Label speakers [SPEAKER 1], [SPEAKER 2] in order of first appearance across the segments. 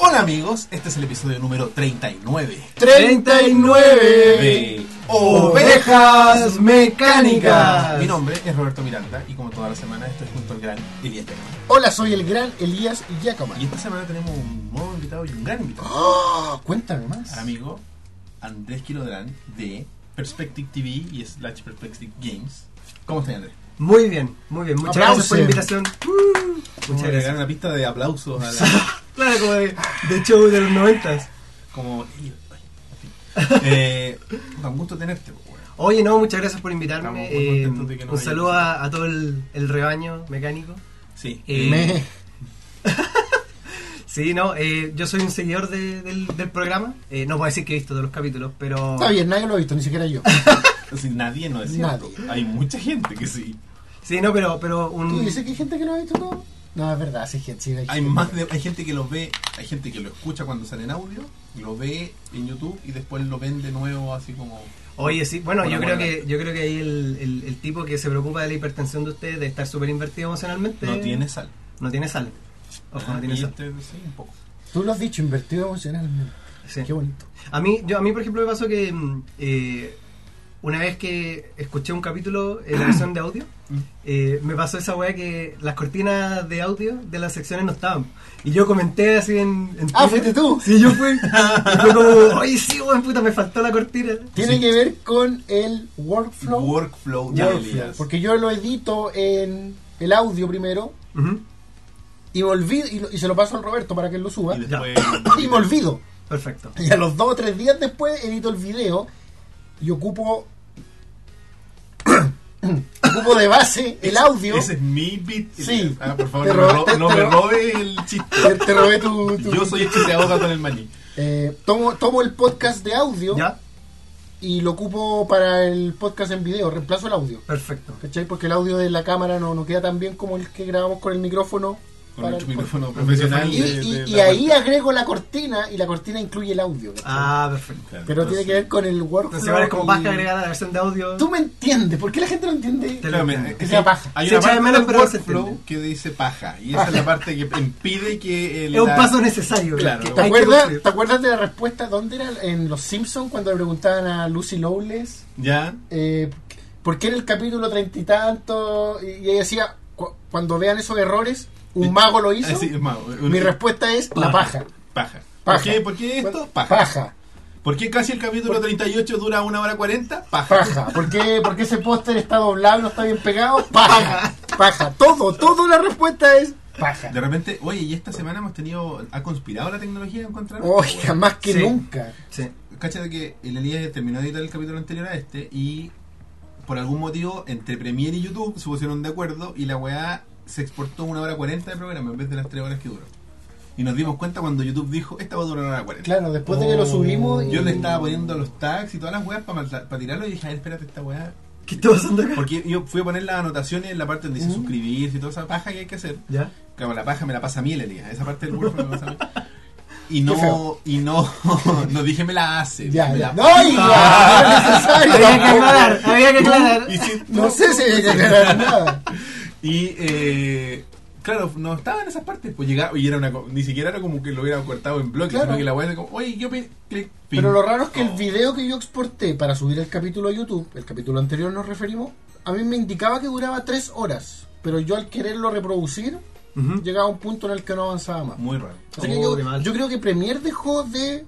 [SPEAKER 1] Hola amigos, este es el episodio número 39
[SPEAKER 2] 39 Ovejas Mecánicas.
[SPEAKER 1] Oh, Mi nombre es Roberto Miranda y como toda la semana estoy junto al gran Elías Yacama.
[SPEAKER 3] Hola, soy el gran Elías Yacaman.
[SPEAKER 1] Y esta semana tenemos un nuevo invitado y un gran invitado
[SPEAKER 3] ¡Oh! Cuéntame más.
[SPEAKER 1] Al amigo Andrés Quilodrán de Perspective TV y Slash Perspective Games ¿Cómo estás Andrés?
[SPEAKER 2] Muy bien, muy bien. Muchas gracias por la invitación. Uh,
[SPEAKER 1] Como que le
[SPEAKER 2] muchas
[SPEAKER 1] dan
[SPEAKER 2] gracias.
[SPEAKER 1] una pista de aplausos a la-
[SPEAKER 2] Claro, como de, de show de los noventas.
[SPEAKER 1] como... ay, en fin. Eh, puta, un gusto tenerte, pues, bueno.
[SPEAKER 2] Oye, no, muchas gracias por
[SPEAKER 1] Estamos
[SPEAKER 2] invitarme.
[SPEAKER 1] muy
[SPEAKER 2] Eh,
[SPEAKER 1] contentos de que nos
[SPEAKER 2] un
[SPEAKER 1] hayas
[SPEAKER 2] saludo a, a todo el, el rebaño mecánico.
[SPEAKER 1] Sí,
[SPEAKER 2] Eh,
[SPEAKER 3] Me-
[SPEAKER 2] Sí, no, eh, yo soy un seguidor de- del, del programa. Eh, no puedo decir que he visto todos los capítulos, pero...
[SPEAKER 3] Está bien, nadie lo ha visto, ni siquiera yo.
[SPEAKER 1] si nadie no es cierto.
[SPEAKER 3] Nadie.
[SPEAKER 1] Hay mucha gente que sí.
[SPEAKER 2] Sí, no, pero, pero un...
[SPEAKER 3] ¿Tú dices que hay gente que no ha visto todo? No, es verdad, sí, gente, sí, hay gente.
[SPEAKER 1] Hay más de- hay gente que los ve, hay gente que lo escucha cuando sale en audio, lo ve en YouTube y después lo ven de nuevo así como
[SPEAKER 2] Oye, sí, bueno,
[SPEAKER 1] Hola,
[SPEAKER 2] yo creo,
[SPEAKER 1] buenas.
[SPEAKER 2] que, yo creo que ahí el, el- el tipo que se preocupa de la hipertensión de ustedes, de estar súper invertido emocionalmente...
[SPEAKER 1] no tiene sal.
[SPEAKER 2] No tiene sal. Ojo, este Oh, no tiene
[SPEAKER 1] Y
[SPEAKER 2] sal.
[SPEAKER 1] este, sí, un poco.
[SPEAKER 3] Tú lo has dicho, invertido emocionalmente.
[SPEAKER 2] Sí.
[SPEAKER 3] Qué bonito.
[SPEAKER 2] A mí, yo, a mí, por ejemplo, me pasó que mm, eh, una vez que escuché un capítulo en la versión de audio, eh, me pasó esa weá que las cortinas de audio de las secciones no estaban. Y yo comenté así en. en
[SPEAKER 3] Ah, fuiste
[SPEAKER 2] Twitter.
[SPEAKER 3] tú.
[SPEAKER 2] Sí, yo fui. Y fue como, oye, sí, weón, puta, me faltó la cortina.
[SPEAKER 3] Tiene
[SPEAKER 1] Sí.
[SPEAKER 3] que ver con el workflow.
[SPEAKER 1] Workflow de
[SPEAKER 3] Workflow,
[SPEAKER 1] Elías.
[SPEAKER 3] Porque yo lo edito en el audio primero
[SPEAKER 2] Ujú,
[SPEAKER 3] y me olvido y, lo- y se lo paso al Roberto para que él lo suba.
[SPEAKER 1] Y
[SPEAKER 3] Y,
[SPEAKER 1] después
[SPEAKER 3] me olvido.
[SPEAKER 2] Perfecto.
[SPEAKER 3] Y a los dos o tres días después edito el video y ocupo. ocupo de base el audio.
[SPEAKER 1] Ese es mi beat.
[SPEAKER 3] Sí.
[SPEAKER 1] Ah, por favor,
[SPEAKER 3] Te
[SPEAKER 1] no me,
[SPEAKER 3] robaste-
[SPEAKER 1] ro- no
[SPEAKER 3] te
[SPEAKER 1] me
[SPEAKER 3] ro-
[SPEAKER 1] robe el chiste.
[SPEAKER 3] Te, te robé tu. tu-
[SPEAKER 1] Yo soy el que se ahoga con el maní.
[SPEAKER 3] Eh, tomo, tomo el podcast de audio
[SPEAKER 2] ¿Ya?
[SPEAKER 3] y lo ocupo para el podcast en video, reemplazo el audio.
[SPEAKER 2] Perfecto.
[SPEAKER 3] ¿Cachai? Porque el audio de la cámara no, no queda tan bien como el que grabamos con el micrófono.
[SPEAKER 1] Con
[SPEAKER 3] para
[SPEAKER 1] nuestro
[SPEAKER 3] el podcast.
[SPEAKER 1] micrófono profesional.
[SPEAKER 3] Y,
[SPEAKER 1] de- de
[SPEAKER 3] y- y
[SPEAKER 1] la
[SPEAKER 3] ahí
[SPEAKER 1] vuelta.
[SPEAKER 3] agrego la cortina y la cortina incluye el audio. ¿cachai?
[SPEAKER 2] Ah, perfecto.
[SPEAKER 1] Claro,
[SPEAKER 3] Pero tiene
[SPEAKER 1] entonces-
[SPEAKER 3] que ver con el workflow.
[SPEAKER 2] Entonces ahora es como vas que
[SPEAKER 3] y-
[SPEAKER 2] agregar a la versión de audio.
[SPEAKER 3] Tú me entiendes, ¿por qué la gente no entiende?
[SPEAKER 2] Te lo-
[SPEAKER 1] Claro, me-
[SPEAKER 2] entiendo.
[SPEAKER 1] es
[SPEAKER 3] Esa
[SPEAKER 1] que
[SPEAKER 3] paja.
[SPEAKER 1] Hay
[SPEAKER 2] Se
[SPEAKER 1] una
[SPEAKER 2] echa de
[SPEAKER 1] parte
[SPEAKER 2] menos,
[SPEAKER 1] del
[SPEAKER 2] pero se
[SPEAKER 1] workflow
[SPEAKER 2] entiende.
[SPEAKER 1] que dice paja. Y esa es la parte que impide que. el-
[SPEAKER 2] Es un
[SPEAKER 1] la-
[SPEAKER 2] paso necesario.
[SPEAKER 1] Claro.
[SPEAKER 2] que- que
[SPEAKER 3] ¿Te
[SPEAKER 2] hay que
[SPEAKER 3] acuerdas,
[SPEAKER 2] construir.
[SPEAKER 3] ¿Te acuerdas de la respuesta? ¿Dónde era? En Los Simpsons cuando le preguntaban a Lucy Lowles
[SPEAKER 1] Ya.
[SPEAKER 3] eh, ¿por qué en el capítulo treinta y tanto? Y, y ella decía, "Cu- cuando vean esos errores, un mago lo hizo.
[SPEAKER 1] Ah, sí, es mago. Un-
[SPEAKER 3] Mi respuesta es la paja.
[SPEAKER 1] Paja.
[SPEAKER 3] Paja.
[SPEAKER 1] ¿Por, qué, por qué esto? Paja.
[SPEAKER 3] Paja,
[SPEAKER 1] ¿Por qué casi el capítulo 38 dura 1 hora 40? Paja.
[SPEAKER 3] paja. ¿Por qué, por qué ese póster está doblado, no está bien pegado? Paja, paja. Todo, todo la respuesta es paja.
[SPEAKER 1] De repente, oye, y esta semana hemos tenido. ¿Ha conspirado la tecnología en contra nosotros,
[SPEAKER 3] Oiga, más que
[SPEAKER 2] Sí.
[SPEAKER 3] nunca.
[SPEAKER 2] Sí.
[SPEAKER 1] weón? Cacha de que el Elías terminó de editar el capítulo anterior a este y por algún motivo entre Premiere y YouTube se pusieron de acuerdo y la weá se exportó 1 hora 40 de programa en vez de las 3 horas que duró. Y nos dimos cuenta cuando YouTube dijo, esta va a durar 1 hora 40.
[SPEAKER 3] Claro, después de que lo subimos... y-
[SPEAKER 1] Oh. Yo le estaba poniendo los tags y todas las weas para tirarlo y dije, a ver, espérate, esta weá
[SPEAKER 2] ¿Qué está pasando acá?
[SPEAKER 1] Porque yo fui a poner las anotaciones en la parte donde dice suscribirse y toda esa paja que hay que hacer.
[SPEAKER 2] ¿Ya?
[SPEAKER 1] Claro, la paja me la pasa a mí, Elías. Esa parte del curso me la pasa a mí. Y
[SPEAKER 3] Qué
[SPEAKER 1] no,
[SPEAKER 3] feo.
[SPEAKER 1] y no, no dije me la hace.
[SPEAKER 3] Ya,
[SPEAKER 1] me la-
[SPEAKER 3] ya. No, ya, no es
[SPEAKER 2] Había que
[SPEAKER 3] necesario.
[SPEAKER 2] aclarar, había que aclarar.
[SPEAKER 1] Y, sí,
[SPEAKER 3] No sé si hay que aclarar nada.
[SPEAKER 1] y, eh, claro, no estaba en esas partes. Pues llegaba y era una. co- Ni siquiera era como que lo hubiera cortado en bloques,
[SPEAKER 3] Claro.
[SPEAKER 1] sino que la weá era como, oye, yo pe- clic, pin.
[SPEAKER 3] Pero lo raro es que el
[SPEAKER 1] Oh.
[SPEAKER 3] video que yo exporté para subir el capítulo a YouTube, el capítulo anterior nos referimos, a mí me indicaba que duraba tres horas, pero yo al quererlo reproducir
[SPEAKER 2] Ujú.
[SPEAKER 3] llegaba a un punto en el que no avanzaba más.
[SPEAKER 1] Muy raro.
[SPEAKER 3] Así que
[SPEAKER 2] Oh,
[SPEAKER 3] yo,
[SPEAKER 2] qué mal.
[SPEAKER 3] yo creo que Premiere dejó de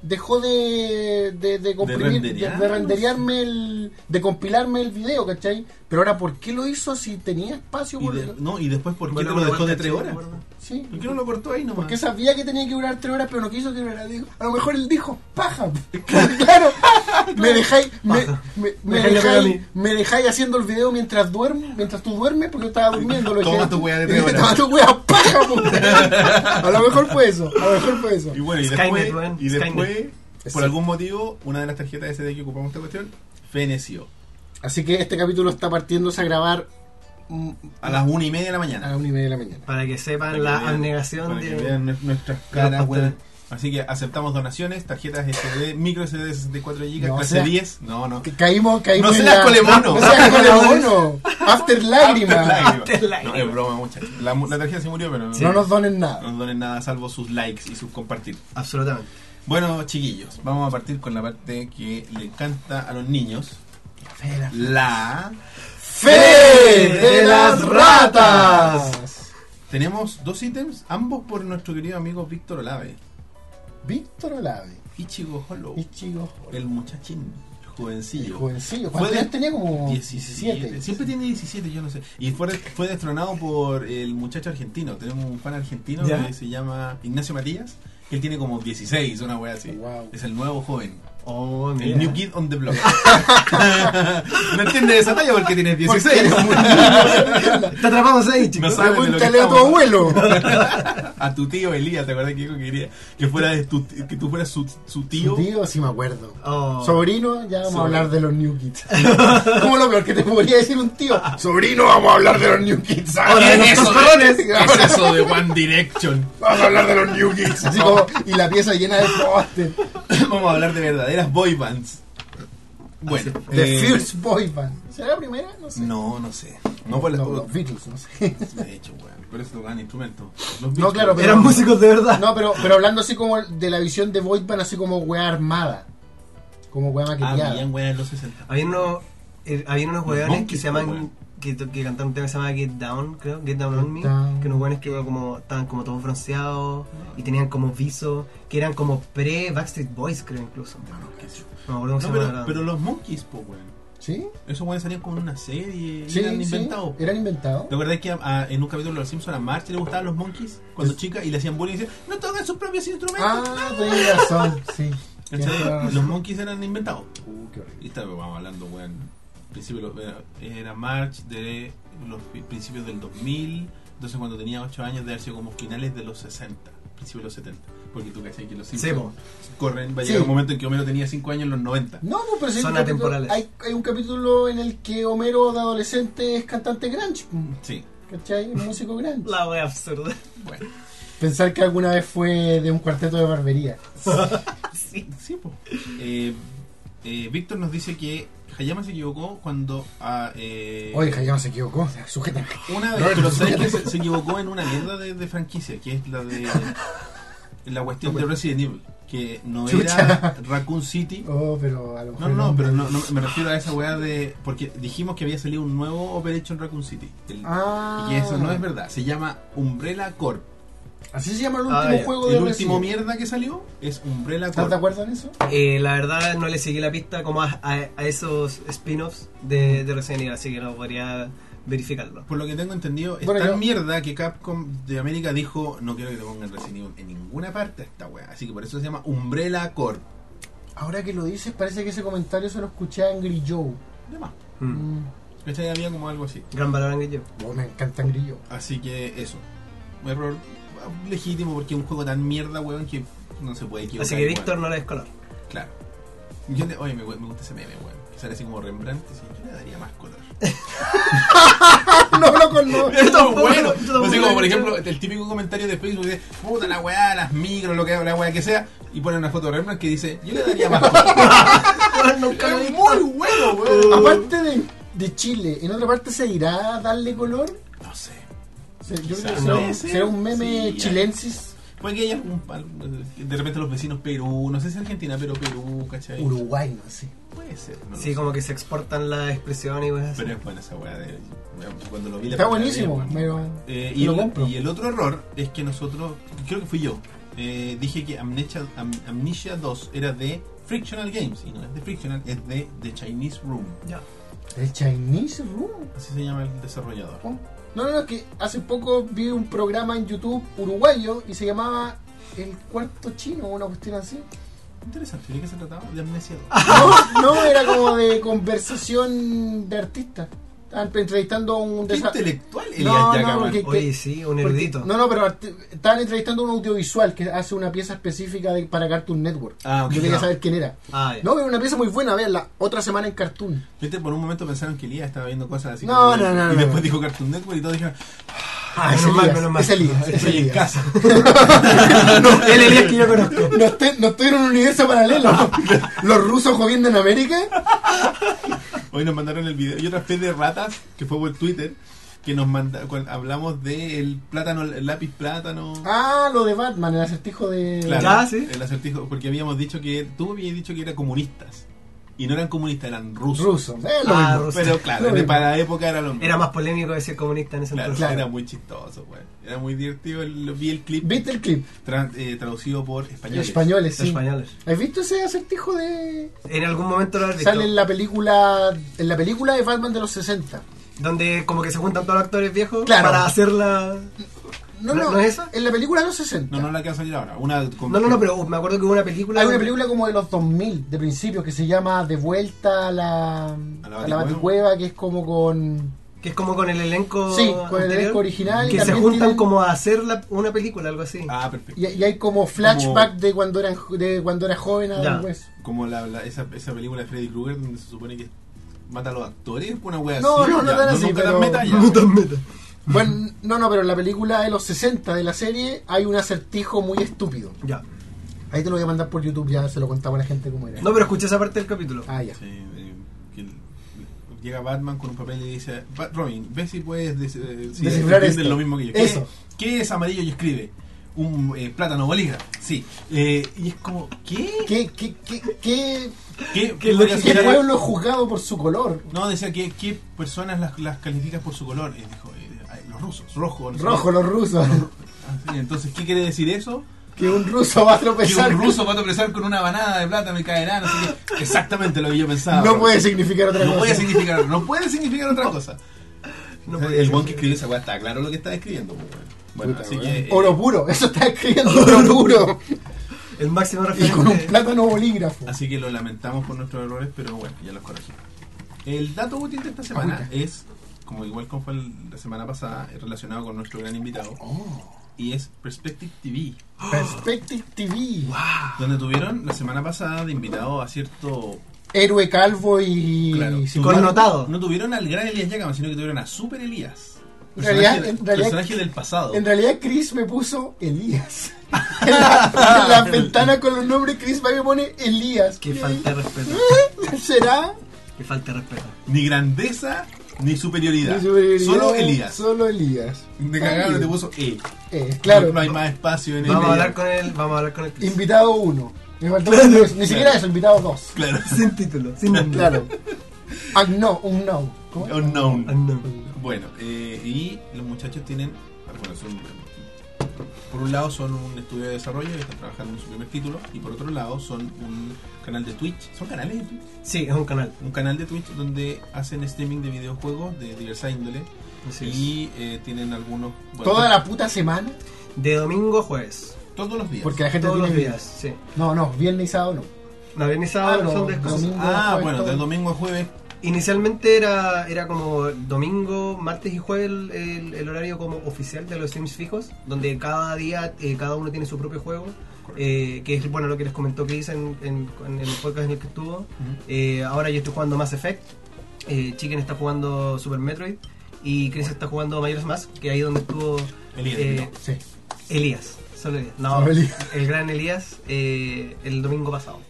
[SPEAKER 3] dejó de de, de comprimir, de,
[SPEAKER 1] renderear,
[SPEAKER 3] de renderearme el de compilarme el video, ¿cachai? Pero ahora ¿por qué lo hizo si tenía espacio?
[SPEAKER 1] Y
[SPEAKER 3] Por...
[SPEAKER 1] de- no, y después, ¿por qué
[SPEAKER 2] Bueno,
[SPEAKER 1] te lo
[SPEAKER 2] una
[SPEAKER 1] dejó de
[SPEAKER 2] vuelta,
[SPEAKER 1] tres
[SPEAKER 2] sí,
[SPEAKER 1] horas?
[SPEAKER 2] bueno.
[SPEAKER 3] Sí.
[SPEAKER 1] ¿Por qué no lo cortó ahí nomás?
[SPEAKER 3] Porque sabía que tenía que durar tres horas, pero no quiso que durara. Dijo, a lo mejor él dijo, paja. claro, me dejáis, me, me, me
[SPEAKER 2] Dejáis la pega a
[SPEAKER 3] dejáis,
[SPEAKER 2] mí.
[SPEAKER 3] me dejáis haciendo el video mientras duermo, mientras tú duermes, porque yo estaba durmiendo. Lo
[SPEAKER 1] Toma
[SPEAKER 3] dejé-
[SPEAKER 1] tu weá de tres horas.
[SPEAKER 3] Toma tu weá, paja, po. A lo mejor fue eso, a lo mejor fue eso.
[SPEAKER 1] Y bueno, y
[SPEAKER 2] Skynet,
[SPEAKER 1] después,
[SPEAKER 2] weón.
[SPEAKER 1] y después por
[SPEAKER 3] Sí.
[SPEAKER 1] algún motivo, una de las tarjetas SD que ocupamos esta cuestión feneció.
[SPEAKER 3] Así que este capítulo está partiéndose a grabar mm,
[SPEAKER 1] A las una y media de la
[SPEAKER 3] a
[SPEAKER 1] mañana.
[SPEAKER 3] las una y media de la mañana.
[SPEAKER 2] Para que sepan
[SPEAKER 1] Para que
[SPEAKER 2] la
[SPEAKER 1] vean-
[SPEAKER 2] abnegación
[SPEAKER 1] para que
[SPEAKER 2] de.
[SPEAKER 1] vean nue- nuestras caras,
[SPEAKER 2] pasteles.
[SPEAKER 1] weón. Así que aceptamos donaciones, tarjetas SD, micro SD de 64 GB,
[SPEAKER 3] No
[SPEAKER 1] clase
[SPEAKER 3] sea-
[SPEAKER 1] 10. No, no.
[SPEAKER 3] Que caímos, caíos
[SPEAKER 1] No seas colemono.
[SPEAKER 3] No seas colemono. After lágrimas.
[SPEAKER 1] After lágrimas. No,
[SPEAKER 2] lágrimas.
[SPEAKER 1] es broma, muchachos. La, la tarjeta se murió, pero
[SPEAKER 3] No
[SPEAKER 1] no,
[SPEAKER 3] nos donen
[SPEAKER 1] no
[SPEAKER 3] nada.
[SPEAKER 1] nos donen nada salvo sus likes y sus compartir.
[SPEAKER 2] Absolutamente.
[SPEAKER 1] Bueno, chiquillos, vamos a partir con la parte que le encanta a los niños. La...
[SPEAKER 3] ¡Fe de las ratas!
[SPEAKER 1] Tenemos dos ítems, ambos por nuestro querido amigo Víctor Olave.
[SPEAKER 3] Víctor Olave.
[SPEAKER 1] Ichigo Hollow.
[SPEAKER 3] Y chico,
[SPEAKER 1] El muchachín, el
[SPEAKER 3] el
[SPEAKER 1] jovencillo.
[SPEAKER 3] jovencillo. ¿Cuántos
[SPEAKER 1] Fue de-
[SPEAKER 3] años tenía? Como
[SPEAKER 1] 17.
[SPEAKER 3] 17.
[SPEAKER 1] Siempre tiene 17, yo no sé. Y fue, fue destronado por el muchacho argentino. Tenemos un fan argentino
[SPEAKER 2] ¿Ya?
[SPEAKER 1] que se llama Ignacio Matías. que Él tiene como 16, una wea así.
[SPEAKER 3] Wow.
[SPEAKER 1] Es el nuevo joven.
[SPEAKER 2] Oh,
[SPEAKER 1] El
[SPEAKER 2] mira.
[SPEAKER 1] New Kid on the Block. no entiendes esa talla porque tienes 16.
[SPEAKER 2] Te atrapamos ahí,
[SPEAKER 1] No
[SPEAKER 2] chicos.
[SPEAKER 1] sabe.
[SPEAKER 3] Pregúntale a tu abuelo.
[SPEAKER 1] A tu tío Elías, ¿te acuerdas que dijo que quería que, fueras tu- que tú fueras su, su tío?
[SPEAKER 3] Su tío, sí me acuerdo.
[SPEAKER 2] Oh.
[SPEAKER 3] Sobrino, ya vamos
[SPEAKER 1] Sobrino.
[SPEAKER 3] a hablar de los New Kids. ¿Cómo lo peor que te podría decir un tío? Sobrino, vamos a hablar de los New Kids.
[SPEAKER 2] Ahora de los
[SPEAKER 3] de-
[SPEAKER 2] coscorrones.
[SPEAKER 1] ¿Qué es eso de One Direction?
[SPEAKER 3] Vamos a hablar de los New Kids. Así como, y la pieza llena de póster.
[SPEAKER 1] Vamos a hablar de verdaderas boy bands. Bueno,
[SPEAKER 3] Ah, The
[SPEAKER 1] eh,
[SPEAKER 3] First Boy Band. ¿Será la primera? No sé.
[SPEAKER 1] No, no sé. No por las
[SPEAKER 3] No, los Beatles, no sé.
[SPEAKER 1] De hecho, weón. Por eso tocaban instrumentos. Los
[SPEAKER 3] No,
[SPEAKER 1] Beatles.
[SPEAKER 3] claro, pero-
[SPEAKER 2] Eran músicos de verdad.
[SPEAKER 3] No, pero, pero hablando así como de la visión de Boy Band, así como weá armada. Como weá
[SPEAKER 1] Ah,
[SPEAKER 3] maquillada.
[SPEAKER 1] bien, weón, en los 60.
[SPEAKER 2] Había, uno, eh, había unos hueones que
[SPEAKER 1] Monkeys, pues,
[SPEAKER 2] se llaman.
[SPEAKER 1] weón.
[SPEAKER 2] Que, to- que cantaron un tema que se llamaba Get Down, creo. Get Down on Me.
[SPEAKER 3] Get Down.
[SPEAKER 2] Que unos hueones que como, estaban como todos bronceados y tenían como viso. Que eran como pre-Backstreet Boys, creo incluso. No
[SPEAKER 1] No, qué sé yo.
[SPEAKER 2] me acuerdo cómo se
[SPEAKER 1] No,
[SPEAKER 2] llamaba la
[SPEAKER 1] pero,
[SPEAKER 2] banda.
[SPEAKER 1] pero los monkeys, po, weón.
[SPEAKER 3] ¿Sí?
[SPEAKER 1] Esos weones salían con una serie. y
[SPEAKER 3] Sí,
[SPEAKER 1] eran
[SPEAKER 3] sí,
[SPEAKER 1] inventados. po.
[SPEAKER 3] Eran inventados.
[SPEAKER 1] ¿Te acuerdas que a- a- en un capítulo de Los Simpsons a Marge le gustaban los monkeys cuando chica y le hacían bullying y decían, no tocan sus propios instrumentos?
[SPEAKER 3] Ah, tenés razón, sí.
[SPEAKER 1] ¿Cachai?
[SPEAKER 3] Tienes toda la
[SPEAKER 1] Los
[SPEAKER 3] razón.
[SPEAKER 1] monkeys eran inventados.
[SPEAKER 3] Uh, qué horrible.
[SPEAKER 1] Y está, vamos hablando, weón. Principio, de los- era March de los pi- principios del 2000, entonces cuando tenía 8 años, de haber sido como finales de los 60, principios de los 70. Porque tú cachai que los
[SPEAKER 2] Sí, po.
[SPEAKER 1] Simpsons corren, va a
[SPEAKER 3] Sí.
[SPEAKER 1] llegar un momento en que Homero tenía 5 años en los 90.
[SPEAKER 3] No, pues, pero sí hay
[SPEAKER 2] Son
[SPEAKER 3] un capítulo-
[SPEAKER 2] atemporales.
[SPEAKER 3] Hay, hay un capítulo en el que Homero de adolescente es cantante grunge, mm,
[SPEAKER 1] Sí,
[SPEAKER 3] ¿cachai? Es músico grunge.
[SPEAKER 2] La wea absurda.
[SPEAKER 1] bueno.
[SPEAKER 3] Pensar que alguna vez fue de un cuarteto de barbería.
[SPEAKER 2] sí.
[SPEAKER 1] Sí, po. Eh, eh, Víctor nos dice que Hayama se equivocó cuando... ah, eh,
[SPEAKER 3] Oye, Hayama se equivocó, sujeta.
[SPEAKER 1] Una de pero ¿sabes qué? se, se equivocó en una mierda de, de franquicia, que es la de la cuestión de Resident Evil, que no era
[SPEAKER 3] Chucha.
[SPEAKER 1] Raccoon City.
[SPEAKER 3] Oh, pero a lo mejor
[SPEAKER 1] No, no,
[SPEAKER 3] era-
[SPEAKER 1] pero no, no, me refiero a esa weá de porque dijimos que había salido un nuevo Operation Raccoon City. el-
[SPEAKER 3] Ah.
[SPEAKER 1] Y eso no es verdad, se llama Umbrella Corp.
[SPEAKER 3] Así se llama el
[SPEAKER 2] Ah,
[SPEAKER 3] último
[SPEAKER 2] ya.
[SPEAKER 3] juego de
[SPEAKER 1] El último
[SPEAKER 3] Resident.
[SPEAKER 1] mierda que salió es Umbrella
[SPEAKER 3] ¿Estás de
[SPEAKER 1] Corp.
[SPEAKER 3] acuerdo en eso?
[SPEAKER 2] Eh, la verdad no le seguí la pista como a, a- a esos spin-offs de, de Resident Evil, así que no podría verificarlo.
[SPEAKER 1] Por lo que tengo entendido, es
[SPEAKER 3] Bueno,
[SPEAKER 1] tan
[SPEAKER 3] yo-
[SPEAKER 1] mierda que Capcom de América dijo, no quiero que te pongan Resident Evil en ninguna parte a esta weá. Así que por eso se llama Umbrella Corp.
[SPEAKER 3] Ahora que lo dices, parece que ese comentario se lo escuché a Angry Joe.
[SPEAKER 1] De más.
[SPEAKER 2] Mm.
[SPEAKER 3] Mm,
[SPEAKER 1] ¿Cachai? Había como algo así.
[SPEAKER 2] Gran valor que yo.
[SPEAKER 3] oh, me encanta Angry Joe.
[SPEAKER 1] Así que eso. Un error legítimo porque es un juego tan mierda, weón, que no se puede equivocar.
[SPEAKER 2] Así que
[SPEAKER 1] weón.
[SPEAKER 2] Víctor no la descolor.
[SPEAKER 1] Claro. Yo le- oye, me, me gusta ese meme, weón. Que sale así como Rembrandt. Así, yo le daría más color.
[SPEAKER 3] No lo conozco.
[SPEAKER 1] Pero
[SPEAKER 2] tampoco,
[SPEAKER 1] bueno.
[SPEAKER 2] yo tampoco
[SPEAKER 1] No sé, como por
[SPEAKER 2] lo he
[SPEAKER 1] ejemplo, el típico comentario de Facebook de puta la weá, las micros, lo que la weá que sea. Y ponen una foto de Rembrandt que dice, yo le daría más color.
[SPEAKER 2] Nunca lo he
[SPEAKER 1] es
[SPEAKER 2] visto. Uh.
[SPEAKER 1] muy bueno, weón.
[SPEAKER 3] Aparte de, de Chile, ¿en otra parte se irá a darle color?
[SPEAKER 1] No sé.
[SPEAKER 3] Se- yo
[SPEAKER 1] Quizás
[SPEAKER 3] creo que
[SPEAKER 2] no.
[SPEAKER 3] será, será un meme
[SPEAKER 1] Sí,
[SPEAKER 3] chilensis.
[SPEAKER 1] Puede que haya algún, algún- De repente los vecinos Perú, no sé si Argentina, pero Perú, ¿cachai?
[SPEAKER 3] Uruguay, no sé.
[SPEAKER 1] Puede ser. No lo
[SPEAKER 2] Sí,
[SPEAKER 1] sé.
[SPEAKER 2] como que se exportan las expresiones y cosas así.
[SPEAKER 1] Pero es buena esa weá de. bueno, Cuando lo vi la
[SPEAKER 3] Está
[SPEAKER 1] primera
[SPEAKER 3] buenísimo,
[SPEAKER 1] vez,
[SPEAKER 3] me lo-
[SPEAKER 1] Eh,
[SPEAKER 3] me
[SPEAKER 1] y,
[SPEAKER 3] lo
[SPEAKER 1] el,
[SPEAKER 3] compro.
[SPEAKER 1] y el otro error es que nosotros, creo que fui yo, eh, dije que Amnesia, Am- Amnesia 2 era de Frictional Games. Y no es de Frictional, es de The Chinese Room.
[SPEAKER 2] Ya.
[SPEAKER 3] El Chinese Room.
[SPEAKER 1] Así se llama el desarrollador.
[SPEAKER 3] Oh. No, no, no, que hace poco vi un programa en YouTube uruguayo y se llamaba El Cuarto Chino, una cuestión así.
[SPEAKER 1] Interesante, ¿de qué se trataba? De Amnesia Ah, 2.
[SPEAKER 3] No, no, era como de conversación de artistas. Estaban entrevistando a un
[SPEAKER 1] ¡Qué
[SPEAKER 3] desa-
[SPEAKER 1] intelectual, Elías
[SPEAKER 3] no,
[SPEAKER 1] Yagaman.
[SPEAKER 3] porque-
[SPEAKER 2] Oye, sí, un
[SPEAKER 3] porque-
[SPEAKER 2] erudito.
[SPEAKER 3] No, no, pero arte- estaban entrevistando a un audiovisual que hace una pieza específica de- para Cartoon Network.
[SPEAKER 1] Ah, ok.
[SPEAKER 3] Yo quería
[SPEAKER 1] No.
[SPEAKER 3] saber quién era.
[SPEAKER 2] Ah, ya.
[SPEAKER 3] No, era una pieza muy buena, verla. Otra semana en Cartoon.
[SPEAKER 1] Viste, por un momento pensaron que Elías estaba viendo cosas así.
[SPEAKER 3] No,
[SPEAKER 1] como-
[SPEAKER 3] no, no,
[SPEAKER 1] Y
[SPEAKER 3] no,
[SPEAKER 1] después
[SPEAKER 3] no.
[SPEAKER 1] dijo Cartoon Network y todos dijeron,
[SPEAKER 3] Ah, es
[SPEAKER 2] Menos mal,
[SPEAKER 3] Elías,
[SPEAKER 2] menos mal.
[SPEAKER 3] es Elías, es
[SPEAKER 4] Estoy en
[SPEAKER 3] Elías.
[SPEAKER 4] casa.
[SPEAKER 2] No, el Elías que yo conozco.
[SPEAKER 3] No estoy, no estoy en un universo paralelo. Los rusos gobiernan América.
[SPEAKER 1] Hoy nos mandaron el video. Yo traspé de ratas, que fue por Twitter, que nos manda, cuando hablamos del plátano, el lápiz plátano.
[SPEAKER 3] Ah, lo de Batman, el acertijo de.
[SPEAKER 1] Claro,
[SPEAKER 2] Ya, sí.
[SPEAKER 1] El acertijo, porque habíamos dicho que, tú habías dicho que eran comunistas. Y no eran comunistas, eran rusos.
[SPEAKER 3] Ruso. Eh, lo
[SPEAKER 2] Ah,
[SPEAKER 3] mismo.
[SPEAKER 2] ruso.
[SPEAKER 1] Pero claro,
[SPEAKER 3] Lo
[SPEAKER 1] de-
[SPEAKER 3] mismo.
[SPEAKER 1] para la época era lo mismo.
[SPEAKER 2] Era más polémico decir comunista en ese
[SPEAKER 1] Claro,
[SPEAKER 2] entonces.
[SPEAKER 1] era muy chistoso, güey. Era muy divertido. el- vi el clip
[SPEAKER 3] ¿Viste el clip?
[SPEAKER 1] tra- eh, traducido por españoles.
[SPEAKER 3] Españoles,
[SPEAKER 2] Los
[SPEAKER 3] sí.
[SPEAKER 2] españoles.
[SPEAKER 3] ¿Has visto ese acertijo de.?
[SPEAKER 2] En algún momento lo has visto.
[SPEAKER 3] Sale en la película. En la película de Batman de los 60.
[SPEAKER 2] Donde como que se juntan todos los actores viejos
[SPEAKER 3] Claro.
[SPEAKER 2] para hacer la...
[SPEAKER 3] No,
[SPEAKER 2] ¿No-
[SPEAKER 3] no,
[SPEAKER 2] no es esa?
[SPEAKER 3] En la película de los 60.
[SPEAKER 1] No, no la que va a salir ahora. Una con-
[SPEAKER 2] No, no, no, pero me acuerdo que hubo una película...
[SPEAKER 3] Hay una
[SPEAKER 2] donde-
[SPEAKER 3] película como de los 2000, de principio, que se llama De vuelta a la,
[SPEAKER 1] A la
[SPEAKER 3] a la
[SPEAKER 1] Baticueva.
[SPEAKER 3] Baticueva, que es como con...
[SPEAKER 2] Que es como con el elenco...
[SPEAKER 3] Sí, con el
[SPEAKER 2] anterior,
[SPEAKER 3] elenco original. y
[SPEAKER 2] Que se
[SPEAKER 3] también
[SPEAKER 2] juntan
[SPEAKER 3] tienen-
[SPEAKER 2] como a hacer la- una película, algo así.
[SPEAKER 1] Ah, perfecto.
[SPEAKER 3] Y, y hay como flashback de cuando eran jo- de cuando era joven a
[SPEAKER 2] Ya.
[SPEAKER 3] después.
[SPEAKER 1] Como la, la- esa, esa película de Freddy Krueger donde se supone que mata a los actores. Una wea
[SPEAKER 3] No,
[SPEAKER 1] así.
[SPEAKER 3] no, no
[SPEAKER 1] ya,
[SPEAKER 3] tan así,
[SPEAKER 1] nunca
[SPEAKER 3] pero-
[SPEAKER 1] las meta, ya.
[SPEAKER 2] No tan meta.
[SPEAKER 3] Bueno, no, no, pero en la película de los 60 de la serie hay un acertijo muy estúpido.
[SPEAKER 2] Ya.
[SPEAKER 3] Ahí te lo voy a mandar por YouTube, ya se lo contaba a la gente cómo era.
[SPEAKER 2] No, pero escuché esa parte del capítulo.
[SPEAKER 3] Ah, ya.
[SPEAKER 1] Sí, eh, que el- llega Batman con un papel y le dice, "Ba- Robin, ve si puedes des- eh, si
[SPEAKER 3] Descifrar
[SPEAKER 1] entiendes
[SPEAKER 3] esto.
[SPEAKER 1] lo mismo que yo.
[SPEAKER 3] Eso.
[SPEAKER 1] ¿Qué, qué es amarillo y escribe? Un eh, plátano bolígrafo. Sí. Eh, y es como, ¿qué?
[SPEAKER 3] ¿Qué, qué, qué, qué,
[SPEAKER 1] ¿Qué,
[SPEAKER 2] ¿Qué
[SPEAKER 1] podría
[SPEAKER 2] lógica?
[SPEAKER 3] qué
[SPEAKER 1] ser?
[SPEAKER 3] pueblo es juzgado por su color?
[SPEAKER 1] No, decía que qué personas las, las calificas por su color. Y dijo, eh, ay, los rusos, rojo. no sé
[SPEAKER 3] Rojo,
[SPEAKER 1] qué.
[SPEAKER 3] los rusos.
[SPEAKER 1] Ah, sí, entonces, ¿qué quiere decir eso?
[SPEAKER 3] Que un ruso va a
[SPEAKER 1] Que
[SPEAKER 3] tropezar.
[SPEAKER 1] un ruso va a tropezar con una banada de plátano y caerá, no sé qué. Exactamente lo que yo pensaba.
[SPEAKER 3] No puede significar otra
[SPEAKER 1] No
[SPEAKER 3] cosa.
[SPEAKER 1] puede significar, no puede significar otra cosa.
[SPEAKER 2] No
[SPEAKER 1] O sea,
[SPEAKER 2] puede
[SPEAKER 1] el
[SPEAKER 2] ser.
[SPEAKER 1] buen que escribió esa weá está claro lo que está escribiendo. pues, weón. Bueno,
[SPEAKER 3] Puta,
[SPEAKER 1] así
[SPEAKER 3] weón.
[SPEAKER 1] que. eh,
[SPEAKER 3] Oro puro, eso está escribiendo oro puro.
[SPEAKER 2] El máximo
[SPEAKER 3] Y
[SPEAKER 2] referente...
[SPEAKER 3] con un plátano bolígrafo.
[SPEAKER 1] así que lo lamentamos por nuestros errores, pero bueno, ya los corregimos. El dato útil de esta semana
[SPEAKER 3] Agüita.
[SPEAKER 1] es, como igual como fue el- la semana pasada, es relacionado con nuestro gran invitado,
[SPEAKER 3] Oh,
[SPEAKER 1] y es Perspective TV,
[SPEAKER 3] Perspective TV.
[SPEAKER 1] donde tuvieron la semana pasada de invitado a cierto.
[SPEAKER 3] Héroe calvo y
[SPEAKER 1] Claro,
[SPEAKER 3] psicópata.
[SPEAKER 2] Connotado. Connotado.
[SPEAKER 1] No tuvieron al gran Elías Yacaman, sino que tuvieron a Super Elías.
[SPEAKER 3] En realidad-
[SPEAKER 1] Personaje-
[SPEAKER 3] en realidad-
[SPEAKER 1] personaje del pasado.
[SPEAKER 3] En realidad Chris me puso Elías. en la, en la ventana con los nombres Chris me pone Elías.
[SPEAKER 2] Qué falta de respeto.
[SPEAKER 3] ¿Será?
[SPEAKER 2] Qué falta de respeto.
[SPEAKER 1] Ni grandeza, ni superioridad.
[SPEAKER 3] Mi superioridad.
[SPEAKER 1] Solo Elías.
[SPEAKER 3] Solo Elías.
[SPEAKER 1] De cagado te puso E.
[SPEAKER 3] Eh, claro.
[SPEAKER 1] No, no hay más espacio en el. E.
[SPEAKER 2] Vamos a
[SPEAKER 1] medio.
[SPEAKER 2] hablar con él, vamos a hablar con el Chris.
[SPEAKER 3] Invitado uno. Me faltó
[SPEAKER 2] Claro.
[SPEAKER 3] uno. Ni siquiera eso, invitado dos.
[SPEAKER 1] Claro.
[SPEAKER 2] Sin título, sin nombre.
[SPEAKER 3] Claro. Ah, no, un no. ¿Cómo?
[SPEAKER 2] Ah,
[SPEAKER 1] Unknown.
[SPEAKER 2] Unknown.
[SPEAKER 1] Bueno, eh, y los muchachos tienen. Bueno, son. Por un lado son un estudio de desarrollo y están trabajando en su primer título. Y por otro lado son un canal de Twitch. ¿Son canales de Twitch?
[SPEAKER 2] Sí, es un canal.
[SPEAKER 1] Un canal de Twitch donde hacen streaming de videojuegos de diversa índole.
[SPEAKER 2] Así
[SPEAKER 1] y eh, tienen algunos. bueno,
[SPEAKER 3] Toda la puta semana.
[SPEAKER 2] es. De domingo a jueves.
[SPEAKER 1] Todos los días.
[SPEAKER 3] Porque la gente
[SPEAKER 2] Todos los
[SPEAKER 3] tiene-
[SPEAKER 2] días, sí.
[SPEAKER 3] No, no, viernes y sábado no.
[SPEAKER 2] No, viernes y sábado
[SPEAKER 3] Ah, no,
[SPEAKER 2] son tres cosas.
[SPEAKER 3] domingo.
[SPEAKER 1] Ah,
[SPEAKER 3] jueves,
[SPEAKER 1] bueno,
[SPEAKER 3] todo.
[SPEAKER 1] del domingo a jueves.
[SPEAKER 2] Inicialmente era, era como domingo, martes y jueves el, el- el horario como oficial de los streams fijos, donde cada día eh, cada uno tiene su propio juego, eh, que es bueno lo que les comentó Chris en, en- en el podcast en el que estuvo. Eh, ahora yo estoy jugando Mass Effect, eh, Chicken está jugando Super Metroid y Chris está jugando Mayores Mask, que ahí donde estuvo
[SPEAKER 1] Elías,
[SPEAKER 2] eh,
[SPEAKER 3] Sí.
[SPEAKER 2] Elías, solo Elías. No,
[SPEAKER 3] Solo Elías.
[SPEAKER 2] el gran Elías eh, el domingo pasado.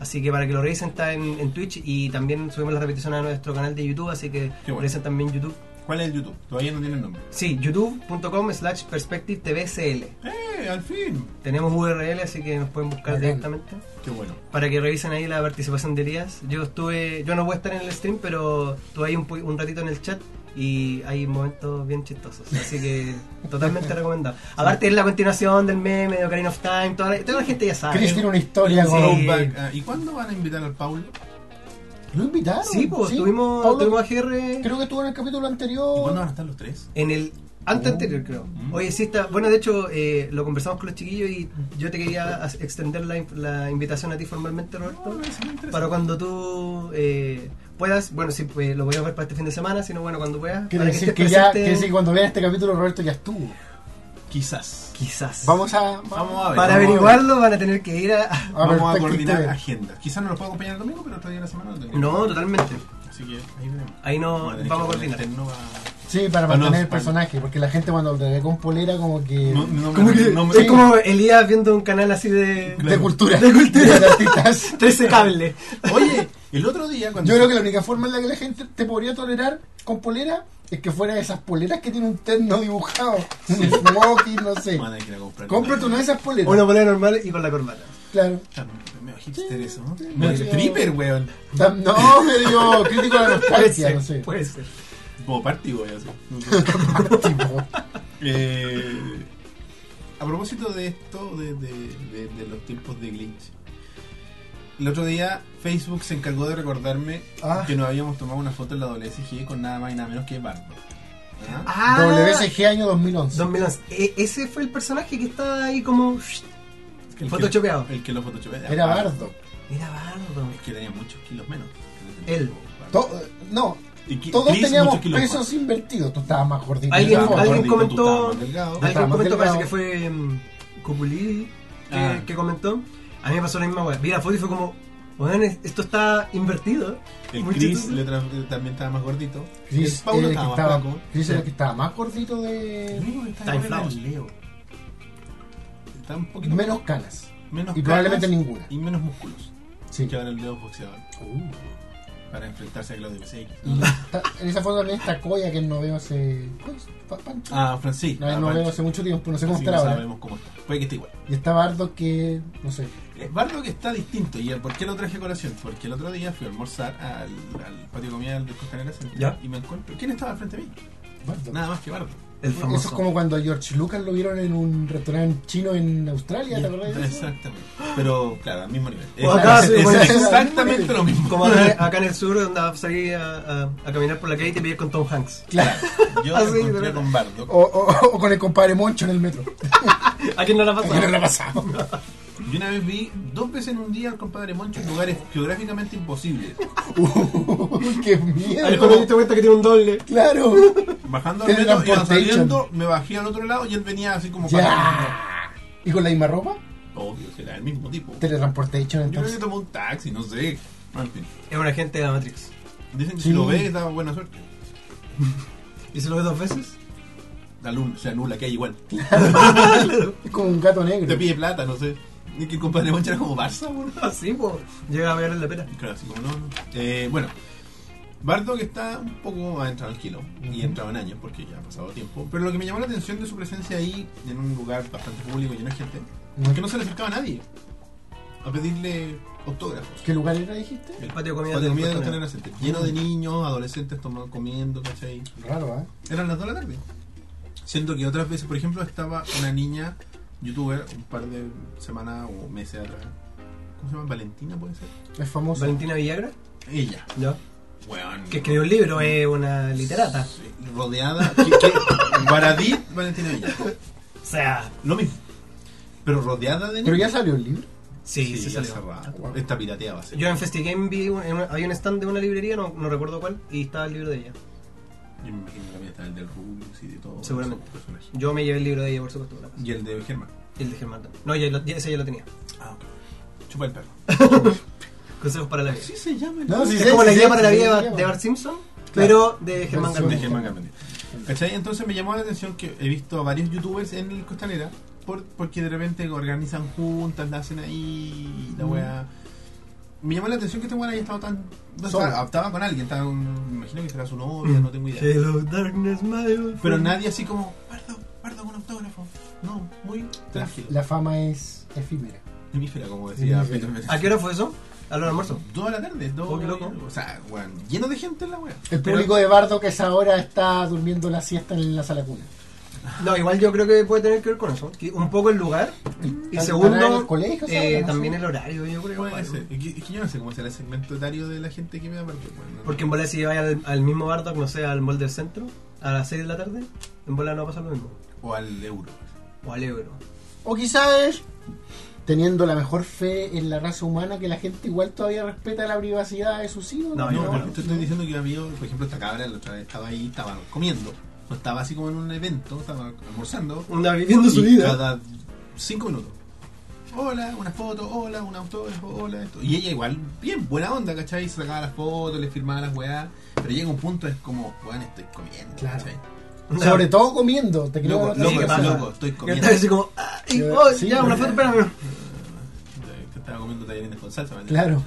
[SPEAKER 2] Así que para que lo revisen está en, en Twitch y también subimos la repetición a nuestro canal de YouTube, así que
[SPEAKER 1] Qué bueno.
[SPEAKER 2] revisen también YouTube.
[SPEAKER 1] ¿Cuál es el YouTube? Todavía no tiene nombre.
[SPEAKER 2] Sí, youtube.com slash perspective tvcl.
[SPEAKER 1] ¡Eh! ¡Al fin!
[SPEAKER 2] Tenemos URL, así que nos pueden buscar
[SPEAKER 3] Bacán.
[SPEAKER 2] directamente.
[SPEAKER 1] Qué bueno.
[SPEAKER 2] Para que revisen ahí la participación de Elías. Yo estuve, yo no voy a estar en el stream, pero estuve ahí un, pu- un ratito en el chat y hay momentos bien chistosos. Así que totalmente recomendado. Aparte es la continuación del meme de Ocarina of Time, toda la, toda la gente ya sabe.
[SPEAKER 3] Chris tiene una historia
[SPEAKER 2] Ah, Sí.
[SPEAKER 3] con
[SPEAKER 1] Throwback. Ah, ¿Y cuándo van a invitar al Paulo?
[SPEAKER 3] ¿Lo invitaron?
[SPEAKER 2] Sí, pues tuvimos,
[SPEAKER 3] Pablo,
[SPEAKER 2] tuvimos a GR
[SPEAKER 3] Creo que estuvo en el capítulo
[SPEAKER 1] ¿Y cuándo
[SPEAKER 3] anterior.
[SPEAKER 1] van a estar los tres?
[SPEAKER 2] en el antes anterior, creo.
[SPEAKER 1] Mm.
[SPEAKER 2] Oye, sí está. Bueno, de hecho, eh, lo conversamos con los chiquillos y yo te quería as- extender la, in- la invitación a ti formalmente, Roberto. Para cuando tú eh, puedas, bueno, si pues, lo voy a ver para este fin de semana, sino bueno, cuando puedas.
[SPEAKER 3] Quiere
[SPEAKER 2] para
[SPEAKER 3] decir que,
[SPEAKER 2] estés
[SPEAKER 3] ya,
[SPEAKER 2] presente,
[SPEAKER 3] quiere decir que cuando vean este capítulo Roberto ya estuvo.
[SPEAKER 1] Quizás.
[SPEAKER 2] Quizás.
[SPEAKER 3] Vamos a.
[SPEAKER 1] Vamos a ver.
[SPEAKER 2] para
[SPEAKER 1] vamos a ver.
[SPEAKER 2] averiguarlo van a tener que ir a...
[SPEAKER 3] a ver,
[SPEAKER 1] Vamos a
[SPEAKER 3] Tech
[SPEAKER 1] coordinar
[SPEAKER 3] TV.
[SPEAKER 1] agenda. Quizás no los pueda acompañar el domingo, pero otro día de la semana lo tendremos.
[SPEAKER 2] No, totalmente.
[SPEAKER 1] Así que ahí veremos.
[SPEAKER 2] Ahí no-
[SPEAKER 1] tener
[SPEAKER 2] vamos a
[SPEAKER 1] que poner
[SPEAKER 2] coordinar.
[SPEAKER 1] el terno para-
[SPEAKER 3] Sí,
[SPEAKER 1] Para
[SPEAKER 3] para mantener
[SPEAKER 1] no-
[SPEAKER 3] el personaje, porque la gente cuando te ve con polera como que...
[SPEAKER 1] No, no
[SPEAKER 2] Como
[SPEAKER 1] me,
[SPEAKER 2] que-
[SPEAKER 1] no me-
[SPEAKER 2] es como Elías viendo un canal así de
[SPEAKER 3] De
[SPEAKER 1] Claro.
[SPEAKER 3] cultura.
[SPEAKER 2] De cultura.
[SPEAKER 3] de artistas.
[SPEAKER 2] 13 cables.
[SPEAKER 1] Oye, el otro día cuando
[SPEAKER 3] Yo creo que la única forma en la que la gente te podría tolerar con polera es que fuera de esas poleras que tiene un terno dibujado. Un smoking, no sé.
[SPEAKER 1] Van a ir a comprar
[SPEAKER 3] Cómprate una de esas poleras.
[SPEAKER 2] Una moneda normal y con la corbata.
[SPEAKER 3] Claro.
[SPEAKER 1] Medio hipster eso, ¿no?
[SPEAKER 3] Sí,
[SPEAKER 1] Medio
[SPEAKER 3] sí.
[SPEAKER 1] stripper, weón.
[SPEAKER 3] Tam- No, me dio crítico a la
[SPEAKER 2] Puede
[SPEAKER 3] nostalgia,
[SPEAKER 2] ser,
[SPEAKER 3] no sé.
[SPEAKER 2] puede ser.
[SPEAKER 1] Como party, weón. así. No sé.
[SPEAKER 3] Tipo,
[SPEAKER 1] Eh, a propósito de esto, de, de- de- de los tiempos de glitch. El otro día Facebook se encargó de recordarme
[SPEAKER 3] Ah.
[SPEAKER 1] que nos habíamos tomado una foto en la WSG con nada más y nada menos que Bardo. ¿Ah?
[SPEAKER 2] Ah,
[SPEAKER 3] WSG año 2011.
[SPEAKER 2] 2011. E- ese fue el personaje que estaba ahí como. "Shh,
[SPEAKER 1] El que-
[SPEAKER 2] Photoshopeado.
[SPEAKER 1] El que lo photoshopeaba.
[SPEAKER 3] Era Bardo.
[SPEAKER 2] Mira, bardo.
[SPEAKER 1] Es que tenía muchos kilos menos.
[SPEAKER 2] Él.
[SPEAKER 3] To- no,
[SPEAKER 1] Y que-
[SPEAKER 3] todos
[SPEAKER 1] Chris,
[SPEAKER 3] teníamos
[SPEAKER 1] muchos kilos más.
[SPEAKER 3] pesos invertidos. Tú estabas más gordito.
[SPEAKER 2] Alguien-
[SPEAKER 3] yo estaba
[SPEAKER 1] Estaba
[SPEAKER 2] alguien
[SPEAKER 1] gordito, tú
[SPEAKER 2] comentó-
[SPEAKER 1] estabas más delgado.
[SPEAKER 3] Ah,
[SPEAKER 2] Alguien
[SPEAKER 3] estaba más
[SPEAKER 2] comentó, parece
[SPEAKER 3] delgado.
[SPEAKER 2] que fue mm, Copulí que,
[SPEAKER 1] Ah.
[SPEAKER 2] que comentó. A mí me pasó la misma weá. Vi la foto y fue como, weón, es- esto está invertido.
[SPEAKER 1] El
[SPEAKER 2] Muy
[SPEAKER 1] Chris
[SPEAKER 2] chistoso.
[SPEAKER 1] le tra- eh, también estaba más gordito.
[SPEAKER 3] Chris
[SPEAKER 1] el
[SPEAKER 3] era el
[SPEAKER 1] Paulo
[SPEAKER 3] que
[SPEAKER 1] estaba más
[SPEAKER 3] estaba-
[SPEAKER 1] flaco.
[SPEAKER 3] Chris era el
[SPEAKER 2] Sí.
[SPEAKER 3] que estaba más gordito de...
[SPEAKER 2] Está inflado. Leo.
[SPEAKER 1] Está un poquito
[SPEAKER 3] Menos canas.
[SPEAKER 1] menos
[SPEAKER 3] Y probablemente
[SPEAKER 1] canas
[SPEAKER 3] ninguna.
[SPEAKER 1] Y menos músculos.
[SPEAKER 3] Sí.
[SPEAKER 1] Que ahora el dedo boxeador
[SPEAKER 3] Uh.
[SPEAKER 1] para enfrentarse a Claudio Pesegui.
[SPEAKER 3] Y está- en esa foto también está Coya que no veo hace. pues, pa- Pancho.
[SPEAKER 1] Ah, Francis.
[SPEAKER 3] No, no veo hace mucho tiempo, no sé cómo
[SPEAKER 1] Sí,
[SPEAKER 3] estará
[SPEAKER 1] no
[SPEAKER 3] ahora.
[SPEAKER 1] sabemos cómo está. Puede que esté igual.
[SPEAKER 3] Y está Bardo que. no sé.
[SPEAKER 1] Eh, Bardo que está distinto. ¿Y el por qué lo traje a colación? Porque el otro día fui a almorzar al, al patio de comida del Costanera Center
[SPEAKER 2] Ya.
[SPEAKER 1] y me encuentro. ¿Quién estaba al frente mío?
[SPEAKER 3] Bardo.
[SPEAKER 1] Nada más que Bardo.
[SPEAKER 2] El
[SPEAKER 3] Eso
[SPEAKER 2] famoso.
[SPEAKER 3] es como cuando a George Lucas lo vieron en un restaurante chino en Australia, ¿te acordás de eso?
[SPEAKER 1] Exactamente. Pero, claro, al mismo nivel.
[SPEAKER 2] O acá, sí,
[SPEAKER 1] es
[SPEAKER 2] bueno,
[SPEAKER 1] exactamente lo mismo.
[SPEAKER 2] Como acá, acá en el sur, donde salí a, a- a caminar por la calle y te pillé con Tom Hanks.
[SPEAKER 3] Claro.
[SPEAKER 1] Yo
[SPEAKER 2] Así,
[SPEAKER 1] me
[SPEAKER 2] de
[SPEAKER 1] encontré
[SPEAKER 2] verdad.
[SPEAKER 1] con Bardo.
[SPEAKER 3] O, o- o con el compadre Moncho en el metro.
[SPEAKER 2] ¿A quién no la pasó?
[SPEAKER 3] Que no la pasamos.
[SPEAKER 1] Yo una vez vi dos veces en un día al compadre Moncho en lugares geográficamente imposibles.
[SPEAKER 3] Uy, ¡Qué
[SPEAKER 2] A lo mejor te
[SPEAKER 3] miedo!
[SPEAKER 2] diste cuenta que tiene un doble.
[SPEAKER 3] ¡Claro!
[SPEAKER 1] Bajando al metro, iba
[SPEAKER 3] Teletransportation.
[SPEAKER 1] saliendo, me bajé al otro lado y él venía así como
[SPEAKER 3] ¡Ya! ¿Y con la misma ropa?
[SPEAKER 1] Obvio, será el mismo tipo.
[SPEAKER 3] Teletransportation,
[SPEAKER 1] Yo creo que
[SPEAKER 3] entonces.
[SPEAKER 1] tomó un taxi, no sé. En fin.
[SPEAKER 2] Es un agente de la Matrix.
[SPEAKER 1] Dicen que
[SPEAKER 3] Sí.
[SPEAKER 1] si lo ves, da buena suerte.
[SPEAKER 2] ¿Y se lo ve dos veces?
[SPEAKER 1] La luna se anula, que hay igual.
[SPEAKER 3] Es como un gato
[SPEAKER 1] Te
[SPEAKER 3] negro.
[SPEAKER 1] pide plata, no sé. Es que el compadre Moncho era como Barça, boludo.
[SPEAKER 2] Así, pues. Llega a ver la pera.
[SPEAKER 1] Claro, así como no. no. Eh, bueno, Bardo que está un poco ha entrado al kilo y ha entrado en años porque ya ha pasado tiempo. Pero lo que me llamó la atención de su presencia ahí, en un lugar bastante público lleno de gente, es que no se le acercaba a nadie a pedirle autógrafos.
[SPEAKER 3] ¿Qué lugar era, dijiste?
[SPEAKER 1] El
[SPEAKER 2] patio de comidas
[SPEAKER 1] patio
[SPEAKER 2] del
[SPEAKER 1] de
[SPEAKER 2] Costanera.
[SPEAKER 1] Costanera Center, lleno de niños, adolescentes tomando, comiendo, ¿cachai?
[SPEAKER 3] Raro, ¿eh?
[SPEAKER 1] Eran las 2 de la tarde. Siento que otras veces, por ejemplo, estaba una niña youtuber un par de semanas o meses atrás. ¿Cómo se llama? Valentina, puede ser.
[SPEAKER 3] Es famoso.
[SPEAKER 2] Valentina Villagra,
[SPEAKER 1] Ella.
[SPEAKER 2] ¿ya?
[SPEAKER 1] Weón.
[SPEAKER 2] Que escribió un libro, es una literata.
[SPEAKER 1] Sí, rodeada. que- que- Baradí, Valentina Villa.
[SPEAKER 2] O sea,
[SPEAKER 1] Lo mismo. Pero rodeada de
[SPEAKER 3] Pero ya
[SPEAKER 1] niños.
[SPEAKER 3] salió el libro.
[SPEAKER 2] sí,
[SPEAKER 1] Sí,
[SPEAKER 2] se
[SPEAKER 1] ya
[SPEAKER 2] salió.
[SPEAKER 1] cerrada. Está pirateada. sí.
[SPEAKER 2] Yo en FestiGame vi un, en una- había un stand de una librería, no, no recuerdo cuál, y estaba el libro de ella.
[SPEAKER 1] Yo me imagino que también está el del Rubius y de todo.
[SPEAKER 2] Seguramente.
[SPEAKER 1] esos personajes.
[SPEAKER 2] Yo me llevé el libro de ella, por supuesto. para la casa.
[SPEAKER 1] Y el de Germán.
[SPEAKER 2] Y el de Germán también. No, ya lo- ya- ese ya lo tenía.
[SPEAKER 1] Ah, ok. Chupa el perro.
[SPEAKER 2] Consejos para la vida.
[SPEAKER 1] Sí se llama el
[SPEAKER 3] No, sí,
[SPEAKER 2] es como la
[SPEAKER 3] sí,
[SPEAKER 2] guía
[SPEAKER 3] sí,
[SPEAKER 2] para
[SPEAKER 3] sí,
[SPEAKER 2] la
[SPEAKER 3] sí,
[SPEAKER 2] vida
[SPEAKER 3] sí, sí,
[SPEAKER 2] de Bart
[SPEAKER 3] sí.
[SPEAKER 2] Simpson,
[SPEAKER 3] Claro.
[SPEAKER 2] pero de Germán
[SPEAKER 3] Versión
[SPEAKER 1] de
[SPEAKER 2] García.
[SPEAKER 1] Germán Garmendia. ¿Cachai? Entonces me llamó la atención que he visto a varios youtubers en el Costanera por- porque de repente organizan juntas, la hacen ahí,
[SPEAKER 2] Mm.
[SPEAKER 1] y la weá. Me llamó la atención que este weón haya estado tan. No,
[SPEAKER 3] Solo.
[SPEAKER 1] estaba, estaba con alguien, estaba con- me imagino que será su novia,
[SPEAKER 2] Mm.
[SPEAKER 1] no tengo idea.
[SPEAKER 2] Hello, darkness, my old
[SPEAKER 1] Pero
[SPEAKER 2] friend.
[SPEAKER 1] nadie así como, Pardo, Pardo, un autógrafo. No, muy
[SPEAKER 3] La,
[SPEAKER 1] tranquilo.
[SPEAKER 3] la fama es efímera.
[SPEAKER 1] Hemífera, como decía
[SPEAKER 3] Hemífera.
[SPEAKER 1] Peter Menes.
[SPEAKER 2] ¿A qué hora fue eso? ¿A la hora del almuerzo?
[SPEAKER 1] Toda la tarde, dos.
[SPEAKER 2] Oh, qué loco.
[SPEAKER 1] O sea, weón, lleno de gente en la weá.
[SPEAKER 3] El
[SPEAKER 2] Pero-
[SPEAKER 3] público de Bardo que es ahora está durmiendo la siesta en la sala cuna.
[SPEAKER 2] No, igual yo creo que puede tener que ver con eso. que un poco el lugar. Y
[SPEAKER 3] Tal- tal-
[SPEAKER 2] segundo,
[SPEAKER 3] el colegio,
[SPEAKER 2] eh,
[SPEAKER 3] ¿sabes?
[SPEAKER 2] también el horario, yo creo.
[SPEAKER 1] Puede
[SPEAKER 2] algo.
[SPEAKER 1] ser. Es que, es que yo no sé cómo será el segmento etario de la gente que me da Pardo. weón, no-
[SPEAKER 2] Porque en bola si lleváis al, al mismo Bardock, no sé, al mall del centro, a las 6 de la tarde, en bola no va a pasar lo mismo.
[SPEAKER 1] O al euro.
[SPEAKER 2] O al euro.
[SPEAKER 3] O quizás teniendo la mejor fe en la raza humana que la gente igual todavía respeta la privacidad de sus hijos.
[SPEAKER 2] No,
[SPEAKER 1] No,
[SPEAKER 2] yo
[SPEAKER 1] no,
[SPEAKER 2] creo.
[SPEAKER 1] te estoy diciendo que un amigo, por ejemplo, esta cabra la otra vez estaba ahí, estaba comiendo. No estaba así como en un evento, estaba almorzando.
[SPEAKER 2] Una viviendo
[SPEAKER 1] y Cada cinco minutos. hola, una foto, hola, un autógrafo, hola, esto. Y ella igual, bien, buena onda, ¿cachai? Se sacaba las fotos, le firmaba las weas, pero llega un punto, es como, weón, estoy comiendo,
[SPEAKER 3] Claro.
[SPEAKER 1] ¿cachai?
[SPEAKER 3] Sobre todo comiendo. Te creo
[SPEAKER 1] Loco,
[SPEAKER 3] que no
[SPEAKER 1] loco,
[SPEAKER 3] te-
[SPEAKER 2] pasa.
[SPEAKER 1] loco, estoy
[SPEAKER 2] Que
[SPEAKER 1] comiendo.
[SPEAKER 2] estaba así como, ah, y, oh,
[SPEAKER 3] Sí,
[SPEAKER 2] ya, una foto,
[SPEAKER 3] verdad.
[SPEAKER 2] espérame.
[SPEAKER 1] Te estaba comiendo tallarines con salsa, ¿vale?
[SPEAKER 3] Claro.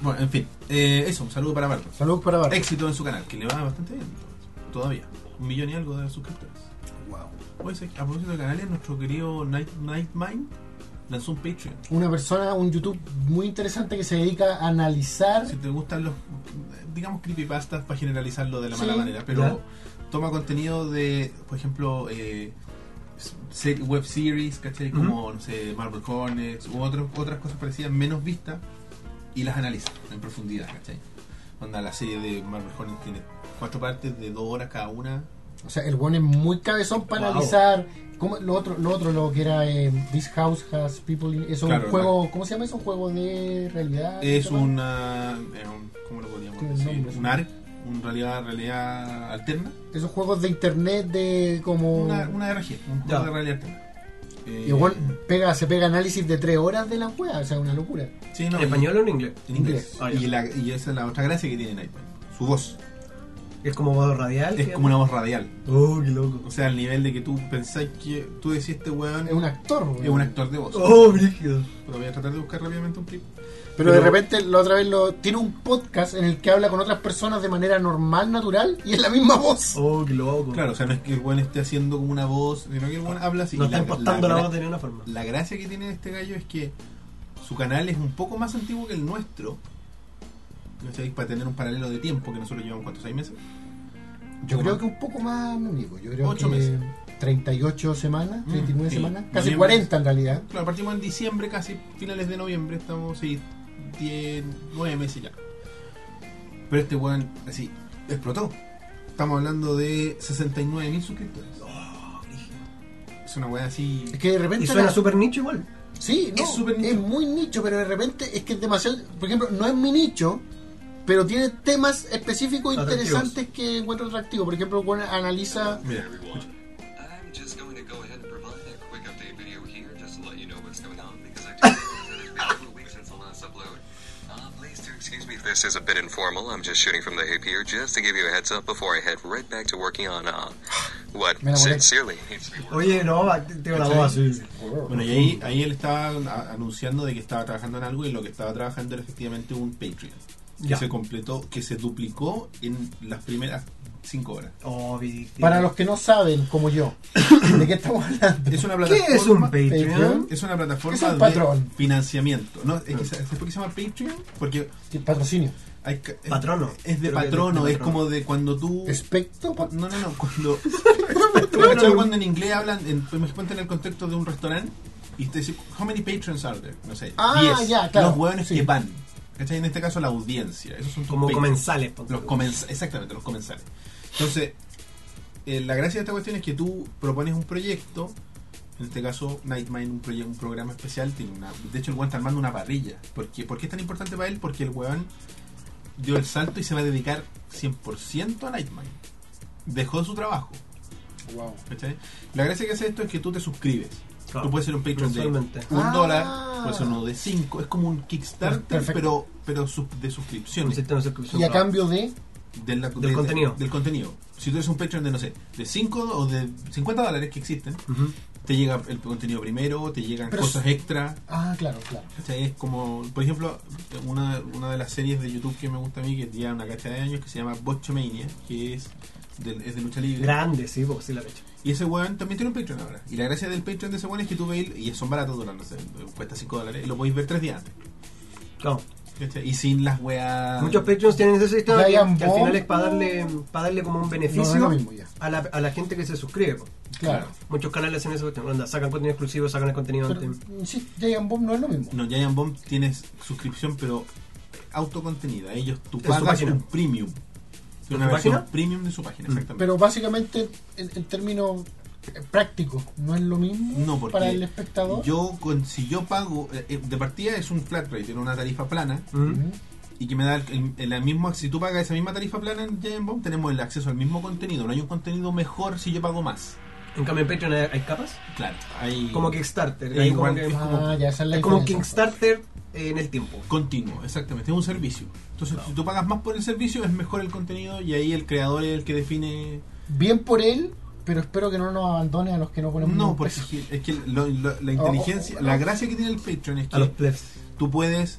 [SPEAKER 1] Bueno, en fin, eh, eso, un saludo para Bartos.
[SPEAKER 3] Saludos para Barba.
[SPEAKER 1] Éxito en su canal, que le va bastante bien, entonces, todavía. Un millón y algo de suscriptores.
[SPEAKER 3] Wow.
[SPEAKER 1] Oye, sé que a propósito de canales, nuestro querido Night, Nightmind lanzó un Patreon.
[SPEAKER 3] Una persona, un YouTube muy interesante que se dedica a analizar.
[SPEAKER 1] Si te gustan los, digamos, creepypastas, para generalizarlo de la mala
[SPEAKER 3] Sí,
[SPEAKER 1] manera, pero
[SPEAKER 2] ya.
[SPEAKER 1] toma contenido de, por ejemplo, eh, se- web series, ¿cachai? Como, no sé, Marvel Hornets u otro- otras cosas parecidas, menos vistas, y las analiza en profundidad, ¿cachai? Onda, la serie de Marvel Hornets tiene cuatro partes de dos horas cada una.
[SPEAKER 3] O sea, el buen es muy cabezón para
[SPEAKER 1] Wow.
[SPEAKER 3] analizar. ¿Cómo? lo otro, lo otro, lo que era eh, This House Has People. in- Es un
[SPEAKER 1] Claro,
[SPEAKER 3] juego. ¿Cómo se llama? Es un juego de realidad.
[SPEAKER 1] Es
[SPEAKER 3] ¿se llama?
[SPEAKER 1] una... eh, un- ¿Cómo lo podríamos
[SPEAKER 3] Tiene
[SPEAKER 1] decir?
[SPEAKER 3] nombre, sí.
[SPEAKER 1] Un ARC, un realidad, realidad alterna.
[SPEAKER 3] Esos juegos de internet de como.
[SPEAKER 1] Una, una RG, un juego
[SPEAKER 2] Ya.
[SPEAKER 1] de realidad alterna. Eh,
[SPEAKER 3] Y el weón pega, se pega análisis de tres horas de la wea, o sea, una locura.
[SPEAKER 1] sí, no,
[SPEAKER 2] ¿En
[SPEAKER 1] y-
[SPEAKER 2] español o en inglés?
[SPEAKER 1] En inglés.
[SPEAKER 2] Ah, ya.
[SPEAKER 1] y, la- y esa es la otra gracia que tiene Nightmare. Su voz.
[SPEAKER 2] Es como modo radial.
[SPEAKER 1] Es
[SPEAKER 2] que-
[SPEAKER 1] como una voz radial.
[SPEAKER 2] Oh, qué loco.
[SPEAKER 1] O sea, al nivel de que tú pensás que tú decís este weón
[SPEAKER 3] Es un actor, weón.
[SPEAKER 1] es un actor de voz.
[SPEAKER 2] Oh, brígido.
[SPEAKER 1] Pero voy a tratar de buscar rápidamente un clip.
[SPEAKER 3] Pero, de
[SPEAKER 1] Pero-
[SPEAKER 3] repente, la otra vez lo, tiene un podcast en el que habla con otras personas de manera normal, natural, y es la misma voz.
[SPEAKER 2] Oh, qué loco.
[SPEAKER 1] Claro, o sea, no es que el weón esté haciendo como una voz, sino que el weón habla así.
[SPEAKER 2] no
[SPEAKER 1] Y
[SPEAKER 2] está impostando la, voz de ninguna forma.
[SPEAKER 1] la gracia que tiene este gallo es que su canal es un poco más antiguo que el nuestro. No sé, para tener un paralelo de tiempo que nosotros llevamos, ¿cuántos? ¿Seis meses?
[SPEAKER 3] Yo
[SPEAKER 1] Poco
[SPEAKER 3] creo
[SPEAKER 1] más.
[SPEAKER 3] que un poco más, mi amigo. Yo creo
[SPEAKER 1] Ocho
[SPEAKER 3] que
[SPEAKER 1] meses.
[SPEAKER 3] 38 semanas,
[SPEAKER 1] Mm,
[SPEAKER 3] 39
[SPEAKER 1] sí.
[SPEAKER 3] semanas, casi
[SPEAKER 1] Noviembre.
[SPEAKER 3] 40 en realidad.
[SPEAKER 1] Claro, partimos en diciembre, casi finales de noviembre, estamos sí, 10, 9 meses ya. Pero este weón, así, explotó. Estamos hablando de 69.000 suscriptores. Es una weá así.
[SPEAKER 3] Es que de repente.
[SPEAKER 2] Oh, Y suena
[SPEAKER 3] la-
[SPEAKER 2] súper nicho igual.
[SPEAKER 3] Sí, no,
[SPEAKER 1] es súper
[SPEAKER 3] es
[SPEAKER 1] nicho.
[SPEAKER 3] muy nicho, pero de repente es que es demasiado. Por ejemplo, no es mi nicho, pero tiene temas específicos
[SPEAKER 2] Atractivos.
[SPEAKER 3] interesantes que encuentro atractivos. Por ejemplo, bueno, analiza.
[SPEAKER 1] Mira,
[SPEAKER 4] everyone. I'm just going to go ahead and provide a quick update video here just to let you know what's going on because I just realized it's been a little week since the last upload. Uh, please do excuse me if this is a bit informal. I'm just shooting from the hip here just to give you a heads up before I head right back to working on uh, what
[SPEAKER 3] Man, what a-
[SPEAKER 4] sincerely needs to be worked
[SPEAKER 2] Oye, no, tengo la
[SPEAKER 3] Ah,
[SPEAKER 2] voz así.
[SPEAKER 1] bueno, y ahí, ahí él estaba a- anunciando de que estaba trabajando en algo y lo que estaba trabajando era efectivamente un Patreon. Que
[SPEAKER 2] Ya.
[SPEAKER 1] se completó, que se duplicó en las primeras 5 horas.
[SPEAKER 2] Oh, brígido.
[SPEAKER 3] Para los que no saben, como yo, de qué estamos hablando.
[SPEAKER 1] Es una
[SPEAKER 2] ¿Qué
[SPEAKER 1] plataforma.
[SPEAKER 2] es un Patreon?
[SPEAKER 3] Patreon?
[SPEAKER 1] Es una plataforma
[SPEAKER 3] Es un
[SPEAKER 1] de
[SPEAKER 3] patrón.
[SPEAKER 1] financiamiento. No, es que, ¿Sabes por qué se llama Patreon? Porque
[SPEAKER 3] Sí, Patrocinio.
[SPEAKER 1] hay ca- es-
[SPEAKER 2] Patrono.
[SPEAKER 1] Es de
[SPEAKER 2] Creo que
[SPEAKER 1] patrono,
[SPEAKER 2] de
[SPEAKER 1] es como de cuando tú.
[SPEAKER 3] Espectro.
[SPEAKER 1] cu-
[SPEAKER 3] pat-
[SPEAKER 1] No, no, no. Cuando. ¿Tú cachai cuando en inglés hablan, en, me cuentan el contexto de un restaurante y te dicen, ¿How many patrons are there? No sé.
[SPEAKER 3] Ah,
[SPEAKER 1] 10.
[SPEAKER 3] ya, claro,
[SPEAKER 1] Los hueones
[SPEAKER 3] sí.
[SPEAKER 1] que van. ¿Cachai? En este caso, la audiencia. Esos son tus
[SPEAKER 2] Como
[SPEAKER 1] patrons.
[SPEAKER 2] comensales. ponte
[SPEAKER 1] Los
[SPEAKER 2] tú.
[SPEAKER 1] comens- exactamente, los comensales. Entonces, eh, la gracia de esta cuestión es que tú propones un proyecto, en este caso Nightmine, un, proye- un programa especial, tiene una, de hecho el weón está armando una parrilla. ¿Por qué? ¿Por qué es tan importante para él? Porque el weón dio el salto y se va a dedicar 100% a Nightmine. Dejó su trabajo.
[SPEAKER 3] Wow.
[SPEAKER 1] ¿cachai? La gracia que hace esto es que tú te suscribes.
[SPEAKER 2] Claro.
[SPEAKER 1] Tú puedes ser un Patreon de un
[SPEAKER 2] Mensualmente.
[SPEAKER 3] Ah.
[SPEAKER 1] dólar, puedes ser uno de cinco. Es como un Kickstarter,
[SPEAKER 3] Perfecto.
[SPEAKER 1] pero, pero sub- de
[SPEAKER 2] Un
[SPEAKER 1] suscripciones
[SPEAKER 2] sistema de suscripción.
[SPEAKER 3] Y a
[SPEAKER 2] claro.
[SPEAKER 3] cambio de.
[SPEAKER 1] de la-
[SPEAKER 2] Del
[SPEAKER 1] de- de-
[SPEAKER 2] contenido.
[SPEAKER 1] del contenido. Si tú eres un Patreon de, no sé, de 5 o de 50 dólares que existen,
[SPEAKER 2] Ujú.
[SPEAKER 1] te llega el contenido primero, te llegan
[SPEAKER 3] Pero
[SPEAKER 1] cosas extra.
[SPEAKER 3] Ah, claro, claro.
[SPEAKER 1] ¿cachai? Es como, por ejemplo, una, una de las series de YouTube que me gusta a mí, que lleva una cachada de años, que se llama Botchomania, que es de, es de lucha libre.
[SPEAKER 2] Grande, sí, vos, sí la cacho.
[SPEAKER 1] Y ese weón también tiene un Patreon ahora. Y la gracia del Patreon de ese weón es que tú veis, y son baratos, duran, no sé, cuesta 5 dólares, y lo podéis ver 3 días antes.
[SPEAKER 2] Claro.
[SPEAKER 1] ¿cachai? Y sin las weas.
[SPEAKER 2] Ah. Muchos Patreons tienen ese sistema que,
[SPEAKER 3] Giant
[SPEAKER 2] que al final
[SPEAKER 3] Bomb.
[SPEAKER 2] es para darle, para darle como un
[SPEAKER 3] No, no
[SPEAKER 2] beneficio
[SPEAKER 3] es lo mismo ya.
[SPEAKER 2] a, la, a la gente que se suscribe. po.
[SPEAKER 3] Claro.
[SPEAKER 2] Muchos canales hacen eso, porque, onda, sacan contenido exclusivo, sacan el contenido
[SPEAKER 3] Pero,
[SPEAKER 2] antes.
[SPEAKER 3] sí, Giant Bomb no es lo mismo.
[SPEAKER 1] No, Giant Bomb tienes suscripción, pero autocontenida. Ellos, tú
[SPEAKER 2] En su
[SPEAKER 1] pagas
[SPEAKER 2] página.
[SPEAKER 1] un premium.
[SPEAKER 2] ¿En
[SPEAKER 1] Una
[SPEAKER 2] su
[SPEAKER 1] versión
[SPEAKER 2] página? Mm.
[SPEAKER 1] premium de su página, exactamente.
[SPEAKER 3] Pero básicamente, en, en términos eh, prácticos, no es lo mismo
[SPEAKER 1] no, porque
[SPEAKER 3] para el espectador.
[SPEAKER 1] Yo, con- si yo pago, eh, eh, de partida es un flat rate, tiene una tarifa plana.
[SPEAKER 2] Mm.
[SPEAKER 3] Ujú.
[SPEAKER 1] Y que me da el, el- la misma, si tú pagas esa misma tarifa plana en Giant Bomb, tenemos el acceso al mismo contenido. No hay un contenido mejor si yo pago más.
[SPEAKER 2] En cambio, en Patreon hay, hay capas.
[SPEAKER 1] Claro, hay
[SPEAKER 2] Como Kickstarter.
[SPEAKER 1] Eh,
[SPEAKER 2] hay
[SPEAKER 1] igual
[SPEAKER 2] como que-
[SPEAKER 1] es como-
[SPEAKER 3] Ah, ya, esa es la
[SPEAKER 2] es como
[SPEAKER 3] diferencia.
[SPEAKER 2] Kickstarter eh, en el tiempo.
[SPEAKER 1] continuo, exactamente, es un servicio. Entonces, si tú pagas más por el servicio, es mejor el contenido y ahí el creador es el que define.
[SPEAKER 3] Bien por él, pero espero que no nos abandone a los Oh, que no ponemos ni
[SPEAKER 1] No,
[SPEAKER 3] un
[SPEAKER 1] porque
[SPEAKER 3] peso.
[SPEAKER 1] es que lo- lo- la inteligencia, la gracia que tiene el Patreon es
[SPEAKER 2] A los
[SPEAKER 1] que
[SPEAKER 2] plebs.
[SPEAKER 1] tú puedes,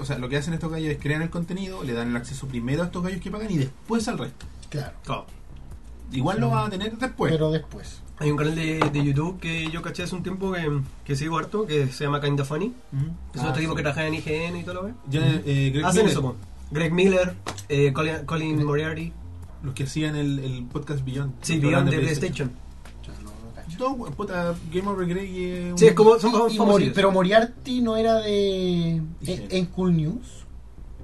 [SPEAKER 1] o sea, lo que hacen estos gallos es crean el contenido, le dan el acceso primero a estos gallos que pagan y después al resto.
[SPEAKER 3] Claro,
[SPEAKER 2] Claro.
[SPEAKER 1] Igual lo vas a tener después.
[SPEAKER 3] pero después.
[SPEAKER 2] Hay un canal de, de YouTube que yo caché hace un tiempo que, que sigo harto, que se llama Kinda Funny.
[SPEAKER 1] Ujú.
[SPEAKER 2] Que son
[SPEAKER 1] Ah,
[SPEAKER 2] otro tipo
[SPEAKER 1] sí.
[SPEAKER 2] que trabaja en IGN y todo lo que.
[SPEAKER 1] Ya, eh, Greg
[SPEAKER 2] Hacen
[SPEAKER 1] Miller,
[SPEAKER 2] eso, po. Greg Miller, eh, Colin, Colin Moriarty.
[SPEAKER 1] los que hacían el, el podcast Beyond.
[SPEAKER 2] Sí,
[SPEAKER 1] el
[SPEAKER 2] Beyond
[SPEAKER 1] programa
[SPEAKER 2] de PlayStation.
[SPEAKER 1] No, we- puta, Game Over Grey. eh, un-
[SPEAKER 2] Sí, es como. Son
[SPEAKER 3] Y
[SPEAKER 2] famosos.
[SPEAKER 3] Mori- pero Moriarty no era de.
[SPEAKER 1] Dije.
[SPEAKER 3] En, en Cool News.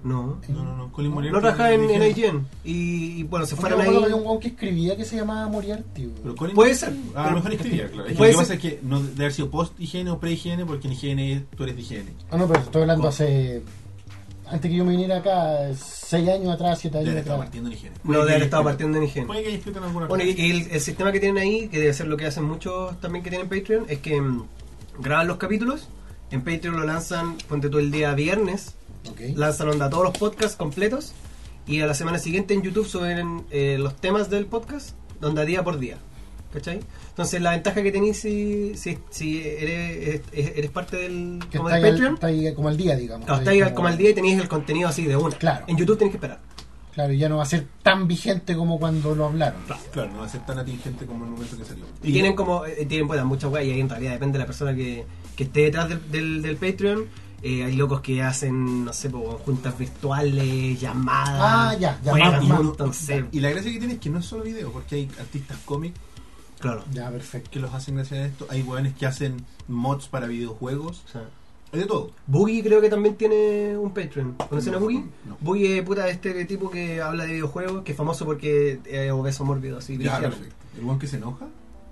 [SPEAKER 2] No.
[SPEAKER 1] No, no, no, Colin Moriarty.
[SPEAKER 2] No trabajaba en, en
[SPEAKER 1] dirigía.
[SPEAKER 2] IGN. Y, y bueno, se
[SPEAKER 3] Porque me
[SPEAKER 2] fueron
[SPEAKER 3] acuerdo que había
[SPEAKER 2] ahí.
[SPEAKER 3] un weón que escribía que se llamaba Moriarty. weón.
[SPEAKER 1] Pero Colin- Ah,
[SPEAKER 2] Puede ser.
[SPEAKER 1] A lo
[SPEAKER 2] pero-
[SPEAKER 1] mejor escribía, claro. Es que
[SPEAKER 2] Puede
[SPEAKER 1] lo que pasa
[SPEAKER 2] ser.
[SPEAKER 1] es que no debe haber sido post-higiene o pre-higiene, porque en higiene tú eres de higiene.
[SPEAKER 3] Ah, no, pero estoy hablando
[SPEAKER 1] ¿Cómo?
[SPEAKER 3] hace. Antes que yo me viniera acá, seis años atrás, siete
[SPEAKER 1] Debe
[SPEAKER 3] años
[SPEAKER 1] haber estado
[SPEAKER 3] atrás.
[SPEAKER 1] partiendo en higiene.
[SPEAKER 2] No, de haber estado partiendo en IGN.
[SPEAKER 1] Puede que expliquen alguna
[SPEAKER 2] Bueno,
[SPEAKER 1] cosa.
[SPEAKER 2] y, y el, el sistema que tienen ahí, que debe ser lo que hacen muchos también que tienen Patreon, es que mm, graban los capítulos. En Patreon lo lanzan, ponte tú el día viernes,
[SPEAKER 3] Ok.
[SPEAKER 2] lanzan onda todos los podcasts completos. Y a la semana siguiente en YouTube suben eh, los temas del podcast, donde día por día. ¿Cachai? Entonces, la ventaja que tenéis si, si, si eres, eres parte del,
[SPEAKER 3] Que
[SPEAKER 2] como
[SPEAKER 3] está,
[SPEAKER 2] del
[SPEAKER 3] ahí al-
[SPEAKER 2] Patreon,
[SPEAKER 3] está ahí como al día, digamos.
[SPEAKER 2] claro, estáis como al día y tenéis el contenido así de una.
[SPEAKER 3] Claro.
[SPEAKER 2] En YouTube tenéis que esperar.
[SPEAKER 3] Claro, y ya no va a ser tan vigente como cuando lo hablaron.
[SPEAKER 1] Claro, no va a ser tan atingente como el momento que salió.
[SPEAKER 2] Y tienen como, eh, tienen pues muchas weas y ahí en realidad depende de la persona que, que esté detrás del, del, del Patreon. Eh, hay locos que hacen, no sé, po, juntas virtuales, llamadas.
[SPEAKER 3] Ah, ya,
[SPEAKER 2] juegan,
[SPEAKER 3] llamadas,
[SPEAKER 2] un montón, sí.
[SPEAKER 1] Y la gracia que tiene es que no es solo video, porque hay artistas cómics
[SPEAKER 2] Claro.
[SPEAKER 3] Ya, perfecto.
[SPEAKER 1] que los hacen gracias a esto, hay weones que hacen mods para videojuegos,
[SPEAKER 2] o sea.
[SPEAKER 1] hay de todo.
[SPEAKER 2] Boogie creo que también tiene un Patreon. ¿Conocen
[SPEAKER 1] No,
[SPEAKER 2] a Boogie?
[SPEAKER 1] no.
[SPEAKER 2] Boogie es puta este tipo que habla de videojuegos, que es famoso porque es obeso mórbido, así.
[SPEAKER 1] Ya,
[SPEAKER 2] brígidamente.
[SPEAKER 1] perfecto. ¿El weón que se enoja?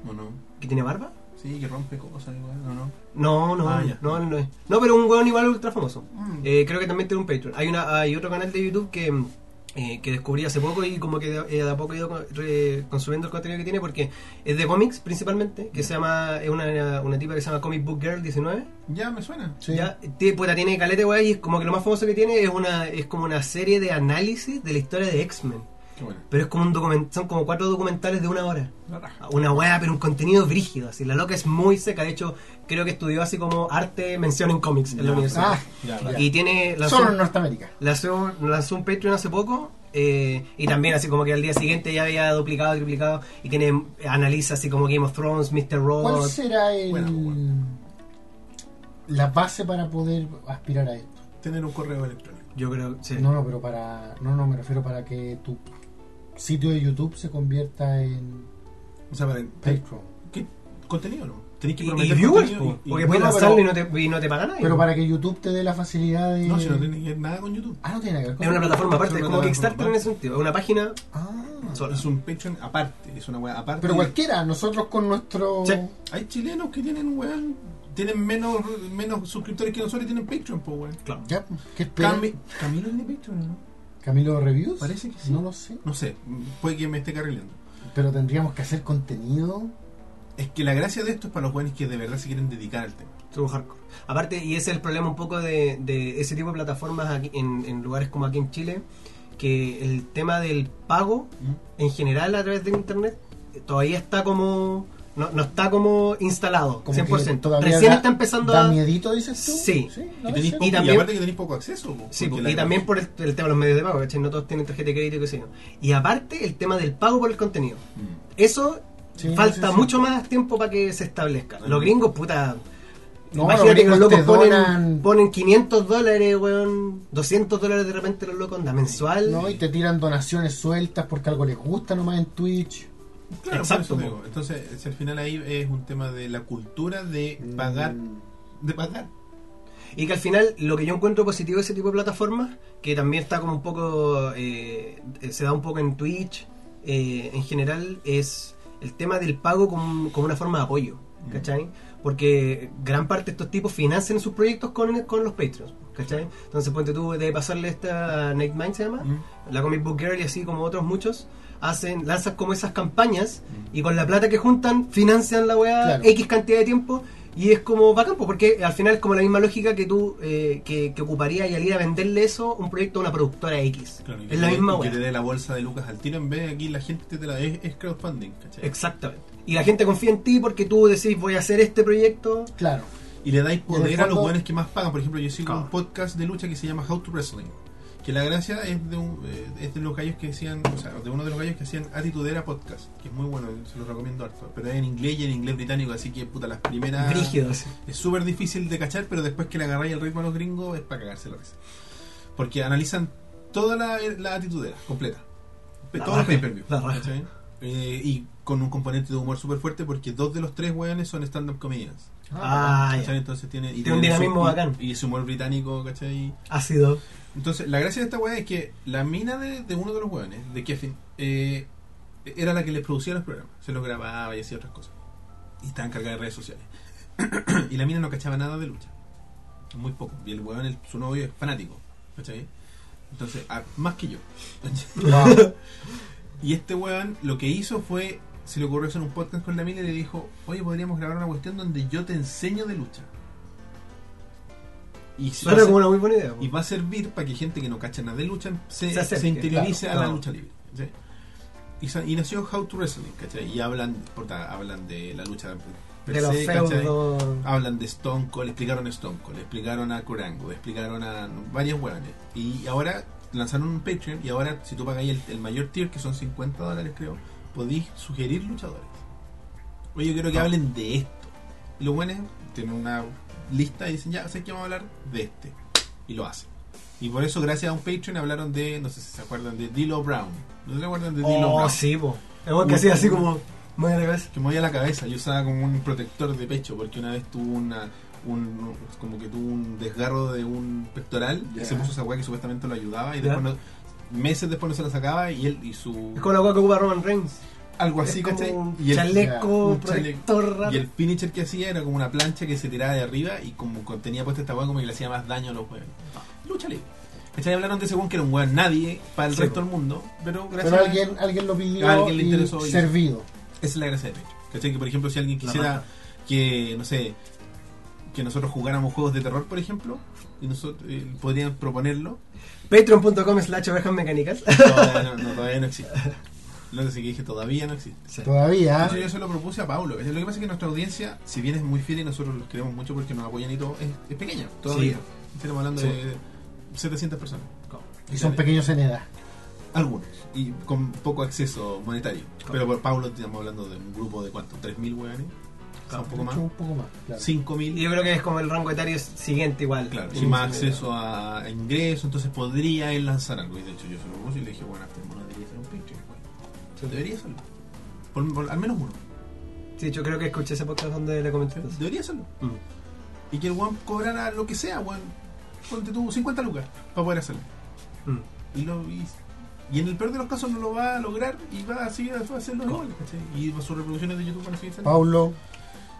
[SPEAKER 1] ¿O no?
[SPEAKER 2] ¿Que tiene barba?
[SPEAKER 1] Sí, que rompe cosas igual, ¿o no?
[SPEAKER 2] No, no,
[SPEAKER 1] Ah, ya.
[SPEAKER 2] no, no es. No, pero un weón igual ultra famoso.
[SPEAKER 1] Mm.
[SPEAKER 2] Eh, creo que también tiene un Patreon. Hay una hay otro canal de YouTube que, mm, eh, que descubrí hace poco y como que de, eh, de a poco he ido con- re- consumiendo el contenido que tiene porque es de cómics principalmente, que se llama, es una, una tipa que se llama Comic Book Girl 19.
[SPEAKER 1] Ya, me suena.
[SPEAKER 3] Sí.
[SPEAKER 2] Ya, tiene, puta, tiene caleta weá, y es como que lo más famoso que tiene es una es como una serie de análisis de la historia de X-Men.
[SPEAKER 1] Qué bueno.
[SPEAKER 2] Pero es como un document, son como cuatro documentales de una hora.
[SPEAKER 1] La raja.
[SPEAKER 2] Una weá, pero un contenido brígido. Así, la loca es muy seca. De hecho, creo que estudió así como arte, mención en cómics en la
[SPEAKER 1] Ya.
[SPEAKER 2] universidad.
[SPEAKER 3] Ah,
[SPEAKER 1] Ya,
[SPEAKER 3] ya.
[SPEAKER 2] Y tiene. Lanzó,
[SPEAKER 3] Solo en Norteamérica.
[SPEAKER 2] lanzó, lanzó un Patreon hace poco. eh, y también, así como que al día siguiente ya había duplicado, triplicado. Y tiene. Analiza así como Game of Thrones, Mr.
[SPEAKER 3] ¿Cuál
[SPEAKER 2] Robot.
[SPEAKER 3] será el,
[SPEAKER 1] Bueno,
[SPEAKER 3] la base para poder aspirar a esto?
[SPEAKER 1] Tener un correo electrónico.
[SPEAKER 2] Yo creo. sí.
[SPEAKER 3] No, no, pero para. No, no, me refiero para que tu sitio de YouTube se convierta en
[SPEAKER 1] O sea, para, para-
[SPEAKER 3] Patreon.
[SPEAKER 1] ¿qué contenido no? Tenéis que
[SPEAKER 2] Y,
[SPEAKER 1] prometer
[SPEAKER 2] y viewers,
[SPEAKER 1] contenido
[SPEAKER 2] po,
[SPEAKER 1] y- y-
[SPEAKER 2] porque puedes
[SPEAKER 3] bueno,
[SPEAKER 2] lanzarlo
[SPEAKER 3] pero-
[SPEAKER 2] y no te, y no te pagan nadie.
[SPEAKER 3] Pero para que YouTube te dé la facilidad de.
[SPEAKER 1] No, si no tenéis que ver nada con YouTube.
[SPEAKER 3] Ah, no tiene que ver con.
[SPEAKER 2] Es una plataforma aparte,
[SPEAKER 1] Es
[SPEAKER 2] es
[SPEAKER 1] una
[SPEAKER 2] como
[SPEAKER 1] plataforma
[SPEAKER 2] Kickstarter en
[SPEAKER 1] aparte.
[SPEAKER 2] ese sentido. Es una página
[SPEAKER 3] Ah.
[SPEAKER 2] sola.
[SPEAKER 1] Es un Patreon aparte, es una weá aparte.
[SPEAKER 3] Pero cualquiera, nosotros con nuestro.
[SPEAKER 2] Sí.
[SPEAKER 1] Hay chilenos que tienen weón, tienen menos, menos suscriptores que nosotros y tienen Patreon, po weón.
[SPEAKER 2] Claro.
[SPEAKER 3] Ya, ¿qué esperan?
[SPEAKER 1] Cami- Camilo es de Patreon, ¿o ¿no?
[SPEAKER 3] ¿Camilo Reviews?
[SPEAKER 1] Parece que sí.
[SPEAKER 3] No lo sé.
[SPEAKER 1] No sé, puede que me esté carrileando.
[SPEAKER 3] Pero tendríamos que hacer contenido.
[SPEAKER 1] Es que la gracia de esto es para los weones que de verdad se quieren dedicar al tema.
[SPEAKER 2] True hardcore. Aparte, y ese es el problema un poco de, de ese tipo de plataformas aquí, en, en lugares como aquí en Chile, que el tema del pago en general a través de internet eh, todavía está como. No, no está como instalado,
[SPEAKER 3] Como que
[SPEAKER 2] 100%.
[SPEAKER 3] todavía
[SPEAKER 2] Recién
[SPEAKER 3] da-
[SPEAKER 2] está empezando
[SPEAKER 3] da
[SPEAKER 2] a.
[SPEAKER 3] miedito, dices tú?
[SPEAKER 2] Sí.
[SPEAKER 3] no
[SPEAKER 1] y, tenéis
[SPEAKER 3] sé.
[SPEAKER 1] poco- y
[SPEAKER 2] también-
[SPEAKER 1] aparte que tenéis poco acceso. po,
[SPEAKER 2] Sí,
[SPEAKER 1] porque
[SPEAKER 2] po,
[SPEAKER 1] la-
[SPEAKER 2] y también por el, el tema de los medios de pago, ¿cachai? No todos tienen tarjeta de crédito y qué sé yo. Y aparte, el tema del pago por el contenido.
[SPEAKER 1] Mm.
[SPEAKER 2] Eso
[SPEAKER 3] Sí,
[SPEAKER 2] falta
[SPEAKER 3] sí, sí.
[SPEAKER 2] mucho más tiempo para que se establezca.
[SPEAKER 1] Ajá.
[SPEAKER 2] Los gringos, puta.
[SPEAKER 3] No,
[SPEAKER 2] imagínate que
[SPEAKER 3] los
[SPEAKER 2] los
[SPEAKER 3] gringos te
[SPEAKER 2] locos ponen,
[SPEAKER 3] donan-
[SPEAKER 2] ponen 500 dólares, weón. 200 dólares de repente los locos, anda mensual.
[SPEAKER 3] No, y te tiran donaciones sueltas porque algo les gusta nomás en Twitch.
[SPEAKER 1] Claro,
[SPEAKER 2] Exacto,
[SPEAKER 1] por eso te
[SPEAKER 2] po.
[SPEAKER 1] digo. Entonces, si al final ahí es un tema de la cultura de pagar.
[SPEAKER 3] Mm.
[SPEAKER 1] De pagar.
[SPEAKER 2] Y que al final, lo que yo encuentro positivo de ese tipo de plataformas, que también está como un poco. eh, se da un poco en Twitch, eh, en general, es el tema del pago como, como una forma de apoyo. ¿cachai? Porque gran parte de estos tipos financian sus proyectos con, con los Patreons, ¿cachai? Entonces, ponte tú de pasarle esta a Nate Mind, se llama, la Comic Book Girl y así como otros muchos, hacen, lanzan como esas campañas y con la plata que juntan financian la weá
[SPEAKER 3] Claro.
[SPEAKER 2] X cantidad de tiempo y es como bacán, pues, porque al final es como la misma lógica que tú, eh, que, que ocuparía y al ir a venderle eso un proyecto a una productora X.
[SPEAKER 1] Claro, y que
[SPEAKER 2] es la
[SPEAKER 1] te-
[SPEAKER 2] misma
[SPEAKER 1] y Que
[SPEAKER 2] weá.
[SPEAKER 1] te dé la bolsa de lucas al tiro en vez de aquí la gente te la es, es crowdfunding, ¿cachai?
[SPEAKER 2] Exactamente. Y la gente confía en ti porque tú decís voy a hacer este proyecto.
[SPEAKER 3] Claro.
[SPEAKER 1] Y le dais
[SPEAKER 3] Y en
[SPEAKER 1] poder
[SPEAKER 3] el
[SPEAKER 1] a los
[SPEAKER 3] fondo-
[SPEAKER 1] buenos que más pagan. Por ejemplo, yo sigo
[SPEAKER 2] Claro.
[SPEAKER 1] un podcast de lucha que se llama How to Wrestling. Que la gracia es de, un- eh, es de los gallos que hacían, o sea, de uno de los gallos que hacían Atitudera Podcast, que es muy bueno, se los recomiendo harto. Pero es en inglés y en inglés británico, así que puta, las primeras.
[SPEAKER 2] Brígidos.
[SPEAKER 1] Es súper difícil de cachar, pero después que le agarráis el ritmo a los gringos es para cagarse la risa. Porque analizan toda la, eh, la atitudera, completa. Pe-
[SPEAKER 2] La
[SPEAKER 1] Todos los
[SPEAKER 2] raja,
[SPEAKER 1] pay-per-view.
[SPEAKER 2] la raja.
[SPEAKER 1] ¿cachai? Eh, y con un componente de humor súper fuerte, porque dos de los tres weones son stand-up comedians.
[SPEAKER 2] Ah,
[SPEAKER 1] ¿cachai?
[SPEAKER 2] ya.
[SPEAKER 1] Entonces tiene, y
[SPEAKER 2] Tiene un
[SPEAKER 1] ese-
[SPEAKER 2] dinamismo
[SPEAKER 1] y-
[SPEAKER 2] bacán.
[SPEAKER 1] Y ese humor británico, ¿cachai?
[SPEAKER 2] Ácido.
[SPEAKER 1] Entonces, la gracia de esta weá es que la mina de, de uno de los weones, de Kevin, eh, era la que les producía los programas. Se los grababa y hacía otras cosas. Y estaba encargada de redes sociales. y la mina no cachaba nada de lucha. Muy poco. Y el weón, el- su novio es fanático. ¿Cachai? Entonces, ah, más que yo.
[SPEAKER 3] Wow.
[SPEAKER 1] Y este weón lo que hizo fue, se le ocurrió hacer un podcast con la mina y le dijo, oye, podríamos grabar una cuestión donde yo te enseño de lucha. Y
[SPEAKER 2] Suena
[SPEAKER 1] va a
[SPEAKER 2] como una muy buena idea. po.
[SPEAKER 1] y va a servir para que gente que no cacha nada de lucha se,
[SPEAKER 2] Se acerque,
[SPEAKER 1] se interiorice
[SPEAKER 2] claro,
[SPEAKER 1] a la
[SPEAKER 2] claro.
[SPEAKER 1] lucha libre. ¿sí? Y, sa- y nació How to Wrestling, ¿cachai? Y hablan, puta, hablan de la lucha per
[SPEAKER 2] De los
[SPEAKER 1] se, ¿cachai?
[SPEAKER 2] feudos.
[SPEAKER 1] Hablan de Stone Cold, explicaron a Stone Cold, explicaron a Corango, explicaron a varios hueones. Y ahora lanzaron un Patreon y ahora si tú pagáis el, el mayor tier, que son 50 dólares creo, podéis sugerir luchadores. Oye, yo quiero
[SPEAKER 2] Ah.
[SPEAKER 1] que hablen de esto. Y los buenos tienen una lista y dicen, ya, sé que vamos a hablar de este. Y lo hacen. Y por eso, gracias a un Patreon, hablaron de, no sé si se acuerdan, de Dilo Brown. ¿No se acuerdan de Dilo
[SPEAKER 2] Oh,
[SPEAKER 1] Brown?
[SPEAKER 2] sí, po. Es bueno que hacía así como. Muy a la cabeza.
[SPEAKER 1] que me voy a la cabeza. Yo usaba como un protector de pecho porque una vez tuvo una. Un, como que tuvo un desgarro de un pectoral
[SPEAKER 3] Ya.
[SPEAKER 1] y se puso esa weá que supuestamente lo ayudaba y
[SPEAKER 2] Ya.
[SPEAKER 1] después no- meses después no se la sacaba y él y su
[SPEAKER 2] Es como la hueá que ocupa Roman Reigns.
[SPEAKER 1] algo así
[SPEAKER 2] es como
[SPEAKER 1] ¿cachai?
[SPEAKER 2] un
[SPEAKER 1] y el,
[SPEAKER 2] chaleco,
[SPEAKER 1] un
[SPEAKER 2] protector raro.
[SPEAKER 1] y el finisher que hacía era como una plancha que se tiraba de arriba y como contenía puesta esta weá como que le hacía más daño a los weones lucha libre ¿Cachai? hablaron de ese weón que era un weón nadie para el
[SPEAKER 2] Ah. Sí,
[SPEAKER 1] resto
[SPEAKER 2] po.
[SPEAKER 1] del mundo pero gracias
[SPEAKER 3] Pero
[SPEAKER 1] a-
[SPEAKER 3] alguien, alguien lo pidió
[SPEAKER 1] A alguien le
[SPEAKER 3] y
[SPEAKER 1] interesó y-
[SPEAKER 3] servido.
[SPEAKER 1] Esa es la gracia de Patreon. ¿Cachai? Que por ejemplo, si alguien
[SPEAKER 2] La
[SPEAKER 1] quisiera
[SPEAKER 2] marca.
[SPEAKER 1] que, no sé, que nosotros jugáramos juegos de terror, por ejemplo, y nosotros eh, podrían proponerlo.
[SPEAKER 2] Patreon.com slash ovejas mecánicas.
[SPEAKER 1] Todavía no, no, todavía no existe. Lo que sí que dije, todavía no existe. De
[SPEAKER 3] Todavía.
[SPEAKER 1] hecho, yo se lo propuse a Paulo. ¿cachai? Lo que pasa es que nuestra audiencia, si bien es muy fiel y nosotros los queremos mucho porque nos apoyan y todo, es, es pequeña todavía.
[SPEAKER 2] Sí.
[SPEAKER 1] Estamos hablando
[SPEAKER 2] Sí.
[SPEAKER 1] de 700 personas.
[SPEAKER 3] Y son pequeños en edad.
[SPEAKER 1] Algunos. Y con poco acceso monetario. Pero por Paulo estamos hablando de un grupo de cuánto? ¿3.000 hueones? O sea, un poco más.
[SPEAKER 3] Mucho, Un poco más. claro.
[SPEAKER 1] 5.000.
[SPEAKER 2] Y yo creo que es como el rango etario siguiente igual.
[SPEAKER 1] Claro,
[SPEAKER 2] Sí,
[SPEAKER 1] sin más
[SPEAKER 2] sí,
[SPEAKER 1] acceso a, a ingreso, entonces podría él lanzar algo. Y de hecho, yo se lo propuse y le dije, bueno, este mono debería ser un Patreon. Bueno,
[SPEAKER 2] Sí.
[SPEAKER 1] debería serlo. Por- por- al menos uno.
[SPEAKER 2] Sí, yo creo que escuché ese podcast donde le comenté eso.
[SPEAKER 1] Debería serlo.
[SPEAKER 2] Mm.
[SPEAKER 1] Y que el one cobrara lo que sea, weón. Ponte tú 50 lucas para poder hacerlo.
[SPEAKER 2] Mm.
[SPEAKER 1] Y, lo, y, y en el peor de los casos no lo va a lograr y va a seguir a hacerlo igual. ¿cachai? Y sus reproducciones de YouTube van a seguir siendo.
[SPEAKER 3] Paulo.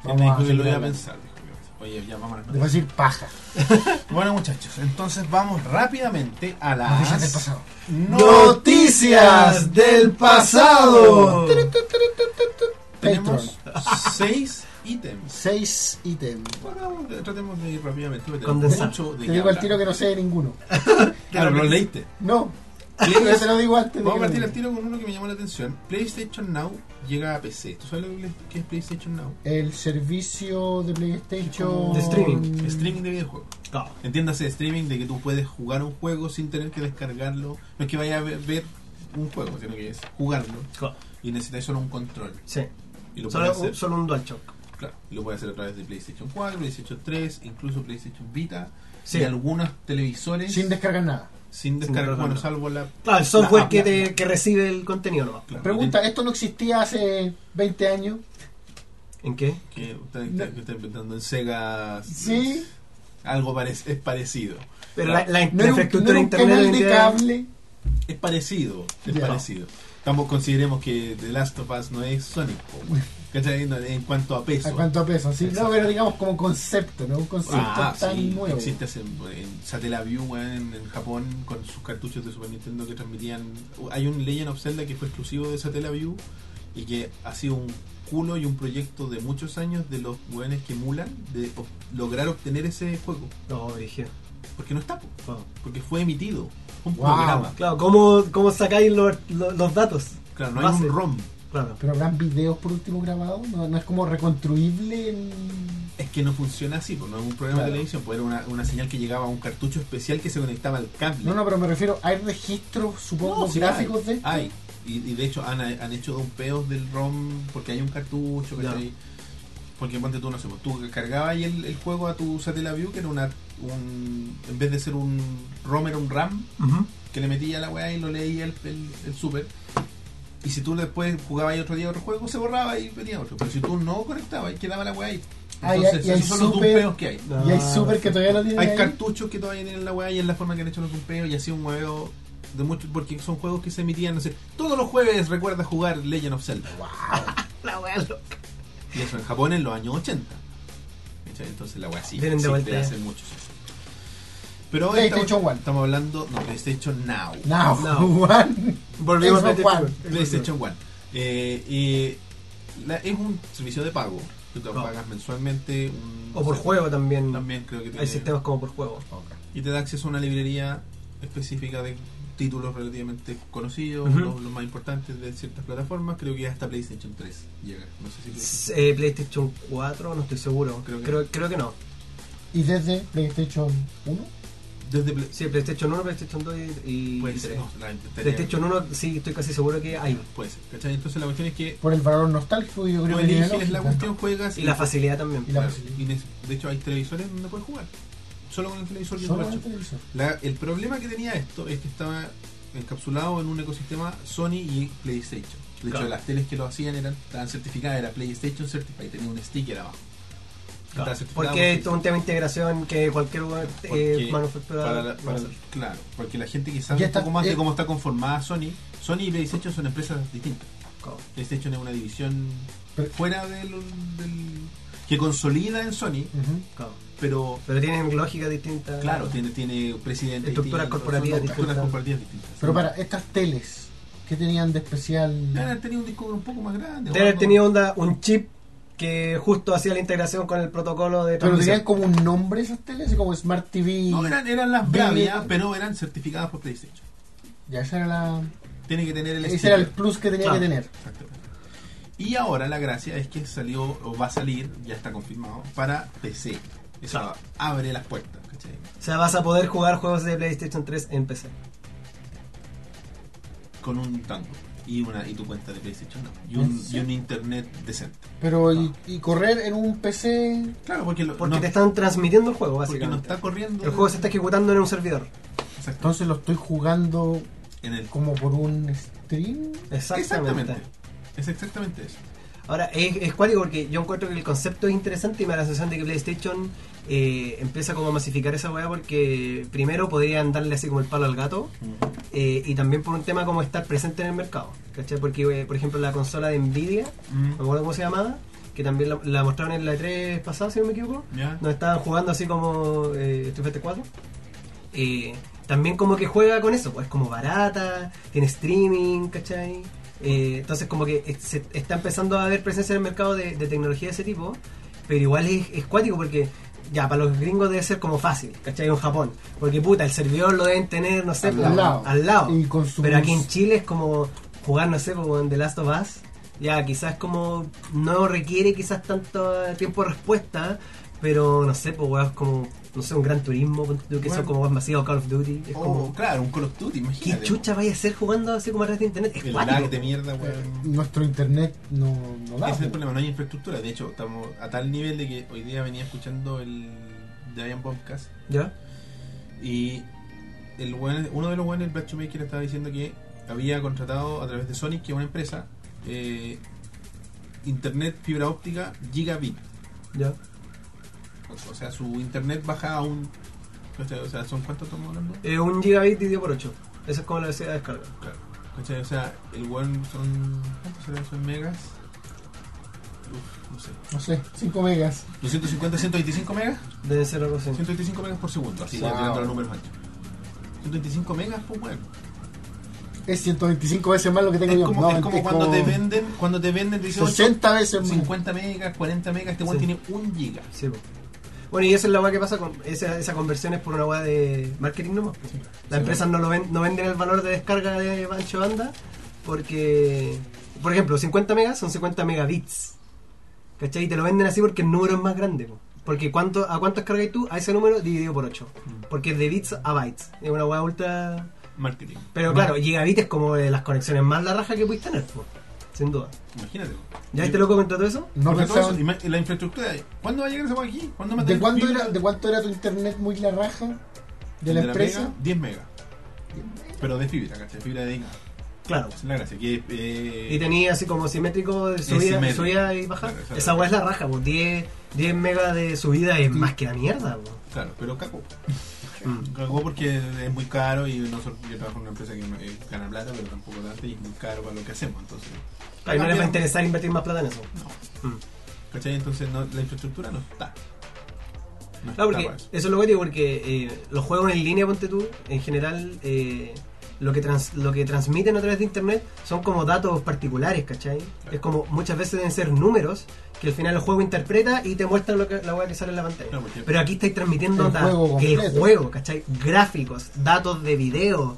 [SPEAKER 1] Él me
[SPEAKER 3] vamos
[SPEAKER 1] dijo que lo iba a
[SPEAKER 3] seguir
[SPEAKER 1] pensar. dijo que lo iba a pensar. Oye, ya vamos a las
[SPEAKER 3] hablando. Te voy a
[SPEAKER 1] noticias.
[SPEAKER 3] decir paja.
[SPEAKER 1] Bueno, muchachos, entonces vamos rápidamente a las.
[SPEAKER 3] Noticias del pasado.
[SPEAKER 1] Noticias del pasado. Tenemos
[SPEAKER 3] Patreon.
[SPEAKER 1] seis ítems.
[SPEAKER 3] Seis ítems.
[SPEAKER 1] Bueno, tratemos de ir rápidamente. porque tenemos
[SPEAKER 2] Condensar.
[SPEAKER 1] mucho de
[SPEAKER 3] Te
[SPEAKER 1] qué
[SPEAKER 3] digo al
[SPEAKER 1] hablar.
[SPEAKER 3] tiro que no sé de ninguno.
[SPEAKER 1] Claro, pero lo leíste.
[SPEAKER 3] No.
[SPEAKER 1] Sí,
[SPEAKER 3] Yo te lo digo antes. de
[SPEAKER 1] Vamos a
[SPEAKER 3] que
[SPEAKER 1] partir
[SPEAKER 3] lo
[SPEAKER 1] al
[SPEAKER 3] diga.
[SPEAKER 1] tiro con uno que me llamó la atención. PlayStation Now llega a PC. ¿Tú sabes lo que es- qué es PlayStation Now?
[SPEAKER 3] El servicio de PlayStation.
[SPEAKER 2] De streaming.
[SPEAKER 1] Streaming de videojuegos.
[SPEAKER 2] No.
[SPEAKER 1] Entiéndase, streaming de que tú puedes jugar un juego sin tener que descargarlo. No es que vaya a ver- ver un juego, sino que es jugarlo.
[SPEAKER 2] No.
[SPEAKER 1] Y necesitas solo un control.
[SPEAKER 2] Sí.
[SPEAKER 1] Y lo puedes
[SPEAKER 2] Solo,
[SPEAKER 1] hacer.
[SPEAKER 2] un- solo un dual shock.
[SPEAKER 1] Claro, lo puede hacer a través de PlayStation 4, PlayStation 3, incluso PlayStation Vita
[SPEAKER 2] Sí.
[SPEAKER 1] y algunos televisores
[SPEAKER 3] Sin descargar nada.
[SPEAKER 1] sin
[SPEAKER 2] sin
[SPEAKER 1] descargar, bueno,
[SPEAKER 2] descargar.
[SPEAKER 1] salvo la.
[SPEAKER 2] Claro, el software
[SPEAKER 1] la-
[SPEAKER 2] que,
[SPEAKER 1] la-
[SPEAKER 2] te, que recibe el contenido nomás.
[SPEAKER 1] claro,
[SPEAKER 3] Pregunta, ¿esto no existía hace 20 años?
[SPEAKER 2] ¿En qué?
[SPEAKER 1] Que usted está, que está inventando en Sega.
[SPEAKER 3] Sí.
[SPEAKER 1] Algo parec- es parecido.
[SPEAKER 2] Pero la, la
[SPEAKER 3] ¿No era un, no
[SPEAKER 2] infraestructura
[SPEAKER 3] era un
[SPEAKER 2] internet.
[SPEAKER 3] canal
[SPEAKER 2] hoy en
[SPEAKER 3] de
[SPEAKER 2] día-
[SPEAKER 3] cable?
[SPEAKER 1] Es parecido, es
[SPEAKER 3] Ya.
[SPEAKER 1] parecido. Estamos, consideremos que The Last of Us no es Sonic, po, weón. ¿cachai? No, En cuanto a peso.
[SPEAKER 3] ¿A cuánto peso? Sí,
[SPEAKER 1] Exacto.
[SPEAKER 3] no, pero digamos como concepto, no un concepto
[SPEAKER 1] Ah,
[SPEAKER 3] tan
[SPEAKER 1] sí,
[SPEAKER 3] nuevo.
[SPEAKER 1] Existe hace- en Satellaview, weón, en Japón, con sus cartuchos de Super Nintendo que transmitían. uh, Hay un Legend of Zelda que fue exclusivo de Satellaview y que ha sido un culo y un proyecto de muchos años de los weones que emulan de ob- lograr obtener ese juego.
[SPEAKER 2] No, dije.
[SPEAKER 1] Porque no está, po,
[SPEAKER 2] wow.
[SPEAKER 1] porque fue emitido. Fue un
[SPEAKER 3] Wow.
[SPEAKER 1] programa.
[SPEAKER 2] Claro, ¿cómo, cómo sacáis los, los, los datos?
[SPEAKER 1] Claro, no hay
[SPEAKER 2] Base.
[SPEAKER 1] un ROM.
[SPEAKER 2] Claro.
[SPEAKER 3] Pero habrán videos por último grabados, no, no es como reconstruible el-
[SPEAKER 1] Es que no funciona así, pues no es un programa
[SPEAKER 3] Claro.
[SPEAKER 1] de televisión, pues era una, una señal que llegaba a un cartucho especial que se conectaba al cable.
[SPEAKER 3] No, no, pero me refiero, hay registros, supongo,
[SPEAKER 1] sí,
[SPEAKER 3] gráficos
[SPEAKER 1] hay,
[SPEAKER 3] de esto.
[SPEAKER 1] hay. Y, y de hecho han, han hecho un peos del ROM porque hay un cartucho,
[SPEAKER 2] Ya.
[SPEAKER 1] ¿cachai? Porque ponte tú, no sé, pues, tú cargabas ahí el, el juego a tu Satellaview, que era una, un, en vez de ser un ROM, era un RAM,
[SPEAKER 2] Ujú.
[SPEAKER 1] que le metía a la weá y lo leía el, el, el super. Y si tú después jugabas ahí otro día otro juego, se borraba y venía otro. Pero si tú no conectabas, ahí quedaba la weá ahí.
[SPEAKER 3] Ah, ya,
[SPEAKER 1] Entonces,
[SPEAKER 3] y hay
[SPEAKER 1] esos son los
[SPEAKER 3] súper-
[SPEAKER 1] dumpeos que hay.
[SPEAKER 3] Y hay
[SPEAKER 2] Ah,
[SPEAKER 3] super que todavía no tienen
[SPEAKER 1] Hay
[SPEAKER 3] ahí.
[SPEAKER 1] cartuchos que todavía tienen la weá y es la forma que han hecho los cumpeos y ha sido un hueveo de muchos porque son juegos que se emitían, no sé, todos los jueves recuerda jugar Legend of Zelda.
[SPEAKER 2] La wea loca.
[SPEAKER 1] Y eso en Japón en los años 80. ¿Cachai? Entonces la weá sí,
[SPEAKER 2] Vienen de
[SPEAKER 1] existe
[SPEAKER 2] vuelta,
[SPEAKER 1] hace muchos años. Pero hoy
[SPEAKER 3] PlayStation
[SPEAKER 1] estamos,
[SPEAKER 3] One.
[SPEAKER 1] estamos hablando, no, PlayStation Now.
[SPEAKER 3] No,
[SPEAKER 2] No.
[SPEAKER 3] Juan.
[SPEAKER 2] Volvimos
[SPEAKER 3] Xbox
[SPEAKER 2] a
[SPEAKER 3] One.
[SPEAKER 1] PlayStation One. Eh, eh, la- es un servicio de pago. Tú te
[SPEAKER 2] No.
[SPEAKER 1] pagas mensualmente. un-
[SPEAKER 2] Oh. O por juego también.
[SPEAKER 1] También creo que
[SPEAKER 2] Hay
[SPEAKER 1] tiene-
[SPEAKER 2] sistemas como por juego.
[SPEAKER 1] y te da acceso a una librería específica de títulos relativamente conocidos,
[SPEAKER 2] Ujú.
[SPEAKER 1] los, los más importantes de ciertas plataformas. Creo que hasta PlayStation 3 llega. No sé si PlayStation-
[SPEAKER 2] S- eh, PlayStation 4, no estoy seguro.
[SPEAKER 1] Creo
[SPEAKER 2] Creo
[SPEAKER 1] que
[SPEAKER 2] que, creo, que no.
[SPEAKER 3] Y desde PlayStation 1.
[SPEAKER 1] desde Play-
[SPEAKER 2] Sí, PlayStation 1, PlayStation 2 y- y,
[SPEAKER 1] puede
[SPEAKER 2] y
[SPEAKER 1] ser,
[SPEAKER 2] 3.
[SPEAKER 1] no, la- estaría-
[SPEAKER 2] PlayStation 1, sí, estoy casi seguro que hay.
[SPEAKER 1] puede ser, ¿cachai? Entonces la cuestión es que
[SPEAKER 3] Por el valor nostálgico, yo creo
[SPEAKER 1] tú
[SPEAKER 3] que tiene
[SPEAKER 1] eliges la
[SPEAKER 3] lógica.
[SPEAKER 1] cuestión, juegas
[SPEAKER 2] Y la facilidad también.
[SPEAKER 3] Y la-
[SPEAKER 1] claro,
[SPEAKER 3] facilidad.
[SPEAKER 1] y ne- de hecho hay televisores donde puedes jugar. Solo con el televisor y el
[SPEAKER 3] Solo en
[SPEAKER 1] borracho.
[SPEAKER 3] el televisor.
[SPEAKER 1] La- el problema que tenía esto es que estaba encapsulado en un ecosistema Sony y PlayStation. De hecho,
[SPEAKER 2] Claro.
[SPEAKER 1] las teles que lo hacían eran, estaban certificadas, era PlayStation Certified, tenía un sticker abajo. Estaba
[SPEAKER 2] Claro,
[SPEAKER 1] certificado
[SPEAKER 2] Porque esto es
[SPEAKER 1] por
[SPEAKER 2] un tema de integración que cualquier eh,
[SPEAKER 1] Porque
[SPEAKER 2] manufacturador
[SPEAKER 1] para la-
[SPEAKER 2] va a
[SPEAKER 1] para-
[SPEAKER 2] hacer.
[SPEAKER 1] claro, porque la gente que sabe
[SPEAKER 3] Ya
[SPEAKER 1] un
[SPEAKER 3] está,
[SPEAKER 1] poco más de
[SPEAKER 3] eh.
[SPEAKER 1] cómo está conformada Sony, Sony y PlayStation son empresas distintas.
[SPEAKER 2] Claro.
[SPEAKER 1] PlayStation es una división
[SPEAKER 3] Pero-
[SPEAKER 1] fuera del, del- que consolida en Sony,
[SPEAKER 3] Ujú.
[SPEAKER 2] Claro.
[SPEAKER 1] pero
[SPEAKER 2] Pero tienen lógica distinta.
[SPEAKER 1] claro, tiene, tiene presidente
[SPEAKER 2] Estructuras
[SPEAKER 1] distinto,
[SPEAKER 2] corporativas
[SPEAKER 1] son estructuras
[SPEAKER 2] distintas.
[SPEAKER 1] corporativas distintas.
[SPEAKER 3] Pero para estas teles, ¿qué tenían de especial?
[SPEAKER 1] Deben haber tenido un disco un poco más grande.
[SPEAKER 2] Deben haber
[SPEAKER 1] o
[SPEAKER 2] tenido
[SPEAKER 1] algo.
[SPEAKER 2] onda, un chip que justo hacía la integración con el protocolo de
[SPEAKER 3] Pero tenían
[SPEAKER 2] transmisión.
[SPEAKER 3] como un nombre esas teles, así como Smart TV.
[SPEAKER 1] No, eran, eran las
[SPEAKER 3] Debe-
[SPEAKER 1] Bravia, pero eran certificadas por PlayStation.
[SPEAKER 3] Ya esa era la.
[SPEAKER 1] Tiene que tener el Ah.
[SPEAKER 3] Ese
[SPEAKER 1] sticker.
[SPEAKER 3] era el plus que tenía
[SPEAKER 2] Claro.
[SPEAKER 3] que tener.
[SPEAKER 1] Exactamente. Y ahora la gracia es que salió, o va a salir, ya está confirmado, para PC. Eso
[SPEAKER 2] Claro.
[SPEAKER 1] abre las puertas, ¿cachai?
[SPEAKER 2] O sea, vas a poder jugar juegos de PlayStation 3 en PC.
[SPEAKER 1] Con un tango. Y una y tu cuenta de PlayStation no. Y un, y un internet decente.
[SPEAKER 3] Pero
[SPEAKER 1] Ah.
[SPEAKER 3] y, y correr en un PC.
[SPEAKER 1] Claro, porque, lo-
[SPEAKER 2] Porque
[SPEAKER 1] no,
[SPEAKER 2] te están transmitiendo el juego,
[SPEAKER 1] porque no
[SPEAKER 2] básicamente.
[SPEAKER 1] está corriendo.
[SPEAKER 2] El juego se está ejecutando en un servidor.
[SPEAKER 1] Exacto.
[SPEAKER 3] Entonces lo estoy jugando
[SPEAKER 1] En el-
[SPEAKER 3] como por un stream.
[SPEAKER 2] Exactamente.
[SPEAKER 1] exactamente. Es exactamente eso.
[SPEAKER 2] Ahora, es, es cuático porque yo encuentro que el concepto es interesante y me da la sensación de que PlayStation eh, empieza como a masificar esa weá porque primero podrían darle así como el palo al gato eh, y también por un tema como estar presente en el mercado. ¿Cachai? Porque, eh, por ejemplo, la consola de Nvidia, no
[SPEAKER 1] Mm.
[SPEAKER 2] me acuerdo cómo se llamaba, que también la, la mostraron en la 3 pasada, si no me equivoco,
[SPEAKER 1] ¿Ya?
[SPEAKER 2] nos estaban jugando así como eh, Street Fighter 4. Eh, también como que juega con eso, pues es como barata, tiene streaming, ¿cachai? Eh, entonces como que es- se está empezando a haber presencia en el mercado de, de tecnología de ese tipo, pero igual es, es cuático porque ya para los gringos debe ser como fácil, ¿cachai? En Japón, porque puta, el servidor lo deben tener, no sé,
[SPEAKER 3] Al
[SPEAKER 2] pues,
[SPEAKER 3] lado.
[SPEAKER 2] al lado.
[SPEAKER 3] Y con su-
[SPEAKER 2] Pero aquí en Chile es como jugar, no sé, como en The Last of Us. Ya, quizás como no requiere quizás tanto eh, tiempo de respuesta, pero no sé, pues weón, es como, no sé, un gran turismo, ponte tú, que
[SPEAKER 1] Bueno.
[SPEAKER 2] son como weón, masivos Call of Duty. Es
[SPEAKER 1] Oh,
[SPEAKER 2] como,
[SPEAKER 1] claro, un Call of Duty,
[SPEAKER 2] ¿qué
[SPEAKER 1] imagínate.
[SPEAKER 2] chucha vaya a hacer jugando así como a través de internet? Es
[SPEAKER 1] El
[SPEAKER 2] cuático.
[SPEAKER 1] lag de mierda, weón.
[SPEAKER 3] Nuestro internet no, no da. pues,
[SPEAKER 1] Ese es el
[SPEAKER 3] po.
[SPEAKER 1] problema, no hay infraestructura. De hecho, estamos a tal nivel de que hoy día venía escuchando el Giant Bombcast
[SPEAKER 2] ¿Ya?
[SPEAKER 1] y el weón- uno de los buenos, el Black Maker, estaba diciendo que había contratado a través de Sonic, que es una empresa, eh, internet fibra óptica gigabit.
[SPEAKER 2] ¿Ya?
[SPEAKER 1] O sea, su internet baja a un. O sea, ¿son cuántos estamos hablando?
[SPEAKER 2] Eh, un gigabit dividido por 8. Esa es como la velocidad de descarga.
[SPEAKER 1] Claro. ¿Cachai? O sea, el one son. ¿Cuánto será eso en megas? Uf, no sé.
[SPEAKER 3] No sé, 5 megas.
[SPEAKER 1] 250, 125 megas.
[SPEAKER 2] Debe ser algo así.
[SPEAKER 1] 125 megas por segundo, así
[SPEAKER 3] Wow.
[SPEAKER 1] ya tirando los números anchos. 125 megas, pues bueno.
[SPEAKER 3] Es 125 veces más lo que tengo
[SPEAKER 1] Es
[SPEAKER 3] yo.
[SPEAKER 1] como,
[SPEAKER 3] No,
[SPEAKER 1] es como
[SPEAKER 3] mentira,
[SPEAKER 1] cuando te
[SPEAKER 3] como
[SPEAKER 1] venden, cuando te venden, te dicen
[SPEAKER 3] 60 veces más.
[SPEAKER 1] 50 megas, 40 megas, este one
[SPEAKER 2] Sí.
[SPEAKER 1] tiene 1 giga.
[SPEAKER 2] Sí, po. Bueno, y esa es la weá que pasa con. Esa, esa conversión es por una weá de marketing nomás. po. Las empresas no, lo ven, no venden el valor de descarga de ancho banda porque. Por ejemplo, 50 megas son 50 megabits. ¿Cachai? Y te lo venden así porque el número es más grande. po. Porque cuánto, ¿a cuántas cargas tú? A ese número dividido por 8. Porque es de bits a bytes. Es una weá ultra.
[SPEAKER 1] Marketing.
[SPEAKER 2] Pero claro, gigabit es como de las conexiones más la raja que pudiste tener, po. sin duda.
[SPEAKER 1] Imagínate.
[SPEAKER 2] ¿Ya este loco contrató eso?
[SPEAKER 3] No
[SPEAKER 1] Porque todo
[SPEAKER 3] pensaba.
[SPEAKER 1] eso, ima- la infraestructura, ¿cuándo va a llegar esa hueá aquí? ¿Cuándo va a
[SPEAKER 3] ¿De
[SPEAKER 1] tener
[SPEAKER 3] cuánto,
[SPEAKER 1] fibra?
[SPEAKER 3] era, ¿De cuánto era tu internet muy la raja de la empresa?
[SPEAKER 1] mega, 10 megas. Pero de fibra, ¿cachai? Fibra de Inca.
[SPEAKER 2] Claro.
[SPEAKER 1] Esa es la gracia. Que, eh,
[SPEAKER 2] Y tenía así como simétrico de subida,
[SPEAKER 1] simétrico.
[SPEAKER 2] subida y bajada.
[SPEAKER 1] Claro, esa
[SPEAKER 2] Esa weá es la raja, pues 10, 10 megas de subida es más que la mierda, po.
[SPEAKER 1] Claro, pero cagó.
[SPEAKER 2] Mm.
[SPEAKER 1] Cagó porque es muy caro y nosotros, yo trabajo en una empresa que no- eh, gana plata, pero tampoco tanto y es muy caro para lo que hacemos. Entonces,
[SPEAKER 2] A mí no les va a interesar invertir más plata en eso.
[SPEAKER 1] No.
[SPEAKER 2] Mm.
[SPEAKER 1] ¿Cachai? Entonces no, la infraestructura no está. No
[SPEAKER 2] Claro, Ah, porque
[SPEAKER 1] para
[SPEAKER 2] eso
[SPEAKER 1] eso.
[SPEAKER 2] es lo que digo, porque eh, los juegos en línea, ponte tú, en general, eh, lo, que trans- lo que transmiten a través de internet son como datos particulares, ¿cachai? Es como muchas veces deben ser números que al final el juego interpreta y te muestra lo que, la hueá que sale en la pantalla.
[SPEAKER 1] Claro, porque-
[SPEAKER 2] Pero aquí estáis transmitiendo
[SPEAKER 3] El
[SPEAKER 2] da-
[SPEAKER 3] juego
[SPEAKER 2] el
[SPEAKER 3] completo.
[SPEAKER 2] juego, ¿cachai? Gráficos, datos de video.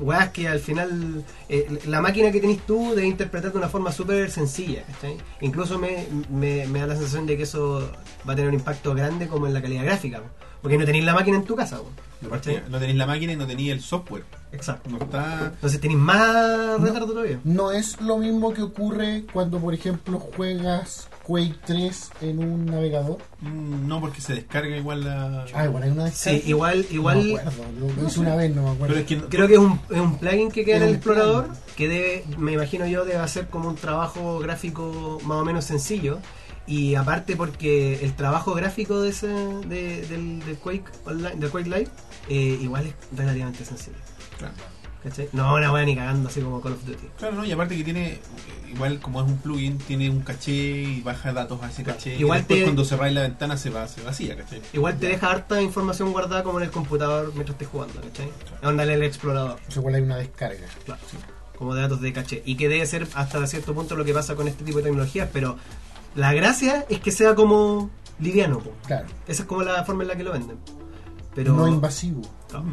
[SPEAKER 2] Weas que al final eh, la máquina que tenés tú debe interpretar de una forma súper sencilla. ¿cachai? Incluso me, me- me da la sensación de que eso va a tener un impacto grande como en la calidad gráfica. po. Porque no tenéis la máquina en tu casa. po,
[SPEAKER 1] De
[SPEAKER 2] ¿cachai?
[SPEAKER 1] partida, No tenéis la máquina y no tenéis el software.
[SPEAKER 2] Exacto.
[SPEAKER 1] No está.
[SPEAKER 2] Entonces tenéis más retardo todavía.
[SPEAKER 3] No es lo mismo que ocurre cuando, por ejemplo, juegas Quake 3 en un navegador.
[SPEAKER 1] mm, No, porque se descarga igual la.
[SPEAKER 3] Ah, igual hay una
[SPEAKER 2] Sí,
[SPEAKER 3] descarga.
[SPEAKER 2] igual,
[SPEAKER 3] No
[SPEAKER 2] igual
[SPEAKER 3] me acuerdo, yo lo hice una vez, no me acuerdo.
[SPEAKER 1] Pero es que. no-
[SPEAKER 2] Creo que es un, es un plugin que queda en
[SPEAKER 3] Es
[SPEAKER 2] el
[SPEAKER 3] un
[SPEAKER 2] explorador,
[SPEAKER 3] plugin.
[SPEAKER 2] que debe, me imagino yo debe hacer como un trabajo gráfico más o menos sencillo. Y aparte porque el trabajo gráfico de ese, de- del, del Quake Online, del Quake Live, eh, igual es relativamente sencillo.
[SPEAKER 1] Claro.
[SPEAKER 2] ¿Cachai? No, una wea ni cagando así como Call of Duty.
[SPEAKER 1] Claro, no, y aparte que tiene, eh, igual como es un plugin, tiene un caché y baja datos a ese caché.
[SPEAKER 2] Igual
[SPEAKER 1] y después
[SPEAKER 2] te-
[SPEAKER 1] cuando cerráis la ventana se va, se vacía, ¿cachai?
[SPEAKER 2] Igual te deja harta información guardada como en el computador mientras estés jugando, ¿cachai? Onda en el explorador.
[SPEAKER 3] Pues igual hay una descarga.
[SPEAKER 2] Claro, como datos de caché. Y que debe ser hasta cierto punto lo que pasa con este tipo de tecnologías, pero la gracia es que sea como liviano. po.
[SPEAKER 3] Claro.
[SPEAKER 2] Esa es como la forma en la que lo venden. Pero,
[SPEAKER 3] No invasivo.
[SPEAKER 2] Claro.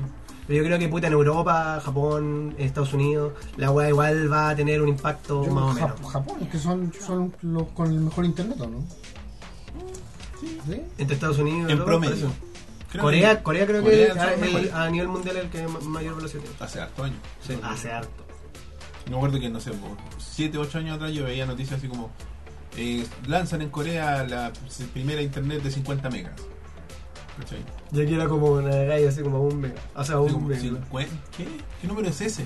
[SPEAKER 2] Pero yo creo que puta en Europa, Japón, Estados Unidos, la weá igual va a tener un impacto
[SPEAKER 3] Yo,
[SPEAKER 2] más o
[SPEAKER 3] Jap-
[SPEAKER 2] menos.
[SPEAKER 3] Japón, que son, son los con el mejor internet, ¿o ¿no? Sí.
[SPEAKER 2] Entre Estados Unidos y
[SPEAKER 1] En
[SPEAKER 2] Europa,
[SPEAKER 1] promedio.
[SPEAKER 2] parece.
[SPEAKER 1] Creo
[SPEAKER 2] Corea,
[SPEAKER 1] que-
[SPEAKER 2] Corea creo
[SPEAKER 1] Corea
[SPEAKER 2] que
[SPEAKER 1] son
[SPEAKER 2] es el-
[SPEAKER 1] mejores.
[SPEAKER 2] a nivel mundial el que ma- mayor velocidad tiene.
[SPEAKER 1] Hace harto años.
[SPEAKER 2] Sí, hace harto.
[SPEAKER 1] Me acuerdo que, no sé, 7, 8 años atrás yo veía noticias así como: eh, lanzan en Corea la primera internet de 50 megas. ¿Cachai?
[SPEAKER 2] Yo aquí era como una galla así como un mega. O sea,
[SPEAKER 1] Así
[SPEAKER 2] un
[SPEAKER 1] como,
[SPEAKER 2] mega.
[SPEAKER 1] "¿Cincuen- ¿Qué? ¿Qué número es ese?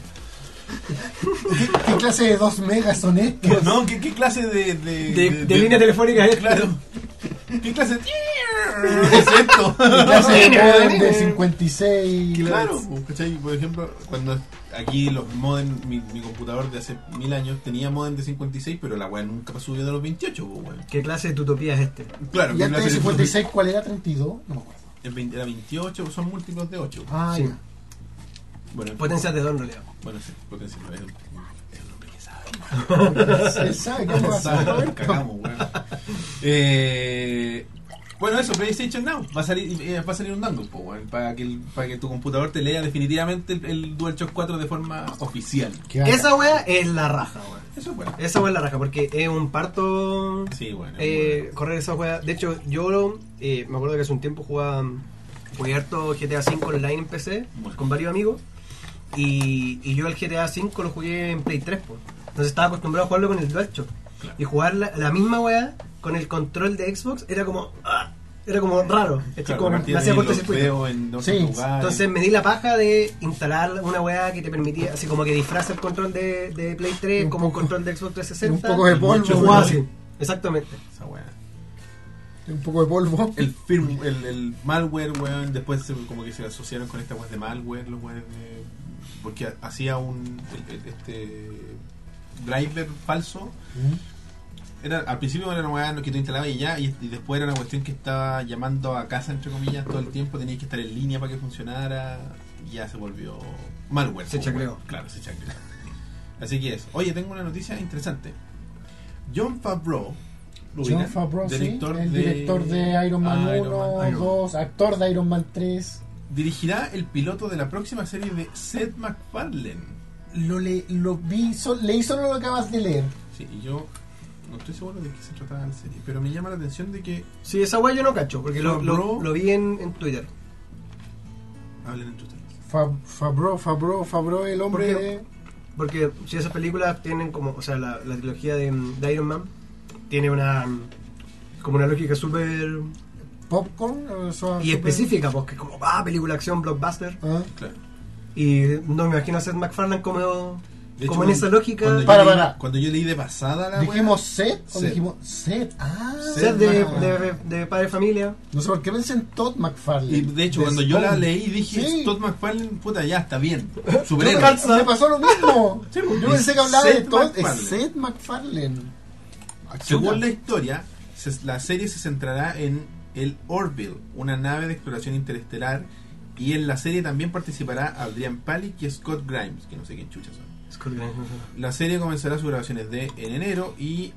[SPEAKER 3] ¿Qué clase de 2 megas son estos?
[SPEAKER 1] No, ¿qué, qué clase de. De,
[SPEAKER 2] De, de línea telefónica es
[SPEAKER 1] Claro. ¿Qué clase de. es esto?
[SPEAKER 3] ¿Qué clase de modem de 56?
[SPEAKER 1] Claro, pues, ¿cachai? Por ejemplo, cuando aquí los modem, mi, mi computador de hace mil años tenía modem de 56, pero la weá nunca subió de los 28, pues, weón.
[SPEAKER 2] ¿Qué clase de tutopía es este?
[SPEAKER 1] Claro,
[SPEAKER 3] ¿Y
[SPEAKER 1] que
[SPEAKER 3] antes de
[SPEAKER 1] la-
[SPEAKER 3] 56 cuál era? ¿32? No me acuerdo.
[SPEAKER 1] el 20 Era 28, son múltiplos de 8.
[SPEAKER 3] Ah,
[SPEAKER 2] Sí.
[SPEAKER 3] ya.
[SPEAKER 1] Bueno,
[SPEAKER 2] Potencias de don, en realidad.
[SPEAKER 1] Bueno, sí, potencia. Es un, es un hombre que sabe.
[SPEAKER 3] Él sabe qué pasa.
[SPEAKER 1] Sabe, Cagamos, weón. Eh, Bueno, eso, PlayStation Now. Va a salir, eh, va a salir un dango, po, weón, para que, el- para que tu computador te lea definitivamente el, el DualShock 4 de forma oficial.
[SPEAKER 3] Qué bacán.
[SPEAKER 2] Esa wea es la raja, wea.
[SPEAKER 1] Eso es bueno.
[SPEAKER 2] Esa wea es la raja, porque es un parto
[SPEAKER 1] Sí, bueno. es
[SPEAKER 2] eh,
[SPEAKER 1] bueno.
[SPEAKER 2] correr esa wea. De hecho, yo eh, me acuerdo que hace un tiempo jugaba, jugué harto GTA V online en PC
[SPEAKER 1] Bueno.
[SPEAKER 2] con varios amigos. Y, y yo el GTA V lo jugué en Play 3, po. Entonces estaba acostumbrado a jugarlo con el DualShock.
[SPEAKER 1] Claro.
[SPEAKER 2] Y jugar la, la misma wea con el control de Xbox era como. ah, era como raro. Es
[SPEAKER 1] Claro,
[SPEAKER 2] como me
[SPEAKER 1] aparte de
[SPEAKER 2] hacía
[SPEAKER 1] los
[SPEAKER 2] cortocircuito.
[SPEAKER 1] veo en otros
[SPEAKER 3] Sí,
[SPEAKER 1] lugares.
[SPEAKER 2] Entonces me di la paja de instalar una weá que te permitía, así como que disfraza el control de, de Play 3
[SPEAKER 3] Un
[SPEAKER 2] como
[SPEAKER 3] poco-
[SPEAKER 2] un control de Xbox 360.
[SPEAKER 3] un poco de
[SPEAKER 1] mucho
[SPEAKER 3] polvo.
[SPEAKER 2] Jugaba
[SPEAKER 1] weón.
[SPEAKER 2] así, exactamente.
[SPEAKER 1] Esa weá.
[SPEAKER 3] un poco de polvo.
[SPEAKER 1] El firm, el, el malware, weón, después se- como que se asociaron con esta weón de malware, los weones de- porque ha- hacía un el- el- este driver falso.
[SPEAKER 3] ¿Mm?
[SPEAKER 1] Era, al principio era una weá que tú instalabas y ya, y, y después era una cuestión que estaba llamando a casa, entre comillas, todo el tiempo, tenías que estar en línea para que funcionara, y ya se volvió malware.
[SPEAKER 2] Se
[SPEAKER 1] po,
[SPEAKER 2] chacreó.
[SPEAKER 1] weón. Claro, se chacreó. Así que es. Oye, tengo una noticia interesante. John Favreau, ¿lo
[SPEAKER 3] John
[SPEAKER 1] ubicas?
[SPEAKER 3] Favreau, sí,
[SPEAKER 1] Director
[SPEAKER 3] el
[SPEAKER 1] de-
[SPEAKER 3] director de Iron Man
[SPEAKER 1] Ah,
[SPEAKER 3] 1,
[SPEAKER 1] Iron Man.
[SPEAKER 2] Iron Man.
[SPEAKER 3] 2, actor de Iron Man 3.
[SPEAKER 1] dirigirá el piloto de la próxima serie de Seth MacFarlane.
[SPEAKER 3] Lo, le, lo vi, sol- leí solo lo que acabas de leer.
[SPEAKER 1] Sí, y yo no estoy seguro de qué se trataba la serie, pero me llama la atención de que
[SPEAKER 2] Sí, esa weá yo no cacho, porque lo, lo,
[SPEAKER 1] Bro.
[SPEAKER 2] lo vi en, en Twitter.
[SPEAKER 1] hablen entre ustedes.
[SPEAKER 3] Fa- Favreau, Favreau, Favreau, el hombre
[SPEAKER 2] ¿Por qué?
[SPEAKER 3] de...
[SPEAKER 2] Porque si esas películas tienen como, o sea, la, la trilogía de, de Iron Man tiene una mm, como una lógica súper
[SPEAKER 3] Popcorn. o sea,
[SPEAKER 2] y
[SPEAKER 3] Ah, súper-
[SPEAKER 2] específica, porque es como, ah, película de acción, blockbuster.
[SPEAKER 3] Ah.
[SPEAKER 1] Claro.
[SPEAKER 2] Y no me imagino a Seth MacFarlane como,
[SPEAKER 1] De
[SPEAKER 2] como
[SPEAKER 1] hecho,
[SPEAKER 2] en esa lógica.
[SPEAKER 1] Cuando,
[SPEAKER 3] Para,
[SPEAKER 1] yo leí,
[SPEAKER 3] para.
[SPEAKER 1] cuando yo leí de pasada la
[SPEAKER 3] ¿Dijimos set o
[SPEAKER 1] Ah, Seth.
[SPEAKER 3] dijimos set? Ah,
[SPEAKER 2] Seth de,
[SPEAKER 3] MacFarlane.
[SPEAKER 2] de, de Padre Familia.
[SPEAKER 3] No sé por qué pensé en Todd McFarlane.
[SPEAKER 1] Y de hecho, cuando yo la
[SPEAKER 3] Spawn.
[SPEAKER 1] leí, dije:
[SPEAKER 3] Sí.
[SPEAKER 1] Todd McFarlane, puta, ya está bien.
[SPEAKER 3] Yo
[SPEAKER 1] Superhéroe.
[SPEAKER 3] me- me pasó lo mismo.
[SPEAKER 1] Sí, pues,
[SPEAKER 3] Yo
[SPEAKER 1] es
[SPEAKER 3] pensé que hablaba de
[SPEAKER 1] Seth
[SPEAKER 3] Todd.
[SPEAKER 1] MacFarlane.
[SPEAKER 3] Es Seth McFarlane.
[SPEAKER 1] Según la historia, se- la serie se centrará en el Orville, una nave de exploración interestelar. Y en la serie también participará Adrian Palik y Scott Grimes, que no sé quién chucha son. La serie comenzará sus grabaciones de en enero y,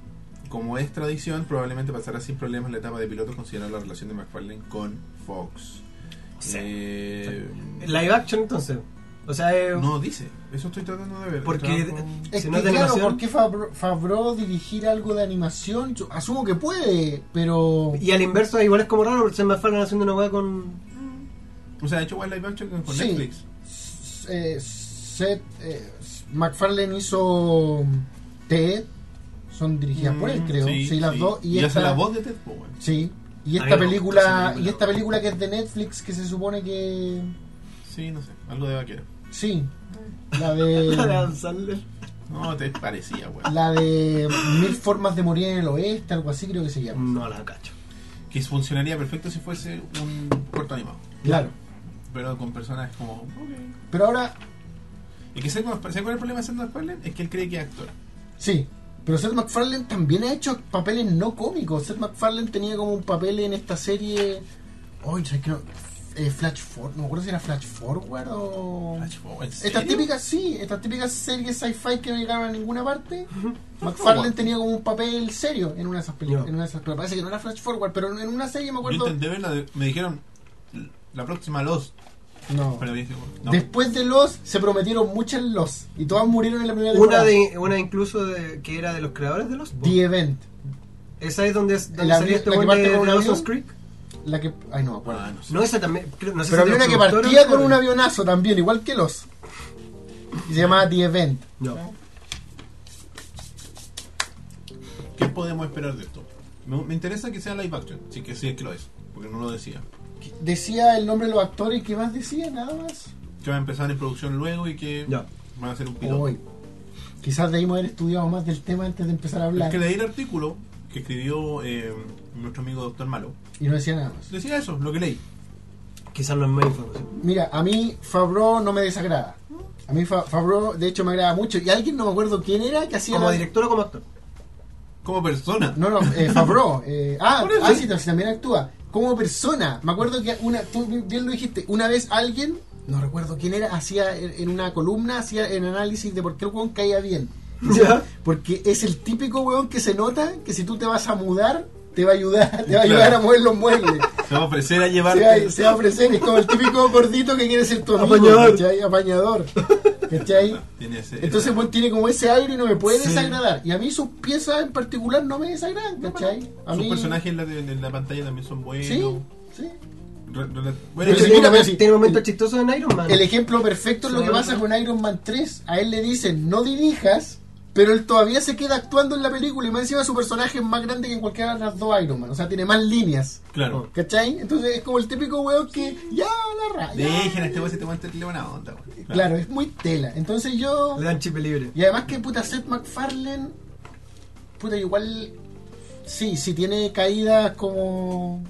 [SPEAKER 1] como es tradición, probablemente pasará sin problemas la etapa de pilotos considerando la relación de McFarlane con Fox.
[SPEAKER 2] sea,
[SPEAKER 1] Eh,
[SPEAKER 2] Live action entonces. O sea, eh,
[SPEAKER 1] no dice, eso estoy tratando de ver.
[SPEAKER 2] Porque-
[SPEAKER 1] Trabajo-
[SPEAKER 3] Es
[SPEAKER 2] Si
[SPEAKER 3] que
[SPEAKER 2] no es de
[SPEAKER 3] claro,
[SPEAKER 2] animación.
[SPEAKER 3] ¿por qué Favreau, Favreau dirigir algo de animación? Yo asumo que puede, pero...
[SPEAKER 2] y al inverso igual es como raro porque Seth MacFarlane haciendo una weá con
[SPEAKER 3] Mm.
[SPEAKER 1] O sea, ha hecho Wild Live Action con con
[SPEAKER 3] Sí.
[SPEAKER 1] Netflix.
[SPEAKER 3] eh, Seth, eh, McFarlane hizo Ted. Son dirigidas por él,
[SPEAKER 1] Mm,
[SPEAKER 3] creo. Sí, las
[SPEAKER 1] sí.
[SPEAKER 3] dos. Y,
[SPEAKER 1] Y
[SPEAKER 3] esta,
[SPEAKER 1] hace la voz de Ted Bowen.
[SPEAKER 3] Sí. Y
[SPEAKER 2] A
[SPEAKER 3] esta
[SPEAKER 2] mí me gusta esa
[SPEAKER 3] película,
[SPEAKER 2] película.
[SPEAKER 3] y esta película que es de Netflix, que se supone que...
[SPEAKER 1] Sí, no sé, algo de vaquero.
[SPEAKER 3] Sí. La
[SPEAKER 2] la de
[SPEAKER 3] de...
[SPEAKER 2] Adam Sandler.
[SPEAKER 1] No, te parecía, weón.
[SPEAKER 3] la de Mil Formas de Morir en el Oeste, algo así creo que se llama.
[SPEAKER 2] No la cacho.
[SPEAKER 1] Que funcionaría perfecto si fuese un corto animado.
[SPEAKER 3] Claro.
[SPEAKER 1] Pero con personajes como. ok.
[SPEAKER 3] Pero ahora,
[SPEAKER 1] Y que sé cuál ¿sabe cuál es el problema de Seth MacFarlane? Es que él cree que es actor.
[SPEAKER 3] Mm. Sí, pero Seth MacFarlane también ha hecho papeles no cómicos. Seth MacFarlane tenía como un papel en esta serie. Oye, ¿sabes qué? No, eh, Flash Forward, no me acuerdo si era Flash Forward o.
[SPEAKER 1] Flash Bowen, ¿en
[SPEAKER 3] Estas
[SPEAKER 1] serio?
[SPEAKER 3] típicas, sí, estas típicas series sci-fi que no llegaron a ninguna parte. MacFarlane
[SPEAKER 1] Forward.
[SPEAKER 3] tenía como un papel serio en una de esas películas.
[SPEAKER 2] Ya.
[SPEAKER 3] En una de esas, pero parece que no era Flash Forward, pero en una serie me
[SPEAKER 1] Yo
[SPEAKER 3] acuerdo.
[SPEAKER 1] intenté verla, de- me dijeron la próxima Lost.
[SPEAKER 3] No.
[SPEAKER 1] Pero dije, no.
[SPEAKER 3] Después de Los, se prometieron muchas Los y todas murieron en la primera temporada.
[SPEAKER 2] Una de una incluso de, que era de los creadores de los
[SPEAKER 3] The Event.
[SPEAKER 2] Esa es donde, donde
[SPEAKER 3] La-
[SPEAKER 2] salió este
[SPEAKER 3] la que
[SPEAKER 2] weón
[SPEAKER 3] parte
[SPEAKER 2] de,
[SPEAKER 3] con un
[SPEAKER 2] de Dawson's
[SPEAKER 3] avión.
[SPEAKER 2] Creek.
[SPEAKER 3] La que. Ay, no me acuerdo.
[SPEAKER 1] Ah, no sé.
[SPEAKER 2] No, esa también. creo- No sé
[SPEAKER 3] Pero
[SPEAKER 2] si
[SPEAKER 3] había una
[SPEAKER 2] de los
[SPEAKER 3] que
[SPEAKER 2] productores
[SPEAKER 3] partía
[SPEAKER 2] o
[SPEAKER 3] con un
[SPEAKER 2] creadores.
[SPEAKER 3] avionazo también, igual que los. Y se llamaba The Event.
[SPEAKER 2] No.
[SPEAKER 1] ¿Qué podemos esperar de esto? Me, me interesa que sea live action, sí que sí es que lo es, porque no lo decía.
[SPEAKER 3] Decía el nombre de los actores y qué más decía, nada más.
[SPEAKER 1] Que va a empezar en producción luego y que
[SPEAKER 2] Ya.
[SPEAKER 1] van a hacer un piloto.
[SPEAKER 3] Uy, quizás debimos haber estudiado más del tema antes de empezar a
[SPEAKER 1] Es
[SPEAKER 3] hablar.
[SPEAKER 1] que leí el artículo que escribió eh, nuestro amigo Doctor Malo.
[SPEAKER 3] Y no decía nada más.
[SPEAKER 1] Decía eso, lo que leí.
[SPEAKER 2] Quizás no es más información.
[SPEAKER 3] Mira, a mí Fabro no me desagrada. A mí Fa- Favreau, de hecho, me agrada mucho. Y alguien, no me acuerdo quién era, que hacía.
[SPEAKER 2] Como
[SPEAKER 3] la-
[SPEAKER 2] director o como actor.
[SPEAKER 1] Como persona.
[SPEAKER 3] No, no, eh, Favreau. eh, ah,
[SPEAKER 1] Por eso.
[SPEAKER 3] ah, sí, también actúa. Como persona. Me acuerdo que una, tú bien lo dijiste, una vez alguien, no recuerdo quién era, hacía en en una columna, hacía el análisis de por qué el weón caía bien.
[SPEAKER 2] ¿Ya?
[SPEAKER 3] Porque es el típico weón que se nota que si tú te vas a mudar, te va a ayudar, te va a
[SPEAKER 1] Claro.
[SPEAKER 3] ayudar a mover los muebles.
[SPEAKER 1] Se va a ofrecer a
[SPEAKER 3] Se va,
[SPEAKER 1] llevarte.
[SPEAKER 3] se va a ofrecer, es como el típico gordito que quiere ser tu amigo,
[SPEAKER 2] Apañador.
[SPEAKER 3] ¿cachai? Apañador. ¿Cachai?
[SPEAKER 1] Ah, Tiene ese-
[SPEAKER 3] Entonces
[SPEAKER 1] esa-
[SPEAKER 3] pues, tiene como ese aire y no me puede
[SPEAKER 2] Sí.
[SPEAKER 3] desagradar. Y a mí sus piezas en particular no me desagradan, ¿cachai? A
[SPEAKER 1] sus
[SPEAKER 3] mí,
[SPEAKER 1] personajes en la, en la pantalla también son buenos.
[SPEAKER 3] Sí, sí.
[SPEAKER 1] Re- re-
[SPEAKER 2] De
[SPEAKER 1] bueno,
[SPEAKER 2] hecho,
[SPEAKER 3] sí,
[SPEAKER 1] sí,
[SPEAKER 2] tiene,
[SPEAKER 3] mira,
[SPEAKER 2] momentos-
[SPEAKER 3] sí.
[SPEAKER 2] tiene momentos chistosos en Iron Man.
[SPEAKER 3] El ejemplo perfecto es lo que pasa con Iron Man 3. A él le dicen, no dirijas, pero él todavía se queda actuando en la película y más encima su personaje es más grande que en cualquiera de las dos Iron Man. O sea, tiene más líneas.
[SPEAKER 1] claro.
[SPEAKER 3] ¿Cachai? Entonces es como el típico weón que ya la raya.
[SPEAKER 1] Dejen a este weón si te aguanta el buena onda, weón. Claro.
[SPEAKER 3] Claro, es muy tela. Entonces yo...
[SPEAKER 2] Le dan chip libre.
[SPEAKER 3] Y además que puta Seth MacFarlane, puta igual Sí, sí tiene caídas como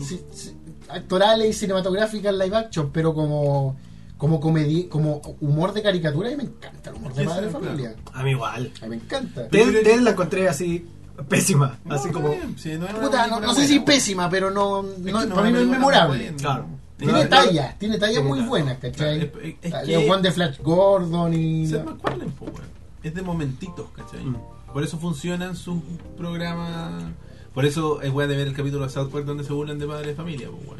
[SPEAKER 3] sí, sí, actorales y cinematográficas live action, pero como como comedi como humor de caricatura y me encanta el humor de
[SPEAKER 1] Sí,
[SPEAKER 3] madre
[SPEAKER 1] sí,
[SPEAKER 3] familia.
[SPEAKER 2] A mí igual.
[SPEAKER 3] A mí me encanta.
[SPEAKER 1] Pero
[SPEAKER 2] Ted,
[SPEAKER 1] yo-
[SPEAKER 2] Ted la encontré así pésima.
[SPEAKER 1] No,
[SPEAKER 2] así
[SPEAKER 1] está
[SPEAKER 2] como.
[SPEAKER 1] bien, sí, no, es una
[SPEAKER 3] Puta, no,
[SPEAKER 1] película
[SPEAKER 3] no sé si es
[SPEAKER 1] buena.
[SPEAKER 3] pésima, pero no, no-
[SPEAKER 1] que
[SPEAKER 3] para mí no es
[SPEAKER 1] película
[SPEAKER 3] memorable.
[SPEAKER 1] buena.
[SPEAKER 2] Claro.
[SPEAKER 3] Tiene
[SPEAKER 2] No,
[SPEAKER 3] tallas, tiene tallas
[SPEAKER 2] tiene
[SPEAKER 3] muy
[SPEAKER 2] tallas.
[SPEAKER 3] buenas, ¿cachai?
[SPEAKER 1] Claro, es- es
[SPEAKER 3] Ah,
[SPEAKER 1] que-
[SPEAKER 3] Los Juan de Flash Gordon y...
[SPEAKER 1] Seth MacFarlane, po, weón. Es de momentitos, ¿cachai?
[SPEAKER 2] Mm.
[SPEAKER 1] Por eso funcionan sus programas. Por eso es weá de ver el capítulo de South Park donde se burlan de padre de familia, pues weón.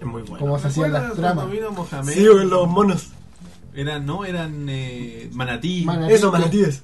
[SPEAKER 2] Es muy buena.
[SPEAKER 3] Como se hacían las
[SPEAKER 1] ¿Recuerdas
[SPEAKER 3] tramas.
[SPEAKER 1] cuando vino Mohamed?
[SPEAKER 2] Sí, güey, los monos.
[SPEAKER 1] Eran, no, eran eh, manatí.
[SPEAKER 3] Manatí.
[SPEAKER 2] Eso, manatíes.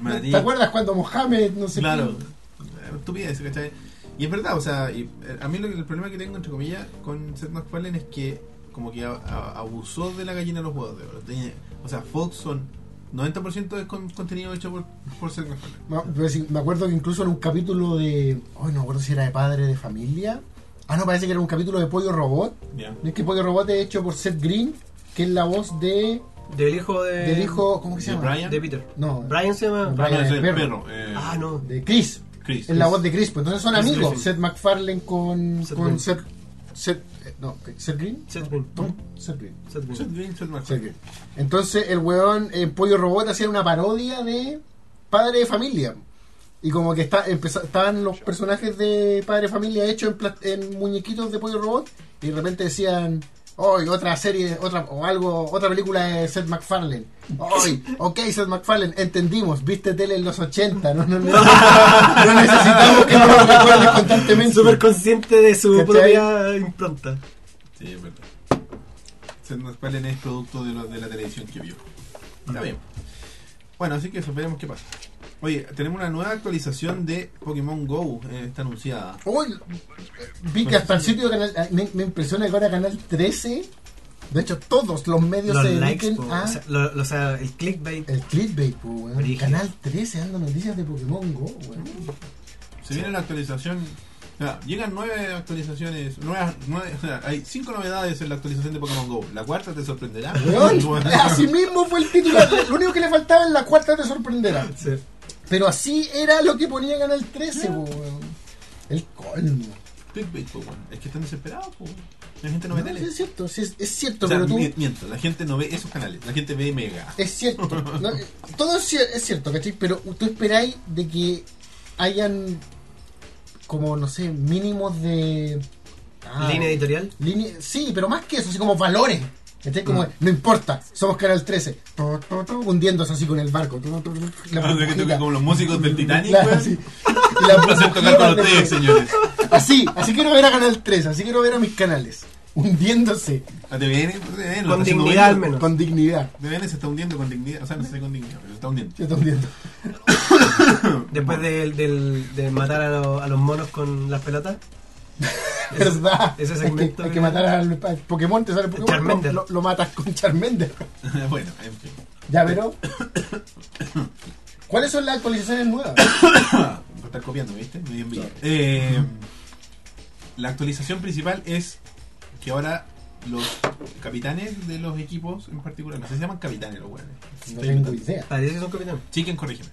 [SPEAKER 1] manatí.
[SPEAKER 3] ¿Te acuerdas cuando Mohamed, no sé
[SPEAKER 1] Claro.
[SPEAKER 3] qué?
[SPEAKER 1] Eh, Estupidez, ¿cachai? Y es verdad, o sea, y, eh, a mí lo que- el problema que tengo, entre comillas, con Seth MacFarlane es que como que a- a- abusó de la gallina de los huevos de oro. Tenía- O sea, Fox son 90% es con- contenido hecho por, por Seth MacFarlane.
[SPEAKER 3] Me- pero sí, Me acuerdo que incluso en un capítulo de... Ay, no me acuerdo si era de Padre de Familia. Ah, no, parece que era un capítulo de Pollo Robot.
[SPEAKER 1] Ya.
[SPEAKER 3] Es que Pollo Robot es hecho por Seth Green, que es la voz de...
[SPEAKER 2] Del hijo de.
[SPEAKER 3] Del hijo... ¿Cómo que se
[SPEAKER 1] de
[SPEAKER 3] llama?
[SPEAKER 1] Brian.
[SPEAKER 2] Eh, De Peter.
[SPEAKER 3] No.
[SPEAKER 2] Brian se llama.
[SPEAKER 3] Brian.
[SPEAKER 1] Brian es
[SPEAKER 3] el
[SPEAKER 1] el
[SPEAKER 3] perro.
[SPEAKER 1] perro. eh,
[SPEAKER 2] Ah, no.
[SPEAKER 3] De Chris.
[SPEAKER 1] Chris.
[SPEAKER 3] Es la voz de Chris. Pues entonces son
[SPEAKER 2] Chris
[SPEAKER 3] amigos.
[SPEAKER 2] Griffin.
[SPEAKER 3] Seth MacFarlane con...
[SPEAKER 2] Seth
[SPEAKER 3] con
[SPEAKER 2] Green.
[SPEAKER 3] Seth... Seth... eh, No, Seth Green.
[SPEAKER 2] Seth Green.
[SPEAKER 3] Tom- Seth Green.
[SPEAKER 2] Seth Green.
[SPEAKER 1] Seth Green, Seth
[SPEAKER 3] Sí,
[SPEAKER 1] MacFarlane.
[SPEAKER 3] que- Entonces el weón en Pollo Robot hacía una parodia de Padre de Familia. Y como que está, empeza- estaban los personajes de Padre de Familia hechos en, pla- en muñequitos de Pollo Robot y de repente decían, hoy otra serie, otra o algo, otra película de Seth MacFarlane. Hoy, ok Seth MacFarlane, entendimos, viste tele en los 80, no, no, no- no necesitamos que nos lo recuerdes constantemente.
[SPEAKER 2] Súper consciente de su
[SPEAKER 3] ¿Cachai?
[SPEAKER 2] propia impronta.
[SPEAKER 1] Sí, es verdad. Seth MacFarlane es producto de, lo- de la televisión que vio. Está bien. Bueno, así que eso, veremos qué pasa. Oye, tenemos una nueva actualización de Pokémon Go, eh, está anunciada.
[SPEAKER 3] Uy, vi que hasta el sitio de Canal... Me, me impresiona que ahora Canal 13... De hecho, todos los medios
[SPEAKER 2] Los
[SPEAKER 3] se
[SPEAKER 2] likes,
[SPEAKER 3] dediquen
[SPEAKER 2] po,
[SPEAKER 3] a...
[SPEAKER 2] o, sea, lo- lo- o sea, el clickbait.
[SPEAKER 3] el clickbait, po, weón.
[SPEAKER 2] Brígido.
[SPEAKER 3] Canal 13 dando noticias de Pokémon Go, weón.
[SPEAKER 1] Se viene la actualización. o sea, llegan nueve actualizaciones. Nuevas, nueve, o sea, hay cinco novedades en la actualización de Pokémon Go. La cuarta te sorprenderá.
[SPEAKER 3] Weón, así mismo fue el título. Lo único que le faltaba en la cuarta te sorprenderá.
[SPEAKER 2] Sí.
[SPEAKER 3] Pero así era lo que ponía Canal 13, po, weón. El colmo.
[SPEAKER 1] Clickbait, po, weón. Es que están desesperados, po. La gente no ve
[SPEAKER 3] No,
[SPEAKER 1] tele.
[SPEAKER 3] sí es cierto, sí es, es cierto,
[SPEAKER 1] O sea,
[SPEAKER 3] pero tú...
[SPEAKER 1] mi- miento, la gente no ve esos canales, la gente ve Mega.
[SPEAKER 3] Es cierto. no, eh, todo es, cier- es cierto, ¿cachai? Pero tú esperáis de que hayan como, no sé, mínimos de... ah,
[SPEAKER 2] Línea editorial. Mm.
[SPEAKER 3] línea- sí, pero más que eso, así como valores. ¿Cachai? Como, no importa, somos Canal 13. to, to, to, hundiéndose así con el barco. to, to, to, la
[SPEAKER 1] Ah, o sea, que
[SPEAKER 3] burbujita.
[SPEAKER 1] toca como los músicos del Titanic,
[SPEAKER 3] Claro,
[SPEAKER 1] weón.
[SPEAKER 3] sí. Y las
[SPEAKER 1] No sé tocar con
[SPEAKER 3] burbujitas
[SPEAKER 1] ustedes,
[SPEAKER 3] de-
[SPEAKER 1] señores.
[SPEAKER 3] Así, así quiero ver a Canal 13, así quiero ver a mis canales. Hundiéndose
[SPEAKER 1] La TVN, TVN, pues, lo
[SPEAKER 2] Con
[SPEAKER 1] está haciendo
[SPEAKER 2] dignidad al
[SPEAKER 1] bien.
[SPEAKER 2] menos.
[SPEAKER 3] con dignidad.
[SPEAKER 1] TVN se está hundiendo con dignidad, o sea, no sé con dignidad, pero se está hundiendo.
[SPEAKER 3] Se está hundiendo.
[SPEAKER 2] Después del, del, de matar a, lo- a los monos con las pelotas.
[SPEAKER 3] ¿Verdad?
[SPEAKER 2] ese
[SPEAKER 3] Hay que- hay,
[SPEAKER 2] segmento
[SPEAKER 3] que,
[SPEAKER 2] que-
[SPEAKER 3] matar al, al Pokémon, te sale Pokémon.
[SPEAKER 2] Charmander.
[SPEAKER 3] Lo, lo matas con Charmander.
[SPEAKER 1] bueno, en fin.
[SPEAKER 3] Ya, pero. ¿Cuáles son las actualizaciones nuevas?
[SPEAKER 1] Voy a estar copiando, ¿viste? Me dio envidia. Eh, la actualización principal es que ahora los capitanes de los equipos en particular, no sé si se llaman capitanes los weones.
[SPEAKER 3] No tengo idea.
[SPEAKER 2] Parece que es un capitán.
[SPEAKER 1] Chiquen, corrígeme.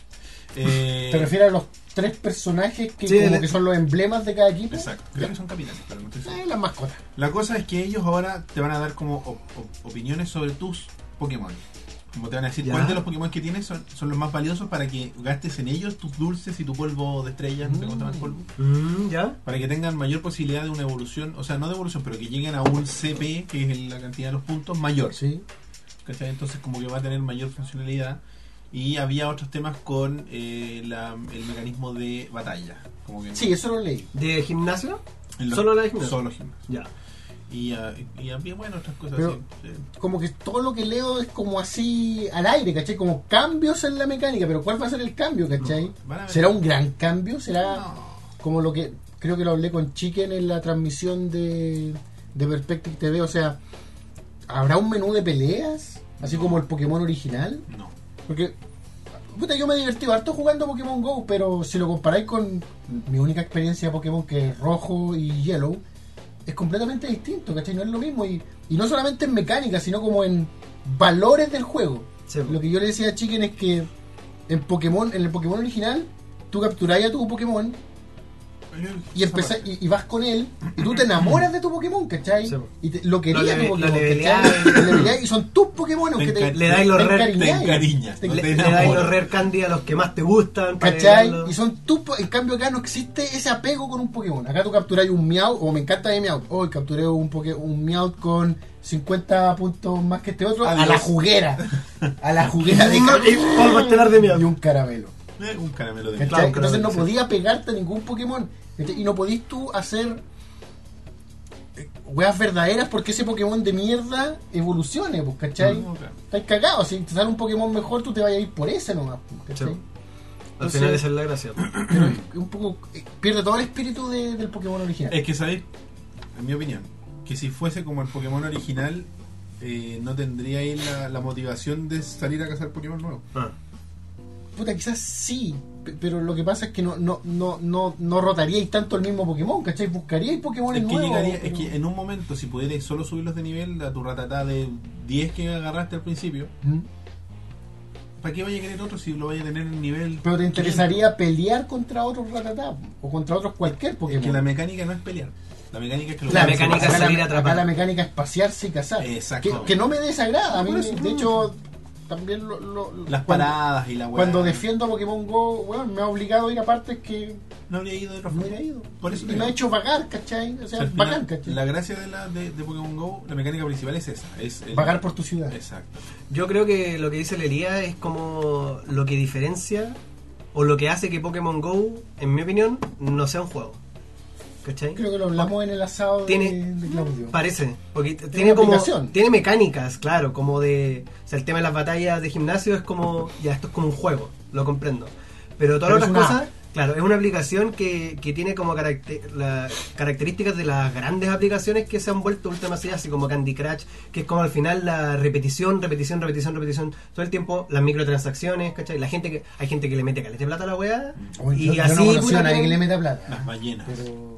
[SPEAKER 1] Eh,
[SPEAKER 3] ¿Te refieres a los tres personajes que,
[SPEAKER 2] Sí,
[SPEAKER 3] como
[SPEAKER 2] el-
[SPEAKER 3] que son los emblemas de cada equipo?
[SPEAKER 1] Exacto, creo que son capitanes, pero no estoy seguro.
[SPEAKER 3] Eh, las mascotas.
[SPEAKER 1] La cosa es que ellos ahora te van a dar como op- op- opiniones sobre tus Pokémon. Como te van a decir
[SPEAKER 2] Ya.
[SPEAKER 1] cuál de los Pokémon que tienes son, son los más valiosos para que gastes en ellos tus dulces y tu polvo de estrellas, no sé cómo se llama el polvo.
[SPEAKER 2] Mm, ¿Ya?
[SPEAKER 1] Para que tengan mayor posibilidad de una evolución, o sea, no de evolución, pero que lleguen a un CP, que es la cantidad de los puntos, mayor.
[SPEAKER 3] Sí.
[SPEAKER 1] ¿cachai? Entonces como que va a tener mayor funcionalidad. Y había otros temas con eh, la- el mecanismo de batalla. Como que
[SPEAKER 3] Sí, eso lo leí.
[SPEAKER 2] ¿De gimnasio?
[SPEAKER 1] en los-
[SPEAKER 2] ¿Solo la de gimnasio?
[SPEAKER 1] Solo gimnasio.
[SPEAKER 2] Ya.
[SPEAKER 1] Y, ah, y había, bueno, otras cosas.
[SPEAKER 3] Pero-
[SPEAKER 1] sí, sí.
[SPEAKER 3] Como que todo lo que leo es como así al aire, ¿cachai? Como cambios en la mecánica, pero ¿cuál va a ser el cambio, cachai?
[SPEAKER 1] van a ver.
[SPEAKER 3] ¿Será un gran cambio? ¿Será.?
[SPEAKER 1] No.
[SPEAKER 3] como lo que creo que lo hablé con Chicken en la transmisión de, de Perspective TV, o sea, ¿habrá un menú de peleas? Así como el Pokémon original.
[SPEAKER 1] No.
[SPEAKER 3] Porque, puta, yo me he divertido harto jugando Pokémon Go, pero si lo comparáis con mi única experiencia de Pokémon, que es rojo y yellow, es completamente distinto, ¿cachai? No es lo mismo. Y, y no solamente en mecánica, sino como en valores del juego.
[SPEAKER 2] Sí.
[SPEAKER 3] Lo que yo le decía a Chicken es que en Pokémon, en el Pokémon original, tú capturabas a tu Pokémon y, empezás- y, y vas con él y tú te enamoras de tu Pokémon, ¿cachai?
[SPEAKER 2] Sí, po.
[SPEAKER 3] Y te- lo querías
[SPEAKER 2] Lo
[SPEAKER 3] tu
[SPEAKER 2] le-
[SPEAKER 3] Pokémon,
[SPEAKER 2] lo
[SPEAKER 3] ¿cachai?
[SPEAKER 2] leveleáis.
[SPEAKER 3] Lo leveleáis y son tus Pokémon
[SPEAKER 1] Te
[SPEAKER 3] que te,
[SPEAKER 1] enca-
[SPEAKER 2] le dais los
[SPEAKER 3] te
[SPEAKER 2] red, te
[SPEAKER 3] encariñáis.
[SPEAKER 1] encariñas,
[SPEAKER 3] Te-
[SPEAKER 1] no
[SPEAKER 2] Le,
[SPEAKER 1] te
[SPEAKER 2] le dais
[SPEAKER 1] enamoras.
[SPEAKER 2] los rare candy a los que más te gustan. para
[SPEAKER 3] ¿Cachai?
[SPEAKER 2] regalarlo.
[SPEAKER 3] Y son tus po- En cambio, acá no existe ese apego con un Pokémon. Acá tú capturáis un Meow, o me encanta de Meow. Hoy capturé un, poke, un Meow con 50 puntos más que este otro. A
[SPEAKER 1] Adiós.
[SPEAKER 3] la juguera. A la juguera de
[SPEAKER 2] Y polvo estelar de Meow.
[SPEAKER 3] Y un caramelo.
[SPEAKER 1] Eh, un caramelo de
[SPEAKER 3] ¿cachai?
[SPEAKER 2] Claro,
[SPEAKER 3] Entonces
[SPEAKER 2] caramelo,
[SPEAKER 3] no
[SPEAKER 2] sí.
[SPEAKER 3] podía pegarte a ningún Pokémon. ¿cachai? Y no podías tú hacer eh, weas verdaderas porque ese Pokémon de mierda evolucione, pues, ¿cachai?
[SPEAKER 1] No, claro.
[SPEAKER 3] Estás cagado. Si te sale un Pokémon mejor, tú te vas a ir por ese nomás, pues, ¿cachai?
[SPEAKER 2] Sí. Al final esa es la gracia.
[SPEAKER 3] pero es un poco eh, pierde todo el espíritu de- del Pokémon original.
[SPEAKER 1] Es que sabéis, en mi opinión, que si fuese como el Pokémon original, eh, no tendría ahí la, la motivación de salir a cazar Pokémon nuevos.
[SPEAKER 2] Ah,
[SPEAKER 3] Puta, quizás sí, pe- pero lo que pasa es que no no no no, no rotaríais tanto el mismo Pokémon, ¿cachai? Buscaríais Pokémon
[SPEAKER 1] Es que,
[SPEAKER 3] nuevos.
[SPEAKER 1] llegaría, es
[SPEAKER 3] pero-
[SPEAKER 1] que eh, en un momento, si pudierais solo subirlos de nivel a tu ratatá de 10 que agarraste al principio,
[SPEAKER 3] ¿Mm?
[SPEAKER 1] ¿para qué vaya a querer otro si lo vaya a tener en nivel?
[SPEAKER 3] Pero te interesaría pelear contra otros Ratatá o contra otros
[SPEAKER 1] 500?
[SPEAKER 3] cualquier
[SPEAKER 1] Es
[SPEAKER 3] Pokémon.
[SPEAKER 1] que la mecánica no es pelear. La mecánica es que lo
[SPEAKER 2] La
[SPEAKER 1] puedas
[SPEAKER 2] mecánica
[SPEAKER 1] hacer.
[SPEAKER 2] es
[SPEAKER 3] acá
[SPEAKER 2] salir a
[SPEAKER 3] acá
[SPEAKER 2] atrapar.
[SPEAKER 3] la mecánica es pasearse y cazar. Que,
[SPEAKER 1] Exactamente.
[SPEAKER 3] que no me desagrada. A mí,
[SPEAKER 1] Por
[SPEAKER 3] me-
[SPEAKER 1] eso,
[SPEAKER 3] de hecho, también lo, lo- lo-
[SPEAKER 1] Las
[SPEAKER 3] cuando-
[SPEAKER 1] paradas y la weá.
[SPEAKER 3] Cuando defiendo a Pokémon Go, weón, me ha obligado a ir a partes que
[SPEAKER 1] No habría ido de otra
[SPEAKER 3] no
[SPEAKER 1] forma.
[SPEAKER 3] hubiera ido.
[SPEAKER 1] Por eso
[SPEAKER 3] y
[SPEAKER 1] te
[SPEAKER 3] me ha
[SPEAKER 1] digo.
[SPEAKER 3] hecho vagar, ¿cachai? O
[SPEAKER 1] O
[SPEAKER 3] sea,
[SPEAKER 1] sea, al final,
[SPEAKER 3] vagar, ¿cachai?
[SPEAKER 1] la gracia de, la, de, de Pokémon Go, la mecánica principal es esa. Es el-
[SPEAKER 3] Vagar por tu ciudad.
[SPEAKER 1] Exacto.
[SPEAKER 2] Yo creo que lo que dice Lería es como lo que diferencia o lo que hace que Pokémon Go, en mi opinión, no sea un juego. ¿Cachai?
[SPEAKER 3] Creo que lo hablamos en el asado de,
[SPEAKER 2] Tiene-
[SPEAKER 3] de Claudio.
[SPEAKER 2] Parece, porque t-
[SPEAKER 3] una
[SPEAKER 2] tiene como
[SPEAKER 3] aplicación.
[SPEAKER 2] tiene mecánicas, claro, como de, o sea, el tema de las batallas de gimnasio es como ya esto es como un juego, lo comprendo. Pero todas
[SPEAKER 3] Pero es
[SPEAKER 2] las otras
[SPEAKER 3] una
[SPEAKER 2] cosas, claro, es una aplicación que, que tiene como caracte- la- características de las grandes aplicaciones que se han vuelto ultramasivas, así como Candy Crush, que es como al final la repetición, repetición, repetición, repetición, todo el tiempo las microtransacciones, ¿cachai? La gente que hay gente que le mete caleta de plata a la weá
[SPEAKER 3] Uy,
[SPEAKER 2] y
[SPEAKER 3] yo, yo
[SPEAKER 2] así
[SPEAKER 3] no conocía
[SPEAKER 2] puta,
[SPEAKER 3] a nadie
[SPEAKER 2] que-
[SPEAKER 3] que le meta plata.
[SPEAKER 1] Las ballenas.
[SPEAKER 3] Pero.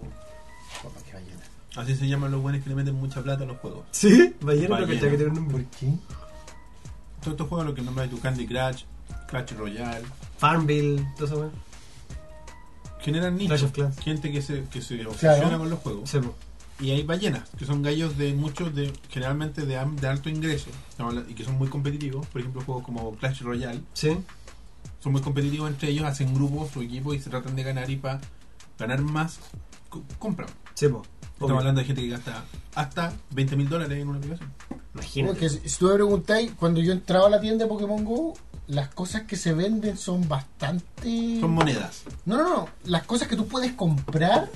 [SPEAKER 3] Puta, qué ballena.
[SPEAKER 1] Así se llaman los buenos que le meten mucha plata a los juegos.
[SPEAKER 2] Sí, ballena, pero
[SPEAKER 1] Ballena.
[SPEAKER 2] ¿cachai? que tiene un nombre.
[SPEAKER 3] ¿Por qué?
[SPEAKER 1] Todos estos juegos, lo que nombra tu Candy Crush, Clash Royale,
[SPEAKER 2] Farmville, todo eso, weá.
[SPEAKER 1] generan
[SPEAKER 2] Clash
[SPEAKER 1] nichos,
[SPEAKER 2] of Clans.
[SPEAKER 1] gente que se, que se obsesiona con los juegos.
[SPEAKER 2] Sí, po.
[SPEAKER 1] Y hay ballenas, que son gallos de muchos, de generalmente de, am- de alto ingreso, Estamos hablando- y que son muy competitivos. Por ejemplo, juegos como Clash Royale,
[SPEAKER 2] Sí.
[SPEAKER 1] son muy competitivos entre ellos, hacen grupos o equipos y se tratan de ganar y para ganar más, co- compran.
[SPEAKER 2] Sí, po.
[SPEAKER 1] Estamos hablando de gente que gasta hasta 20 mil dólares en una aplicación.
[SPEAKER 2] Imagínate.
[SPEAKER 3] Porque si si tú me preguntáis, cuando yo entraba a la tienda de Pokémon Go, las cosas que se venden son bastante.
[SPEAKER 1] Son monedas.
[SPEAKER 3] No, no, no. Las cosas que tú puedes comprar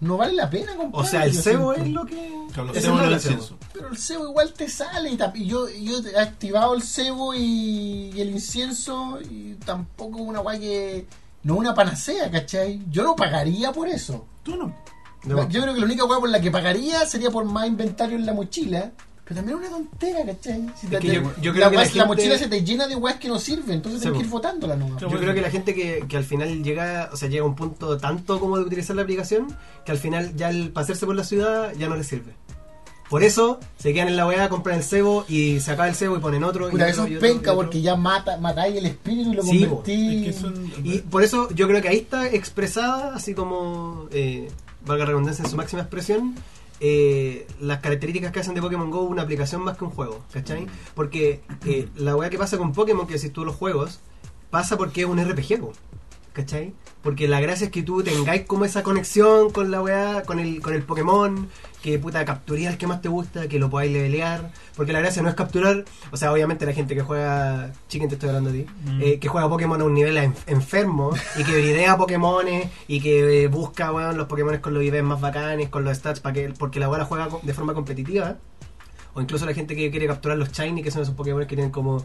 [SPEAKER 3] no vale la pena comprar.
[SPEAKER 2] O sea, el
[SPEAKER 3] yo
[SPEAKER 2] cebo
[SPEAKER 3] siento.
[SPEAKER 2] es lo que.
[SPEAKER 1] Carlos,
[SPEAKER 2] Esa es
[SPEAKER 1] tenemos
[SPEAKER 2] la
[SPEAKER 1] lo del
[SPEAKER 2] gracia, po.
[SPEAKER 1] censo.
[SPEAKER 3] Pero el cebo igual te sale. Y tap- y yo, yo he activado el cebo y, y el incienso y tampoco una guay que... No una panacea, ¿cachai? Yo no pagaría por eso.
[SPEAKER 1] Tú no.
[SPEAKER 2] No,
[SPEAKER 3] Yo creo que la única guay por la que pagaría sería por más inventario en la mochila. Pero también es una tontera, ¿cachai? Si
[SPEAKER 2] Es que yo-
[SPEAKER 3] la,
[SPEAKER 2] yo creo que la
[SPEAKER 3] guay- la
[SPEAKER 2] gente-
[SPEAKER 3] mochila se te llena de guays que no sirven, entonces
[SPEAKER 2] Sí,
[SPEAKER 3] tienes
[SPEAKER 2] po.
[SPEAKER 3] que ir botándola nomás.
[SPEAKER 1] Yo-
[SPEAKER 2] Yo creo que la gente que, que al final llega, o sea, llega a un punto tanto como de utilizar la aplicación, que al final ya el pasearse por la ciudad ya no le sirve. Por eso se quedan en la weá, compran el cebo y se acaba el cebo y ponen otro. y
[SPEAKER 3] Puta,
[SPEAKER 2] otro,
[SPEAKER 3] eso
[SPEAKER 2] y
[SPEAKER 3] es
[SPEAKER 2] otro, y
[SPEAKER 3] penca
[SPEAKER 2] otro.
[SPEAKER 3] porque ya mata, matáis el espíritu y lo
[SPEAKER 2] Sí, po.
[SPEAKER 3] convertís.
[SPEAKER 1] Es que son-
[SPEAKER 2] Y por eso yo creo que ahí está expresada, así como, eh, valga la redundancia en su máxima expresión, eh, las características que hacen de Pokémon Go una aplicación más que un juego, ¿cachai? Porque eh, la weá que pasa con Pokémon, que decís tú los juegos, pasa porque es un RPG, po, ¿cachai? Porque la gracia es que tú tengáis como esa conexión con la weá, con el, con el Pokémon, que puta capturar el que más te gusta, que lo podáis levelear, porque la gracia no es capturar, o sea, obviamente la gente que juega, chiquen te estoy hablando a ti,
[SPEAKER 1] Mm.
[SPEAKER 2] eh, que juega Pokémon a un nivel en- enfermo y que bridea Pokémones y que eh, busca weón, los Pokémones con los IVs más bacanes, con los stats, para que, porque la weá la juega co- de forma competitiva. O incluso la gente que quiere capturar los Shiny, que son esos Pokémon que tienen como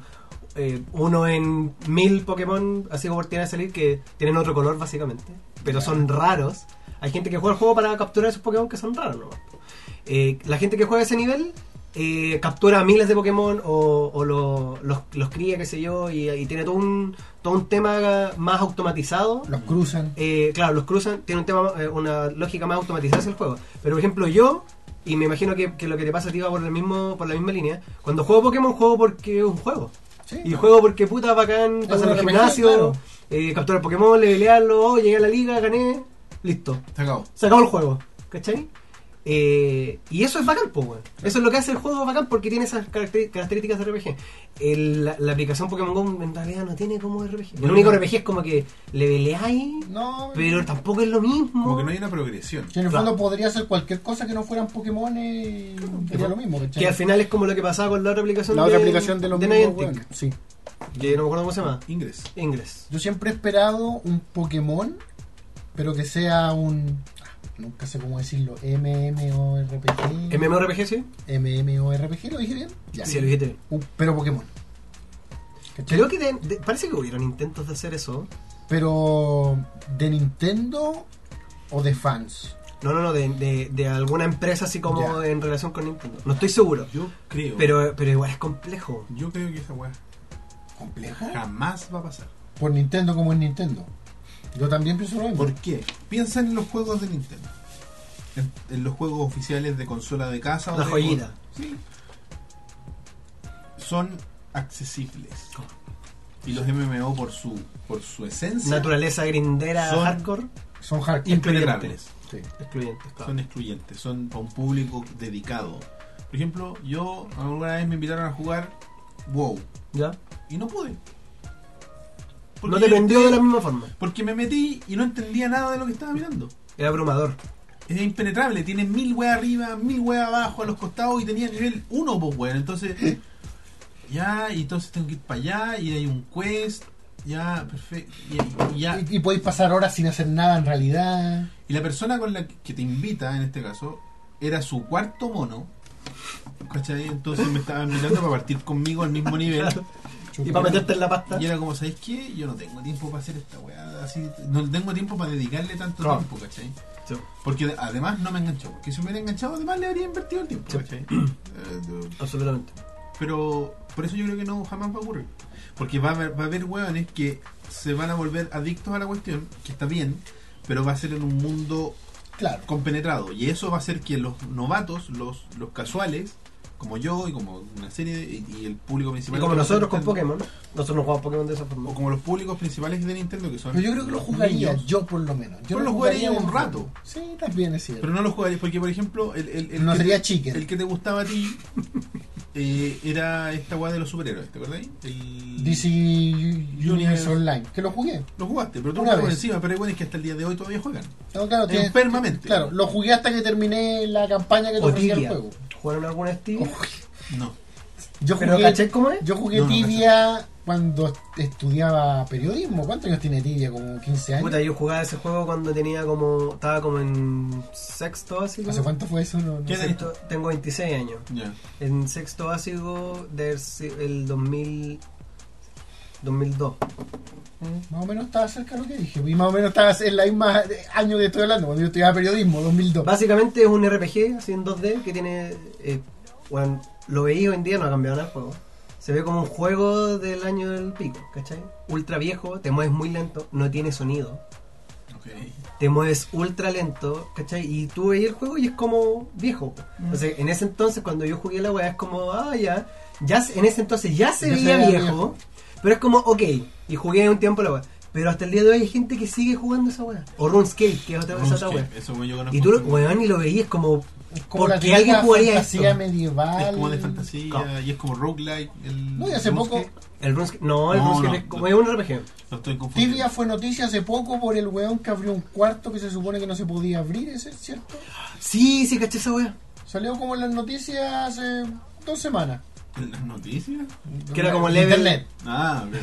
[SPEAKER 2] eh, uno en mil Pokémon, así como tiene a salir, que tienen otro color básicamente, pero son raros. Hay gente que juega el juego para capturar esos Pokémon que son raros, ¿no? Eh, la gente que juega a ese nivel eh, captura miles de Pokémon o, o lo- los, los cría, qué sé yo, y, y tiene todo un, todo un tema más automatizado.
[SPEAKER 3] Los cruzan.
[SPEAKER 2] Eh, claro, los cruzan, tiene un tema, eh, una lógica más automatizada hacia el juego. Pero por ejemplo, yo, y me imagino que, que lo que te pasa a ti va por, el mismo, por la misma línea, cuando juego Pokémon juego porque es un juego.
[SPEAKER 3] Sí.
[SPEAKER 2] Y juego porque puta, bacán, pasar
[SPEAKER 3] un
[SPEAKER 2] al
[SPEAKER 3] RPG,
[SPEAKER 2] gimnasio,
[SPEAKER 3] claro.
[SPEAKER 2] eh, capturar Pokémon, levelearlo, oh, llegué a la liga, gané. listo,
[SPEAKER 1] Se acabó.
[SPEAKER 2] se acabó el juego, ¿cachai? Eh, y eso es bacán, pues, weón. Eso es lo que hace el juego bacán porque tiene esas caracter- características de RPG. El- la, la aplicación Pokémon Go en realidad no tiene como RPG. El
[SPEAKER 1] No,
[SPEAKER 2] único
[SPEAKER 1] no.
[SPEAKER 2] RPG es como que le peleáis,
[SPEAKER 3] No,
[SPEAKER 2] pero tampoco es lo mismo.
[SPEAKER 1] Como que no hay una progresión.
[SPEAKER 3] que en el
[SPEAKER 2] Claro.
[SPEAKER 3] fondo podría ser cualquier cosa que no fueran Pokémon y sería lo mismo, ¿cachai?
[SPEAKER 2] Que al final es como lo que pasaba con la otra aplicación
[SPEAKER 3] la otra aplicación de los mismos,
[SPEAKER 2] Niantic,
[SPEAKER 3] weón. Sí.
[SPEAKER 2] que no me acuerdo cómo se llama.
[SPEAKER 1] Ingres.
[SPEAKER 2] Ingress.
[SPEAKER 3] Yo siempre he esperado un Pokémon, pero que sea un. ah, Nunca sé cómo decirlo. MMORPG.
[SPEAKER 2] ¿MMORPG sí?
[SPEAKER 3] MMORPG, ¿lo dije bien? Ya.
[SPEAKER 2] Sí, lo dijiste bien.
[SPEAKER 3] Un- pero Pokémon. ¿Cachai?
[SPEAKER 2] Creo que de- de- parece que hubieron intentos de hacer eso.
[SPEAKER 3] Pero. ¿De Nintendo o de fans?
[SPEAKER 2] No, no, no, de, de- de alguna empresa así como
[SPEAKER 3] Ya.
[SPEAKER 2] en relación con Nintendo. No estoy seguro.
[SPEAKER 1] Yo creo.
[SPEAKER 2] Pero, pero igual es complejo.
[SPEAKER 1] Yo creo que esa weá
[SPEAKER 3] ¿Complejo?
[SPEAKER 1] jamás va a pasar.
[SPEAKER 3] Por Nintendo como es Nintendo. Yo también pienso lo mismo.
[SPEAKER 1] ¿Por qué? Piensa en los juegos de Nintendo. En, en los juegos oficiales de consola de casa. o
[SPEAKER 2] La
[SPEAKER 1] de-
[SPEAKER 2] joyita.
[SPEAKER 1] Sí. Son accesibles. Y los MMO por su por su esencia
[SPEAKER 2] Naturaleza grindera,
[SPEAKER 1] Son-
[SPEAKER 2] hardcore,
[SPEAKER 3] Son hardcore.
[SPEAKER 1] impenetrables.
[SPEAKER 3] Sí.
[SPEAKER 2] excluyente. claro.
[SPEAKER 1] Son excluyentes, son para un público dedicado. Por ejemplo, yo alguna vez me invitaron a jugar WoW
[SPEAKER 2] ¿Ya?
[SPEAKER 1] y no pude.
[SPEAKER 2] No
[SPEAKER 1] yo-
[SPEAKER 2] te vendió de la misma forma.
[SPEAKER 1] Porque me metí y no entendía nada de lo que estaba mirando.
[SPEAKER 2] Era abrumador.
[SPEAKER 1] Es impenetrable, tiene mil weas arriba, mil weas abajo, a los costados y tenía nivel 1, pues weón. Entonces, ya, y entonces tengo que ir para allá y hay un quest, ya, perfecto. Y, y ya.
[SPEAKER 3] Y, y podéis pasar horas sin hacer nada en realidad.
[SPEAKER 1] Y la persona con la que te invita, en este caso, era su cuarto mono. ¿Cachai? Entonces me estaban invitando para partir conmigo al mismo nivel.
[SPEAKER 2] Y para meterte en la pasta.
[SPEAKER 1] Y era como, ¿sabéis qué? Yo no tengo tiempo para hacer esta weá así. No tengo tiempo para dedicarle tanto
[SPEAKER 2] Claro.
[SPEAKER 1] tiempo, ¿cachai?
[SPEAKER 2] Sí.
[SPEAKER 1] Porque además no me enganchó. Porque si me hubiera enganchado, además le habría invertido el tiempo.
[SPEAKER 2] Sí.
[SPEAKER 1] ¿cachai? Eh,
[SPEAKER 2] Absolutamente.
[SPEAKER 1] Pero por eso yo creo que no jamás va a ocurrir. Porque va a haber, va a haber hueones que se van a volver adictos a la cuestión, que está bien, pero va a ser en un mundo
[SPEAKER 3] Claro.
[SPEAKER 1] compenetrado. Y eso va a hacer que los novatos, los, los casuales, como yo y como una serie de- y, y el público
[SPEAKER 2] Y
[SPEAKER 1] principal.
[SPEAKER 2] como
[SPEAKER 1] que
[SPEAKER 2] nosotros con
[SPEAKER 1] Nintendo,
[SPEAKER 2] Pokémon, nosotros no jugamos Pokémon de esa forma.
[SPEAKER 1] O como los públicos principales de Nintendo, que son.
[SPEAKER 3] Pero yo creo que lo
[SPEAKER 1] los
[SPEAKER 3] jugaría,
[SPEAKER 1] niños.
[SPEAKER 3] yo por lo menos. Yo
[SPEAKER 1] Pero lo jugaría un rato.
[SPEAKER 3] Sí, también es cierto.
[SPEAKER 1] Pero no lo jugaría, porque por ejemplo, el, el, el
[SPEAKER 3] no
[SPEAKER 1] que
[SPEAKER 3] sería
[SPEAKER 1] te-
[SPEAKER 3] chicken.
[SPEAKER 1] El que te gustaba a ti eh, era esta weá de los superhéroes, ¿te acordás? El...
[SPEAKER 3] DC Universe
[SPEAKER 1] Universe.
[SPEAKER 3] Online, que lo jugué.
[SPEAKER 1] Lo jugaste, pero tú
[SPEAKER 3] Una
[SPEAKER 1] lo por
[SPEAKER 3] vez.
[SPEAKER 1] encima, pero hay weones que hasta el día de hoy todavía juegan.
[SPEAKER 3] No, claro, tienes-
[SPEAKER 1] Enfermamente.
[SPEAKER 3] Claro, lo jugué hasta que terminé la campaña que te
[SPEAKER 2] O
[SPEAKER 3] ofrecía el
[SPEAKER 2] Tibia.
[SPEAKER 3] juego.
[SPEAKER 2] ¿Jugaron alguna Tibia?
[SPEAKER 3] Uy,
[SPEAKER 1] No.
[SPEAKER 3] Yo
[SPEAKER 2] ¿Pero caché
[SPEAKER 3] jugué,
[SPEAKER 2] cómo es?
[SPEAKER 3] yo jugué
[SPEAKER 1] No, no
[SPEAKER 3] Tibia cuando est- estudiaba periodismo. ¿Cuántos años tiene Tibia? Como 15 años.
[SPEAKER 2] Puta, yo jugaba ese juego cuando tenía como. Estaba como en sexto básico.
[SPEAKER 3] ¿Hace cuánto fue eso? No, no
[SPEAKER 1] ¿Qué
[SPEAKER 3] sé.
[SPEAKER 1] edad?
[SPEAKER 2] Sexto- tengo 26 años.
[SPEAKER 1] Ya.
[SPEAKER 2] En sexto básico del el 2000, 2002.
[SPEAKER 3] Más o menos estaba cerca de lo que dije. Y más o menos estaba en la misma eh, año que estoy hablando, cuando yo estudiaba periodismo, 2002.
[SPEAKER 2] Básicamente es un RPG así en 2D que tiene. eh, bueno, lo veía hoy en día, no ha cambiado nada el juego. Se ve como un juego del año del pico, ¿cachai? Ultra viejo, te mueves muy lento, no tiene sonido.
[SPEAKER 1] Ok.
[SPEAKER 2] te mueves ultra lento, ¿cachai? Y tú veías el juego y es como viejo.
[SPEAKER 3] Mm.
[SPEAKER 2] Entonces, en ese entonces, cuando yo jugué la weá, es como, ah, ya. ya se- en ese entonces ya se
[SPEAKER 3] Ya se
[SPEAKER 2] veía
[SPEAKER 3] veía
[SPEAKER 2] viejo,
[SPEAKER 3] viejo.
[SPEAKER 2] pero es como, ok, y jugué un tiempo la weá. Pero hasta el día de hoy hay gente que sigue jugando esa weá. O RuneScape, que es otra, esa otra weá.
[SPEAKER 1] RuneScape, Eso weón, yo conozco.
[SPEAKER 2] Y tú, lo-
[SPEAKER 1] un-
[SPEAKER 2] weón, y lo veías como,
[SPEAKER 3] Es como
[SPEAKER 2] ¿por
[SPEAKER 3] la
[SPEAKER 2] qué
[SPEAKER 3] típica
[SPEAKER 2] alguien jugaría
[SPEAKER 3] fantasía
[SPEAKER 2] esto?
[SPEAKER 3] medieval.
[SPEAKER 1] Es como de fantasía
[SPEAKER 2] Claro.
[SPEAKER 1] y es como roguelike. El
[SPEAKER 3] No, y hace poco-
[SPEAKER 1] RuneScape.
[SPEAKER 2] El RuneScape, no, el
[SPEAKER 1] No,
[SPEAKER 2] RuneScape
[SPEAKER 1] no.
[SPEAKER 2] es como, es un RPG.
[SPEAKER 1] Lo estoy confundiendo.
[SPEAKER 3] Tibia fue noticia hace poco por el weón que abrió un cuarto que se supone que no se podía abrir, ¿ese es cierto?
[SPEAKER 2] Sí, sí, caché esa weá.
[SPEAKER 3] Salió como en las noticias hace dos semanas.
[SPEAKER 1] ¿En las noticias?
[SPEAKER 2] Que era como
[SPEAKER 3] En
[SPEAKER 2] level-
[SPEAKER 3] Internet,
[SPEAKER 1] Ah, ok.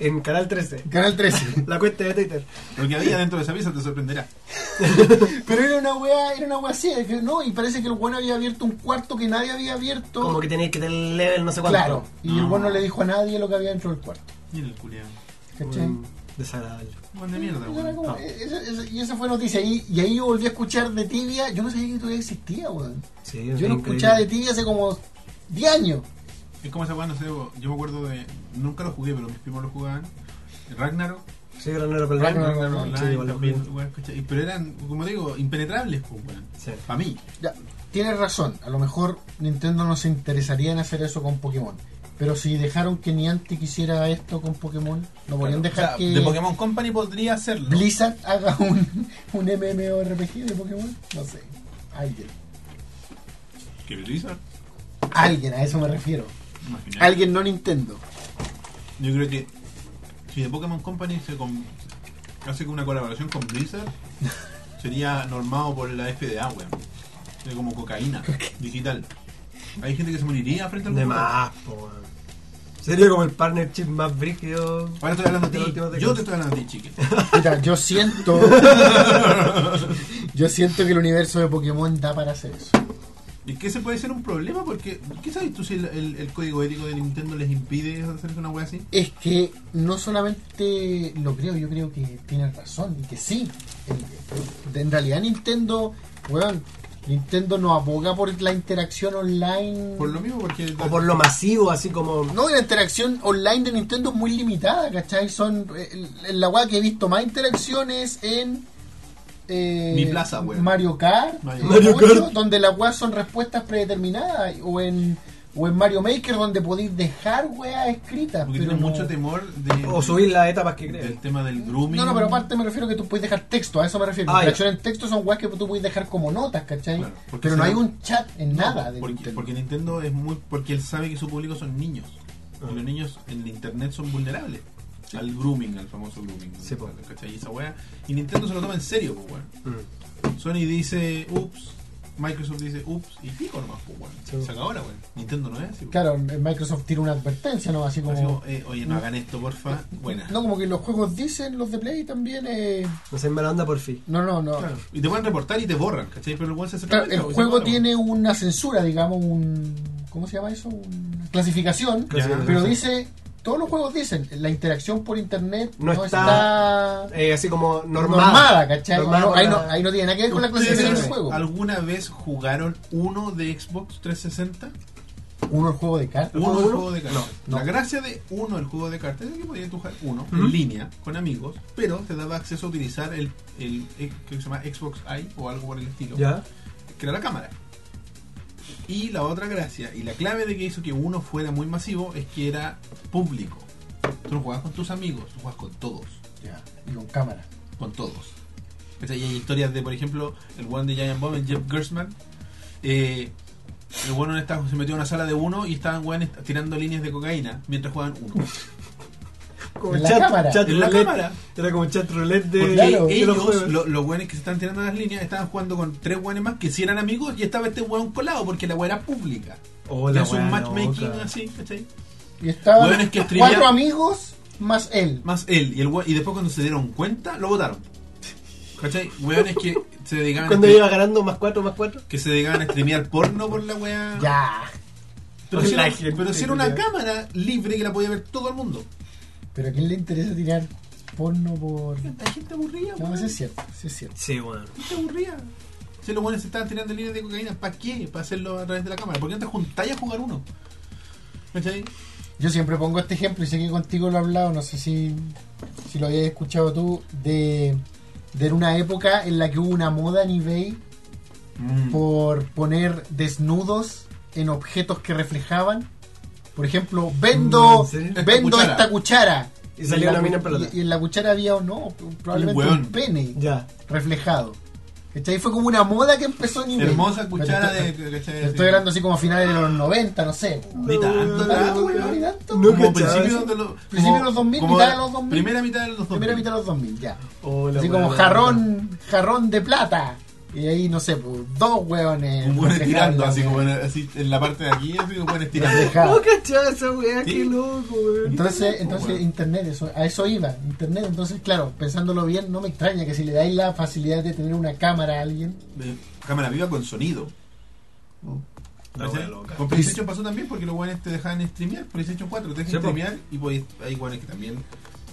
[SPEAKER 2] En Canal 13,
[SPEAKER 3] Canal 13.
[SPEAKER 2] la cuenta de Twitter.
[SPEAKER 1] Lo que había dentro de esa pieza te sorprenderá.
[SPEAKER 3] Pero era una weá, era una weá así, es que no, y parece que el weón había abierto un cuarto que nadie había abierto.
[SPEAKER 2] Como que tenías que tener level no sé cuánto.
[SPEAKER 3] claro. Y el
[SPEAKER 1] No.
[SPEAKER 3] weón no le dijo a nadie lo que había dentro del cuarto.
[SPEAKER 1] Mira el culiado.
[SPEAKER 3] ¿Cachai?
[SPEAKER 2] Mm, Desagradable.
[SPEAKER 1] Buen de mierda,
[SPEAKER 3] Y era
[SPEAKER 1] weón.
[SPEAKER 3] como- eh,
[SPEAKER 2] Ah.
[SPEAKER 3] esa- esa- y esa fue noticia. Y, y ahí yo volví a escuchar de tibia. Yo no sabía que todavía existía, weón.
[SPEAKER 2] Sí,
[SPEAKER 3] Yo no
[SPEAKER 2] increíble.
[SPEAKER 3] escuchaba de tibia hace como 10 años.
[SPEAKER 1] Es como esa weá, no sé. Yo me acuerdo de. Nunca lo jugué, pero mis primos lo jugaban. Ragnarok.
[SPEAKER 2] Sí, Granero con
[SPEAKER 3] Ragnarok
[SPEAKER 2] Ragnarok.
[SPEAKER 1] Ragnarok
[SPEAKER 2] Sí,
[SPEAKER 1] Online
[SPEAKER 2] igual lo
[SPEAKER 1] también,
[SPEAKER 2] jugué.
[SPEAKER 1] weón, ¿cachai? Pero eran, como digo, impenetrables, pues, weón.
[SPEAKER 2] Sí.
[SPEAKER 1] Para mí.
[SPEAKER 3] Ya, tienes razón. A lo mejor Nintendo no se interesaría en hacer eso con Pokémon. Pero si dejaron que Niantic hiciera esto con Pokémon, no podrían dejar
[SPEAKER 1] O sea,
[SPEAKER 3] que
[SPEAKER 1] De Pokémon Company podría hacerlo.
[SPEAKER 3] Blizzard haga un, un MMORPG de Pokémon. No sé. Alguien.
[SPEAKER 1] ¿Que Blizzard?
[SPEAKER 3] Alguien, a eso me refiero.
[SPEAKER 1] Imagina.
[SPEAKER 3] Alguien no Nintendo.
[SPEAKER 1] Yo creo que si de Pokémon Company se con- hace una colaboración con Blizzard, sería normado por la FDA, weón. Sería como cocaína digital. Hay gente que se moriría frente al
[SPEAKER 2] De
[SPEAKER 1] Pokémon.
[SPEAKER 2] más, po, weón. Sería como el partnership más brígido.
[SPEAKER 1] Ahora estoy hablando
[SPEAKER 2] De
[SPEAKER 1] de
[SPEAKER 2] última
[SPEAKER 1] ti.
[SPEAKER 2] década.
[SPEAKER 1] Yo te estoy hablando a ti, chiqui.
[SPEAKER 3] Mira, yo siento. yo siento que el universo de Pokémon da para hacer eso.
[SPEAKER 1] Y que ese puede ser un problema porque, ¿qué sabes tú si el, el- el código ético de Nintendo les impide hacerse una wea así?
[SPEAKER 3] Es que no solamente lo creo, yo creo que tienes razón y que sí. En, en realidad Nintendo, weón, Nintendo no aboga por la interacción online.
[SPEAKER 1] Por lo mismo, porque.
[SPEAKER 2] O por lo masivo, así como.
[SPEAKER 3] No, y la interacción online de Nintendo es muy limitada, ¿cachai? Son eh, el- la weá que he visto más interacciones en eh,
[SPEAKER 1] Mi plaza, weón.
[SPEAKER 3] Mario Kart,
[SPEAKER 1] Mario
[SPEAKER 3] eh,
[SPEAKER 2] Mario
[SPEAKER 3] ocho,
[SPEAKER 2] Kart.
[SPEAKER 3] donde las weas son respuestas predeterminadas, o en, o en Mario Maker, donde podéis dejar weas escritas.
[SPEAKER 1] Porque
[SPEAKER 3] pero
[SPEAKER 1] tiene
[SPEAKER 3] no-
[SPEAKER 1] mucho temor de.
[SPEAKER 2] O subir las etapas que
[SPEAKER 1] Del
[SPEAKER 2] crees.
[SPEAKER 1] tema del grooming.
[SPEAKER 3] No, no, pero aparte me refiero que tú puedes dejar texto, a eso me refiero.
[SPEAKER 2] Ah, ya.
[SPEAKER 3] Interacciones en texto son weas que tú puedes dejar como notas, ¿cachai?
[SPEAKER 1] Claro, porque
[SPEAKER 3] pero
[SPEAKER 1] si
[SPEAKER 3] no hay
[SPEAKER 1] no-
[SPEAKER 3] un chat en nada de
[SPEAKER 1] porque,
[SPEAKER 3] Nintendo.
[SPEAKER 1] porque Nintendo es muy. Porque él sabe que su público son niños.
[SPEAKER 2] Ah.
[SPEAKER 1] Y los niños en internet son vulnerables al grooming, al famoso grooming.
[SPEAKER 2] Sí, po.
[SPEAKER 1] ¿Cachai? Y esa wea. Y Nintendo se lo toma en serio, pues, weón.
[SPEAKER 2] Mm.
[SPEAKER 1] Sony dice, ups. Microsoft dice, ups. Y pico nomás, pues, weón.
[SPEAKER 2] Sí.
[SPEAKER 1] Se acabó la weón. Nintendo no es así. po.
[SPEAKER 3] Claro, Microsoft tiene una advertencia, ¿no? Así
[SPEAKER 1] Así
[SPEAKER 3] como...
[SPEAKER 1] como, eh, oye, no hagan esto, porfa. Buena.
[SPEAKER 3] No, como que los juegos dicen, los de Play también. Eh...
[SPEAKER 2] No sé, me la onda por fin.
[SPEAKER 3] No, no, no.
[SPEAKER 1] Claro. Y te pueden reportar y te borran, ¿cachai? Pero el weón se hace
[SPEAKER 3] Claro,
[SPEAKER 1] cargo,
[SPEAKER 3] el
[SPEAKER 1] pues,
[SPEAKER 3] juego
[SPEAKER 1] se
[SPEAKER 3] tiene una censura, digamos, un. ¿Cómo se llama eso? Una clasificación.
[SPEAKER 1] Ya,
[SPEAKER 3] Pero
[SPEAKER 2] sí.
[SPEAKER 3] dice. Todos los juegos dicen, la interacción por internet
[SPEAKER 2] No
[SPEAKER 3] no,
[SPEAKER 2] está
[SPEAKER 3] está,
[SPEAKER 2] Eh, así como normada.
[SPEAKER 3] normada, ¿cachai?
[SPEAKER 2] Normada
[SPEAKER 3] No,
[SPEAKER 2] por
[SPEAKER 3] ahí, no,
[SPEAKER 2] la-
[SPEAKER 3] ahí no tiene nada que ver con la
[SPEAKER 1] ¿Ustedes
[SPEAKER 3] clasificación
[SPEAKER 2] sí,
[SPEAKER 3] del juego.
[SPEAKER 1] ¿Alguna vez jugaron uno de Xbox 360?
[SPEAKER 3] Uno el juego de cartas.
[SPEAKER 1] Uno el
[SPEAKER 2] uno?
[SPEAKER 1] juego de cartas.
[SPEAKER 3] No, no.
[SPEAKER 1] La gracia de uno el juego de cartas es que podías jugar uno
[SPEAKER 2] Ujú.
[SPEAKER 1] en línea con amigos, pero te daba acceso a utilizar el, el, eh, que se llama Xbox Eye o algo por el estilo,
[SPEAKER 2] Ya.
[SPEAKER 1] que era la cámara. Y la otra gracia, y la clave de que hizo que uno fuera muy masivo, es que era público. Tú no jugabas con tus amigos, tú jugabas con todos.
[SPEAKER 3] Ya, y con cámara.
[SPEAKER 1] con todos. O sea, y hay historias de, por ejemplo, el one de Giant Bomb, el Jeff Gersman. eh, el bueno se metió a una sala de uno y estaban weones tirando líneas de cocaína mientras jugaban uno.
[SPEAKER 2] Como
[SPEAKER 3] En la cámara.
[SPEAKER 1] En la
[SPEAKER 2] roulette.
[SPEAKER 1] cámara.
[SPEAKER 2] Era como chat roulette de.
[SPEAKER 1] Porque
[SPEAKER 3] Claro.
[SPEAKER 2] de los
[SPEAKER 1] ellos,
[SPEAKER 2] juegos.
[SPEAKER 1] lo- los weones que se están tirando las líneas, estaban jugando con tres weones más que si eran amigos y estaba este weón colado porque la wea era pública.
[SPEAKER 2] Oh,
[SPEAKER 1] Y
[SPEAKER 2] la
[SPEAKER 1] es un
[SPEAKER 2] wea
[SPEAKER 1] matchmaking
[SPEAKER 2] loca.
[SPEAKER 1] así, ¿cachai?
[SPEAKER 3] Y estaban
[SPEAKER 1] Bueno, es que
[SPEAKER 3] cuatro
[SPEAKER 1] streamear-
[SPEAKER 3] amigos más él.
[SPEAKER 1] Más él y el weón- y después cuando se dieron cuenta, lo votaron. ¿Cachai? Weones que se dedicaban a
[SPEAKER 2] Cuando
[SPEAKER 1] stream-
[SPEAKER 2] iba ganando más 4, más 4.
[SPEAKER 1] que se dedicaban a streamear porno por la wea.
[SPEAKER 3] Ya.
[SPEAKER 1] Pero si,
[SPEAKER 2] La
[SPEAKER 1] era,
[SPEAKER 2] gente,
[SPEAKER 1] pero si era una
[SPEAKER 2] culiao.
[SPEAKER 1] cámara libre que la podía ver todo el mundo.
[SPEAKER 3] Pero ¿a quién le interesa tirar porno por.?
[SPEAKER 1] Hay gente aburrida,
[SPEAKER 3] No,
[SPEAKER 1] weón.
[SPEAKER 3] sí es cierto, sí es cierto.
[SPEAKER 2] Sí, bueno.
[SPEAKER 1] gente aburrida. Si los buenos se estaban tirando líneas de cocaína, ¿para qué? Para hacerlo a través de la cámara. ¿Por qué no te juntáis a jugar uno? ¿Cachai?
[SPEAKER 3] Yo siempre pongo este ejemplo y sé que contigo lo he hablado, no sé si, si lo habías escuchado tú, de, de una época en la que hubo una moda en eBay Mm. por poner desnudos en objetos que reflejaban. Por ejemplo,
[SPEAKER 2] Mm, ¿En
[SPEAKER 3] vendo,
[SPEAKER 2] serio?
[SPEAKER 1] Esta
[SPEAKER 3] vendo
[SPEAKER 1] cuchara.
[SPEAKER 3] esta cuchara.
[SPEAKER 2] Y salió
[SPEAKER 3] la
[SPEAKER 2] una mina en
[SPEAKER 3] cu-
[SPEAKER 2] pelota.
[SPEAKER 3] Y, y en la cuchara había, o no, probablemente
[SPEAKER 1] Un
[SPEAKER 3] un,
[SPEAKER 1] hueón.
[SPEAKER 3] pene
[SPEAKER 2] Ya.
[SPEAKER 3] reflejado. ¿Cachai? Fue como una moda que empezó en eBay.
[SPEAKER 1] Hermosa cuchara
[SPEAKER 3] Pero
[SPEAKER 1] de.
[SPEAKER 3] estoy-
[SPEAKER 1] ¿cachai?
[SPEAKER 3] te Estoy hablando así como a finales de los 90, no sé.
[SPEAKER 1] Ni tanto,
[SPEAKER 3] Ah,
[SPEAKER 1] tanto,
[SPEAKER 3] weón, ni
[SPEAKER 1] weón.
[SPEAKER 3] tanto.
[SPEAKER 2] No,
[SPEAKER 1] Como
[SPEAKER 2] cachaba
[SPEAKER 1] principios
[SPEAKER 2] eso.
[SPEAKER 1] de los.
[SPEAKER 3] Principio
[SPEAKER 1] como-
[SPEAKER 3] de los 2000,
[SPEAKER 1] como
[SPEAKER 3] mitad de los 2000.
[SPEAKER 1] Primera mitad de los 2000.
[SPEAKER 3] Primera mitad de los 2000, ya.
[SPEAKER 2] Oh, la
[SPEAKER 3] Así
[SPEAKER 2] wea
[SPEAKER 3] como
[SPEAKER 2] loca.
[SPEAKER 3] jarrón, jarrón de plata. Y ahí, no sé, pues, dos hueones.
[SPEAKER 1] Un buen tirando,
[SPEAKER 3] reflejando,
[SPEAKER 1] así
[SPEAKER 3] weón.
[SPEAKER 1] como en, así, en la parte de aquí, así como buenos tirando.
[SPEAKER 3] Reflejado.
[SPEAKER 2] No cachaba esa wea,
[SPEAKER 1] Sí.
[SPEAKER 2] qué loco, weón.
[SPEAKER 3] Entonces,
[SPEAKER 1] Internet,
[SPEAKER 3] entonces
[SPEAKER 1] weón.
[SPEAKER 3] internet, eso, a eso iba, internet. Entonces, claro, pensándolo bien, no me extraña que si le dais la facilidad de tener una cámara a alguien,
[SPEAKER 1] de cámara viva con sonido.
[SPEAKER 2] Oh. La
[SPEAKER 1] ¿Cachai?
[SPEAKER 2] wea loca.
[SPEAKER 1] Con PlayStation pasó también porque los guanes te dejaban streamear. PlayStation 4 te dejan
[SPEAKER 2] Sí, po.
[SPEAKER 1] streamear y podías- hay guanes que también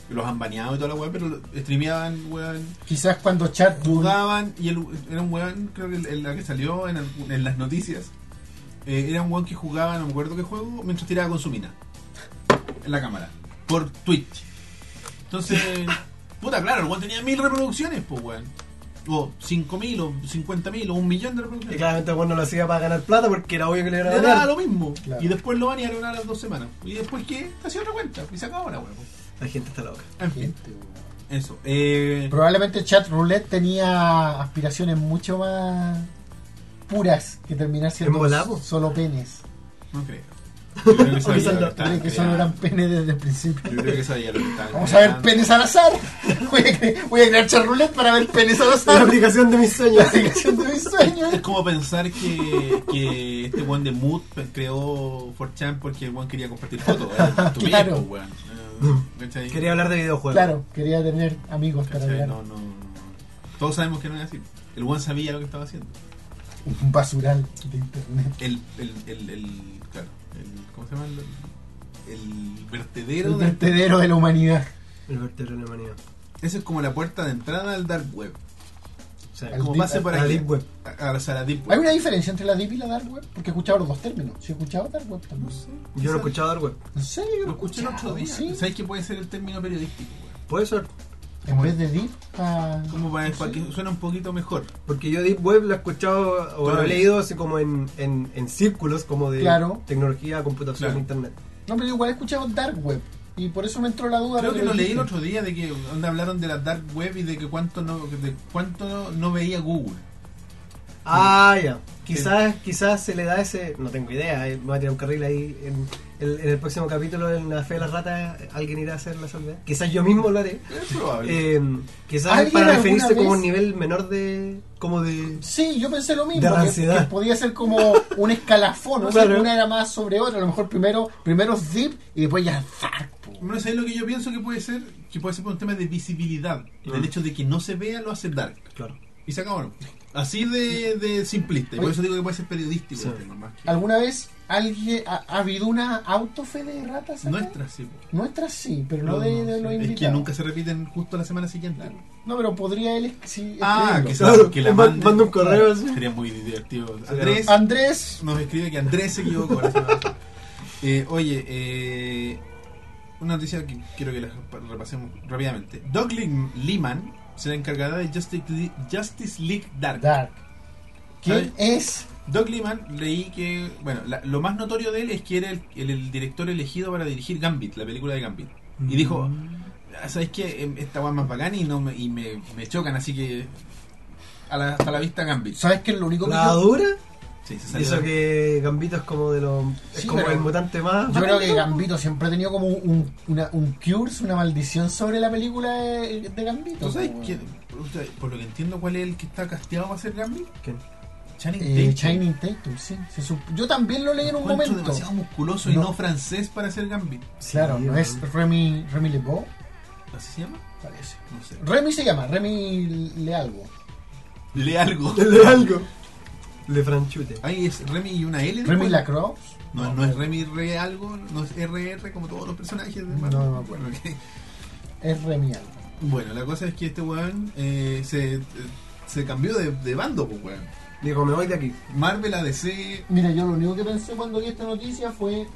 [SPEAKER 1] los han baneado y toda la weá, pero lo- streameaban, weón,
[SPEAKER 3] quizás cuando chat
[SPEAKER 1] jugaban y el, era un weón, creo que el- el- la que salió en, algún- en las noticias, eh, era un weón que jugaba, no me acuerdo qué juego, mientras tiraba con su mina en la cámara por Twitch. Entonces, puta, claro, el weón tenía mil reproducciones, pues weón. o 5.000 o 50.000 o un millón de
[SPEAKER 2] Y
[SPEAKER 1] reproducciones.
[SPEAKER 2] claramente bueno lo hacía para ganar plata porque era obvio que le iban a
[SPEAKER 1] Le daba
[SPEAKER 2] ganar.
[SPEAKER 1] lo mismo.
[SPEAKER 2] Claro.
[SPEAKER 1] Y después lo banearon a las dos semanas. Y después que te hacía otra cuenta. Y se acabó la huevo.
[SPEAKER 2] La gente está loca.
[SPEAKER 1] En fin,
[SPEAKER 3] Gente, weón.
[SPEAKER 1] eso. Eh,
[SPEAKER 3] Probablemente Chat Roulette tenía aspiraciones mucho más puras que terminar siendo
[SPEAKER 2] ¿En volado?
[SPEAKER 3] solo penes.
[SPEAKER 1] no creo. Yo creo que
[SPEAKER 2] Pensando,
[SPEAKER 1] sabía lo que
[SPEAKER 3] Creo
[SPEAKER 1] estaban
[SPEAKER 3] que solo eran
[SPEAKER 1] creando.
[SPEAKER 3] penes desde el principio.
[SPEAKER 1] Yo creo que sabía lo que estaban
[SPEAKER 3] Vamos a ver
[SPEAKER 1] creando.
[SPEAKER 3] penes al azar. Voy a, cre- voy a crear Chat Roulette para ver penes al
[SPEAKER 2] Es la
[SPEAKER 3] azar.
[SPEAKER 2] aplicación de mis
[SPEAKER 3] La
[SPEAKER 2] sueños.
[SPEAKER 3] aplicación de mis sueños.
[SPEAKER 1] Es como pensar que, que este weón de Mood creó 4chan porque el weón quería compartir fotos. ¿eh? Tu
[SPEAKER 3] Claro.
[SPEAKER 1] viejo, weón. Eh, ¿cachai?
[SPEAKER 2] Quería hablar de videojuegos.
[SPEAKER 3] Claro, quería tener amigos para
[SPEAKER 1] ¿Cachai?
[SPEAKER 3] hablar.
[SPEAKER 1] No, no, no. Todos sabemos que no es así. El weón sabía lo que estaba haciendo.
[SPEAKER 3] Un basural de internet.
[SPEAKER 1] El, el, el, el- claro, el- ¿cómo se llama? El, el vertedero.
[SPEAKER 3] El
[SPEAKER 1] de-
[SPEAKER 3] vertedero de la humanidad.
[SPEAKER 2] El vertedero de la humanidad.
[SPEAKER 1] Esa es como la puerta de entrada al dark web.
[SPEAKER 2] O sea,
[SPEAKER 3] Al
[SPEAKER 1] Como
[SPEAKER 3] deep-
[SPEAKER 1] pase
[SPEAKER 3] a-
[SPEAKER 1] por
[SPEAKER 2] a la
[SPEAKER 1] aquí.
[SPEAKER 2] deep web.
[SPEAKER 1] A, a- o sea, la deep
[SPEAKER 3] Hay
[SPEAKER 1] web.
[SPEAKER 3] una diferencia entre la deep y la dark web, porque he escuchado los dos términos. Si he escuchado dark web también.
[SPEAKER 1] No sé.
[SPEAKER 2] Yo no he escuchado dar web.
[SPEAKER 3] ¿En serio? Yo
[SPEAKER 1] Lo escuché el otro día.
[SPEAKER 3] sí.
[SPEAKER 1] ¿Sabes qué puede ser el término periodístico? weón?
[SPEAKER 2] Puede ser.
[SPEAKER 3] En vez de deep, ah, pa-
[SPEAKER 1] Como para,
[SPEAKER 3] no
[SPEAKER 1] para
[SPEAKER 3] sé.
[SPEAKER 1] que suene un poquito mejor.
[SPEAKER 2] Porque yo Deep Web la he escuchado o lo he
[SPEAKER 1] Todavía.
[SPEAKER 2] leído así como en, en, en círculos como de
[SPEAKER 3] Claro.
[SPEAKER 2] tecnología, computación,
[SPEAKER 1] Claro.
[SPEAKER 2] internet.
[SPEAKER 3] No, pero igual he escuchado dark web. Y por eso me entró la duda.
[SPEAKER 1] Creo
[SPEAKER 3] de
[SPEAKER 1] que lo leí el
[SPEAKER 3] dijiste.
[SPEAKER 1] otro día de que donde hablaron de la dark web y de que cuánto no, de cuánto no veía Google.
[SPEAKER 2] Ah, ya. Quizás, quizás se le da ese... No tengo idea, eh, me voy a tirar un carril ahí. En, el- en el próximo capítulo, en La Fe de las Ratas, alguien irá a hacer la salvedad. Quizás yo mismo lo haré.
[SPEAKER 1] Es probable.
[SPEAKER 2] Eh, quizás
[SPEAKER 3] ¿Alguien
[SPEAKER 2] para
[SPEAKER 3] alguna
[SPEAKER 2] referirse como a un
[SPEAKER 3] vez?
[SPEAKER 2] nivel menor de... Como de...
[SPEAKER 3] Sí, yo pensé lo mismo.
[SPEAKER 2] De la
[SPEAKER 3] que-
[SPEAKER 2] ansiedad.
[SPEAKER 3] que podía ser como un escalafón. ¿no? O sea,
[SPEAKER 2] Claro.
[SPEAKER 3] que una era más sobre otra. A lo mejor primero, primero es deep y después ya dark. po.
[SPEAKER 1] no sé lo que yo pienso que puede ser, que puede ser por un tema de visibilidad.
[SPEAKER 2] Mm.
[SPEAKER 1] El hecho de que no se vea lo hace dark.
[SPEAKER 2] Claro.
[SPEAKER 1] Y se acabaron. Así de, de simplista. Y por eso digo que puede ser periodístico.
[SPEAKER 2] Sí.
[SPEAKER 1] el tema, más que-
[SPEAKER 3] ¿Alguna vez alguien ha, ha habido una autofe de ratas? acá?
[SPEAKER 1] Nuestra, sí. po.
[SPEAKER 3] Nuestra sí, pero no,
[SPEAKER 2] No,
[SPEAKER 3] de,
[SPEAKER 2] no,
[SPEAKER 3] de
[SPEAKER 2] sí.
[SPEAKER 3] los
[SPEAKER 1] Es
[SPEAKER 3] invitados.
[SPEAKER 1] que nunca se repiten justo la semana siguiente.
[SPEAKER 3] Claro. No, pero podría él es- sí,
[SPEAKER 1] Ah,
[SPEAKER 3] escribirlo.
[SPEAKER 1] que, se-
[SPEAKER 2] Claro,
[SPEAKER 1] que la
[SPEAKER 2] ma-
[SPEAKER 1] manden.
[SPEAKER 2] manda un correo así.
[SPEAKER 1] Sería muy divertido. Andrés
[SPEAKER 3] Andrés.
[SPEAKER 1] nos escribe que Andrés se equivocó. la semana pasada. Eh, oye, eh, una noticia que quiero que la repasemos rápidamente. Doug Lim- Liman será encargada de Justice League, Justice League Dark.
[SPEAKER 3] Dark. ¿Quién
[SPEAKER 1] ¿Sabe?
[SPEAKER 3] es?
[SPEAKER 1] Doug Liman, leí que, bueno, la- lo más notorio de él es que era el, el- el director elegido para dirigir Gambit, la película de Gambit. Y dijo, "Ah, ¿sabes qué? Em, Esta weá es más bacana y, no me, y me, me chocan, así que a la, hasta la vista Gambit.
[SPEAKER 3] ¿Sabes qué es lo único que
[SPEAKER 2] ¿La
[SPEAKER 3] yo,
[SPEAKER 2] dura?
[SPEAKER 1] Sí, se
[SPEAKER 2] Y
[SPEAKER 1] salió
[SPEAKER 2] eso
[SPEAKER 1] de-
[SPEAKER 2] que Gambito es como de los... Es
[SPEAKER 3] Sí,
[SPEAKER 2] como
[SPEAKER 3] pero-
[SPEAKER 2] el mutante más...
[SPEAKER 3] yo creo que Gambito siempre ha tenido como un, una, un curse, una maldición sobre la película de, de Gambito. Eh,
[SPEAKER 1] ¿Tú sabes
[SPEAKER 3] po,
[SPEAKER 1] quién?
[SPEAKER 3] weón.
[SPEAKER 1] o sea, Por lo que entiendo, ¿cuál es el que está casteado para ser Gambit?
[SPEAKER 2] ¿Quién?
[SPEAKER 1] Channing Tatum.
[SPEAKER 3] Eh, Shining Tatum, sí. Se sup- yo también lo leí en un
[SPEAKER 1] Encuentro
[SPEAKER 3] momento.
[SPEAKER 1] demasiado musculoso y
[SPEAKER 3] No.
[SPEAKER 1] no francés para ser Gambit.
[SPEAKER 3] Claro,
[SPEAKER 2] Sí,
[SPEAKER 3] no es Remy, Remy Lebeau,
[SPEAKER 1] ¿Así se llama?
[SPEAKER 3] parece.
[SPEAKER 1] No sé.
[SPEAKER 3] Remy se llama, Remy le algo.
[SPEAKER 1] Lee algo.
[SPEAKER 2] De algo. Le franchute.
[SPEAKER 1] Ahí es Remy y una L.
[SPEAKER 3] Remy
[SPEAKER 1] después.
[SPEAKER 3] Lacroix.
[SPEAKER 1] No, no es Remy Re algo, no es RR como todos los personajes de Marvel.
[SPEAKER 3] No, no me acuerdo.
[SPEAKER 1] Ok.
[SPEAKER 3] Es Remy algo.
[SPEAKER 1] Bueno, la cosa es que este weón eh, se, eh, se cambió de, de bando, pues weón.
[SPEAKER 2] Dijo, me voy de aquí.
[SPEAKER 1] Marvel a DC.
[SPEAKER 3] Mira, yo lo único que pensé cuando vi esta noticia fue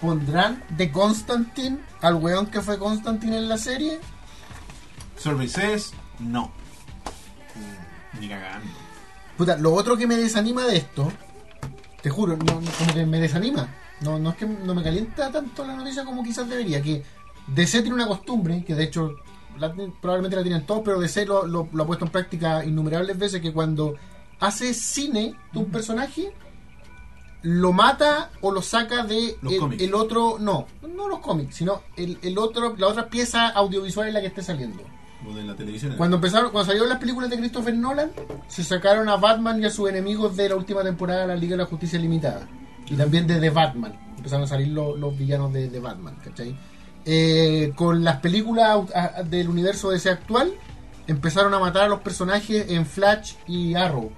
[SPEAKER 3] pondrán de Constantine al weón que fue Constantine en la serie.
[SPEAKER 1] Services, no. Ni cagando.
[SPEAKER 3] Puta, lo otro que me desanima de esto, te juro, no, no- como que me desanima. No, no es que no me calienta tanto la noticia como quizás debería, que DC tiene una costumbre, que de hecho la- probablemente la tienen todos, pero DC lo, lo- lo ha puesto en práctica innumerables veces, que cuando hace cine de un personaje, lo mata o lo saca de
[SPEAKER 1] Los
[SPEAKER 3] el,
[SPEAKER 1] cómics.
[SPEAKER 3] el otro, no, no los cómics, sino el, el otro, la otra pieza audiovisual en la que esté saliendo.
[SPEAKER 1] Como de la televisión.
[SPEAKER 3] Cuando empezaron, cuando salieron las películas de Christopher Nolan, se sacaron a Batman y a sus enemigos de la última temporada de la Liga de la Justicia Limitada. Y también de The Batman. Empezaron a salir lo- los villanos de The Batman, ¿cachai? Eh, con las películas au- a- a- del universo DC actual, empezaron a matar a los personajes en Flash y Arrow.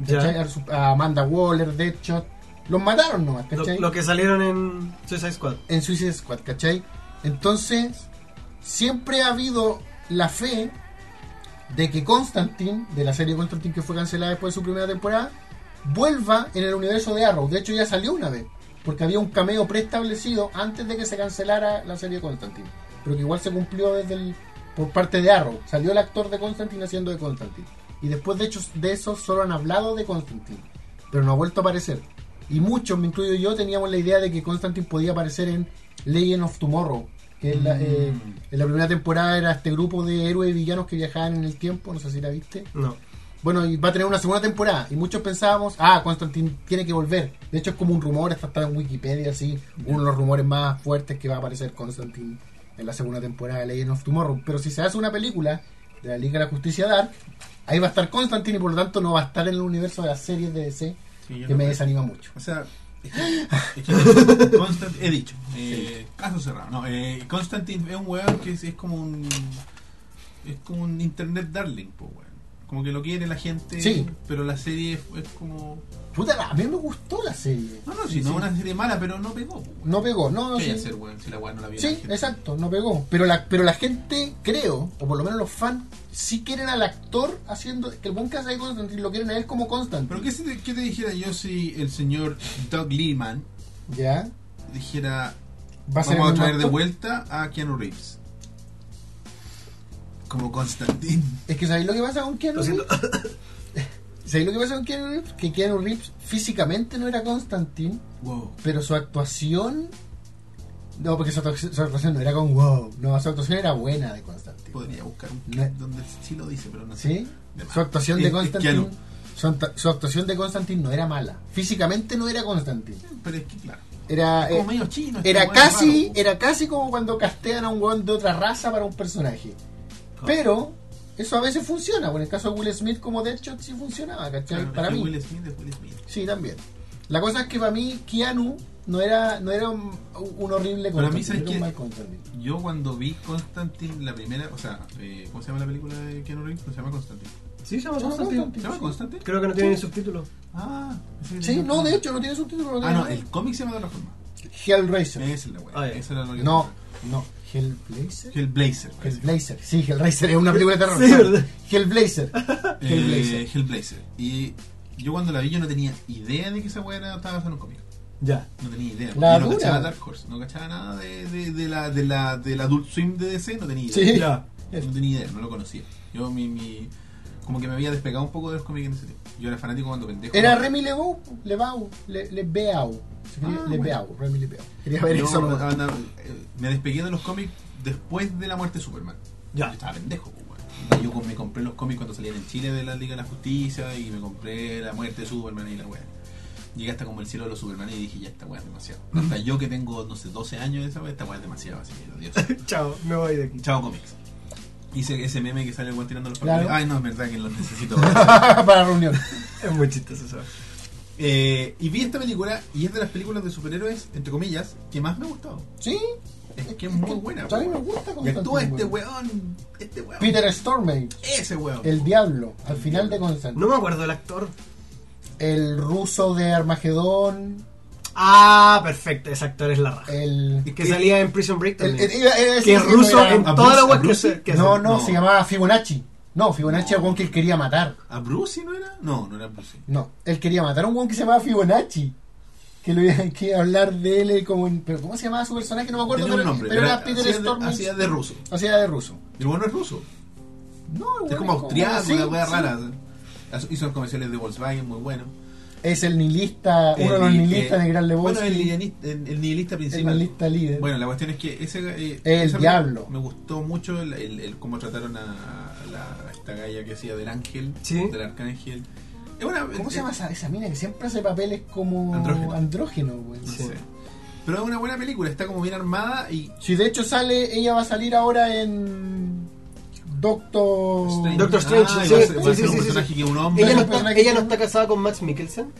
[SPEAKER 3] ¿cachai?
[SPEAKER 2] Ya.
[SPEAKER 3] A su- A Amanda Waller, Deadshot. Los mataron nomás,
[SPEAKER 2] Lo,
[SPEAKER 3] ¿cachai?
[SPEAKER 2] lo que salieron en Suicide Squad.
[SPEAKER 3] en Suicide Squad, ¿cachai? Entonces, siempre ha habido la fe de que Constantine, de la serie Constantine que fue cancelada después de su primera temporada, vuelva en el universo de Arrow. De hecho, ya salió una vez, porque había un cameo preestablecido antes de que se cancelara la serie Constantine, pero que igual se cumplió desde el por parte de Arrow. Salió el actor de Constantine haciendo de Constantine. Y después de hecho de eso solo han hablado de Constantine. Pero no ha vuelto a aparecer. Y muchos, me incluyo yo, teníamos la idea de que Constantine podía aparecer en Legend of Tomorrow. Que en, la, eh, en la primera temporada era este grupo de héroes y villanos que viajaban en el tiempo. No sé si la viste.
[SPEAKER 2] No.
[SPEAKER 3] Bueno, y va a tener una segunda temporada. Y muchos pensábamos, ah, Constantine tiene que volver. De hecho, es como un rumor, está, está en Wikipedia, así. Uno de los rumores más fuertes que va a aparecer Constantine en la segunda temporada de Legend of Tomorrow. Pero si se hace una película de la Liga de la Justicia Dark, ahí va a estar Constantine y por lo tanto no va a estar en el universo de las series de DC,
[SPEAKER 1] eh. Sí, yo
[SPEAKER 3] que
[SPEAKER 1] no
[SPEAKER 3] me
[SPEAKER 1] creo.
[SPEAKER 3] desanima mucho.
[SPEAKER 1] O sea, es que- es que Constant- he dicho, eh, caso cerrado. No, eh, Constantine es un weón que es, es como un. Es como un internet darling, po, weón. Como que lo quiere la gente,
[SPEAKER 3] Sí.
[SPEAKER 1] pero la serie es, es como.
[SPEAKER 3] Puta, la- a mí me gustó la serie.
[SPEAKER 1] No, no, si no es una serie mala, pero no pegó, po, weón.
[SPEAKER 3] No pegó, no,
[SPEAKER 1] ¿Qué hay
[SPEAKER 3] sí.
[SPEAKER 1] que hacer, weón, si la weón no la vio la
[SPEAKER 3] Sí,
[SPEAKER 1] gente?
[SPEAKER 3] exacto, no pegó. Pero la, pero la gente, creo, o por lo menos los fans, sí quieren al actor haciendo. Que el buen caso de Constantine lo quieren a él como Constantine.
[SPEAKER 1] Pero ¿qué, se te, qué te dijera yo si el señor Doug Liman
[SPEAKER 3] Ya.
[SPEAKER 1] dijera.
[SPEAKER 3] Va a ser
[SPEAKER 1] Vamos a
[SPEAKER 3] el
[SPEAKER 1] traer
[SPEAKER 3] mismo
[SPEAKER 1] de
[SPEAKER 3] actor.
[SPEAKER 1] vuelta a Keanu Reeves. Como Constantine.
[SPEAKER 3] Es que sabéis lo que pasa con Keanu
[SPEAKER 2] Lo siento.
[SPEAKER 3] Reeves. ¿Sabéis lo que pasa con Keanu Reeves? Que Keanu Reeves físicamente no era Constantine,
[SPEAKER 1] Wow.
[SPEAKER 3] pero su actuación. No, porque su, actu- su actuación no era con wow. No, su actuación era buena de Constantine.
[SPEAKER 1] Este, Podría buscar un
[SPEAKER 3] No.
[SPEAKER 1] clip donde sí lo dice, pero no sé.
[SPEAKER 3] ¿Sí?
[SPEAKER 1] De más.
[SPEAKER 3] Su actuación
[SPEAKER 1] Es-
[SPEAKER 3] de
[SPEAKER 1] es
[SPEAKER 3] Constantine.
[SPEAKER 1] Keanu.
[SPEAKER 3] Su, anta- su actuación de Constantine no era mala. Físicamente no era Constantine.
[SPEAKER 1] Pero es que, claro.
[SPEAKER 3] Era,
[SPEAKER 1] Como
[SPEAKER 3] eh,
[SPEAKER 1] medio chino. este
[SPEAKER 3] era
[SPEAKER 1] weón
[SPEAKER 3] casi
[SPEAKER 1] raro, po.
[SPEAKER 3] era casi como cuando castean a un weón de otra raza para un personaje.
[SPEAKER 1] Claro.
[SPEAKER 3] Pero eso a veces funciona. Bueno, en el caso de Will Smith como Deadshot sí funcionaba, ¿cachai?
[SPEAKER 1] Claro, es
[SPEAKER 3] para
[SPEAKER 1] que
[SPEAKER 3] mí.
[SPEAKER 1] Will Smith es Will Smith.
[SPEAKER 3] Sí, también. La cosa es que para mí Keanu no era, no era un, un horrible
[SPEAKER 1] Para mí,
[SPEAKER 3] Constantine,
[SPEAKER 1] ¿sabes
[SPEAKER 3] era un
[SPEAKER 1] qué?
[SPEAKER 3] mal Constantine.
[SPEAKER 1] Yo cuando vi Constantine, la primera. O sea, eh, ¿cómo se llama la película de Keanu Reeves? No se llama Constantine.
[SPEAKER 2] Sí, se llama
[SPEAKER 3] Se llama
[SPEAKER 1] ¿Se
[SPEAKER 2] Constantine.
[SPEAKER 3] Constantine.
[SPEAKER 1] llama
[SPEAKER 3] Sí.
[SPEAKER 1] Constantine?
[SPEAKER 2] Creo que no tiene ni subtítulos.
[SPEAKER 1] Ah, pensé que
[SPEAKER 3] Sí,
[SPEAKER 1] tenía
[SPEAKER 3] no,
[SPEAKER 1] otro
[SPEAKER 3] de
[SPEAKER 1] nombre.
[SPEAKER 3] hecho no tiene subtítulos.
[SPEAKER 1] Ah, no,
[SPEAKER 3] tiene
[SPEAKER 1] el cómic se llama de otra forma.
[SPEAKER 3] nada. Hellraiser.
[SPEAKER 1] Esa es la
[SPEAKER 2] Ah,
[SPEAKER 1] weá.
[SPEAKER 2] ya.
[SPEAKER 1] Esa era lo que
[SPEAKER 3] No, no, Hellblazer.
[SPEAKER 1] Hellblazer. parece.
[SPEAKER 3] Hellblazer, sí, Hellraiser es una película de terror.
[SPEAKER 2] Sí, ¿verdad?
[SPEAKER 3] Hellblazer. Hellblazer.
[SPEAKER 1] Eh, Hellblazer. Y yo cuando la vi, yo no tenía idea de que esa weá era- estaba basada en un cómic.
[SPEAKER 2] Ya.
[SPEAKER 1] No tenía idea.
[SPEAKER 3] La
[SPEAKER 1] yo no
[SPEAKER 3] dura.
[SPEAKER 1] cachaba Dark Horse. No cachaba nada de, de, de la, de la, del Adult Swim de DC. No tenía idea.
[SPEAKER 3] Sí.
[SPEAKER 2] Ya.
[SPEAKER 1] No tenía idea. No lo conocía. Yo, mi, mi- Como que me había despegado un poco de los cómics en ese tiempo. Yo era fanático cuando pendejo.
[SPEAKER 3] Era Remy Lebau, Lebau, Le, Lebeau. Se escribe
[SPEAKER 1] Ah,
[SPEAKER 3] Lebeau, Remy Lebeau. Quería ver
[SPEAKER 1] Yo,
[SPEAKER 3] eso. ¿no?
[SPEAKER 1] anda, eh, me despegué de los cómics después de la muerte de Superman. Yo
[SPEAKER 2] Ya.
[SPEAKER 1] estaba pendejo, pues, weón. Yo me compré los cómics cuando salían en Chile de la Liga de la Justicia y me compré la muerte de Superman y la weá. Llegué hasta como el cielo de los Superman y dije, ya esta weá es demasiado. Hasta yo que tengo, no sé, 12 años de esa weá, esta weá es demasiado, así que adiós.
[SPEAKER 2] Chao, me voy de aquí.
[SPEAKER 1] Chao cómics. Hice ese meme que sale el weón tirando los
[SPEAKER 3] Claro.
[SPEAKER 1] papeles. Ay, no, es verdad que los necesito.
[SPEAKER 3] Para reunión.
[SPEAKER 2] Es muy chistoso, ¿sabes?
[SPEAKER 1] Eh, y vi esta película y es de las películas de superhéroes, entre comillas, que más me ha gustado.
[SPEAKER 3] Sí.
[SPEAKER 1] Es que es muy buena.
[SPEAKER 3] A mí me
[SPEAKER 1] weón.
[SPEAKER 3] gusta
[SPEAKER 1] Y actúa este
[SPEAKER 3] weón.
[SPEAKER 1] weón, este weón.
[SPEAKER 3] Peter Stormay,
[SPEAKER 1] Ese weón.
[SPEAKER 3] el diablo, al final de Constantine.
[SPEAKER 2] No me acuerdo del actor.
[SPEAKER 3] El ruso de Armagedón,
[SPEAKER 2] Ah, perfecto, ese actor es la raja.
[SPEAKER 3] el...
[SPEAKER 2] que salía en Prison Break
[SPEAKER 3] Eh, el-
[SPEAKER 2] también.
[SPEAKER 3] el- iba- era ese
[SPEAKER 2] que es
[SPEAKER 3] tipo,
[SPEAKER 2] ruso
[SPEAKER 3] era-
[SPEAKER 2] en
[SPEAKER 1] a
[SPEAKER 2] toda la
[SPEAKER 1] Bruce-
[SPEAKER 2] web
[SPEAKER 1] a
[SPEAKER 2] que
[SPEAKER 1] Bruce-
[SPEAKER 2] se- que
[SPEAKER 3] No,
[SPEAKER 2] hace.
[SPEAKER 3] no,
[SPEAKER 1] No.
[SPEAKER 3] se llamaba Fibonacci. No, Fibonacci era un weón que él quería matar.
[SPEAKER 1] ¿A Brucey no era? No, no era Brucey.
[SPEAKER 3] No, él quería matar a un weón que se llamaba Fibonacci. Que lo iban que iba a hablar de él eh, como en- pero ¿cómo se llamaba su personaje? No me acuerdo,
[SPEAKER 1] Tenía
[SPEAKER 3] pero,
[SPEAKER 1] un nombre.
[SPEAKER 3] pero era,
[SPEAKER 1] era-
[SPEAKER 3] Peter
[SPEAKER 1] hacía de-
[SPEAKER 3] Stormage.
[SPEAKER 1] Hacía de ruso.
[SPEAKER 3] Hacía de ruso.
[SPEAKER 1] Y el bueno es ruso.
[SPEAKER 3] No,
[SPEAKER 1] Es
[SPEAKER 3] bueno,
[SPEAKER 1] como austriaco,
[SPEAKER 3] sí,
[SPEAKER 1] una wea
[SPEAKER 3] sí.
[SPEAKER 1] rara. Hizo comerciales de Volkswagen muy buenos.
[SPEAKER 3] Es el nihilista, uno de los
[SPEAKER 1] El-
[SPEAKER 3] nihilistas
[SPEAKER 1] eh,
[SPEAKER 3] de Gran Lebowski.
[SPEAKER 1] Bueno, el nihilista, el, el nihilista
[SPEAKER 3] el
[SPEAKER 1] principal.
[SPEAKER 3] nihilista líder.
[SPEAKER 1] Bueno, la cuestión es que ese. eh,
[SPEAKER 3] El
[SPEAKER 1] esa-
[SPEAKER 3] diablo.
[SPEAKER 1] Me gustó mucho el, el- el cómo trataron a, la, a esta galla que hacía del ángel,
[SPEAKER 2] Sí.
[SPEAKER 1] del arcángel. Es una-
[SPEAKER 3] ¿Cómo
[SPEAKER 1] eh,
[SPEAKER 3] se llama esa, esa mina que siempre hace papeles como
[SPEAKER 1] Andrógeno.
[SPEAKER 3] andrógeno, güey?
[SPEAKER 1] No
[SPEAKER 2] Sí.
[SPEAKER 1] sé. Pero es una buena película, está como bien armada y.
[SPEAKER 3] Si de hecho sale, ella va a salir ahora en Oh. Doctor
[SPEAKER 2] Doctor Strange,
[SPEAKER 1] Ah, y
[SPEAKER 2] sí,
[SPEAKER 1] va a ser-
[SPEAKER 2] sí,
[SPEAKER 1] va a
[SPEAKER 2] sí,
[SPEAKER 1] ser un
[SPEAKER 2] sí,
[SPEAKER 1] personaje
[SPEAKER 2] sí.
[SPEAKER 1] que un hombre.
[SPEAKER 2] Ella no,
[SPEAKER 3] Pero-
[SPEAKER 2] está, ella no está casada con Max Mikkelsen.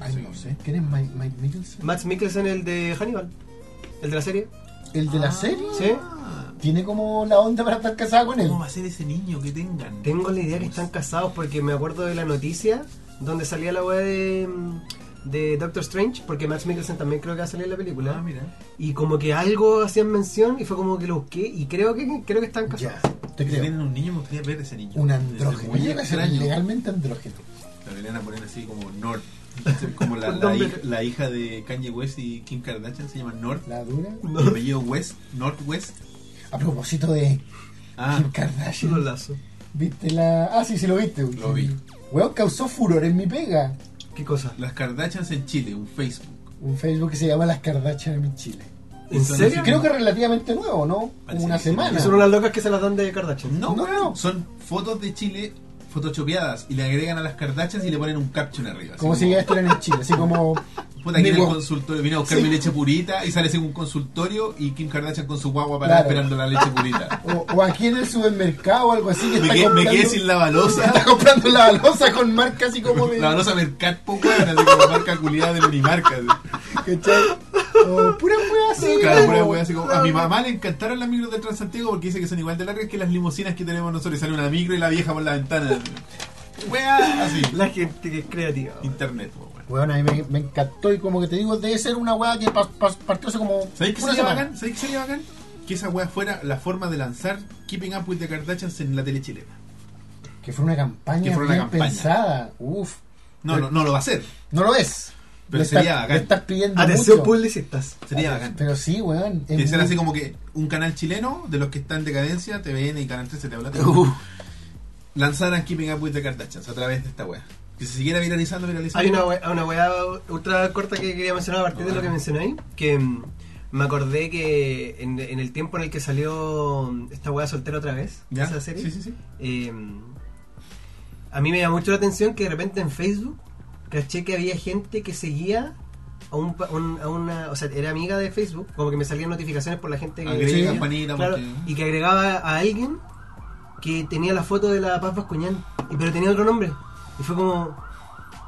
[SPEAKER 3] Ay, no sé. ¿Quién es Mike, Mike Nicholson?
[SPEAKER 2] Max Mikkelsen, el de Hannibal. El de la serie.
[SPEAKER 3] ¿El de la serie?
[SPEAKER 2] Sí.
[SPEAKER 1] Ah.
[SPEAKER 3] Tiene como la onda para estar casada con él.
[SPEAKER 1] ¿Cómo va a ser ese niño que tengan?
[SPEAKER 2] Tengo la idea que están casados porque me acuerdo de la noticia donde salía la weá de, mm, de Doctor Strange, porque Max Mikkelsen también creo que va a salir en la película.
[SPEAKER 1] Ah, mira.
[SPEAKER 2] Y como que algo hacían mención y fue como que lo busqué y creo que creo que están
[SPEAKER 3] Ya,
[SPEAKER 2] casados.
[SPEAKER 3] te
[SPEAKER 1] Si
[SPEAKER 3] creo.
[SPEAKER 1] tienen un niño, me gustaría ver ese niño.
[SPEAKER 3] Un andrógeno.
[SPEAKER 1] Muy
[SPEAKER 3] Ella va a ser
[SPEAKER 1] extraño.
[SPEAKER 3] legalmente andrógeno.
[SPEAKER 1] La Belén a poner así como North. Como la,
[SPEAKER 2] Un
[SPEAKER 1] la,
[SPEAKER 2] nombre.
[SPEAKER 1] hija, la hija de Kanye West y Kim Kardashian se llama North.
[SPEAKER 3] La dura.
[SPEAKER 1] El apellido West, Northwest.
[SPEAKER 3] A propósito de
[SPEAKER 1] Ah,
[SPEAKER 3] Kim Kardashian.
[SPEAKER 2] Los lazos.
[SPEAKER 3] ¿Viste la.? Ah, sí, sí lo viste. güey.
[SPEAKER 1] Lo vi.
[SPEAKER 3] Weón, causó furor en mi pega.
[SPEAKER 2] ¿Qué cosa?
[SPEAKER 1] las Kardashians en Chile, un Facebook.
[SPEAKER 3] Un Facebook que se llama Las Kardashian en Chile.
[SPEAKER 2] ¿En
[SPEAKER 1] Eso no
[SPEAKER 2] serio?
[SPEAKER 1] sé.
[SPEAKER 3] Creo que relativamente nuevo, ¿no? Como
[SPEAKER 1] Parece
[SPEAKER 3] una
[SPEAKER 1] que sí.
[SPEAKER 3] semana.
[SPEAKER 2] Que Son unas locas que se las dan de Kardashian.
[SPEAKER 1] No,
[SPEAKER 3] No,
[SPEAKER 1] weón,
[SPEAKER 3] no.
[SPEAKER 1] son fotos de Chile photoshopeadas y le agregan a las Kardashians y le ponen un caption arriba. así
[SPEAKER 3] Como si ya estuvieran en Chile. Así como.
[SPEAKER 1] Puta, aquí en el
[SPEAKER 3] Digo,
[SPEAKER 1] consultorio, vine a buscar
[SPEAKER 3] Sí.
[SPEAKER 1] mi leche purita y sale según un consultorio y Kim Kardashian con su guagua para
[SPEAKER 3] Claro.
[SPEAKER 1] esperando la leche purita.
[SPEAKER 3] o, o aquí en el supermercado o algo así. Que
[SPEAKER 1] me,
[SPEAKER 3] está
[SPEAKER 1] quedé, me
[SPEAKER 3] comprando-
[SPEAKER 1] quedé sin la balosa.
[SPEAKER 3] Está comprando la balosa con marca así como de.
[SPEAKER 1] La balosa Mercat, po, weón, así como marca culiada de Unimarca. así.
[SPEAKER 3] ¿Cachai? O pura wea así.
[SPEAKER 1] Claro,
[SPEAKER 3] como-
[SPEAKER 1] pura wea, así como, a mi mamá le encantaron las micros del Transantiago porque dice que son igual de largas que las limusinas que tenemos nosotros. Y sale una micro y la vieja por la ventana. Wea, así.
[SPEAKER 2] La gente que es creativa. weón.
[SPEAKER 1] Internet, po, weón.
[SPEAKER 3] Weón, a mí me, me encantó y como que te digo, debe ser una weá que pas- pas- partió hace como.
[SPEAKER 1] ¿Sabéis qué
[SPEAKER 3] una
[SPEAKER 1] sería
[SPEAKER 3] semana.
[SPEAKER 1] bacán? ¿Sabéis qué sería bacán? Que esa wea fuera la forma de lanzar Keeping Up with the Kardashians en la tele chilena.
[SPEAKER 3] Que fue una campaña
[SPEAKER 1] Que fue una
[SPEAKER 3] bien
[SPEAKER 1] campaña.
[SPEAKER 3] pensada. Uf.
[SPEAKER 1] No, no, no lo va a hacer.
[SPEAKER 3] No lo es.
[SPEAKER 1] Pero
[SPEAKER 3] Le
[SPEAKER 1] sería
[SPEAKER 3] estás-
[SPEAKER 1] bacán.
[SPEAKER 3] le estás pidiendo
[SPEAKER 2] Atención
[SPEAKER 3] mucho.
[SPEAKER 2] publicistas.
[SPEAKER 1] Sería bacán.
[SPEAKER 3] Pero sí, weón. es
[SPEAKER 1] Que será
[SPEAKER 3] muy-
[SPEAKER 1] así como que un canal chileno de los que están en decadencia, TVN y Canal 13 te habla.
[SPEAKER 2] Uh.
[SPEAKER 1] Lanzaran Keeping Up with the Kardashians a través de esta wea. Que se siguiera viralizando, viralizando.
[SPEAKER 2] Hay una wea, una wea ultra corta que quería mencionar a partir de lo que mencionáis, que mm, me acordé que en, en el tiempo en el que salió mm, esta wea soltera otra vez,
[SPEAKER 1] ¿Ya?
[SPEAKER 2] esa serie,
[SPEAKER 1] Sí, sí, sí.
[SPEAKER 2] eh, a mí me llamó mucho la atención que de repente en Facebook caché que había gente que seguía a, un, pa- un- a una, o sea, era amiga de Facebook, como que me salían notificaciones por la gente que
[SPEAKER 1] Agregue
[SPEAKER 3] Sí.
[SPEAKER 1] campanita
[SPEAKER 2] Claro,
[SPEAKER 1] porque...
[SPEAKER 2] y que agregaba a alguien que tenía la foto de la Paz Vascuñán, y- pero tenía otro nombre. Y fue como,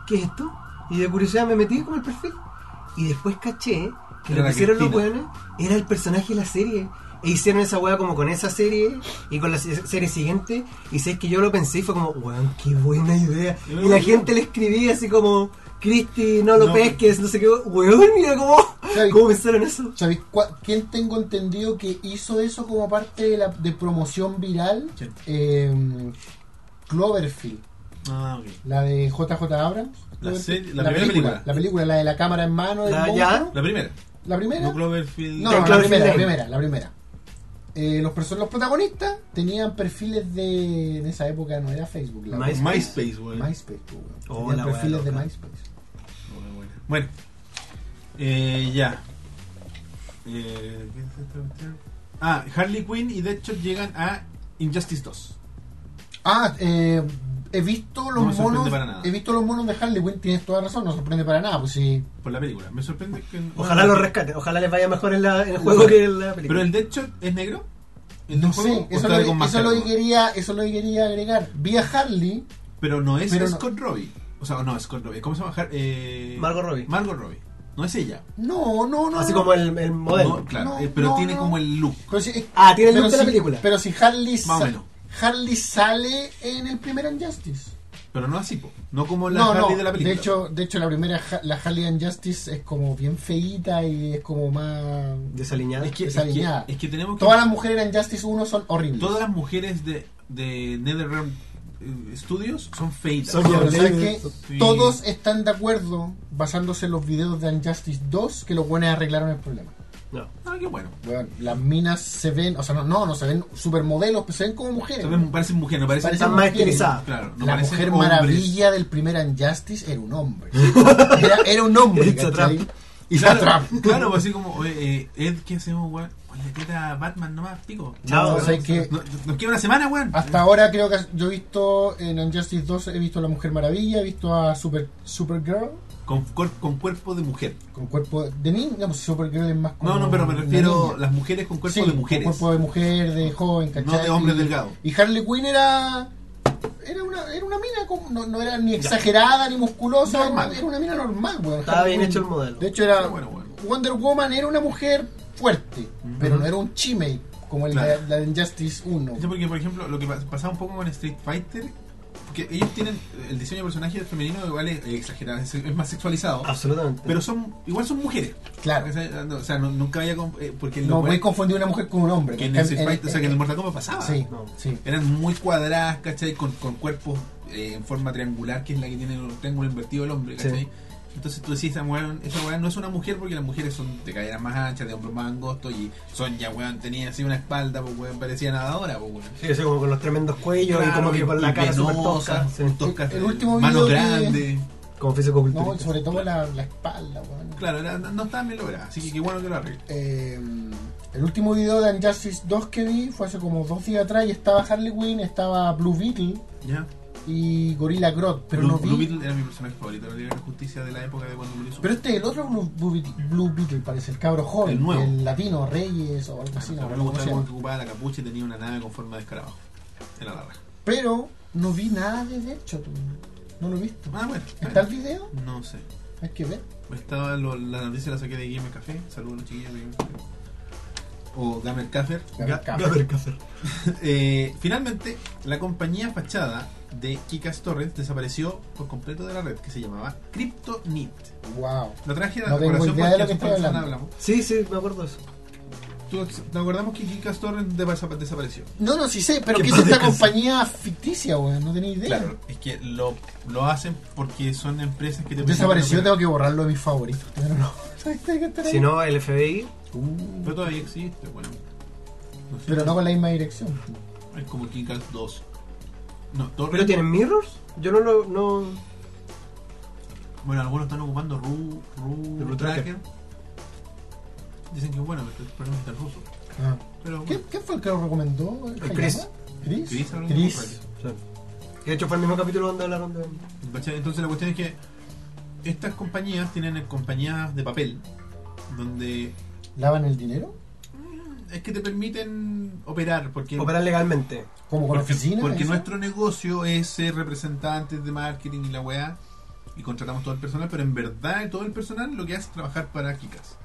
[SPEAKER 2] ¿qué es esto? Y de curiosidad me metí con el perfil. Y después caché que
[SPEAKER 1] Era
[SPEAKER 2] lo
[SPEAKER 1] la
[SPEAKER 2] que hicieron los
[SPEAKER 1] Cristina.
[SPEAKER 2] weones era el personaje de la serie. E hicieron esa weá como con esa serie y con la se- serie siguiente. Y sé que yo lo pensé y fue como, weón, qué buena idea.
[SPEAKER 1] Era
[SPEAKER 2] Y la
[SPEAKER 1] muy
[SPEAKER 2] gente le escribía así como, Cristi, no lo
[SPEAKER 1] No.
[SPEAKER 2] pesques, no sé qué, weón, mira cómo,
[SPEAKER 3] Claro, y-
[SPEAKER 2] cómo pensaron eso.
[SPEAKER 3] ¿Sabéis cua- quién tengo entendido que hizo eso como parte de, la, de promoción viral?
[SPEAKER 1] ¿Quién?
[SPEAKER 3] Eh, Cloverfield,
[SPEAKER 1] Ah, ok.
[SPEAKER 3] la de JJ Abrams.
[SPEAKER 1] La
[SPEAKER 3] Cloverfield.
[SPEAKER 1] serie- la primera película.
[SPEAKER 3] La película, la de la cámara en mano. del
[SPEAKER 2] La-
[SPEAKER 3] monstruo.
[SPEAKER 2] ya.
[SPEAKER 1] La primera.
[SPEAKER 3] ¿La primera?
[SPEAKER 1] No Cloverfield.
[SPEAKER 3] No,
[SPEAKER 2] De
[SPEAKER 3] no, la
[SPEAKER 2] Cloverfield
[SPEAKER 3] primera, la
[SPEAKER 2] Lane.
[SPEAKER 3] primera, la primera. Eh, los, perso- los protagonistas tenían perfiles de. En esa época no era Facebook. La
[SPEAKER 2] MySpace.
[SPEAKER 1] MySpace, weón.
[SPEAKER 3] MySpace, pues, weón.
[SPEAKER 2] Oh,
[SPEAKER 3] Tenían
[SPEAKER 2] la wea
[SPEAKER 3] perfiles de
[SPEAKER 2] loca.
[SPEAKER 3] MySpace.
[SPEAKER 1] Bueno, bueno. Bueno. Eh, ya. Eh, ¿qué es esta cuestión? Ah, Harley Quinn y Deadshot llegan a Injustice 2.
[SPEAKER 3] Ah, eh, he visto los
[SPEAKER 1] No me sorprende
[SPEAKER 3] monos.
[SPEAKER 1] para nada.
[SPEAKER 3] He visto los monos de Harley Quinn, tienes toda razón, no sorprende para nada, pues sí.
[SPEAKER 1] Por la película. Me sorprende que.
[SPEAKER 2] Ojalá lo rescaten, ojalá les vaya mejor en, la- en el juego que en la película.
[SPEAKER 1] Pero el Deadshot es negro. ¿El
[SPEAKER 3] No
[SPEAKER 1] del juego?
[SPEAKER 3] sé,
[SPEAKER 1] ¿O
[SPEAKER 3] eso
[SPEAKER 1] trae
[SPEAKER 3] lo,
[SPEAKER 1] con
[SPEAKER 3] eso,
[SPEAKER 1] máscara,
[SPEAKER 3] lo que
[SPEAKER 1] weón?
[SPEAKER 3] quería, eso lo que quería agregar. Vi a Harley,
[SPEAKER 1] Pero no es
[SPEAKER 3] Pero no.
[SPEAKER 1] Scott Robbie. O sea, no, Scott Robbie. ¿Cómo se llama? Har- Eh...
[SPEAKER 2] Margot Robbie.
[SPEAKER 1] Margot Robbie. No es ella.
[SPEAKER 3] no, no, no.
[SPEAKER 2] Así
[SPEAKER 3] no.
[SPEAKER 2] como el, el modelo.
[SPEAKER 1] No, claro.
[SPEAKER 3] No,
[SPEAKER 1] eh, pero
[SPEAKER 3] no,
[SPEAKER 1] tiene
[SPEAKER 3] no.
[SPEAKER 1] como el look.
[SPEAKER 3] Pero si- eh,
[SPEAKER 2] Ah, tiene el
[SPEAKER 3] pero
[SPEAKER 2] look de la
[SPEAKER 3] si-
[SPEAKER 2] película.
[SPEAKER 3] Pero si Harley,
[SPEAKER 1] Más o
[SPEAKER 3] sa-
[SPEAKER 1] menos.
[SPEAKER 3] Harley sale en el primer Injustice.
[SPEAKER 1] Pero no así, po. No como la
[SPEAKER 3] No,
[SPEAKER 1] Harley
[SPEAKER 3] no,
[SPEAKER 1] de la película.
[SPEAKER 3] hecho, de hecho la primera, Ha- la Harley and Justice es como bien feíta y es como más...
[SPEAKER 2] Desaliñada.
[SPEAKER 1] es que, es, que,
[SPEAKER 3] desaliñada.
[SPEAKER 1] es que tenemos que.
[SPEAKER 3] Todas las mujeres en Justice 1 son horribles.
[SPEAKER 1] Todas las mujeres de, de NetherRealm eh, Studios son feitas.
[SPEAKER 2] Son
[SPEAKER 3] Pero
[SPEAKER 2] Sí,
[SPEAKER 3] ¿sabes qué?
[SPEAKER 1] sí.
[SPEAKER 3] Todos están de acuerdo, basándose en los videos de Injustice 2, que los buenos arreglaron el problema.
[SPEAKER 2] No.
[SPEAKER 1] Ah, qué bueno.
[SPEAKER 3] Weón, las minas se ven, o sea, no, no, no se ven supermodelos, pero se ven como mujeres.
[SPEAKER 1] Se ven- Parecen mujeres, no parecen.
[SPEAKER 3] Parecen
[SPEAKER 2] Están más
[SPEAKER 3] mujeres.
[SPEAKER 2] estilizadas.
[SPEAKER 1] Claro, no
[SPEAKER 3] la
[SPEAKER 1] parecen
[SPEAKER 3] mujer
[SPEAKER 1] hombres.
[SPEAKER 3] maravilla del primer Injustice era un hombre. Era, era un hombre.
[SPEAKER 2] It's a
[SPEAKER 3] ¿cachai?
[SPEAKER 2] trap.
[SPEAKER 3] It's a
[SPEAKER 1] Claro,
[SPEAKER 3] trap.
[SPEAKER 1] claro, pues así como, oye, eh, Ed, ¿qué hacemos, weón? Pues le queda a Batman nomás, pico.
[SPEAKER 2] Chao,
[SPEAKER 3] No,
[SPEAKER 2] weón.
[SPEAKER 3] ¿sabes qué?
[SPEAKER 1] No- Nos, queda una semana, weón.
[SPEAKER 3] Hasta ahora creo que yo he visto en Injustice 2, he visto a la Mujer Maravilla, he visto a Super Supergirl
[SPEAKER 1] Con, cor- con cuerpo de mujer.
[SPEAKER 3] con cuerpo de niña, pues Supergirl es más como
[SPEAKER 1] No, no, pero me
[SPEAKER 3] una
[SPEAKER 1] refiero
[SPEAKER 3] niña.
[SPEAKER 1] a las mujeres con cuerpo
[SPEAKER 3] Sí,
[SPEAKER 1] de mujeres.
[SPEAKER 3] Cuerpo de mujer, de joven, ¿cachai?
[SPEAKER 1] No de hombre
[SPEAKER 3] Y-
[SPEAKER 1] delgado.
[SPEAKER 3] Y Harley Quinn era. Era una, era una mina, como- no, no era ni exagerada ni musculosa, era
[SPEAKER 1] Normal.
[SPEAKER 3] una- era una mina normal, weón.
[SPEAKER 2] Estaba
[SPEAKER 3] Harley
[SPEAKER 2] bien
[SPEAKER 3] Quinn.
[SPEAKER 2] hecho el modelo.
[SPEAKER 3] De hecho, era.
[SPEAKER 1] Sí, bueno, bueno.
[SPEAKER 3] Wonder Woman era una mujer fuerte, pero no era un chime como el
[SPEAKER 1] Claro.
[SPEAKER 3] de, la de Injustice 1.
[SPEAKER 1] Sí, porque, por ejemplo, lo que pas- pasaba un poco con Street Fighter, que ellos tienen eh, el diseño de personajes femenino igual es eh, exagerado, es, es más sexualizado.
[SPEAKER 2] Absolutamente.
[SPEAKER 1] Pero son igual son mujeres.
[SPEAKER 3] Claro.
[SPEAKER 1] O sea, eh, no, o sea, no- nunca vaya con, eh, porque
[SPEAKER 3] No
[SPEAKER 1] los
[SPEAKER 3] voy a
[SPEAKER 1] weones
[SPEAKER 3] confundir una mujer con un hombre.
[SPEAKER 1] que en
[SPEAKER 3] porque
[SPEAKER 1] el Street Fighter, o sea, que en el Mortal Kombat pasaba.
[SPEAKER 3] este Sí,
[SPEAKER 2] No.
[SPEAKER 3] sí.
[SPEAKER 1] Eran muy cuadradas, ¿cachai? Con, con cuerpos eh, en forma triangular, que es la que tiene el triángulo invertido el hombre, ¿cachai? Entonces tú decís, esa weón, esa weón no es una mujer porque las mujeres son de caderas más anchas, de hombros más angostos y son ya weón, tenían así una espalda, pues weón, parecía nadadora, pues weón.
[SPEAKER 2] Sí, así como con los tremendos cuellos y
[SPEAKER 1] Claro,
[SPEAKER 2] como que con la
[SPEAKER 1] y
[SPEAKER 2] cara súper tosca.
[SPEAKER 1] venosas,
[SPEAKER 2] sí.
[SPEAKER 1] toscas,
[SPEAKER 3] El último
[SPEAKER 1] manos
[SPEAKER 3] video que-
[SPEAKER 1] grandes.
[SPEAKER 2] Como fisicoculturista.
[SPEAKER 3] No, sobre todo la, la espalda, weón.
[SPEAKER 1] Claro, era- no estaban bien logradas, así que qué bueno que lo arregle.
[SPEAKER 3] Eh, el último video de Unjustice 2 que vi fue hace como dos días atrás y estaba Harley Quinn, estaba Blue Beetle
[SPEAKER 1] ¿Ya?
[SPEAKER 3] y Gorilla Grodd, pero
[SPEAKER 1] Blue,
[SPEAKER 3] no vi.
[SPEAKER 1] Blue Beetle era mi personaje favorito de la Liga de la Justicia de la época de cuando murió su-
[SPEAKER 3] Pero este es el otro Blue, Blue Beetle, Blue Beetle, parece, el cabro joven,
[SPEAKER 1] El nuevo.
[SPEAKER 3] latino, Reyes o algo
[SPEAKER 1] Ah,
[SPEAKER 3] así.
[SPEAKER 1] no,
[SPEAKER 3] no
[SPEAKER 1] me
[SPEAKER 3] recuerdo cómo
[SPEAKER 1] gustaba
[SPEAKER 3] se
[SPEAKER 1] el
[SPEAKER 3] llama.
[SPEAKER 1] que ocupaba la capucha y tenía una nave con forma de escarabajo. Era la raja.
[SPEAKER 3] Pero no vi nada de hecho, tú. no lo he visto.
[SPEAKER 1] Ah, bueno.
[SPEAKER 3] ¿Está el video?
[SPEAKER 1] No sé.
[SPEAKER 3] Hay que ver.
[SPEAKER 1] Estaba lo- la noticia la saqué de Game Café. Saludos a los chiquillos de Game Café. O Gamer Café.
[SPEAKER 2] Ga- Gaber Caffer.
[SPEAKER 1] Eh, finalmente, la compañía fachada de Kikas Torrents desapareció por completo de la red, que se llamaba Cryptonit.
[SPEAKER 3] Wow.
[SPEAKER 1] La traje a
[SPEAKER 3] No
[SPEAKER 1] la
[SPEAKER 3] tengo
[SPEAKER 1] colación
[SPEAKER 3] idea de lo que
[SPEAKER 1] hace un par
[SPEAKER 3] estoy
[SPEAKER 1] semanas
[SPEAKER 3] hablando.
[SPEAKER 2] Sí, sí, me acuerdo de eso.
[SPEAKER 1] hablamos. Tú- Nos acordamos que Kikas Torrents desapa- desapareció.
[SPEAKER 3] No, no, sí sé, pero
[SPEAKER 2] Que
[SPEAKER 3] ¿qué es
[SPEAKER 2] paz
[SPEAKER 3] esta
[SPEAKER 2] descanse.
[SPEAKER 3] compañía ficticia, weón? No tenía idea.
[SPEAKER 1] Claro, es que lo, lo hacen porque son empresas que te
[SPEAKER 3] Desapareció, tengo que borrarlo de mis favoritos. Pero no. Tiene que estar ahí.
[SPEAKER 2] Si no, el FBI.
[SPEAKER 3] Uh,
[SPEAKER 1] Pero todavía existe, bueno. No sé.
[SPEAKER 3] pero no con la misma dirección.
[SPEAKER 1] Es como Kikas 2. No, Torrent-
[SPEAKER 2] ¿Pero tienen mirrors? Yo no lo. No...
[SPEAKER 1] Bueno, algunos están ocupando Ru, Ru,
[SPEAKER 2] Ru
[SPEAKER 1] Tracker. Dicen que es bueno, pero el problema es que está en ruso.
[SPEAKER 3] Ah.
[SPEAKER 1] Pero
[SPEAKER 3] ¿Qué,
[SPEAKER 1] bueno,
[SPEAKER 3] ¿Qué fue el que lo recomendó?
[SPEAKER 2] El Chris.
[SPEAKER 3] Hayama? ¿Chris?
[SPEAKER 1] Chris habló de
[SPEAKER 3] Chris.
[SPEAKER 1] Ru
[SPEAKER 2] Sí. Y de hecho fue el mismo capítulo donde hablaron de.
[SPEAKER 1] Tracker. ¿Cachai? Entonces la cuestión es que estas compañías tienen eh, compañías de papel, donde
[SPEAKER 3] ¿Lavan el dinero?
[SPEAKER 1] es que te permiten operar, porque,
[SPEAKER 2] Operar legalmente.
[SPEAKER 3] ¿Como con
[SPEAKER 1] porque,
[SPEAKER 3] oficina?
[SPEAKER 1] porque
[SPEAKER 3] eso?
[SPEAKER 1] nuestro negocio es ser representantes de marketing y la weá, y contratamos todo el personal, pero en verdad todo el personal lo que hace es trabajar para Kikas.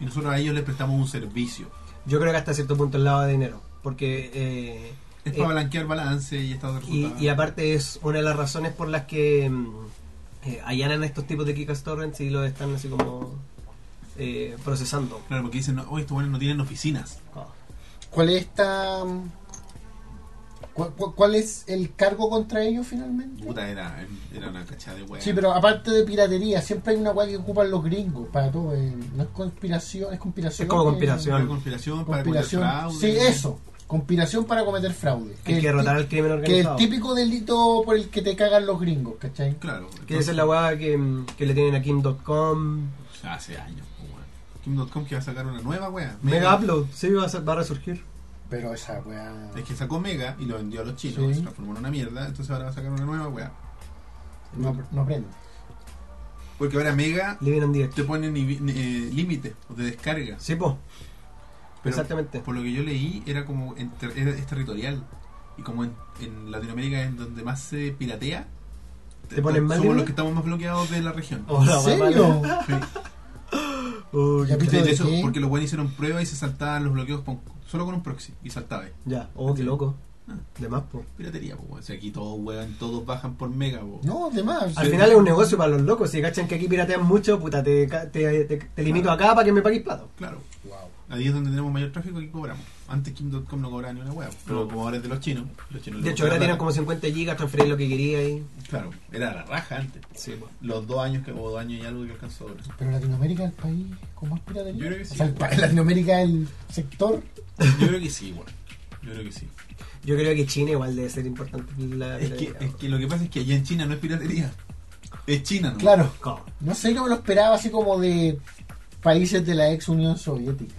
[SPEAKER 1] Y nosotros a ellos les prestamos un servicio.
[SPEAKER 2] Yo creo que hasta cierto punto el lado de dinero. Porque. eh,
[SPEAKER 1] Es
[SPEAKER 2] eh,
[SPEAKER 1] para blanquear balance y estados de
[SPEAKER 2] Y,
[SPEAKER 1] resultados.
[SPEAKER 2] y aparte es una de las razones por las que mm, eh, allanan estos tipos de Kikas Torrents y los están así como eh, procesando.
[SPEAKER 1] Claro, porque dicen, no, oh, estos buenos no tienen oficinas.
[SPEAKER 3] Ah. ¿Cuál es esta... mm, cu- cu- ¿Cuál es el cargo contra ellos finalmente?
[SPEAKER 1] Puta, era, era una cachada de weá.
[SPEAKER 3] Sí, pero aparte de piratería, siempre hay una weá que ocupan los gringos para todo. eh, No es conspiración, es conspiración.
[SPEAKER 2] Es como
[SPEAKER 3] eh,
[SPEAKER 2] conspiración.
[SPEAKER 1] Una conspiración para cometer
[SPEAKER 3] conspiración.
[SPEAKER 1] fraude.
[SPEAKER 3] Sí, eso. Conspiración para cometer fraude.
[SPEAKER 2] Hay
[SPEAKER 3] el
[SPEAKER 2] que derrotar
[SPEAKER 3] ti-
[SPEAKER 2] al crimen
[SPEAKER 3] Que es
[SPEAKER 2] organizado.
[SPEAKER 3] el típico delito por el que te cagan los gringos, ¿cachai?
[SPEAKER 1] Claro.
[SPEAKER 2] Que esa es la weá que, mm, que le tienen a Kim.com.
[SPEAKER 1] Hace años, po, weón. Kim.com que va a sacar una nueva weá.
[SPEAKER 2] Mega Upload, sí, va a, ser- va a resurgir.
[SPEAKER 3] Pero esa weá.
[SPEAKER 1] Es que sacó Mega y lo vendió a los chinos.
[SPEAKER 3] Sí.
[SPEAKER 1] Se transformó en una mierda. Entonces ahora va a sacar una nueva weá.
[SPEAKER 3] No, no aprende.
[SPEAKER 1] Porque ahora Mega
[SPEAKER 2] Living and Direct.
[SPEAKER 1] te pone ni- ni- eh, límite de descarga.
[SPEAKER 2] Sí, po.
[SPEAKER 1] Pero
[SPEAKER 2] Exactamente.
[SPEAKER 1] Por lo que yo leí, era como en ter- era- es territorial. Y como en, en Latinoamérica es donde más se piratea,
[SPEAKER 2] ¿Te ponen más
[SPEAKER 1] somos
[SPEAKER 2] libre?
[SPEAKER 1] los que estamos más bloqueados de la región.
[SPEAKER 2] Oh, la
[SPEAKER 3] ¿En
[SPEAKER 2] weá
[SPEAKER 3] serio?
[SPEAKER 2] mala.
[SPEAKER 1] Sí.
[SPEAKER 2] Uy,
[SPEAKER 3] Ya,
[SPEAKER 2] qué
[SPEAKER 1] Sí, de
[SPEAKER 3] ¿Pero de
[SPEAKER 1] hecho,
[SPEAKER 3] qué?
[SPEAKER 1] porque los buenos hicieron pruebas y se saltaban los bloqueos con- solo con un proxy y saltaba.
[SPEAKER 2] Ya, oh, qué loco. De más, po.
[SPEAKER 1] Piratería, pues, si aquí todos weón, todos bajan por mega, po.
[SPEAKER 3] No, demás.
[SPEAKER 2] Al final es un negocio para los locos. Si cachan que aquí piratean mucho, puta, te, ca- te, te- te limito acá para que me pagues plata.
[SPEAKER 1] Claro,
[SPEAKER 3] Wow.
[SPEAKER 1] ahí es donde tenemos mayor tráfico y cobramos. Antes Kim.com no cobraba ni una hueá, pero como ahora es de los chinos, los chinos
[SPEAKER 2] De
[SPEAKER 1] le
[SPEAKER 2] hecho, ahora tienen
[SPEAKER 1] cobran
[SPEAKER 2] como 50 gigas, transferir lo que quería y.
[SPEAKER 1] plata. Claro, era la raja antes.
[SPEAKER 2] Sí, po.
[SPEAKER 1] Los dos años que, o dos años y algo que alcanzó ahora.
[SPEAKER 3] Pero Latinoamérica es el país con más piratería.
[SPEAKER 1] Yo creo que sí.
[SPEAKER 3] O sea, el pa- Latinoamérica es el sector.
[SPEAKER 1] Yo creo que sí, weón. Yo creo que sí.
[SPEAKER 2] Yo creo que China igual debe ser importante. La,
[SPEAKER 1] Es que, es que lo que pasa es que allá en China no es piratería. Es China, ¿no?
[SPEAKER 3] Claro.
[SPEAKER 2] ¿Cómo?
[SPEAKER 3] No sé, yo me lo esperaba así como de países de la ex Unión Soviética.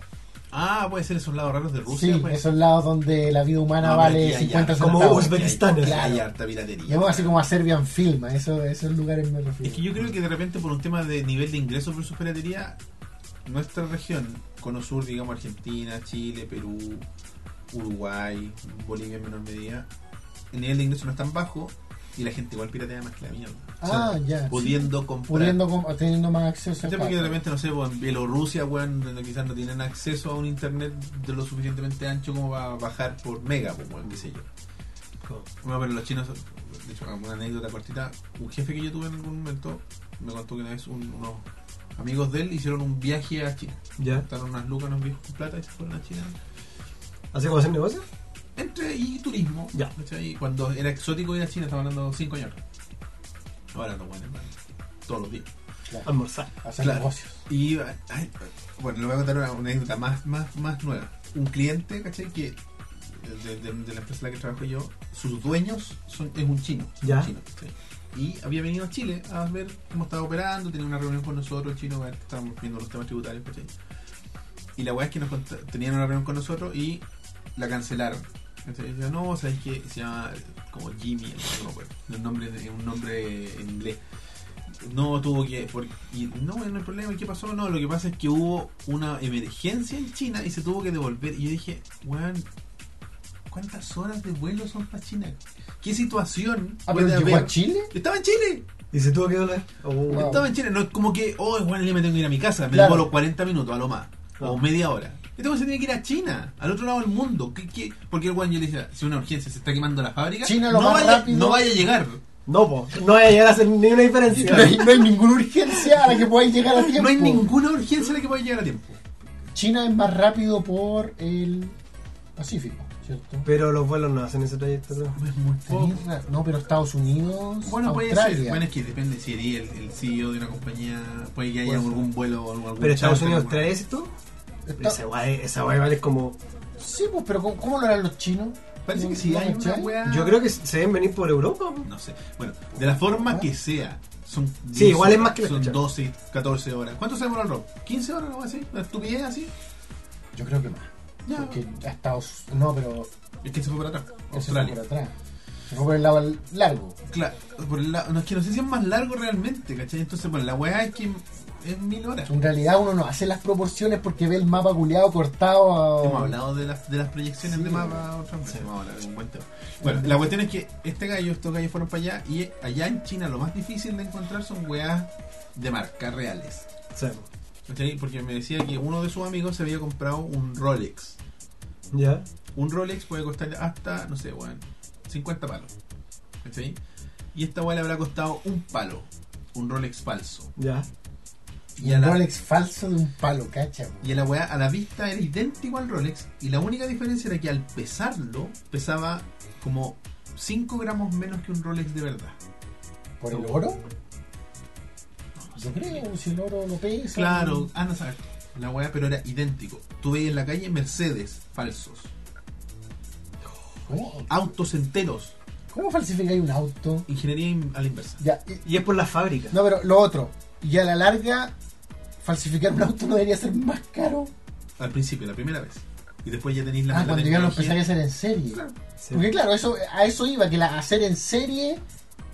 [SPEAKER 1] Ah, puede ser esos lados raros de Rusia,
[SPEAKER 3] sí,
[SPEAKER 1] pues.
[SPEAKER 3] esos lados donde la vida humana
[SPEAKER 1] No, pero
[SPEAKER 3] vale
[SPEAKER 1] aquí hay
[SPEAKER 3] 50
[SPEAKER 1] harta-
[SPEAKER 2] Como
[SPEAKER 3] centavos.
[SPEAKER 2] Uzbek- Uzbekistán,
[SPEAKER 1] aquí hay-
[SPEAKER 3] claro.
[SPEAKER 1] Hay harta piratería.
[SPEAKER 3] Llamamos así como a Serbian Film, a eso, a esos lugares me refiero.
[SPEAKER 1] Es que yo creo que de repente por un tema de nivel de ingresos versus piratería, nuestra región, Cono Sur, digamos Argentina, Chile, Perú, Uruguay, Bolivia en menor medida, el nivel de ingresos no es tan bajo y la gente igual piratea más que la mierda. O sea,
[SPEAKER 3] Ah, ya. sí.
[SPEAKER 1] pudiendo comprar.
[SPEAKER 3] Pudiendo com- teniendo más acceso. a
[SPEAKER 1] ¿Cachai? Porque de
[SPEAKER 3] cada-
[SPEAKER 1] repente, no sé, pues, en Bielorrusia, weón, donde quizás no tienen acceso a un internet de lo suficientemente ancho como para bajar por mega, pues, weón, qué sé yo.
[SPEAKER 2] ¿Cómo?
[SPEAKER 1] No, pero los chinos, de hecho, una anécdota cortita. Un jefe que yo tuve en algún momento me contó que una vez un- unos amigos de él hicieron un viaje a China.
[SPEAKER 2] ¿Ya?
[SPEAKER 1] Gastaron unas lucas, unos viejos con plata y se fueron a China.
[SPEAKER 2] ¿Así como hacer negocio?
[SPEAKER 1] Entre y turismo.
[SPEAKER 2] Ya.
[SPEAKER 1] ¿cachai? Y cuando era exótico ir a China, estaba hablando 5 años. atrás. Ahora no, bueno, hermano. Todos los días.
[SPEAKER 3] Claro.
[SPEAKER 2] almorzar.
[SPEAKER 3] Hacer
[SPEAKER 1] Claro.
[SPEAKER 3] negocios.
[SPEAKER 1] Y ay, bueno, le voy a contar una, una anécdota más, más, más nueva. Un cliente, ¿cachai? Que de, de- de la empresa en la que trabajo yo, sus dueños son, es un chino. son
[SPEAKER 2] Ya.
[SPEAKER 1] chinos, ¿cachai? Y había venido a Chile a ver cómo estaba operando, tenía una reunión con nosotros, el chino, a ver, estábamos viendo los temas tributarios, ¿cachai? Y la weá es que nos cont- tenían una reunión con nosotros y la cancelaron. Entonces decía, no, sabes que se llama como Jimmy, no me acuerdo, un nombre, de- un nombre en inglés. No tuvo que. por- y no, no hay problema. ¿y ¿Qué pasó? No, lo que pasa es que hubo una emergencia en China y se tuvo que devolver. Y yo dije, weón, ¿cuántas horas de vuelo son para China? ¿Qué situación?
[SPEAKER 3] Ah, pero
[SPEAKER 1] puede
[SPEAKER 3] llegó
[SPEAKER 1] haber?
[SPEAKER 3] a Chile.
[SPEAKER 1] Estaba en Chile.
[SPEAKER 2] Y se tuvo que doler. Oh,
[SPEAKER 3] Wow.
[SPEAKER 1] Estaba en Chile, no es como que, oh, igual me tengo que ir a mi casa, me
[SPEAKER 3] Claro.
[SPEAKER 1] demoro 40 minutos a lo más, o
[SPEAKER 2] Claro.
[SPEAKER 1] media hora. Este weón se tiene que ir a China, al otro lado del mundo. ¿Qué, qué? Porque el weón yo le decía, si una urgencia se está quemando la fábrica,
[SPEAKER 3] China lo
[SPEAKER 1] no,
[SPEAKER 3] más
[SPEAKER 1] vaya,
[SPEAKER 3] rápido.
[SPEAKER 1] no vaya a llegar.
[SPEAKER 2] No, po, no voy a llegar a hacer ni una diferencia.
[SPEAKER 3] No hay, no hay ninguna urgencia a la que podáis llegar a tiempo.
[SPEAKER 1] No hay ninguna urgencia a la que pueda llegar a tiempo.
[SPEAKER 3] China es más rápido por el Pacífico, ¿cierto?
[SPEAKER 2] Pero los vuelos no hacen ese trayecto. ¿no?
[SPEAKER 3] Pues
[SPEAKER 1] Es muy
[SPEAKER 3] Tenís ra- No, pero Estados Unidos,
[SPEAKER 1] Bueno, puede ser.
[SPEAKER 3] Australia.
[SPEAKER 1] Bueno, es que depende si eres el, el CEO de una compañía, puede que haya
[SPEAKER 3] Puede ser.
[SPEAKER 1] algún vuelo o algún
[SPEAKER 2] Pero Estados
[SPEAKER 1] charter,
[SPEAKER 2] Unidos
[SPEAKER 1] alguna-
[SPEAKER 2] trae esto.
[SPEAKER 3] Está-
[SPEAKER 2] Esa guay, esa guay vale como.
[SPEAKER 3] Sí, pues, pero ¿cómo, cómo lo harán los chinos?
[SPEAKER 1] Parece que
[SPEAKER 3] ¿No-
[SPEAKER 1] sí
[SPEAKER 3] no
[SPEAKER 1] hay una
[SPEAKER 3] cachai?
[SPEAKER 1] weá-
[SPEAKER 2] Yo creo que se deben venir por Europa. po.
[SPEAKER 1] No sé. Bueno, de la forma que sea. Son
[SPEAKER 2] Sí, igual es más que la
[SPEAKER 1] Son
[SPEAKER 2] fecha.
[SPEAKER 1] 12, 14 horas. ¿Cuánto se demora el rock? ¿15 horas o algo así? ¿Una estupidez así?
[SPEAKER 3] Yo creo que más.
[SPEAKER 1] Ya.
[SPEAKER 3] Porque a Estados No, pero
[SPEAKER 1] Es que se fue para atrás.
[SPEAKER 3] ese fue
[SPEAKER 1] Australia.
[SPEAKER 3] por atrás. Se fue por el lado al- largo.
[SPEAKER 1] Claro. Por el lado- no, es que no sé si es más largo realmente, ¿cachai? Entonces, bueno, la weá es que es mil horas.
[SPEAKER 3] En realidad uno no hace las proporciones porque ve el mapa culeado cortado. a-
[SPEAKER 1] Hemos hablado de las, de las proyecciones
[SPEAKER 3] Oh. Sí.
[SPEAKER 1] de mapa otra vez. Vamos a hablar de un buen tema. Bueno, la cuestión es que este gallo, estos gallos fueron para allá y allá en China lo más difícil de encontrar son weas de marca reales.
[SPEAKER 2] Sí, po.
[SPEAKER 1] ¿Cachai? Porque me decía que uno de sus amigos se había comprado un Rolex.
[SPEAKER 2] ¿Ya?
[SPEAKER 1] Un Rolex puede costar hasta, no sé, weón, 50 palos. ¿Cachai? Y esta weá le habrá costado un palo. Un Rolex falso.
[SPEAKER 2] Ya.
[SPEAKER 1] Y a
[SPEAKER 3] un
[SPEAKER 1] la-
[SPEAKER 3] Rolex falso de un palo, cacha. po.
[SPEAKER 1] Y la weá a la vista era idéntico al Rolex. Y la única diferencia era que al pesarlo, pesaba como 5 gramos menos que un Rolex de verdad.
[SPEAKER 3] ¿Por el oro? Yo creo, si el oro lo pesa.
[SPEAKER 1] Claro, anda a saber. La weá, pero era idéntico. Tú veías en la calle Mercedes falsos.
[SPEAKER 3] ¿Cómo,
[SPEAKER 1] Autos enteros.
[SPEAKER 3] cómo falsificáis un auto?
[SPEAKER 1] Ingeniería in- a la inversa.
[SPEAKER 3] Ya, y-
[SPEAKER 2] Y es por la fábrica.
[SPEAKER 3] no, pero lo otro. Y a la larga, falsificar un auto no debería ser más caro.
[SPEAKER 1] Al principio, la primera vez. Y después ya tenéis la
[SPEAKER 3] Ah,
[SPEAKER 1] la
[SPEAKER 3] cuando ya lo
[SPEAKER 1] tecnología.
[SPEAKER 3] empezaría a hacer en serie.
[SPEAKER 1] Claro.
[SPEAKER 2] Sí.
[SPEAKER 3] Porque claro, eso, a eso iba, que la hacer en serie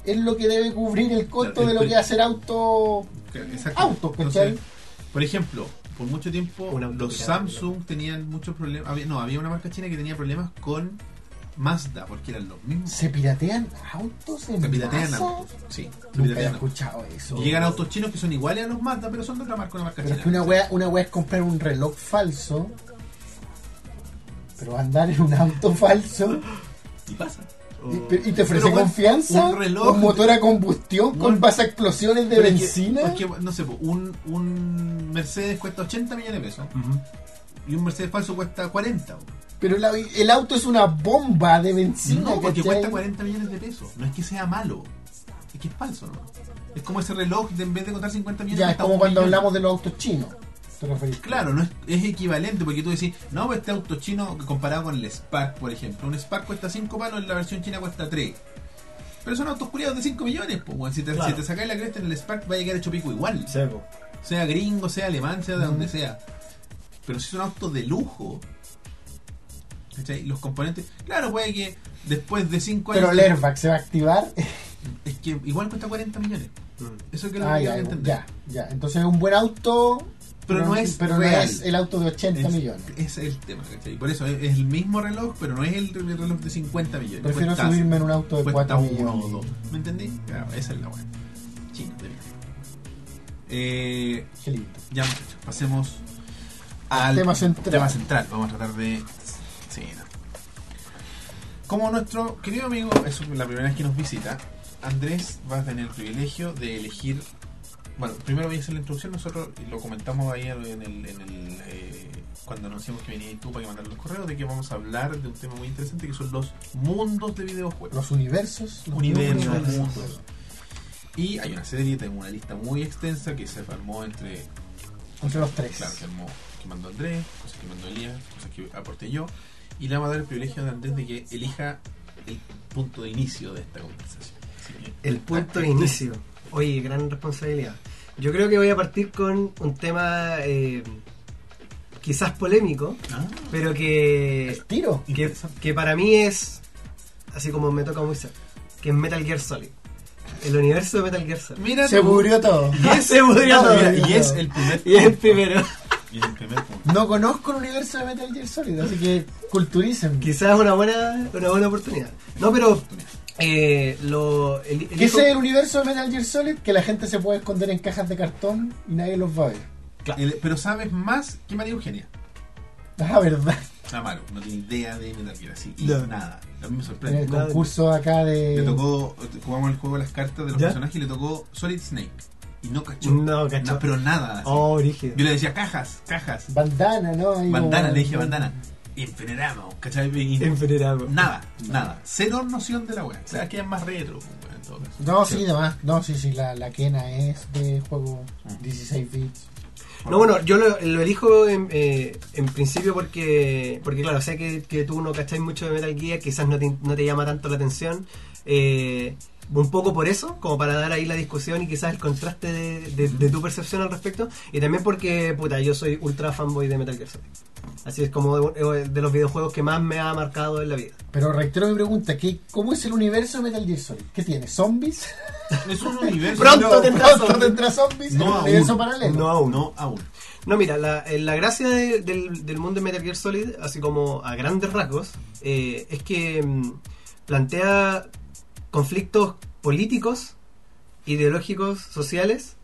[SPEAKER 3] es lo que debe cubrir el costo
[SPEAKER 1] Claro,
[SPEAKER 3] de
[SPEAKER 1] el
[SPEAKER 3] lo que
[SPEAKER 1] pre-
[SPEAKER 3] hacer auto.
[SPEAKER 1] Que- Exacto.
[SPEAKER 3] Autos, ¿cachai?
[SPEAKER 1] Entonces, por ejemplo, por mucho tiempo
[SPEAKER 2] Un auto
[SPEAKER 1] los
[SPEAKER 2] pirata,
[SPEAKER 1] Samsung tenían muchos problemas. Había, no, había una marca china que tenía problemas con Mazda, porque eran los mismos.
[SPEAKER 3] ¿Se piratean autos en
[SPEAKER 1] Se piratean
[SPEAKER 3] masa?
[SPEAKER 1] autos. Sí, se
[SPEAKER 3] Nunca he
[SPEAKER 1] piratean autos.
[SPEAKER 3] escuchado eso.
[SPEAKER 1] Y Llegan autos chinos que son iguales a los Mazda, pero son de otra marca, una marca
[SPEAKER 3] Pero es
[SPEAKER 1] china.
[SPEAKER 3] que una wea, una wea es comprar un reloj falso, pero andar en un auto falso
[SPEAKER 1] Y pasa.
[SPEAKER 3] y, pero- y te ofrece
[SPEAKER 1] Pero, weón,
[SPEAKER 3] confianza,
[SPEAKER 1] un reloj-
[SPEAKER 3] motor a combustión
[SPEAKER 1] Weón.
[SPEAKER 3] con base a explosiones de
[SPEAKER 1] Pero es que-
[SPEAKER 3] benzina.
[SPEAKER 1] es que, no sé, po, un, un Mercedes cuesta 80 millones de pesos
[SPEAKER 2] Ujú.
[SPEAKER 1] y un Mercedes falso cuesta 40. po.
[SPEAKER 3] Pero la- el auto es una bomba de benzina.
[SPEAKER 1] no, porque
[SPEAKER 3] ¿cachai?
[SPEAKER 1] cuesta 40 millones de pesos. No es que sea malo, es que es falso, ¿no? Es como ese reloj de en vez de contar 50 millones
[SPEAKER 3] Ya, es
[SPEAKER 1] cuesta
[SPEAKER 3] como
[SPEAKER 1] un
[SPEAKER 3] cuando
[SPEAKER 1] millón.
[SPEAKER 3] hablamos de los autos chinos. ¿Te referís?
[SPEAKER 1] Claro, no es, es equivalente porque tú decís, no, pues este auto chino comparado con el Spark, por ejemplo. Un Spark cuesta 5 palos, la versión china cuesta 3. Pero son autos curiados de 5 millones, pues, weón. si te,
[SPEAKER 2] Claro.
[SPEAKER 1] si te sacáis la cresta en el Spark, va a llegar hecho pico igual.
[SPEAKER 2] Sí, po.
[SPEAKER 1] Sea gringo, sea alemán, sea de donde sea. Pero si son autos de lujo, ¿cachai? Los componentes, claro, puede que después de 5 años.
[SPEAKER 3] Pero el airbag se va a activar.
[SPEAKER 1] Es que igual cuesta 40 millones.
[SPEAKER 2] Mm.
[SPEAKER 1] Eso es que lo
[SPEAKER 3] Ah,
[SPEAKER 1] que hay
[SPEAKER 3] ya,
[SPEAKER 1] que entender.
[SPEAKER 3] ya, ya. Entonces es un buen auto.
[SPEAKER 1] Pero no es
[SPEAKER 3] pero no
[SPEAKER 1] real.
[SPEAKER 3] es el auto de 80
[SPEAKER 1] Es-
[SPEAKER 3] millones.
[SPEAKER 1] Es el tema, ¿cachai? Por eso es, es el mismo reloj, pero no es el, el reloj de 50 millones.
[SPEAKER 3] Prefiero
[SPEAKER 1] Cuesta-
[SPEAKER 3] subirme en un auto de
[SPEAKER 1] Cuesta
[SPEAKER 3] 4
[SPEAKER 1] uno o
[SPEAKER 3] millones.
[SPEAKER 1] dos. ¿Me entendí? Claro, esa es la buena. China, de verdad. Eh,
[SPEAKER 3] Qué lindo.
[SPEAKER 1] ya, muchachos, pasemos al
[SPEAKER 3] tema central.
[SPEAKER 1] tema central. Vamos a tratar de. Sí, no. Como nuestro querido amigo, es la primera vez que nos visita, Andrés va a tener el privilegio de elegir. Bueno, primero voy a hacer la introducción. Nosotros lo comentamos ahí en el. en el, eh, cuando anunciamos que venía tú para que mandar los correos, de que vamos a hablar de un tema muy interesante que son los mundos de videojuegos.
[SPEAKER 3] Los universos. Los
[SPEAKER 1] Universo,
[SPEAKER 3] universos.
[SPEAKER 1] mundos. Y hay una serie, tengo una lista muy extensa que se armó entre
[SPEAKER 3] Entre los tres.
[SPEAKER 1] Claro, que armó, que mandó Andrés, cosas que mandó Elías, cosas que aporté yo. Y le vamos a dar el privilegio de Andrés de que elija el punto de inicio de esta conversación. Así que,
[SPEAKER 2] El punto de inicio. Oye, gran responsabilidad. Yo creo que voy a partir con un tema eh, quizás polémico,
[SPEAKER 1] Ah,
[SPEAKER 2] pero que,
[SPEAKER 3] El tiro.
[SPEAKER 2] que,
[SPEAKER 1] interesante.
[SPEAKER 2] que para mí es, así como me toca muy cerca, que es Metal Gear Solid. El universo de Metal Gear Solid.
[SPEAKER 1] Mira,
[SPEAKER 3] Se
[SPEAKER 1] tú.
[SPEAKER 3] pudrió todo.
[SPEAKER 2] Y es, se murió todo.
[SPEAKER 1] Mira, y es el primer
[SPEAKER 2] Y este, es primero.
[SPEAKER 1] Y es el primer punto.
[SPEAKER 3] No conozco el universo de Metal Gear Solid, así que culturicen.
[SPEAKER 2] Quizás una buena, una buena oportunidad. No, pero eh, lo, el,
[SPEAKER 3] Que ese es el universo de Metal Gear Solid que la gente se puede esconder en cajas de cartón y nadie los va a ver.
[SPEAKER 1] El- pero sabes más que María Eugenia.
[SPEAKER 3] La Ah, verdad.
[SPEAKER 1] Amaro, no tiene idea de Metal Gear así. Y
[SPEAKER 2] Ya.
[SPEAKER 1] nada, a mí me
[SPEAKER 3] En el
[SPEAKER 1] sorprende.
[SPEAKER 2] Claro.
[SPEAKER 3] concurso acá
[SPEAKER 1] Le
[SPEAKER 3] de.
[SPEAKER 1] tocó, jugamos el juego de las cartas de los
[SPEAKER 2] eh. ¿Ya?
[SPEAKER 1] personajes y le tocó Solid Snake. Y no cachó.
[SPEAKER 2] No cachó.
[SPEAKER 1] pero nada. así.
[SPEAKER 2] Oh, origen.
[SPEAKER 1] Yo le decía cajas, cajas.
[SPEAKER 3] Bandana, ¿no? Ahí
[SPEAKER 1] Bandana,
[SPEAKER 3] como-
[SPEAKER 1] le dije bandana. Infinirama, ¿cachai? Y-
[SPEAKER 2] Enfererado.
[SPEAKER 1] Nada, nada. Cero noción de la wea. O sea, que es más retro, pues, weón, en todo caso.
[SPEAKER 3] No, sí, demás. No, sí, sí, la, la Kena es de juego
[SPEAKER 1] Ah.
[SPEAKER 3] 16 bits.
[SPEAKER 2] No, bueno, yo lo, lo elijo en, eh, en principio porque, porque claro, sé que, que tú no cacháis mucho de Metal Gear, quizás no te, no te llama tanto la atención. eh, un poco por eso, como para dar ahí la discusión y quizás el contraste de, de- de tu percepción al respecto. Y también porque, puta, yo soy ultra fanboy de Metal Gear Solid. Así es como de, de los videojuegos que más me ha marcado en la vida.
[SPEAKER 3] Pero reitero mi pregunta: ¿qué, ¿cómo es el universo de Metal Gear Solid? ¿Qué tiene? ¿Zombies?
[SPEAKER 1] Es un universo.
[SPEAKER 2] Pronto
[SPEAKER 1] no,
[SPEAKER 2] tendrá
[SPEAKER 3] Pronto
[SPEAKER 2] zombies.
[SPEAKER 3] tendrá zombies
[SPEAKER 1] No
[SPEAKER 3] en un
[SPEAKER 1] aún.
[SPEAKER 3] universo paralelo.
[SPEAKER 2] No aún.
[SPEAKER 1] No aún.
[SPEAKER 2] No, mira, la, eh, la gracia de- del, del mundo de Metal Gear Solid, así como a grandes rasgos, eh, es que mm, plantea conflictos políticos, ideológicos, sociales,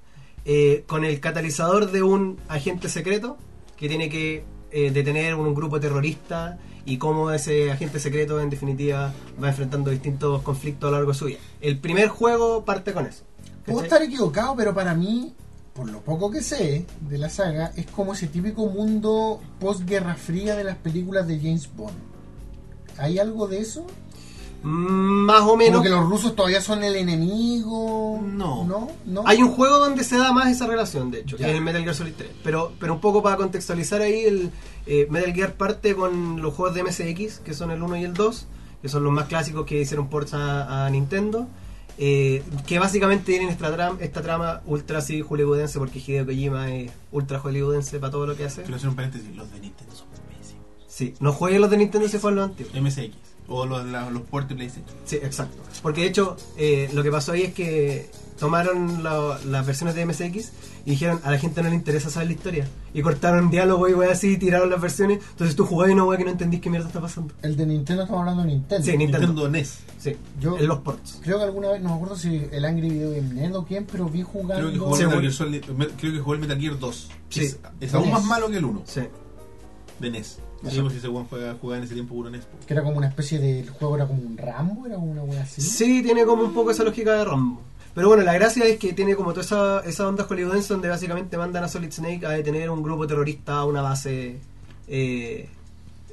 [SPEAKER 2] eh, con el catalizador de un agente secreto que tiene que eh, detener un grupo terrorista y cómo ese agente secreto en definitiva va enfrentando distintos conflictos a lo largo de su vida. El primer juego parte con eso.
[SPEAKER 3] Puedo
[SPEAKER 2] ¿cachai?
[SPEAKER 3] estar equivocado, pero para mí, por lo poco que sé de la saga, es como ese típico mundo postguerra fría de las películas de James Bond. ¿Hay algo de eso?
[SPEAKER 2] Mm, Más o menos.
[SPEAKER 3] Como que los rusos todavía son el enemigo.
[SPEAKER 1] No.
[SPEAKER 3] No, no.
[SPEAKER 2] Hay un juego donde se da más esa relación, de hecho,
[SPEAKER 3] Ya.
[SPEAKER 2] que es el Metal Gear Solid 3. Pero, pero un poco para contextualizar ahí, el eh, Metal Gear parte con los juegos de MSX, que son el 1 y el 2, que son los más clásicos que hicieron ports a, a Nintendo. eh, que básicamente tienen esta, tram- esta trama ultra así hollywoodense, porque Hideo Kojima es ultra hollywoodense para todo lo que hace.
[SPEAKER 1] Quiero hacer un paréntesis. Los de Nintendo son pésimos.
[SPEAKER 2] Sí, no jueguen los de Nintendo, se fueron los antiguos.
[SPEAKER 1] MSX. O los, la- los portes PlayStation.
[SPEAKER 2] Sí, exacto. Porque de hecho, eh, lo que pasó ahí es que tomaron la- las versiones de MSX y dijeron a la gente no le interesa saber la historia. Y cortaron diálogo y weá así, y tiraron las versiones. Entonces tú jugabas y no weá que no entendís qué mierda está pasando.
[SPEAKER 3] El de Nintendo, estamos hablando de Nintendo.
[SPEAKER 2] Sí, Nintendo.
[SPEAKER 1] Nintendo E NES.
[SPEAKER 2] Sí,
[SPEAKER 3] Yo-
[SPEAKER 2] en los ports.
[SPEAKER 3] Creo que alguna vez, no me acuerdo si el Angry Video Game Nerd o quién, pero vi jugando.
[SPEAKER 1] Creo que jugó
[SPEAKER 2] Sí,
[SPEAKER 1] el Metal
[SPEAKER 2] bueno.
[SPEAKER 1] Gear Solid- me- creo que jugó el Metal Gear 2.
[SPEAKER 2] Sí. E
[SPEAKER 1] Es, es aún
[SPEAKER 3] NES.
[SPEAKER 1] más malo que el 1
[SPEAKER 2] Sí.
[SPEAKER 1] de NES.
[SPEAKER 3] Ajá.
[SPEAKER 1] Digamos si ese weón juega- jugaba en ese tiempo puro NES. po.
[SPEAKER 3] Que era como una especie de. El juego era como un Rambo, era como una wea así.
[SPEAKER 2] Sí, tiene como un poco esa lógica de Rambo. Pero bueno, la gracia es que tiene como toda esa, esa onda hollywoodense donde básicamente mandan a Solid Snake a detener un grupo terrorista a una base eh,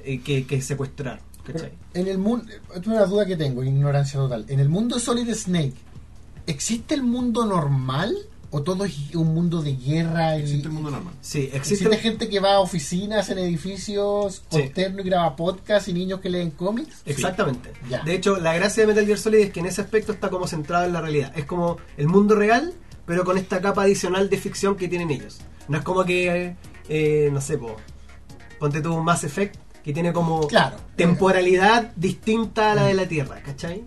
[SPEAKER 2] eh, que, que secuestrar.
[SPEAKER 3] Pero
[SPEAKER 2] ¿Cachai?
[SPEAKER 3] En el mundo. Esto es una duda que tengo, ignorancia total. En el mundo Solid Snake, ¿existe el mundo normal o todo es un mundo de guerra? Y,
[SPEAKER 1] Existe el mundo normal.
[SPEAKER 2] Sí,
[SPEAKER 3] ¿Existe,
[SPEAKER 2] existe...
[SPEAKER 3] gente que va a oficinas, en edificios,
[SPEAKER 2] Sí.
[SPEAKER 3] externo y graba podcasts y niños que leen cómics?
[SPEAKER 1] Eh,
[SPEAKER 2] Exactamente.
[SPEAKER 3] Ya.
[SPEAKER 2] De hecho, la gracia de Metal Gear Solid es que en ese aspecto está como centrado en la realidad. Es como el mundo real, pero con esta capa adicional de ficción que tienen ellos. No es como que, eh, eh, no sé, po, ponte tú un Mass Effect que tiene como
[SPEAKER 3] Claro.
[SPEAKER 2] temporalidad distinta a la de la Tierra, ¿cachai?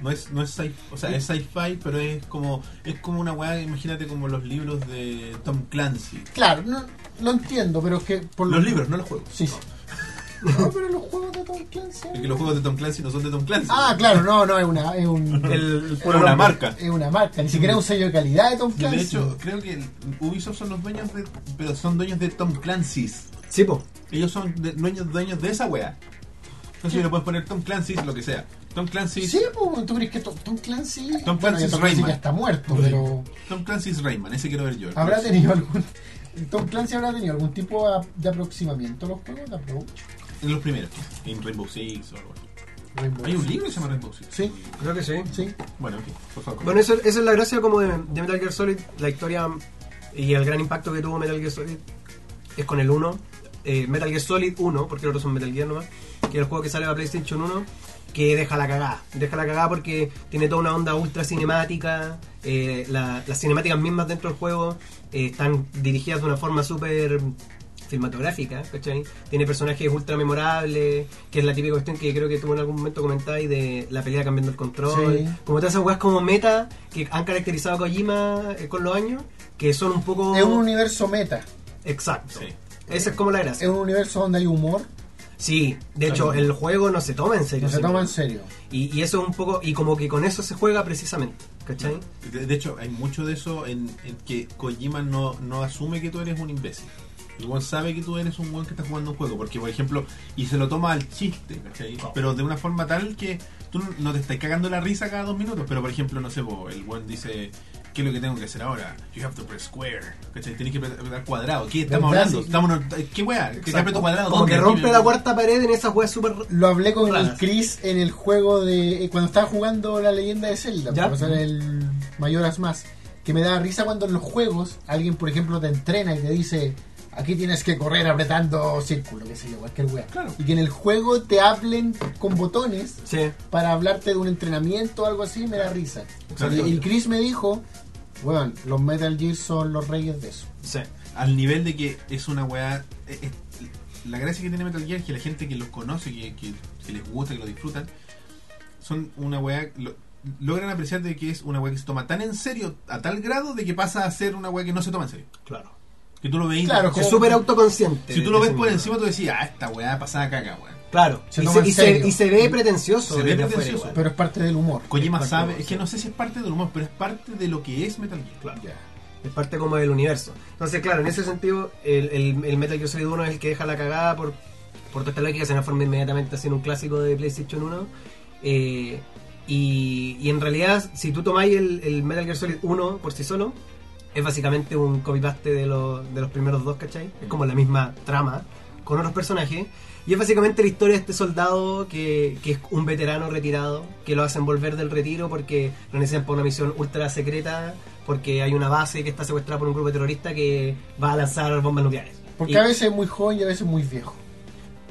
[SPEAKER 1] No es, no es sci o sea, es sci-fi, pero es como, es como una weá, imagínate como los libros de Tom Clancy.
[SPEAKER 3] Claro, no, lo entiendo, pero es que. Por
[SPEAKER 1] Los libros, no los juegos.
[SPEAKER 3] Sí, sí. No, pero los juegos de Tom Clancy.
[SPEAKER 1] Es que los juegos de Tom Clancy no son de Tom Clancy.
[SPEAKER 3] Ah, claro, no, no, es una, es un-
[SPEAKER 2] El,
[SPEAKER 1] Por una marca.
[SPEAKER 3] es una marca, ni siquiera es un sello de calidad de Tom Clancy.
[SPEAKER 1] De hecho, creo que el- Ubisoft son los dueños de. Pero son dueños de Tom Clancy's.
[SPEAKER 2] Sí, po.
[SPEAKER 1] Ellos son de- dueños, dueños de esa wea. Entonces le pueden poner Tom Clancy's, lo que sea. Tom Clancy's.
[SPEAKER 3] sí, pues, tú crees que Tom, Tom Clancy.
[SPEAKER 1] Tom
[SPEAKER 3] bueno,
[SPEAKER 1] Clancy
[SPEAKER 3] ya
[SPEAKER 1] es
[SPEAKER 3] Tom Clancy
[SPEAKER 1] Rayman.
[SPEAKER 3] ya está muerto, pero.
[SPEAKER 1] Tom Clancy's Rayman, ese quiero ver yo.
[SPEAKER 3] Habrá tenido algún. Tom Clancy habrá tenido algún tipo a- de aproximamiento a los juegos de Approach.
[SPEAKER 1] En los primeros. En Rainbow Six o algo así.
[SPEAKER 3] Rainbow
[SPEAKER 1] Hay un
[SPEAKER 3] Six.
[SPEAKER 1] libro que se llama Rainbow Six.
[SPEAKER 3] Sí.
[SPEAKER 2] Creo que sí.
[SPEAKER 3] Sí.
[SPEAKER 1] Bueno, ok, por favor.
[SPEAKER 2] Bueno, eso, eso es la gracia como de, de Metal Gear Solid, la historia y el gran impacto que tuvo Metal Gear Solid es con el 1, eh, Metal Gear Solid 1, porque los otros son Metal Gear nomás, que es el juego que sale para PlayStation 1, que deja la cagada, deja la cagada porque tiene toda una onda ultra cinemática, eh, la- las cinemáticas mismas dentro del juego eh, están dirigidas de una forma súper cinematográfica, ¿cachai? Tiene personajes ultra memorables, que es la típica cuestión que creo que tú en algún momento comentabas de la pelea cambiando el control,
[SPEAKER 3] Sí.
[SPEAKER 2] como todas esas weas como meta que han caracterizado a Kojima eh, con los años, que son un poco...
[SPEAKER 3] Es un universo meta.
[SPEAKER 2] Exacto.
[SPEAKER 1] Sí.
[SPEAKER 2] Esa es como la
[SPEAKER 3] Es
[SPEAKER 2] gracia.
[SPEAKER 3] un universo donde hay humor.
[SPEAKER 2] Sí, de hecho el juego no se toma en serio.
[SPEAKER 3] No se
[SPEAKER 2] sino-
[SPEAKER 3] toma en serio.
[SPEAKER 2] Y, y eso es un poco, y como que con eso se juega precisamente, ¿cachai?
[SPEAKER 1] De, de hecho, hay mucho de eso en, en que Kojima no, no asume que tú eres un imbécil. El weón sabe que tú eres un weón que está jugando un juego, porque por ejemplo, y se lo toma al chiste, ¿cachai? Pero de una forma tal que tú no te estás cagando la risa cada dos minutos, pero por ejemplo, no sé, po, el weón dice, ¿qué es lo que tengo que hacer ahora? You have to press square, ¿cachai? Tienes que apretar cuadrado, ¿qué estamos
[SPEAKER 3] Verdad,
[SPEAKER 1] hablando?
[SPEAKER 3] sí.
[SPEAKER 1] Estamos, ¿Qué weá? ¿Qué te aprieto cuadrado?
[SPEAKER 2] Como
[SPEAKER 1] ¿Dónde?
[SPEAKER 2] que rompe
[SPEAKER 1] Aquí,
[SPEAKER 2] la
[SPEAKER 1] mira.
[SPEAKER 2] cuarta pared en esa wea súper...
[SPEAKER 3] Lo hablé con
[SPEAKER 2] Claro.
[SPEAKER 3] el Chris en el juego de. eh, cuando estaba jugando la leyenda de Zelda,
[SPEAKER 2] ¿Ya?
[SPEAKER 3] para pasar el Mayoras más. Que me da risa cuando en los juegos alguien, por ejemplo, te entrena y te dice: aquí tienes que correr apretando círculo, qué sé yo, cualquier wea.
[SPEAKER 1] Claro.
[SPEAKER 3] Y que en el juego te hablen con botones
[SPEAKER 2] Sí.
[SPEAKER 3] para hablarte de un entrenamiento o algo así, me da risa.
[SPEAKER 1] Exacto.
[SPEAKER 3] Y el Chris me dijo: bueno, los Metal Gear son los reyes de eso.
[SPEAKER 2] Sí.
[SPEAKER 1] al nivel de que es una weá. eh, eh, la gracia que tiene Metal Gear es que la gente que los conoce, que, que- que les gusta, que lo disfrutan, son una weá. lo- logran apreciar de que es una weá que se toma tan en serio, a tal grado de que pasa a ser una weá que no se toma en serio.
[SPEAKER 2] Claro.
[SPEAKER 1] Que tú lo veis.
[SPEAKER 3] Claro,
[SPEAKER 2] Es
[SPEAKER 3] como-
[SPEAKER 2] súper autoconsciente.
[SPEAKER 1] si tú lo ves
[SPEAKER 2] Sí,
[SPEAKER 1] por
[SPEAKER 2] sí.
[SPEAKER 1] encima, tú decís, ah, esta weá pasada caca, weón.
[SPEAKER 2] Claro.
[SPEAKER 3] Se
[SPEAKER 2] y,
[SPEAKER 3] toma
[SPEAKER 2] se,
[SPEAKER 3] en
[SPEAKER 2] y se-
[SPEAKER 3] serio.
[SPEAKER 2] y se ve pretencioso.
[SPEAKER 1] Se ve
[SPEAKER 2] desde afuera
[SPEAKER 1] pretencioso,
[SPEAKER 2] igual.
[SPEAKER 3] Pero es parte del humor.
[SPEAKER 1] Kojima
[SPEAKER 2] parte
[SPEAKER 1] sabe,
[SPEAKER 2] de-
[SPEAKER 1] es que no sé si es parte del humor, pero es parte de lo que es Metal Gear.
[SPEAKER 2] Claro.
[SPEAKER 3] Ya.
[SPEAKER 2] Es parte como del universo. Entonces, claro, en ese sentido, el, el, el Metal Gear Solid 1 es el que deja la cagada por, por toda esta lógica, se transforma inmediatamente así en un clásico de PlayStation 1. Eh, y, y en realidad, si tú tomáis el, el Metal Gear Solid 1 por sí solo, es básicamente un copy-paste de, los- de los primeros dos, ¿cachai? Es como la misma trama, con otros personajes. Y es básicamente la historia de este soldado que, que es un veterano retirado, que lo hacen volver del retiro porque lo necesitan para una misión ultra secreta, porque hay una base que está secuestrada por un grupo terrorista que va a lanzar bombas nucleares.
[SPEAKER 3] Porque
[SPEAKER 2] Y-
[SPEAKER 3] a veces es muy joven y a veces muy viejo.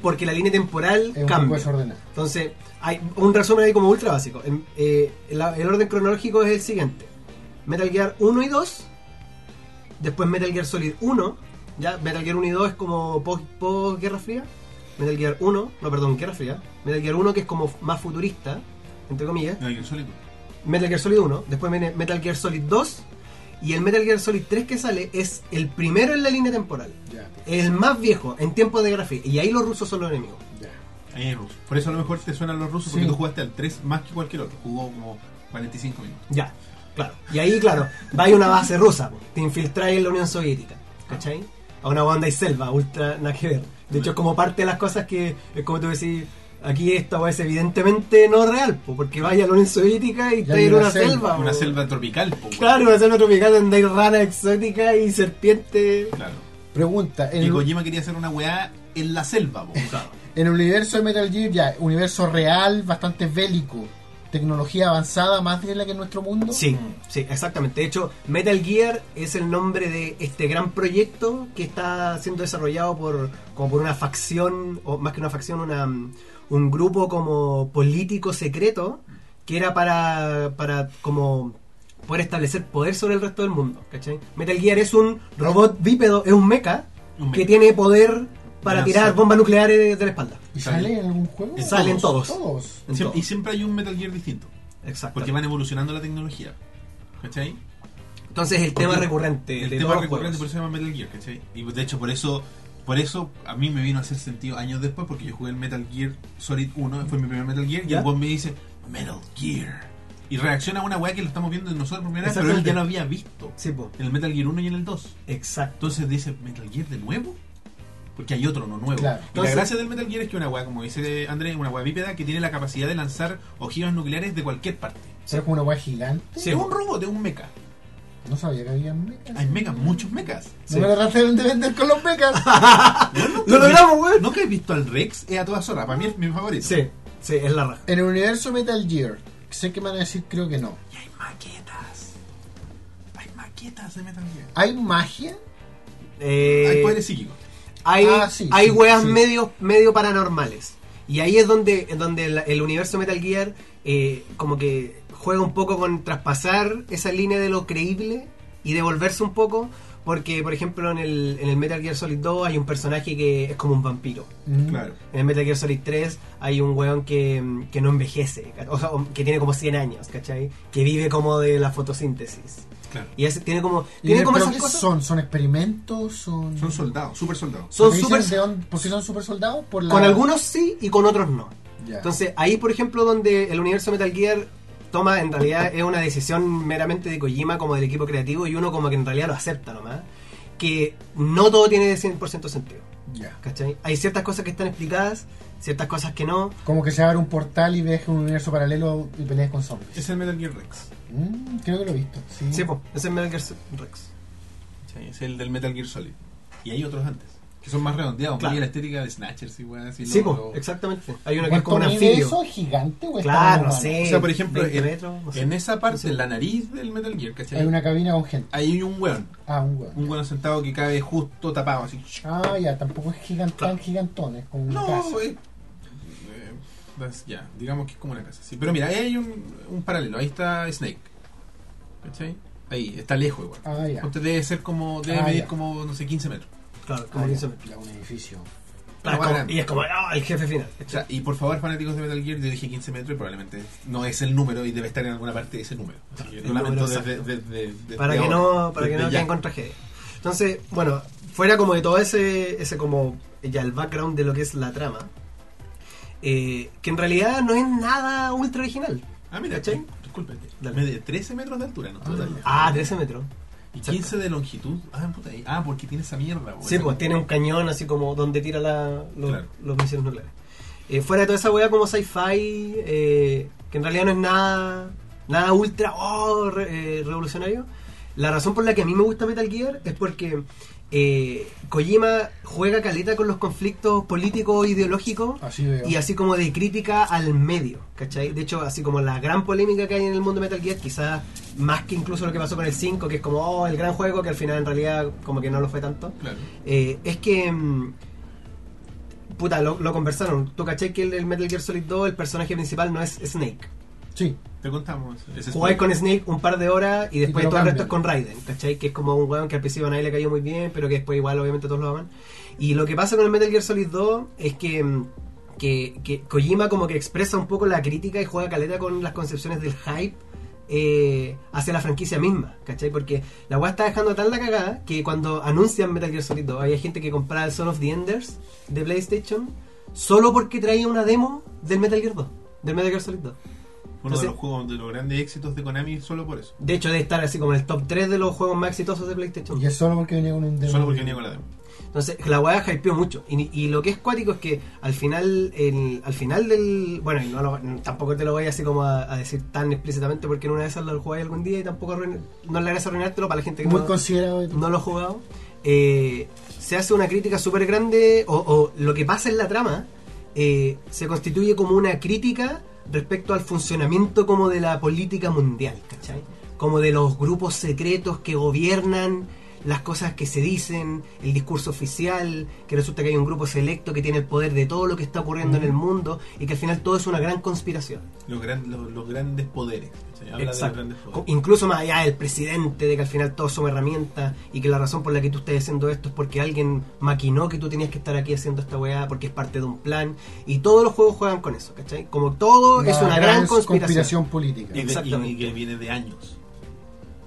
[SPEAKER 2] porque la línea temporal
[SPEAKER 3] Es un poco
[SPEAKER 2] cambia.
[SPEAKER 3] desordenado.
[SPEAKER 2] Entonces, hay un resumen ahí como ultra básico. En- eh, la- el orden cronológico es el siguiente. Metal Gear 1 y 2, después Metal Gear Solid 1, ya Metal Gear 1 y 2 es como post, post Guerra Fría, Metal Gear 1, no perdón, Guerra Fría, Metal Gear 1 que es como f- más futurista, entre comillas,
[SPEAKER 1] Metal Gear Solid.
[SPEAKER 2] Metal Gear Solid 1, después viene Metal Gear Solid 2 y el Metal Gear Solid 3 que sale es el primero en la línea temporal,
[SPEAKER 3] Ya,
[SPEAKER 2] el más viejo en tiempo de Guerra Fría y ahí los rusos son los enemigos.
[SPEAKER 3] ya.
[SPEAKER 1] Ahí hay rusos. Por eso a lo mejor te suenan los rusos, porque
[SPEAKER 3] Sí.
[SPEAKER 1] tú jugaste al 3 más que cualquier otro. Jugó como 45 minutos.
[SPEAKER 2] Ya, claro. Y ahí, claro, va a una base rusa, po. te infiltráis en la Unión Soviética, ¿cachai? A una banda y selva, ultra nada que ver. De hecho, es como parte de las cosas que, es como tú decís, aquí esta weá es evidentemente no real, po, porque vaya a la Unión Soviética y
[SPEAKER 3] Ya
[SPEAKER 2] estáis
[SPEAKER 3] hay
[SPEAKER 2] en
[SPEAKER 3] una
[SPEAKER 2] una
[SPEAKER 3] selva,
[SPEAKER 2] selva.
[SPEAKER 1] Una
[SPEAKER 2] po.
[SPEAKER 1] selva tropical, po, weón.
[SPEAKER 2] Claro, una selva tropical donde hay ranas exóticas y serpientes.
[SPEAKER 1] Claro.
[SPEAKER 3] Pregunta, en
[SPEAKER 1] Y
[SPEAKER 3] el,
[SPEAKER 1] Kojima quería hacer una weá en la selva, po.
[SPEAKER 3] en el universo de Metal Gear, ya, universo real, bastante bélico, tecnología avanzada, más de la que en nuestro mundo.
[SPEAKER 2] Sí, sí, exactamente. De hecho, Metal Gear es el nombre de este gran proyecto que está siendo desarrollado por como por una facción, o más que una facción, una, mm, un grupo como político secreto que era para, para como poder establecer poder sobre el resto del mundo. ¿cachai? Metal Gear es un robot bípedo, es un mecha
[SPEAKER 1] Un mecha.
[SPEAKER 2] que tiene poder para
[SPEAKER 1] Lanzar.
[SPEAKER 2] tirar bombas nucleares de la espalda.
[SPEAKER 3] ¿Y sale en algún juego?
[SPEAKER 1] En
[SPEAKER 2] Salen todos.
[SPEAKER 3] Todos.
[SPEAKER 2] En
[SPEAKER 1] Siem-
[SPEAKER 2] todo.
[SPEAKER 1] y siempre hay un Metal Gear distinto.
[SPEAKER 2] Exacto.
[SPEAKER 1] Porque van evolucionando la tecnología. ¿Cachai?
[SPEAKER 2] Entonces el tema recurrente
[SPEAKER 1] El
[SPEAKER 2] de
[SPEAKER 1] tema
[SPEAKER 2] todos los
[SPEAKER 1] recurrente por
[SPEAKER 2] juegos.
[SPEAKER 1] eso se llama Metal Gear, ¿cachai? Y de hecho por eso, por eso a mí me vino a hacer sentido años después, porque yo jugué el Metal Gear Solid 1, fue mi primer Metal Gear, y
[SPEAKER 2] ¿Ya?
[SPEAKER 1] el boss me dice, Metal Gear. Y reacciona a una weá que lo estamos viendo nosotros por primera vez, pero él
[SPEAKER 2] Exactamente.
[SPEAKER 1] ya lo había visto.
[SPEAKER 2] Sí, po.
[SPEAKER 1] En el Metal Gear 1 y en el 2.
[SPEAKER 2] Exacto.
[SPEAKER 1] Entonces dice, ¿Metal Gear de nuevo? Porque hay otro, no nuevo.
[SPEAKER 3] Claro.
[SPEAKER 1] Y
[SPEAKER 2] Entonces-
[SPEAKER 1] la gracia del Metal Gear es que una weá, como dice Andrés, una weá bípeda que tiene la capacidad de lanzar ojivas nucleares de cualquier parte.
[SPEAKER 3] ¿Será como una weá gigante?
[SPEAKER 2] Sí,
[SPEAKER 1] es
[SPEAKER 2] po.
[SPEAKER 1] un robot, es un mecha.
[SPEAKER 3] No sabía que había mecas.
[SPEAKER 1] Hay mechas, muchos mechas.
[SPEAKER 3] No me lo trataron de vender con los mecas.
[SPEAKER 2] ¡Lo logramos, weón!
[SPEAKER 1] ¿Nunca has visto al Rex? Es a toda zorra. Para mí es mi favorito.
[SPEAKER 2] Sí. Sí, es la raja.
[SPEAKER 3] En el universo Metal Gear, sé que me van a decir, creo que no.
[SPEAKER 1] Y hay maquetas. Hay maquetas de Metal Gear.
[SPEAKER 3] ¿Hay magia?
[SPEAKER 2] Eh,
[SPEAKER 1] Hay poderes psíquicos.
[SPEAKER 2] hay,
[SPEAKER 3] Ah, sí,
[SPEAKER 2] hay
[SPEAKER 3] sí,
[SPEAKER 2] weas
[SPEAKER 3] sí.
[SPEAKER 2] medio, medio paranormales. Y ahí es donde, en donde el, el universo Metal Gear eh, como que juega un poco con traspasar esa línea de lo creíble y devolverse un poco. Porque, por ejemplo, en el, en el Metal Gear Solid 2 hay un personaje que es como un vampiro.
[SPEAKER 3] Mm.
[SPEAKER 1] Claro.
[SPEAKER 2] En el Metal Gear Solid 3 hay un weón que, que no envejece, o sea, que tiene como 100 años, ¿cachai? Que vive como de la fotosíntesis.
[SPEAKER 1] Claro.
[SPEAKER 2] Y ese tiene como,
[SPEAKER 3] ¿Y
[SPEAKER 2] tiene como
[SPEAKER 3] pero
[SPEAKER 2] esas
[SPEAKER 3] qué
[SPEAKER 2] cosas.
[SPEAKER 3] son? ¿Son experimentos? ¿Son,
[SPEAKER 1] Son soldados, super soldados.
[SPEAKER 2] Son
[SPEAKER 3] ¿Me
[SPEAKER 2] súper-
[SPEAKER 3] dicen de dónde- ¿Por qué son super soldados? Por la...
[SPEAKER 2] Con algunos sí y con otros no.
[SPEAKER 3] Ya.
[SPEAKER 2] Entonces, ahí, por ejemplo, donde el universo Metal Gear toma, en realidad, es una decisión meramente de Kojima como del equipo creativo y uno como que en realidad lo acepta nomás. Que no todo tiene de 100% sentido,
[SPEAKER 3] Ya.
[SPEAKER 2] ¿cachai? Hay ciertas cosas que están explicadas, ciertas cosas que no.
[SPEAKER 3] Como que se abre un portal y ves un universo paralelo y peleas con zombies.
[SPEAKER 1] Es el Metal Gear Rex.
[SPEAKER 3] Mm, creo que lo he visto. Sí.
[SPEAKER 2] Sí, pues, ese es Metal Gear Rex.
[SPEAKER 1] Sí, Este, Es el del Metal Gear Solid. Y hay otros antes. Que son más redondeados.
[SPEAKER 2] Claro.
[SPEAKER 1] Muy la estética de Snatchers y weas así.
[SPEAKER 2] Sí,
[SPEAKER 1] lo-
[SPEAKER 2] pues,
[SPEAKER 1] lo-
[SPEAKER 2] exactamente. Hay uno que es
[SPEAKER 3] ¿Cuánto
[SPEAKER 2] como un
[SPEAKER 3] mide
[SPEAKER 2] anfibio.
[SPEAKER 3] eso? ¿Es gigante o es
[SPEAKER 2] Claro,
[SPEAKER 3] tamaño
[SPEAKER 2] no
[SPEAKER 3] humano?
[SPEAKER 2] sé.
[SPEAKER 1] O sea, por ejemplo,
[SPEAKER 2] 20
[SPEAKER 1] en,
[SPEAKER 2] metros, no sé.
[SPEAKER 1] en esa parte, en la nariz del Metal Gear, ¿cachai?
[SPEAKER 3] Hay una cabina con gente.
[SPEAKER 1] Hay un weón.
[SPEAKER 3] Ah, un huevo.
[SPEAKER 1] Un weón sentado que cabe justo tapado así.
[SPEAKER 3] Ah, ya, tampoco es gigan- tan gigantón, es como una casa.
[SPEAKER 1] No, eh, eh, das- ya, digamos que es como una casa. Sí, pero mira, ahí hay un, un paralelo. Ahí está Snake. ¿Cachai? Ahí, está lejos igual.
[SPEAKER 3] Ah, ya.
[SPEAKER 1] Entonces debe ser como, debe
[SPEAKER 3] Ah,
[SPEAKER 1] medir
[SPEAKER 3] ya.
[SPEAKER 1] como, no sé, 15 metros.
[SPEAKER 2] Claro, como
[SPEAKER 3] Ah,
[SPEAKER 2] que
[SPEAKER 3] ya,
[SPEAKER 2] hizo- claro,
[SPEAKER 3] ya, un edificio.
[SPEAKER 1] Pero
[SPEAKER 2] es como-
[SPEAKER 1] grande.
[SPEAKER 2] y es como, ah, el jefe final.
[SPEAKER 1] O sea, y por favor, fanáticos de Metal Gear, yo dije 15 metros y probablemente no es el número y debe estar en alguna parte de ese número. Así que
[SPEAKER 2] El
[SPEAKER 1] lo lamento
[SPEAKER 2] número
[SPEAKER 1] desde-
[SPEAKER 2] exacto.
[SPEAKER 1] desde- desde
[SPEAKER 2] para que
[SPEAKER 1] ahora,
[SPEAKER 2] no para que
[SPEAKER 1] desde
[SPEAKER 2] no
[SPEAKER 1] ya.
[SPEAKER 2] queden con tragedia entonces bueno fuera como de todo ese ese como ya el background de lo que es la trama eh, que en realidad no es nada ultra original
[SPEAKER 1] Ah, mira,
[SPEAKER 2] ¿Cachai?
[SPEAKER 1] discúlpate.
[SPEAKER 2] Dale.
[SPEAKER 1] De 13 metros de altura, no
[SPEAKER 3] Ah.
[SPEAKER 1] total.
[SPEAKER 2] ah 13 metros
[SPEAKER 1] Y
[SPEAKER 2] cerca.
[SPEAKER 1] 15 de longitud. Ah, puta, ahí. Ah, porque tiene esa mierda, güey.
[SPEAKER 2] sí pues tiene un cañón así como donde tira la, los,
[SPEAKER 1] Claro.
[SPEAKER 2] los misiles nucleares Eh, fuera de toda esa weá como sci-fi eh, que en realidad no es nada nada ultra oh, re- eh, revolucionario La razón por la que a mí me gusta Metal Gear es porque eh, Kojima juega caleta con los conflictos políticos, ideológicos
[SPEAKER 3] Así veo.
[SPEAKER 2] y así como de crítica al medio, ¿cachai? De hecho, así como la gran polémica que hay en el mundo de Metal Gear, quizás más que incluso lo que pasó con el 5, que es como, oh, el gran juego, que al final en realidad como que no lo fue tanto,
[SPEAKER 1] Claro.
[SPEAKER 2] eh, es que... mm, Puta, lo, lo conversaron. ¿Tú cachai que el, el Metal Gear Solid 2, el personaje principal no es Snake?
[SPEAKER 3] Sí,
[SPEAKER 1] Te contamos. Ese spoiler.
[SPEAKER 2] Jugáis con Snake un par de horas y
[SPEAKER 3] Y te
[SPEAKER 2] después
[SPEAKER 3] lo
[SPEAKER 2] todo el resto es
[SPEAKER 3] cambian.
[SPEAKER 2] con Raiden, ¿cachai? Que es como un weón que al principio a nadie le cayó muy bien, pero que después igual obviamente todos lo aman. Y lo que pasa con el Metal Gear Solid 2 es que, mm, que, que Kojima como que expresa un poco la crítica y juega caleta con las concepciones del hype eh, hacia la franquicia misma, ¿cachai? Porque la weá está dejando tan la cagada que cuando anuncian Metal Gear Solid 2 había gente que compraba el Son of the Enders de PlayStation solo porque traía una demo del Metal Gear 2, del Metal Gear Solid 2.
[SPEAKER 1] Uno de
[SPEAKER 2] Entonces-
[SPEAKER 1] los juegos de los grandes éxitos de Konami solo por eso.
[SPEAKER 2] De hecho, debe estar así como en el top 3 de los juegos más exitosos de PlayStation.
[SPEAKER 3] y es solo porque venía con un demo.
[SPEAKER 1] Solo porque venía con la demo.
[SPEAKER 2] Entonces, la weá hypeó mucho. Y, y lo que es cuático es que al final, el- al final del. Bueno, y no lo- tampoco te lo voy así como a, a decir tan explícitamente porque en una de esas lo jugáis algún día y tampoco arruin- no le hagas arruinártelo para la gente que
[SPEAKER 3] Muy
[SPEAKER 2] no,
[SPEAKER 3] considerado. de-
[SPEAKER 2] no lo ha jugado. Eh, se hace una crítica súper grande, o, o lo que pasa en la trama eh, se constituye como una crítica respecto al funcionamiento como de la política mundial, ¿cachai? Como de los grupos secretos que gobiernan las cosas que se dicen, el discurso oficial, que resulta que hay un grupo selecto que tiene el poder de todo lo que está ocurriendo en el mundo y que al final todo es una gran conspiración.
[SPEAKER 1] Los, gran- los, los grandes poderes. ¿cachai? Habla
[SPEAKER 2] Exacto.
[SPEAKER 1] de los grandes
[SPEAKER 2] Co-
[SPEAKER 1] poderes.
[SPEAKER 2] Incluso más allá del presidente, de que al final todos somos herramientas y que la razón por la que tú estás haciendo esto es porque alguien maquinó que tú tenías que estar aquí haciendo esta weá porque es parte de un plan. Y todos los juegos juegan con eso, ¿cachai? Como todo es una gran conspiración. Eh,
[SPEAKER 3] política.
[SPEAKER 1] Y, de- y-
[SPEAKER 2] exactamente.
[SPEAKER 1] y que viene de años.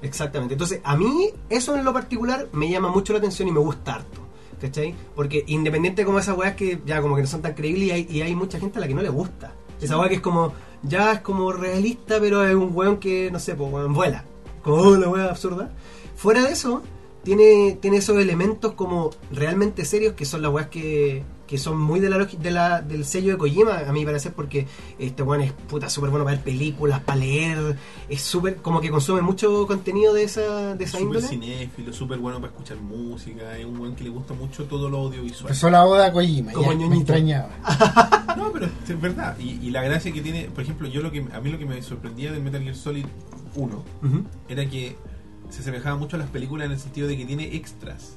[SPEAKER 2] Exactamente. Entonces, a mí eso en lo particular me llama mucho la atención y me gusta harto. ¿Cachai? Porque independiente como esas weas que ya como que no son tan creíbles y hay, y hay mucha gente a la que no le gusta. Esa wea que es como, ya es como realista, pero es un weón que, no sé, pues weón, vuela. Como "Oh, la wea absurda. Fuera de eso, tiene, tiene esos elementos como realmente serios que son las weas que, que son muy de la, log- de la- del sello de Kojima, a mi parecer, porque este weón es puta súper bueno para ver películas, para leer, es súper, como que consume mucho contenido de esa, de esa
[SPEAKER 1] Súper
[SPEAKER 2] índole.
[SPEAKER 1] cinéfilo, súper bueno para escuchar música, es un buen que le gusta mucho todo lo audiovisual. Ah,
[SPEAKER 3] Empezó la oda a Kojima,
[SPEAKER 2] Como
[SPEAKER 3] ya, me
[SPEAKER 2] ñoñito.
[SPEAKER 3] extrañaba.
[SPEAKER 1] No, pero es verdad. Y, y la gracia que tiene, por ejemplo, yo lo que a mí lo que me sorprendía del Metal Gear Solid 1
[SPEAKER 2] Ujú.
[SPEAKER 1] era que se asemejaba mucho a las películas en el sentido de que tiene extras.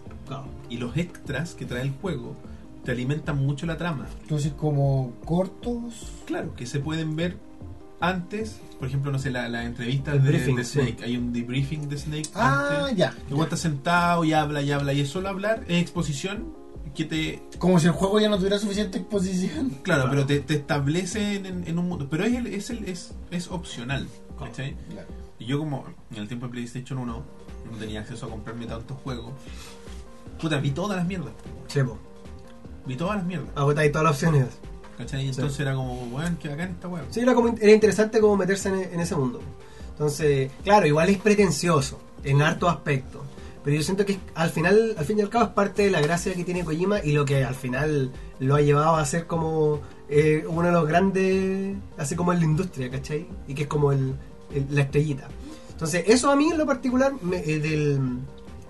[SPEAKER 1] Y los extras que trae el juego te alimentan mucho la trama.
[SPEAKER 3] Entonces, como cortos.
[SPEAKER 1] Claro, que se pueden ver antes, por ejemplo, no sé, la, la entrevista
[SPEAKER 2] El
[SPEAKER 1] de,
[SPEAKER 2] briefing,
[SPEAKER 1] de
[SPEAKER 2] sí.
[SPEAKER 1] Snake. Hay un debriefing de Snake
[SPEAKER 3] Ah,
[SPEAKER 1] antes.
[SPEAKER 3] ya.
[SPEAKER 1] Luego está sentado y habla y habla. Y es solo hablar, es exposición que te
[SPEAKER 3] Como si el juego ya no tuviera suficiente exposición.
[SPEAKER 1] Claro,
[SPEAKER 2] Claro.
[SPEAKER 1] pero te, te establece en, en- en un mundo. Pero es, el- es, el- es, es opcional. ¿cachai? Y yo, como en el tiempo de PlayStation 1, no tenía acceso a comprarme tantos juegos. Puta, vi todas las mierdas.
[SPEAKER 2] Sí, po.
[SPEAKER 1] Vi todas las mierdas.
[SPEAKER 2] agotáis todas las opciones.
[SPEAKER 1] ¿Cachai? Y entonces era como, weón, que bacán esta weón.
[SPEAKER 2] Sí, era, como, era interesante como meterse en, en ese mundo. Entonces, claro, igual es pretencioso en hartos aspectos. Pero yo siento que es- al final, al fin y al cabo, es parte de la gracia que tiene Kojima y lo que al final lo ha llevado a ser como eh, uno de los grandes, así como en la industria, ¿cachai? Y que es como el, el- la estrellita. Entonces, eso a mí en lo particular me- eh, del-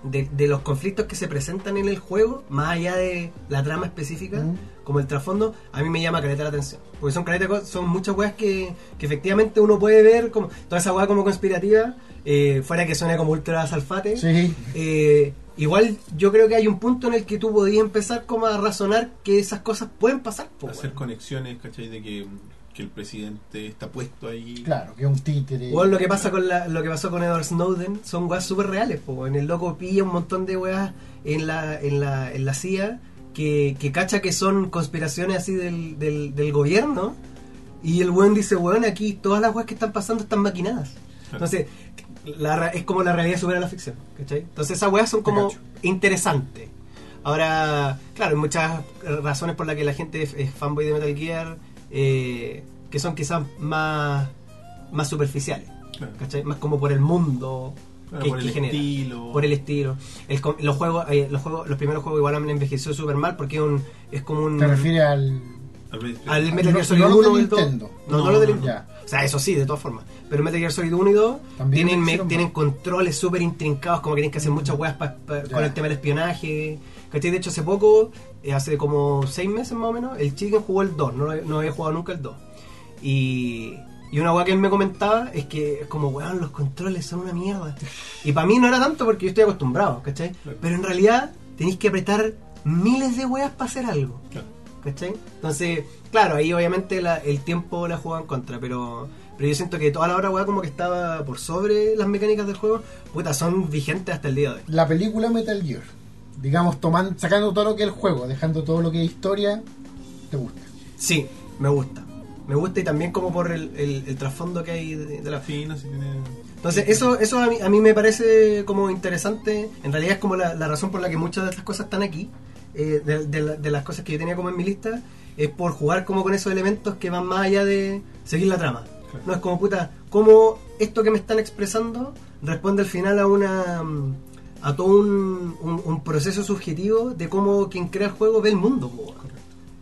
[SPEAKER 2] de, de los conflictos que se presentan en el juego, más allá de la trama específica,
[SPEAKER 3] Mm.
[SPEAKER 2] como el trasfondo, a mí me llama caleta la atención. Porque son caleta de cosas- son muchas weas que, que efectivamente uno puede ver, como toda esa wea como conspirativa, eh, fuera que suene como ultra salfate.
[SPEAKER 3] Sí.
[SPEAKER 2] Eh, igual yo creo que hay un punto en el que tú podías empezar como a razonar que esas cosas pueden pasar. po,
[SPEAKER 1] Hacer
[SPEAKER 2] pues, weón.
[SPEAKER 1] conexiones, ¿cachai? De que, que el presidente está puesto ahí.
[SPEAKER 3] Claro, que es un títere.
[SPEAKER 2] Weón, lo que pasa con la- lo que pasó con Edward Snowden son weas súper reales, po. En el loco pilla un montón de weas en la, en la, en la CIA que, que cacha que son conspiraciones así del, del, del gobierno. Y el weón dice, weón, aquí todas las weas que están pasando están maquinadas. Entonces, la ra- es como la realidad supera la ficción, ¿cachai? Entonces esas weas son como
[SPEAKER 3] cacho.
[SPEAKER 2] interesantes. Ahora, claro, hay muchas razones por las que la gente es, es fanboy de Metal Gear, eh, que son quizás más, más superficiales,
[SPEAKER 1] Claro.
[SPEAKER 2] ¿cachai? Más como por el mundo
[SPEAKER 1] Claro,
[SPEAKER 2] que,
[SPEAKER 1] por
[SPEAKER 2] que
[SPEAKER 1] el
[SPEAKER 2] genera.
[SPEAKER 1] estilo.
[SPEAKER 2] Por el estilo. El com- los, juegos, eh, los juegos, los primeros juegos igual me envejeció súper mal porque es, un- es como un...
[SPEAKER 3] ¿Te refieres al.
[SPEAKER 1] Al principio.
[SPEAKER 2] Al Metal
[SPEAKER 3] No-
[SPEAKER 2] Gear Solid
[SPEAKER 3] no los
[SPEAKER 2] 1
[SPEAKER 3] de
[SPEAKER 2] y el 2.
[SPEAKER 3] Nintendo.
[SPEAKER 2] No, no,
[SPEAKER 1] No,
[SPEAKER 2] los de
[SPEAKER 1] no,
[SPEAKER 2] Nintendo.
[SPEAKER 3] ya.
[SPEAKER 2] O sea, eso sí, de todas formas. Pero Metal Gear Solid 1 y 2
[SPEAKER 3] También
[SPEAKER 2] tienen,
[SPEAKER 3] lo
[SPEAKER 2] me-
[SPEAKER 3] hicieron
[SPEAKER 2] tienen
[SPEAKER 3] mal.
[SPEAKER 2] controles súper intrincados, como que tienes que hacer muchas weas pa- pa-
[SPEAKER 3] Ya.
[SPEAKER 2] con el tema del espionaje. ¿Cachai? De hecho, hace poco, eh, hace como 6 meses más o menos, el Chicken jugó el 2. No, lo- no había jugado nunca el 2. Y, y una weá que él me comentaba es que es como, weón, los controles son una mierda. Y para mí no era tanto porque yo estoy acostumbrado, ¿cachai?
[SPEAKER 1] Claro.
[SPEAKER 2] Pero en realidad tenéis que apretar miles de weas para hacer algo.
[SPEAKER 1] Claro.
[SPEAKER 2] ¿Cachai? Entonces, claro, ahí obviamente la- el tiempo la jugaba en contra, pero, pero yo siento que toda la hora, weá, como que estaba por sobre las mecánicas del juego, puta, son vigentes hasta el día de hoy.
[SPEAKER 3] La película Metal Gear. Digamos, tomando, sacando todo lo que es el juego, dejando todo lo que es historia. ¿Te gusta?
[SPEAKER 2] Sí, me gusta. Me gusta y también como por el, el- el trasfondo que hay de, de la...
[SPEAKER 1] Sí, no sé, tiene.
[SPEAKER 2] Entonces, eso, eso a, mí, a mí me parece como interesante. En realidad es como la, la razón por la que muchas de estas cosas están aquí. eh, de, de la- de las cosas que yo tenía como en mi lista, es por jugar como con esos elementos que van más allá de seguir la trama.
[SPEAKER 1] Claro.
[SPEAKER 2] No es como puta, cómo esto que me están expresando responde al final a una mm, a todo un, un- un proceso subjetivo de cómo quien crea el juego ve el mundo. po, weón.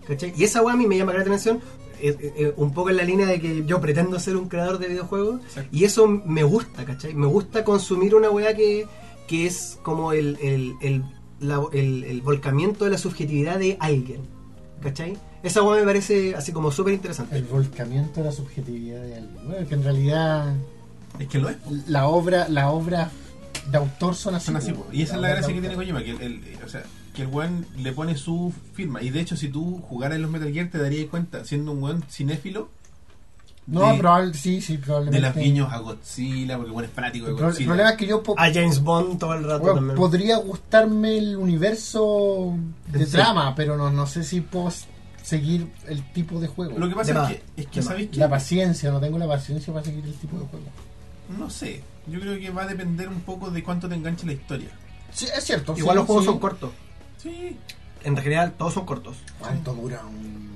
[SPEAKER 2] ¿Cachai? Y esa weá a mí me llama la atención. eh, eh, eh, un poco en la línea de que yo pretendo ser un creador de videojuegos
[SPEAKER 1] Exacto.
[SPEAKER 2] y eso me gusta, ¿cachai? Me gusta consumir una weá que, que es como el, el, el, la- el- el volcamiento de la subjetividad de alguien, ¿cachai? Esa weá me parece así como súper interesante.
[SPEAKER 3] El volcamiento de la subjetividad de alguien. Bueno, que en realidad.
[SPEAKER 1] Es que lo es.
[SPEAKER 3] La obra, la obra de autor son así.
[SPEAKER 1] Son así, po.
[SPEAKER 3] po.
[SPEAKER 1] y esa es la
[SPEAKER 3] obra
[SPEAKER 1] gracia
[SPEAKER 3] de
[SPEAKER 1] que tiene
[SPEAKER 3] autor.
[SPEAKER 1] Kojima, que el, el- o sea, que el weón le pone su firma. Y de hecho, si tú jugaras en los Metal Gear, te darías cuenta, siendo un weón cinéfilo,
[SPEAKER 3] No,
[SPEAKER 1] de-
[SPEAKER 3] probable- sí, sí,
[SPEAKER 1] de
[SPEAKER 3] probablemente.
[SPEAKER 1] las guiños a Godzilla, porque el weón es fanático de
[SPEAKER 3] El pro- el
[SPEAKER 1] Godzilla.
[SPEAKER 3] problema es que yo po-
[SPEAKER 2] A James Bond todo el rato
[SPEAKER 3] Bueno,
[SPEAKER 2] también.
[SPEAKER 3] podría gustarme el universo de
[SPEAKER 2] Sí.
[SPEAKER 3] trama, pero no, no sé si puedo s- seguir el tipo de juego.
[SPEAKER 1] Lo que
[SPEAKER 2] De
[SPEAKER 1] pasa
[SPEAKER 2] más,
[SPEAKER 1] es que, es que
[SPEAKER 2] de más.
[SPEAKER 1] ¿sabéis que
[SPEAKER 3] La paciencia, no tengo la paciencia para seguir el tipo de juego.
[SPEAKER 1] No sé. Yo creo que va a depender un poco de cuánto te enganche la historia.
[SPEAKER 3] Sí, es cierto.
[SPEAKER 2] Igual
[SPEAKER 3] sí,
[SPEAKER 2] los juegos
[SPEAKER 3] sí.
[SPEAKER 2] son cortos.
[SPEAKER 1] Sí.
[SPEAKER 2] En general, todos son cortos.
[SPEAKER 3] ¿Cuánto dura un.?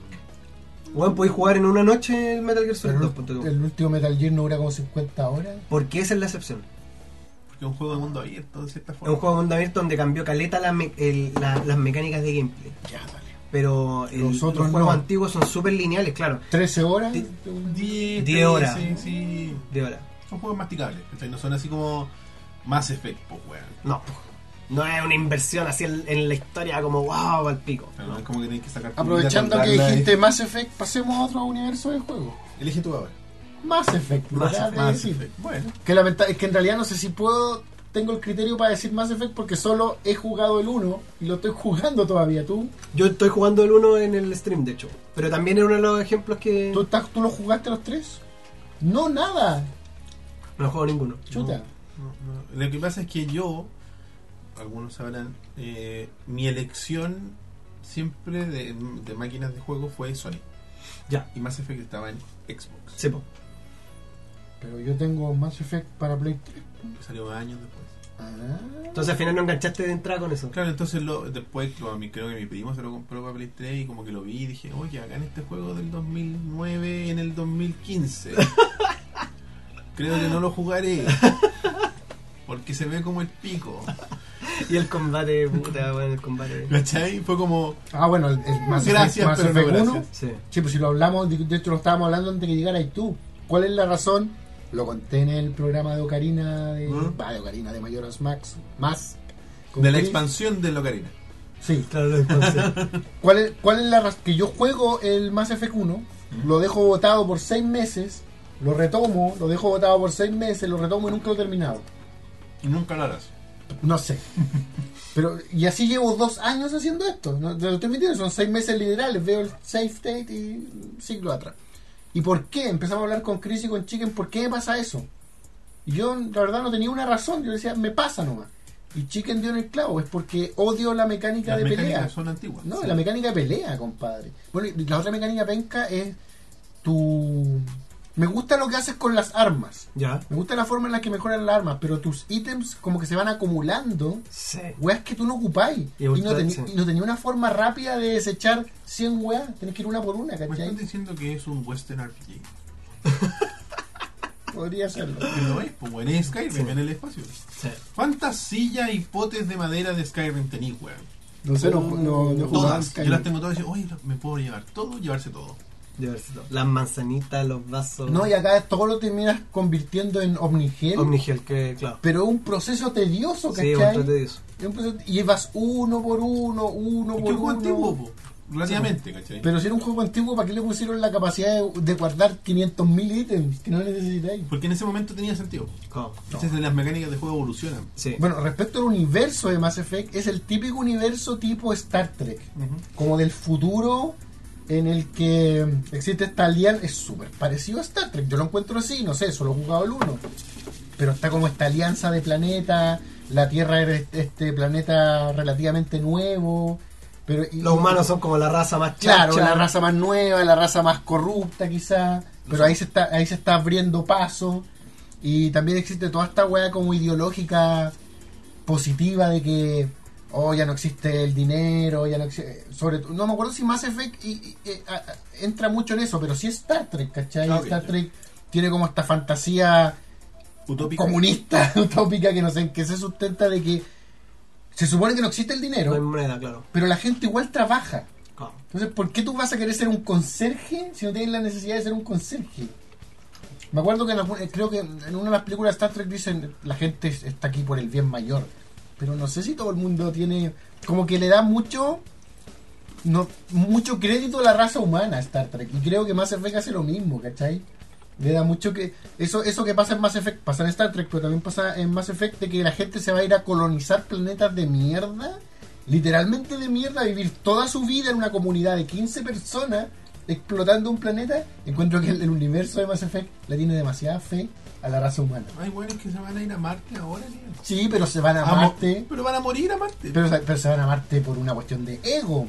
[SPEAKER 2] Bueno, podéis jugar en una noche el Metal Gear Solid 2.
[SPEAKER 3] El, el último Metal Gear no dura como 50 horas.
[SPEAKER 2] Porque esa es la excepción.
[SPEAKER 1] Porque es un juego de mundo abierto, de cierta
[SPEAKER 2] Es un
[SPEAKER 1] forma.
[SPEAKER 2] juego de mundo abierto donde cambió caleta la me- el- la- las mecánicas de gameplay.
[SPEAKER 3] Ya, dale.
[SPEAKER 2] Pero el-
[SPEAKER 3] Los
[SPEAKER 2] los,
[SPEAKER 3] otros
[SPEAKER 2] juegos
[SPEAKER 3] no.
[SPEAKER 2] antiguos son súper lineales, claro.
[SPEAKER 3] 13 horas.
[SPEAKER 2] Di-
[SPEAKER 1] 10,
[SPEAKER 2] Diez horas.
[SPEAKER 1] Sí, sí.
[SPEAKER 2] De hora.
[SPEAKER 1] Son juegos masticables. ¿cachai? No son así como Mass Effect, pues, weón.
[SPEAKER 2] No. No es una inversión así en, en la historia como wow al pico.
[SPEAKER 1] Pero no es como que tenés que sacar tu
[SPEAKER 3] Aprovechando
[SPEAKER 1] vida,
[SPEAKER 3] que
[SPEAKER 1] guardarla,
[SPEAKER 3] dijiste
[SPEAKER 1] eh.
[SPEAKER 3] Mass Effect, pasemos a otro universo de juego.
[SPEAKER 1] Elige tú ahora.
[SPEAKER 3] Mass Effect, lo
[SPEAKER 2] Mass
[SPEAKER 3] acabas de
[SPEAKER 1] Mass
[SPEAKER 3] decir.
[SPEAKER 1] Effect. Bueno.
[SPEAKER 3] Que, lamenta- es que en realidad no sé si puedo. Tengo el criterio para decir Mass Effect porque solo he jugado el 1 y lo estoy jugando todavía. Tú
[SPEAKER 2] Yo estoy jugando el 1 en el stream, de hecho. Pero también es uno de los ejemplos que.
[SPEAKER 1] Mm.
[SPEAKER 3] ¿Tú, estás, ¿Tú lo jugaste los tres? No, nada.
[SPEAKER 2] No juego ninguno.
[SPEAKER 3] Chuta.
[SPEAKER 1] No, no. Lo que pasa es que yo, algunos sabrán, eh, mi elección siempre de, de máquinas de juego fue Sony.
[SPEAKER 2] Ya.
[SPEAKER 1] Y Mass Effect estaba en Xbox.
[SPEAKER 2] Sí, po.
[SPEAKER 3] Pero yo tengo Mass Effect para Play 3.
[SPEAKER 1] que Salió años después.
[SPEAKER 3] Ah.
[SPEAKER 2] Entonces al final no enganchaste de entrada con eso.
[SPEAKER 1] Claro, entonces lo, después lo- mi- creo que mi primo se lo compró para Play 3 y como que lo vi y dije, oye, acá en este juego del 2009 en el 2015. creo que no lo jugaré. Porque se ve como el pico.
[SPEAKER 2] Y el combate, puta, bueno, el combate.
[SPEAKER 1] ¿Cachai? Fue como...
[SPEAKER 3] Ah, bueno, el, el Mass
[SPEAKER 1] Gracias, pero
[SPEAKER 3] Effect, Mass
[SPEAKER 1] no
[SPEAKER 3] Effect 1.
[SPEAKER 1] gracias.
[SPEAKER 2] Sí.
[SPEAKER 3] Sí, pues si lo hablamos, de- de hecho lo estábamos hablando antes que llegara y tú. ¿Cuál es la razón? Lo conté en el programa de Ocarina de,
[SPEAKER 1] ¿Mm?
[SPEAKER 3] bah, de Ocarina de Mayoras Max más con
[SPEAKER 1] De la
[SPEAKER 3] Chris.
[SPEAKER 1] expansión de Locarina.
[SPEAKER 3] Sí.
[SPEAKER 2] Claro, entonces.
[SPEAKER 3] ¿Cuál es, cuál es la razón que yo juego el Mass Effect 1, lo dejo botado por seis meses, lo retomo, lo dejo botado por seis meses, lo retomo y nunca lo he terminado.
[SPEAKER 1] Y nunca lo harás.
[SPEAKER 3] No sé. Pero, y así llevo dos años haciendo esto. No, te lo estoy mintiendo, son seis meses literales. Veo el safe date y siglo atrás. ¿Y por qué? Empezamos a hablar con Chris y con Chicken. ¿Por qué me pasa eso? Y Yo, la verdad, no tenía una razón. Yo decía, me pasa nomás. Y Chicken dio en el clavo. Es porque odio la mecánica
[SPEAKER 1] Las
[SPEAKER 3] de
[SPEAKER 1] mecánicas
[SPEAKER 3] pelea.
[SPEAKER 1] son antiguas.
[SPEAKER 3] No,
[SPEAKER 1] Sí.
[SPEAKER 3] la mecánica de pelea, compadre. Bueno, y la otra mecánica penca es tu. Me gusta lo que haces con las armas.
[SPEAKER 2] ya.
[SPEAKER 3] Me gusta la forma en la que mejoran las armas, pero tus ítems como que se van acumulando.
[SPEAKER 2] Sí.
[SPEAKER 3] Weas que tú no ocupáis.
[SPEAKER 2] Y
[SPEAKER 3] Y, no,
[SPEAKER 2] usted,
[SPEAKER 3] teni-
[SPEAKER 2] sí.
[SPEAKER 3] y no tenía una forma rápida de desechar 100 weas. Tenés que ir una por una,
[SPEAKER 1] Me están
[SPEAKER 3] ¿cachai?
[SPEAKER 1] diciendo que es un western RPG.
[SPEAKER 3] Podría serlo.
[SPEAKER 1] Que no es, como en Skyrim, en el espacio.
[SPEAKER 2] Sí.
[SPEAKER 1] ¿Cuántas sillas y potes de madera de Skyrim tenís, weón?
[SPEAKER 3] No sé, no, no, no jugaba
[SPEAKER 1] Todas. Yo
[SPEAKER 3] Skyrim.
[SPEAKER 1] las tengo todas y digo, oye, me puedo llevar todo, llevarse todo.
[SPEAKER 2] De haberse todo. Las manzanitas, los vasos.
[SPEAKER 3] No, y acá todo lo terminas convirtiendo en omnigel.
[SPEAKER 2] Omnigel, que claro.
[SPEAKER 3] pero es un proceso tedioso,
[SPEAKER 2] Sí,
[SPEAKER 3] ¿cachai?
[SPEAKER 2] bastante de eso.
[SPEAKER 3] Es un proceso- y vas uno por uno, uno
[SPEAKER 1] Es que
[SPEAKER 3] por
[SPEAKER 1] un juego antiguo,
[SPEAKER 3] uno.
[SPEAKER 1] po, relativamente, ¿cachai?
[SPEAKER 3] Pero si era un juego antiguo, ¿para qué le pusieron la capacidad de, de guardar 500.000 ítems que no necesitáis?
[SPEAKER 1] Porque en ese momento tenía sentido.
[SPEAKER 2] ¿Cómo?
[SPEAKER 1] Entonces las mecánicas de juego evolucionan.
[SPEAKER 2] Sí.
[SPEAKER 3] Bueno, respecto al universo de Mass Effect, es el típico universo tipo Star Trek, como del futuro en el que existe esta alianza. Es súper parecido a Star Trek, yo lo encuentro así, no sé, solo he jugado el uno. Pero está como esta alianza de planetas, la Tierra es este planeta relativamente nuevo. Pero, y-
[SPEAKER 2] los humanos son como la raza más
[SPEAKER 3] Claro,
[SPEAKER 2] chacha.
[SPEAKER 3] la raza más nueva, la raza más corrupta quizá, pero ahí se está, ahí se está abriendo paso y también existe toda esta weá como ideológica positiva de que oh ya no existe el dinero, ya no existe, sobre todo- no me acuerdo si Mass Effect y, y- eh, a- a- entra mucho en eso, pero sí Star Trek, ¿cachai?
[SPEAKER 1] Ah, ok,
[SPEAKER 3] Star
[SPEAKER 1] ya.
[SPEAKER 3] Trek tiene como esta fantasía
[SPEAKER 1] Utópico.
[SPEAKER 3] comunista, utópica que no sé en qué se sustenta de que se supone que no existe el
[SPEAKER 2] No hay
[SPEAKER 3] dinero,
[SPEAKER 2] moneda, claro.
[SPEAKER 3] pero la gente igual trabaja.
[SPEAKER 2] ¿Cómo?
[SPEAKER 3] Entonces, ¿por qué tú vas a querer ser un conserje si no tienes la necesidad de ser un conserje? Me acuerdo que en algún- eh, creo que en una de las películas de Star Trek dicen la gente es- está aquí por el bien mayor. Pero no sé si todo el mundo tiene. Como que le da mucho. No, mucho crédito a la raza humana a Star Trek. Y creo que Mass Effect hace lo mismo, ¿cachai? Le da mucho que. Eso, eso que pasa en Mass Effect, pasa en Star Trek, pero también pasa en Mass Effect de que la gente se va a ir a colonizar planetas de mierda literalmente de mierda vivir toda su vida en una comunidad de 15 personas explotando un planeta, encuentro que el, el universo de Mass Effect le tiene demasiada fe a la raza humana.
[SPEAKER 1] Hay weones que se van a ir a Marte ahora, tío.
[SPEAKER 3] Sí, pero se van a
[SPEAKER 1] A mo-
[SPEAKER 3] Marte,
[SPEAKER 1] Pero van a morir a Marte. Pero,
[SPEAKER 3] pero, se- pero se van a Marte por una cuestión de ego.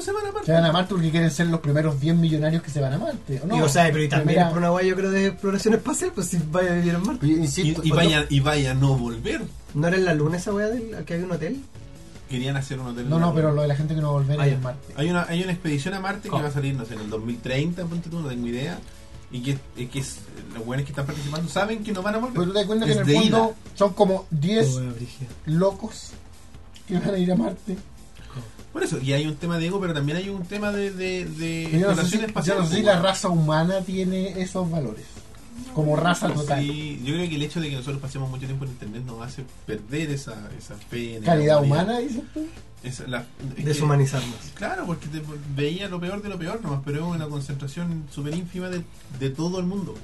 [SPEAKER 1] se van a Marte.
[SPEAKER 3] Se van a Marte porque quieren ser los primeros 10 millonarios que se van a Marte. ¿o no?
[SPEAKER 2] y, o sea, pero y también
[SPEAKER 3] Primera-
[SPEAKER 2] es por una guay, yo creo, de exploración espacial, pues si vaya a vivir en Marte.
[SPEAKER 3] Yo
[SPEAKER 1] Y,
[SPEAKER 3] insisto,
[SPEAKER 1] y
[SPEAKER 3] pues,
[SPEAKER 1] vaya, y vaya a no volver.
[SPEAKER 2] ¿No era en la luna esa weá del al que había un hotel?
[SPEAKER 1] Querían hacer un hotel. en
[SPEAKER 3] no,
[SPEAKER 1] la
[SPEAKER 3] no,
[SPEAKER 1] luna.
[SPEAKER 3] pero lo de la gente que no va a volver
[SPEAKER 2] Ah,
[SPEAKER 3] es
[SPEAKER 2] ya.
[SPEAKER 3] en Marte.
[SPEAKER 1] Hay una, hay una expedición a Marte
[SPEAKER 2] ¿Cómo?
[SPEAKER 1] que va a salir, no sé, en el 2030, ponte tú, no tengo idea. Y que, y que es- los weones que están participando saben que no van a volver.
[SPEAKER 3] Pero tú te das cuenta que
[SPEAKER 1] Es
[SPEAKER 3] en
[SPEAKER 1] de
[SPEAKER 3] el fondo
[SPEAKER 1] ida.
[SPEAKER 3] son como 10
[SPEAKER 2] Oh, weá, brígida.
[SPEAKER 3] locos que van a ir a Marte.
[SPEAKER 1] Por eso, y hay un tema de ego, pero también hay un tema de, de, de
[SPEAKER 3] Yo no sé si-
[SPEAKER 1] relaciones
[SPEAKER 3] yo no
[SPEAKER 1] pasadas. pues,
[SPEAKER 3] sé si la raza humana tiene esos valores. Como raza total.
[SPEAKER 1] Sí, yo creo que el hecho de que nosotros pasemos mucho tiempo en internet nos hace perder esa, esa fe. en
[SPEAKER 3] Calidad
[SPEAKER 1] la humanidad.
[SPEAKER 3] humana, dices tú.
[SPEAKER 1] Esa- la- es que-
[SPEAKER 2] Deshumanizarnos.
[SPEAKER 1] Claro, porque te veía lo peor de lo peor nomás, pero es una concentración súper ínfima de, de todo el mundo.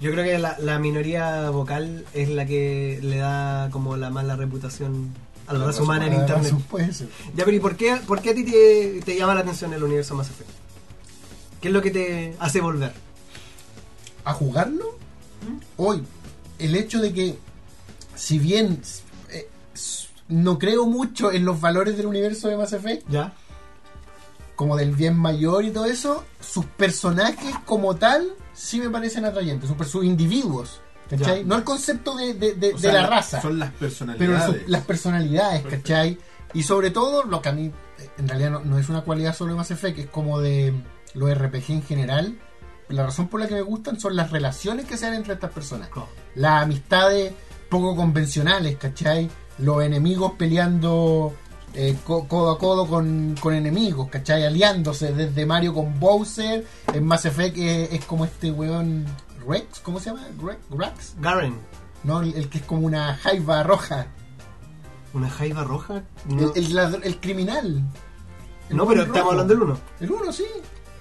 [SPEAKER 2] Yo creo que la, la minoría vocal es la que le da como la mala reputación a la raza humana en
[SPEAKER 3] Ah,
[SPEAKER 2] internet.
[SPEAKER 3] razón puede ser.
[SPEAKER 2] Ya, pero ¿y por qué, por qué a ti te, te llama la atención el universo Mass Effect? ¿Qué es lo que te hace volver?
[SPEAKER 3] a jugarlo hoy. El hecho de que, si bien eh, s- no creo mucho en los valores del universo de Mass Effect,
[SPEAKER 2] ¿Ya?
[SPEAKER 3] como del bien mayor y todo eso, sus personajes como tal sí me parecen atrayentes, sus, per- sus individuos. ¿Cachai?
[SPEAKER 2] Ya.
[SPEAKER 3] No el concepto de, de- de-
[SPEAKER 1] O
[SPEAKER 3] de
[SPEAKER 1] sea,
[SPEAKER 3] la raza,
[SPEAKER 1] Son las
[SPEAKER 3] pero
[SPEAKER 1] personalidades.
[SPEAKER 3] su- las personalidades,
[SPEAKER 1] Perfecto.
[SPEAKER 3] ¿cachai? Y sobre todo, lo que a mí eh, en realidad no, no es una cualidad solo de Mass Effect, es como de los RPG en general. La razón por la que me gustan son las relaciones que se dan entre estas personas las amistades poco convencionales, ¿cachai? Los enemigos peleando eh, co- codo a codo con, con enemigos, ¿cachai? Aliándose desde Mario con Bowser, en Mass Effect es, es como este weón Rex, ¿cómo se llama? Rex, Rex,
[SPEAKER 2] Garen,
[SPEAKER 3] ¿no? El, el que es como una jaiba roja,
[SPEAKER 2] ¿una jaiba roja?
[SPEAKER 3] el,
[SPEAKER 2] No,
[SPEAKER 3] el ladr- el criminal. El
[SPEAKER 2] No,
[SPEAKER 3] weón
[SPEAKER 2] pero estamos
[SPEAKER 3] rojo.
[SPEAKER 2] hablando del uno.
[SPEAKER 3] El uno, sí.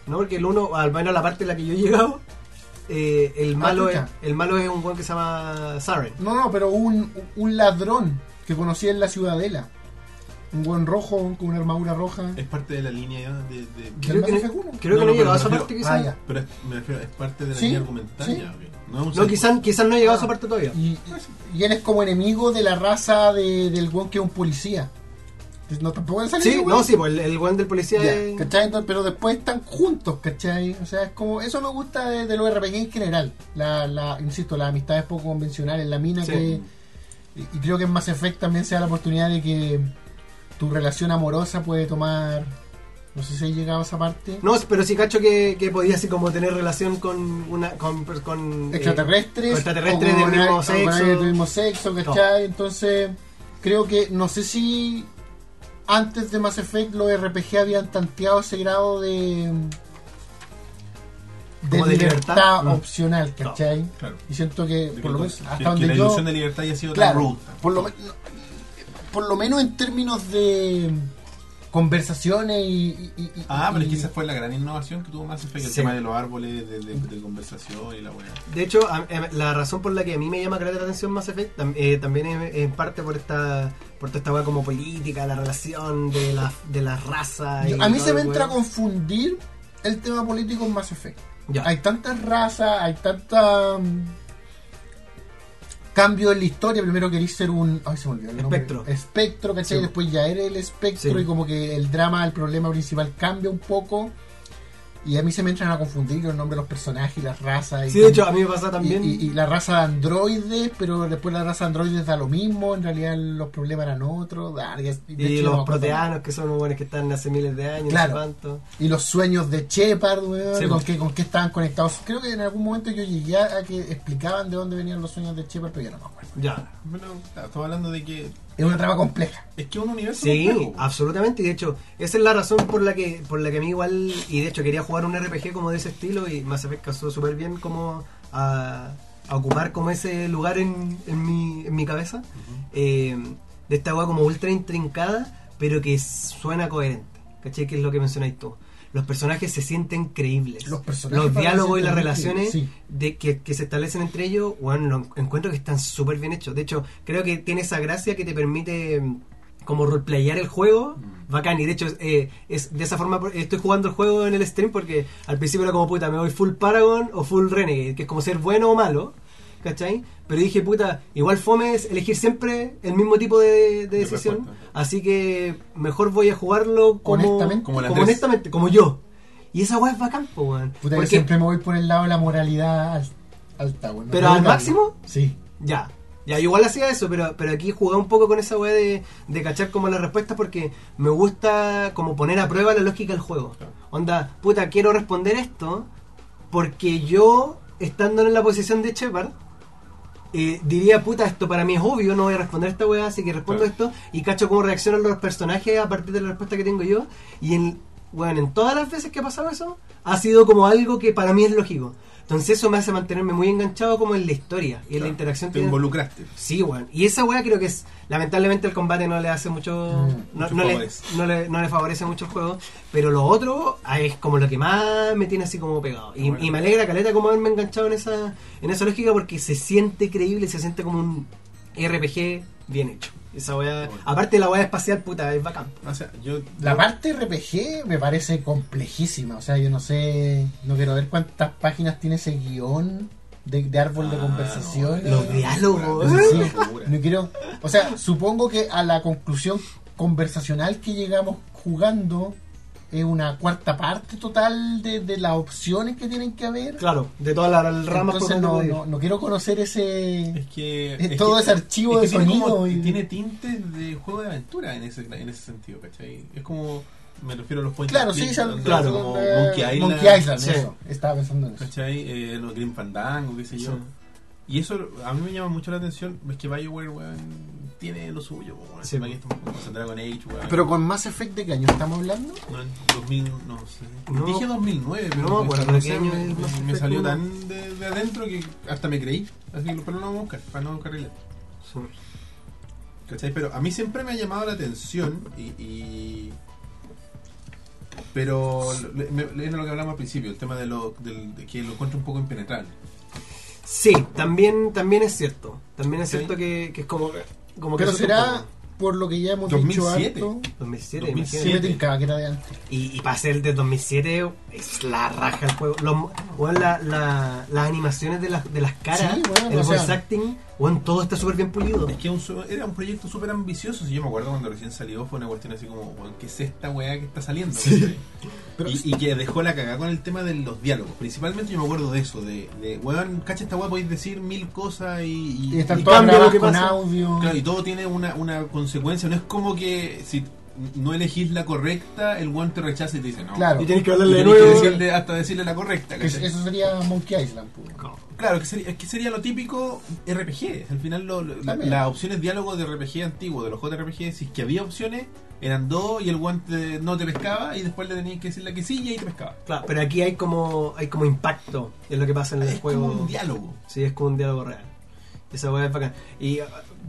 [SPEAKER 2] No, porque el uno, al menos la parte en la que yo he llegado, eh, el,
[SPEAKER 3] Ah,
[SPEAKER 2] malo es,
[SPEAKER 3] chucha.
[SPEAKER 2] el malo es un weón que se llama Saren.
[SPEAKER 3] No, no, pero un, un ladrón que conocí en la ciudadela. Un buen rojo con una armadura roja.
[SPEAKER 1] es parte de la línea de. de-
[SPEAKER 3] Del
[SPEAKER 2] Creo
[SPEAKER 3] Mass
[SPEAKER 2] que no,
[SPEAKER 3] Effect uno.
[SPEAKER 2] creo que
[SPEAKER 1] No,
[SPEAKER 2] no
[SPEAKER 1] no,
[SPEAKER 2] he llegado
[SPEAKER 1] pero
[SPEAKER 2] a esa
[SPEAKER 1] me
[SPEAKER 2] parte
[SPEAKER 3] Ah,
[SPEAKER 2] quizás.
[SPEAKER 3] ya.
[SPEAKER 1] pero es, me refiero, es parte de la
[SPEAKER 3] Sí,
[SPEAKER 1] línea argumental
[SPEAKER 3] sí. Ah.
[SPEAKER 1] ya, ok. No, es un
[SPEAKER 2] No,
[SPEAKER 1] side
[SPEAKER 2] quizás quizás no he llegado a esa parte todavía.
[SPEAKER 3] Y, y él es como enemigo de la raza de- del weón que es un policía. Entonces, No, tampoco le sale ese
[SPEAKER 2] Sí,
[SPEAKER 3] weón.
[SPEAKER 2] no, sí, pues el, el weón del policía
[SPEAKER 3] Ya,
[SPEAKER 2] es...
[SPEAKER 3] ¿cachai? Entonces, pero después están juntos, ¿cachai? O sea, es como. Eso me gusta de, de los RPG en general. La, la, insisto, las amistades poco convencionales, la mina
[SPEAKER 2] Sí.
[SPEAKER 3] que. Y, y creo que en Mass Effect también se da la oportunidad de que tu relación amorosa puede tomar. No sé si has llegado a esa parte.
[SPEAKER 2] No, pero sí cacho que, que podía así como tener relación con una con, con, eh,
[SPEAKER 3] extraterrestres,
[SPEAKER 2] con extraterrestres
[SPEAKER 3] o
[SPEAKER 2] del
[SPEAKER 3] con
[SPEAKER 2] mismo
[SPEAKER 3] alguien- o con alguien
[SPEAKER 2] sexo.
[SPEAKER 3] del mismo sexo, ¿cachai? Entonces, creo que, no sé si antes de Mass Effect los RPG habían tanteado ese grado de. de
[SPEAKER 2] Como de
[SPEAKER 3] libertad,
[SPEAKER 2] libertad. Mm.
[SPEAKER 3] opcional, ¿cachai?
[SPEAKER 1] claro.
[SPEAKER 3] Y siento que,
[SPEAKER 1] De
[SPEAKER 3] por lo
[SPEAKER 1] que-
[SPEAKER 3] menos,
[SPEAKER 1] que-
[SPEAKER 3] hasta
[SPEAKER 1] que
[SPEAKER 3] donde
[SPEAKER 1] la
[SPEAKER 3] yo.
[SPEAKER 1] ilusión de libertad haya sido tan
[SPEAKER 3] Claro,
[SPEAKER 1] ruda.
[SPEAKER 3] por lo, me- no, por lo menos en términos de conversaciones y. y- y-
[SPEAKER 1] Ah, pero es que
[SPEAKER 3] y-
[SPEAKER 1] esa fue la gran innovación que tuvo más efecto. El
[SPEAKER 2] Sí.
[SPEAKER 1] tema de los árboles, de, de- de conversación y la weá.
[SPEAKER 2] De hecho, a- a- la razón por la que a mí me llama crear la atención Mass Effect tam- eh, también es es en parte por esta por toda esta weá como política, la relación de la, de la raza. y
[SPEAKER 3] A mí
[SPEAKER 2] todo
[SPEAKER 3] se
[SPEAKER 2] el
[SPEAKER 3] me
[SPEAKER 2] weón.
[SPEAKER 3] entra a confundir el tema político en Mass Effect.
[SPEAKER 2] Ya.
[SPEAKER 3] Hay tantas razas, hay tanta mm, cambio en la historia. Primero querís ser un. Ay, se me olvidó el nombre.
[SPEAKER 2] Espectro.
[SPEAKER 3] Espectro, ¿cachai?
[SPEAKER 2] Sí.
[SPEAKER 3] Después ya eres el espectro
[SPEAKER 2] Sí.
[SPEAKER 3] y como que el drama, el problema principal cambia un poco. Y a mí se me entran a confundir los nombres de los personajes y las razas. y
[SPEAKER 2] Sí, de hecho,
[SPEAKER 3] cam-
[SPEAKER 2] a mí me pasa también.
[SPEAKER 3] y, y- y la raza de androides, pero después la raza de androides da lo mismo. En realidad los problemas eran otros. ah, y- de
[SPEAKER 2] y
[SPEAKER 3] hecho, no me
[SPEAKER 2] los
[SPEAKER 3] acuerdo.
[SPEAKER 2] proteanos, que son buenos que están hace miles de años,
[SPEAKER 3] Claro.
[SPEAKER 2] no sé cuánto.
[SPEAKER 3] Y los sueños de Shepard, weón,
[SPEAKER 2] Sí,
[SPEAKER 3] con,
[SPEAKER 2] po.
[SPEAKER 3] que, con qué estaban conectados. Creo que en algún momento yo llegué a que explicaban de dónde venían los sueños de Shepard, pero ya no me acuerdo.
[SPEAKER 2] Ya.
[SPEAKER 1] Bueno, claro, estamos hablando de que.
[SPEAKER 3] Es una trama compleja.
[SPEAKER 1] Es que un universo.
[SPEAKER 2] Sí,
[SPEAKER 1] complejo, po.
[SPEAKER 2] absolutamente. Y de hecho, esa es la razón por la que por la que a mí igual, y de hecho quería jugar un RPG como de ese estilo y Mass Effect casó súper bien como a, a ocupar como ese lugar en, en, mi, en mi cabeza. Eh, de esta agua como ultra intrincada, pero que suena coherente. ¿Cachai? Que es lo que mencionáis tú. Los personajes se sienten creíbles.
[SPEAKER 3] Los personajes para mí
[SPEAKER 2] diálogos y
[SPEAKER 3] se
[SPEAKER 2] las
[SPEAKER 3] sienten
[SPEAKER 2] relaciones
[SPEAKER 3] creíbles,
[SPEAKER 2] de que, que se establecen entre ellos, bueno, lo en- encuentro que están súper bien hechos. De hecho, creo que tiene esa gracia que te permite mm, como roleplayar el juego. Bacán, y de hecho, eh, es de esa forma por- estoy jugando el juego en el stream porque al principio era como puta, me voy full Paragon o full Renegade, que es como ser bueno o malo, ¿cachai? Pero dije, puta, igual fome es elegir siempre el mismo tipo de, de
[SPEAKER 1] De
[SPEAKER 2] decisión,
[SPEAKER 1] respuesta.
[SPEAKER 2] así que mejor voy a jugarlo como,
[SPEAKER 3] Honestamente.
[SPEAKER 1] Como
[SPEAKER 2] como,
[SPEAKER 1] el Andrés.
[SPEAKER 2] honestamente, como yo. Y esa weá es bacán, po, weón.
[SPEAKER 3] Puta, yo
[SPEAKER 2] Porque-
[SPEAKER 3] siempre me voy por el lado de la moralidad al- alta, weón. No
[SPEAKER 2] ¿Pero
[SPEAKER 3] puedo
[SPEAKER 2] al
[SPEAKER 3] negarlo.
[SPEAKER 2] máximo?
[SPEAKER 3] Sí.
[SPEAKER 2] Ya. Ya, yo igual hacía eso, pero, pero aquí jugaba un poco con esa weá de, de cachar como las respuestas porque me gusta como poner a prueba la lógica del juego.
[SPEAKER 1] Claro.
[SPEAKER 2] Onda, puta, quiero responder esto porque yo, estando en la posición de Shepard, eh, diría, puta, esto para mí es obvio, no voy a responder esta weá, así que respondo
[SPEAKER 1] Claro.
[SPEAKER 2] esto y cacho cómo reaccionan los personajes a partir de la respuesta que tengo yo. Y en, weón, en todas las veces que ha pasado eso, ha sido como algo que para mí es lógico. Entonces eso me hace mantenerme muy enganchado como en la historia y en la interacción
[SPEAKER 1] Te
[SPEAKER 2] tiene-
[SPEAKER 1] involucraste.
[SPEAKER 2] Sí, weón. Y esa weá creo que es. Lamentablemente el combate no le hace mucho.
[SPEAKER 3] Mm,
[SPEAKER 2] no,
[SPEAKER 1] mucho
[SPEAKER 2] no le,
[SPEAKER 1] favorece.
[SPEAKER 2] no, le, no le favorece mucho el juego. Pero lo otro ah, es como lo que más me tiene así como pegado. Y,
[SPEAKER 1] Bueno.
[SPEAKER 2] y me alegra, caleta, como haberme enganchado en esa, en esa lógica porque se siente creíble, se siente como un RPG bien hecho. Esa weá.
[SPEAKER 1] Bueno.
[SPEAKER 2] Aparte, la weá espacial, puta, es bacán.
[SPEAKER 1] O sea, yo.
[SPEAKER 3] La parte RPG me parece complejísima. O sea, yo no sé. No quiero ver cuántas páginas tiene ese guión de, de árbol de
[SPEAKER 1] Ah,
[SPEAKER 3] conversación.
[SPEAKER 1] no,
[SPEAKER 2] Los
[SPEAKER 1] es una
[SPEAKER 2] diálogos.
[SPEAKER 1] locura,
[SPEAKER 3] No,
[SPEAKER 1] es
[SPEAKER 3] sí,
[SPEAKER 1] una locura.
[SPEAKER 3] no quiero. O sea, supongo que a la conclusión conversacional que llegamos jugando es una cuarta parte total de, de las opciones que tienen que haber.
[SPEAKER 2] Claro, de todas las ramas por
[SPEAKER 3] Entonces
[SPEAKER 2] donde
[SPEAKER 3] no,
[SPEAKER 2] puede ir.
[SPEAKER 3] no, no quiero conocer ese.
[SPEAKER 1] Es que.
[SPEAKER 3] Es todo
[SPEAKER 1] que-
[SPEAKER 3] ese archivo
[SPEAKER 1] es
[SPEAKER 3] de
[SPEAKER 1] que tiene como-
[SPEAKER 3] sonido y-
[SPEAKER 1] Tiene tintes de juego de aventura en ese, en ese sentido, ¿cachai? Es como. Me refiero a los point
[SPEAKER 3] Claro,
[SPEAKER 1] and
[SPEAKER 3] sí,
[SPEAKER 1] click,
[SPEAKER 3] ya-
[SPEAKER 1] donde-
[SPEAKER 2] claro,
[SPEAKER 1] Como
[SPEAKER 3] eh,
[SPEAKER 1] Monkey Island.
[SPEAKER 3] Monkey Island,
[SPEAKER 2] Sí.
[SPEAKER 3] eso. Estaba pensando en eso.
[SPEAKER 1] ¿Cachai? Eh, los Green Fandango, qué sé yo.
[SPEAKER 2] Sí.
[SPEAKER 1] Y eso a mí me llama mucho la atención. Es que BioWare, weón, tiene lo suyo. Weón.
[SPEAKER 2] Sí.
[SPEAKER 1] Para que esto se Dragon Age, weón.
[SPEAKER 3] Pero con Mass Effect, ¿de qué año estamos hablando?
[SPEAKER 1] No, en 2000, no sé.
[SPEAKER 2] No.
[SPEAKER 1] Dije 2009, pero
[SPEAKER 2] No me acuerdo
[SPEAKER 1] no
[SPEAKER 2] de
[SPEAKER 1] sé,
[SPEAKER 2] qué año
[SPEAKER 1] me,
[SPEAKER 2] es
[SPEAKER 1] me-
[SPEAKER 2] Mass
[SPEAKER 1] me
[SPEAKER 2] Effect
[SPEAKER 1] salió
[SPEAKER 2] uno.
[SPEAKER 1] tan de, de adentro que hasta me creí. Así que, pero no lo vamos a buscar, para no carrilar. ¿Cachai? Pero a mí siempre me ha llamado la atención y... y- Pero le- me- le- era lo que hablamos al principio, el tema de, lo, del- de que lo encuentro un poco impenetrable.
[SPEAKER 2] Sí, también, también es cierto. También es
[SPEAKER 1] Sí.
[SPEAKER 2] cierto que, que es como. como que
[SPEAKER 3] Pero
[SPEAKER 2] asusta un
[SPEAKER 3] será
[SPEAKER 2] poco.
[SPEAKER 3] por lo que ya hemos
[SPEAKER 1] 2007.
[SPEAKER 3] dicho harto.
[SPEAKER 2] 2007,
[SPEAKER 1] 2007.
[SPEAKER 2] imagínate.
[SPEAKER 3] Sí, me tincaba que era de antes.
[SPEAKER 2] Y, y para ser de 2007 es la raja el juego. Los, weón, la- la- las animaciones de las, de las caras,
[SPEAKER 3] Sí, weón,
[SPEAKER 2] el
[SPEAKER 3] o
[SPEAKER 2] voice
[SPEAKER 3] sea-
[SPEAKER 2] acting, weón, todo está súper bien pulido.
[SPEAKER 1] Es que un su- era un proyecto súper ambicioso, si yo me acuerdo cuando recién salió fue una cuestión así como, "Weón, ¿qué es esta weá que está saliendo? ¿cachai?
[SPEAKER 3] Pero-
[SPEAKER 1] y, y que dejó la cagada con el tema de los diálogos. Principalmente yo me acuerdo de eso, de, de weón, cacha esta weá, podéis decir mil cosas y...
[SPEAKER 3] Y están
[SPEAKER 2] y
[SPEAKER 3] todas
[SPEAKER 2] cambia lo
[SPEAKER 3] grabadas
[SPEAKER 2] que
[SPEAKER 3] con
[SPEAKER 2] pasa.
[SPEAKER 3] audio.
[SPEAKER 1] Claro, y todo tiene una, una consecuencia. No es como que si no elegís la correcta, el weón te rechaza y te dice no.
[SPEAKER 3] Claro.
[SPEAKER 2] Y tienes que
[SPEAKER 1] Y
[SPEAKER 2] hablarle de
[SPEAKER 1] tenés
[SPEAKER 2] nuevo.
[SPEAKER 1] que decirle hasta decirle la correcta.
[SPEAKER 3] Que es-
[SPEAKER 1] ¿cachai?
[SPEAKER 3] eso sería Monkey Island. pues. puro.
[SPEAKER 1] Claro, que sería, es que sería lo típico RPG. Al final, lo- lo- la-
[SPEAKER 3] También.
[SPEAKER 1] las opciones diálogo de RPG antiguo, de los JRPG, si es que había opciones, eran dos y el guante no te pescaba y después le tenías que decir la que sí y ahí te pescaba.
[SPEAKER 2] Claro, pero aquí hay como, hay como impacto en lo que pasa en el
[SPEAKER 1] Es
[SPEAKER 2] juego.
[SPEAKER 1] como un diálogo.
[SPEAKER 2] Sí, es como un diálogo real. Esa weá es bacán. Y ah,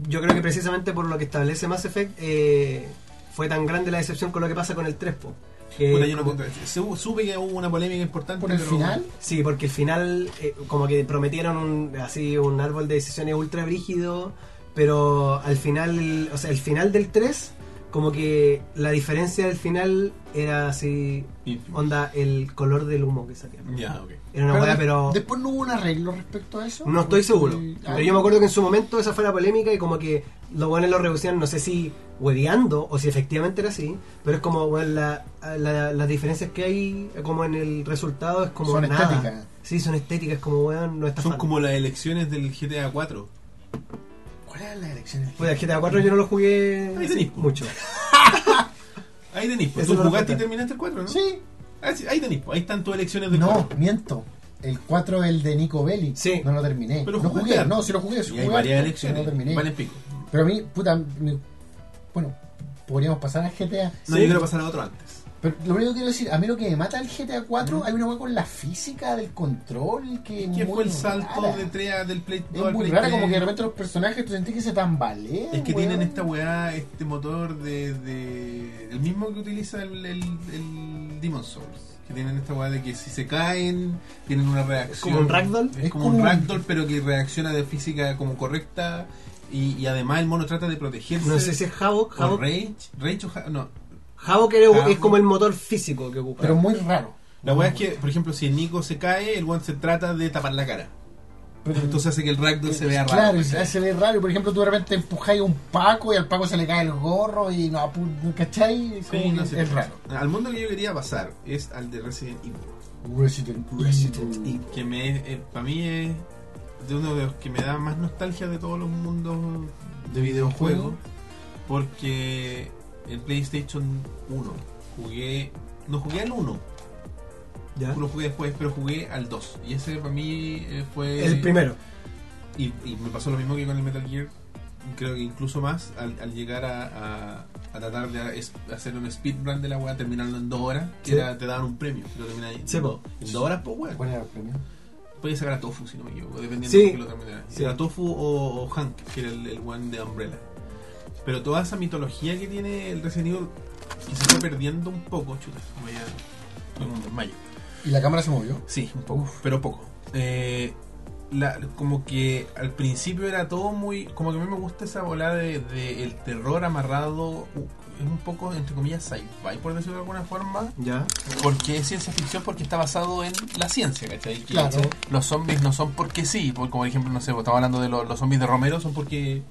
[SPEAKER 2] yo creo que precisamente por lo que establece Mass Effect, eh, fue tan grande la decepción con lo que pasa con el 3 po. Que
[SPEAKER 1] Puta, yo no
[SPEAKER 2] como-
[SPEAKER 1] encuentro- se hubo- supe que hubo una polémica importante.
[SPEAKER 3] Por el
[SPEAKER 1] pero-
[SPEAKER 3] final,
[SPEAKER 2] Sí, porque el final, eh, como que prometieron un, así un árbol de decisiones ultra brígido, pero al final, o sea, el final del 3, como que la diferencia del final era así,
[SPEAKER 1] Ínfimo.
[SPEAKER 2] onda, el color del humo que salía.
[SPEAKER 1] Ya, ok.
[SPEAKER 2] Era una
[SPEAKER 3] pero
[SPEAKER 2] weá,
[SPEAKER 3] de-
[SPEAKER 2] pero
[SPEAKER 3] después no hubo un arreglo respecto a eso. Eh, ah,
[SPEAKER 2] no estoy seguro.
[SPEAKER 3] Porque-
[SPEAKER 2] Pero yo me acuerdo que en su momento esa fue la polémica y como que los buenos lo reducían, no sé si hueveando o si efectivamente era así, pero es como, bueno, la- la- las diferencias que hay como en el resultado es como
[SPEAKER 3] Son
[SPEAKER 2] nada.
[SPEAKER 3] estéticas.
[SPEAKER 2] Sí, son estéticas, como, weón, no está
[SPEAKER 1] Son
[SPEAKER 2] fan.
[SPEAKER 1] como las elecciones del GTA 4.
[SPEAKER 3] ¿Cuál era la elección?
[SPEAKER 2] Puta, el GTA 4 yo no lo jugué
[SPEAKER 1] Ahí tenís, po.
[SPEAKER 2] mucho.
[SPEAKER 1] Ahí tenéis, pues,
[SPEAKER 2] Eso
[SPEAKER 1] tú
[SPEAKER 2] no lo
[SPEAKER 1] jugaste y
[SPEAKER 2] cuenta.
[SPEAKER 1] terminaste el 4, ¿no?
[SPEAKER 3] Sí,
[SPEAKER 1] Ah, sí, ahí tenéis, pues, ahí están tus elecciones del
[SPEAKER 3] no,
[SPEAKER 1] 4.
[SPEAKER 3] miento. El 4 es el de Nico Bellic.
[SPEAKER 2] Sí.
[SPEAKER 3] No lo terminé.
[SPEAKER 1] Pero
[SPEAKER 3] no
[SPEAKER 1] jugaste
[SPEAKER 3] jugué,
[SPEAKER 1] harto.
[SPEAKER 3] no, sí lo jugué. sí
[SPEAKER 1] Y hay
[SPEAKER 3] jugué
[SPEAKER 1] varias
[SPEAKER 3] harto, pero
[SPEAKER 1] elecciones.
[SPEAKER 3] No terminé.
[SPEAKER 1] Valen pico.
[SPEAKER 3] Pero a mí, puta, mi- bueno, podríamos pasar al GTA.
[SPEAKER 1] No, yo quiero pasar a otro antes.
[SPEAKER 3] Pero lo único que quiero decir, a mí lo que me mata el GTA 4, hay una hueá con la física del control que es
[SPEAKER 1] ¿Qué
[SPEAKER 3] muy
[SPEAKER 1] fue el salto
[SPEAKER 3] rara.
[SPEAKER 1] de trea del Play 2
[SPEAKER 3] Es
[SPEAKER 1] al
[SPEAKER 3] muy
[SPEAKER 1] Play
[SPEAKER 3] rara,
[SPEAKER 1] 3?
[SPEAKER 3] como que de repente los personajes tú sentís que se tambalean.
[SPEAKER 1] Es que
[SPEAKER 3] weón.
[SPEAKER 1] tienen esta weá, este motor de, de- El mismo que utiliza el, el, el Demon Souls. Que tienen esta weá de que si se caen, tienen una reacción.
[SPEAKER 2] como un ragdoll?
[SPEAKER 1] Es,
[SPEAKER 3] Es
[SPEAKER 1] como,
[SPEAKER 3] como
[SPEAKER 1] un
[SPEAKER 3] un-
[SPEAKER 1] ragdoll, pero que reacciona de física como correcta. Y, y además el mono trata de protegerse.
[SPEAKER 2] No sé si es Havok.
[SPEAKER 1] o
[SPEAKER 2] Havok,
[SPEAKER 1] Rage. Rage o Ha- No.
[SPEAKER 2] Havok era- es
[SPEAKER 1] Havok.
[SPEAKER 2] como el motor físico que ocupa.
[SPEAKER 3] Pero muy raro.
[SPEAKER 1] La weá es que, por ejemplo, si el Nico se cae, el one se trata de tapar la cara.
[SPEAKER 3] Pero-
[SPEAKER 1] Entonces hace que el ragdoll se vea raro.
[SPEAKER 3] Claro,
[SPEAKER 1] ¿cachai?
[SPEAKER 3] se, se ve raro. Por ejemplo, tú de repente empujáis a un Paco y al Paco se le cae el gorro y no, pu- ¿cachai? Es
[SPEAKER 1] Sí,
[SPEAKER 3] como-
[SPEAKER 1] no sé.
[SPEAKER 3] es raro.
[SPEAKER 1] Al mundo que yo quería pasar es al de Resident Evil.
[SPEAKER 3] Resident,
[SPEAKER 2] Resident
[SPEAKER 3] Evil.
[SPEAKER 1] Que me, para mí es de uno de los que me da más nostalgia de todos los mundos de videojuegos. Porque en PlayStation 1 jugué. No jugué al 1,
[SPEAKER 2] ¿Ya?
[SPEAKER 1] lo jugué después, pero jugué al 2. Y ese para mí eh, fue.
[SPEAKER 2] El primero.
[SPEAKER 1] Y, y me pasó lo mismo que con el Metal Gear, creo que incluso más, al, al llegar a, a- a tratar de es- hacer un speedrun de la weá, terminarlo en dos horas, que
[SPEAKER 2] Sí.
[SPEAKER 1] era- te daban un premio, lo termináis en
[SPEAKER 2] Sí,
[SPEAKER 1] dos-
[SPEAKER 2] po.
[SPEAKER 1] en dos horas, pues weón.
[SPEAKER 3] ¿Cuál era el premio?
[SPEAKER 1] Podía sacar a Tofu, si no me equivoco, dependiendo
[SPEAKER 2] Sí.
[SPEAKER 1] de que lo terminara.
[SPEAKER 2] Sí.
[SPEAKER 1] Era Tofu o, o Hank, que era el, el one de Umbrella. Pero toda esa mitología que tiene el Resident Evil, que se está perdiendo un poco, chuta, voy a... con un desmayo.
[SPEAKER 3] ¿Y la cámara se movió?
[SPEAKER 1] Sí, un poco, pero poco. Eh, la- como que al principio era todo muy... Como que a mí me gusta esa bola de, de el terror amarrado, u- es un poco, entre comillas, sci-fi, por decirlo de alguna forma.
[SPEAKER 2] Ya.
[SPEAKER 1] Porque es ciencia ficción porque está basado en la ciencia, ¿cachai? Que
[SPEAKER 3] Claro.
[SPEAKER 1] Los zombies no son porque sí, por- como por ejemplo, no sé, vos estamos hablando de los, los zombies de Romero, son porque...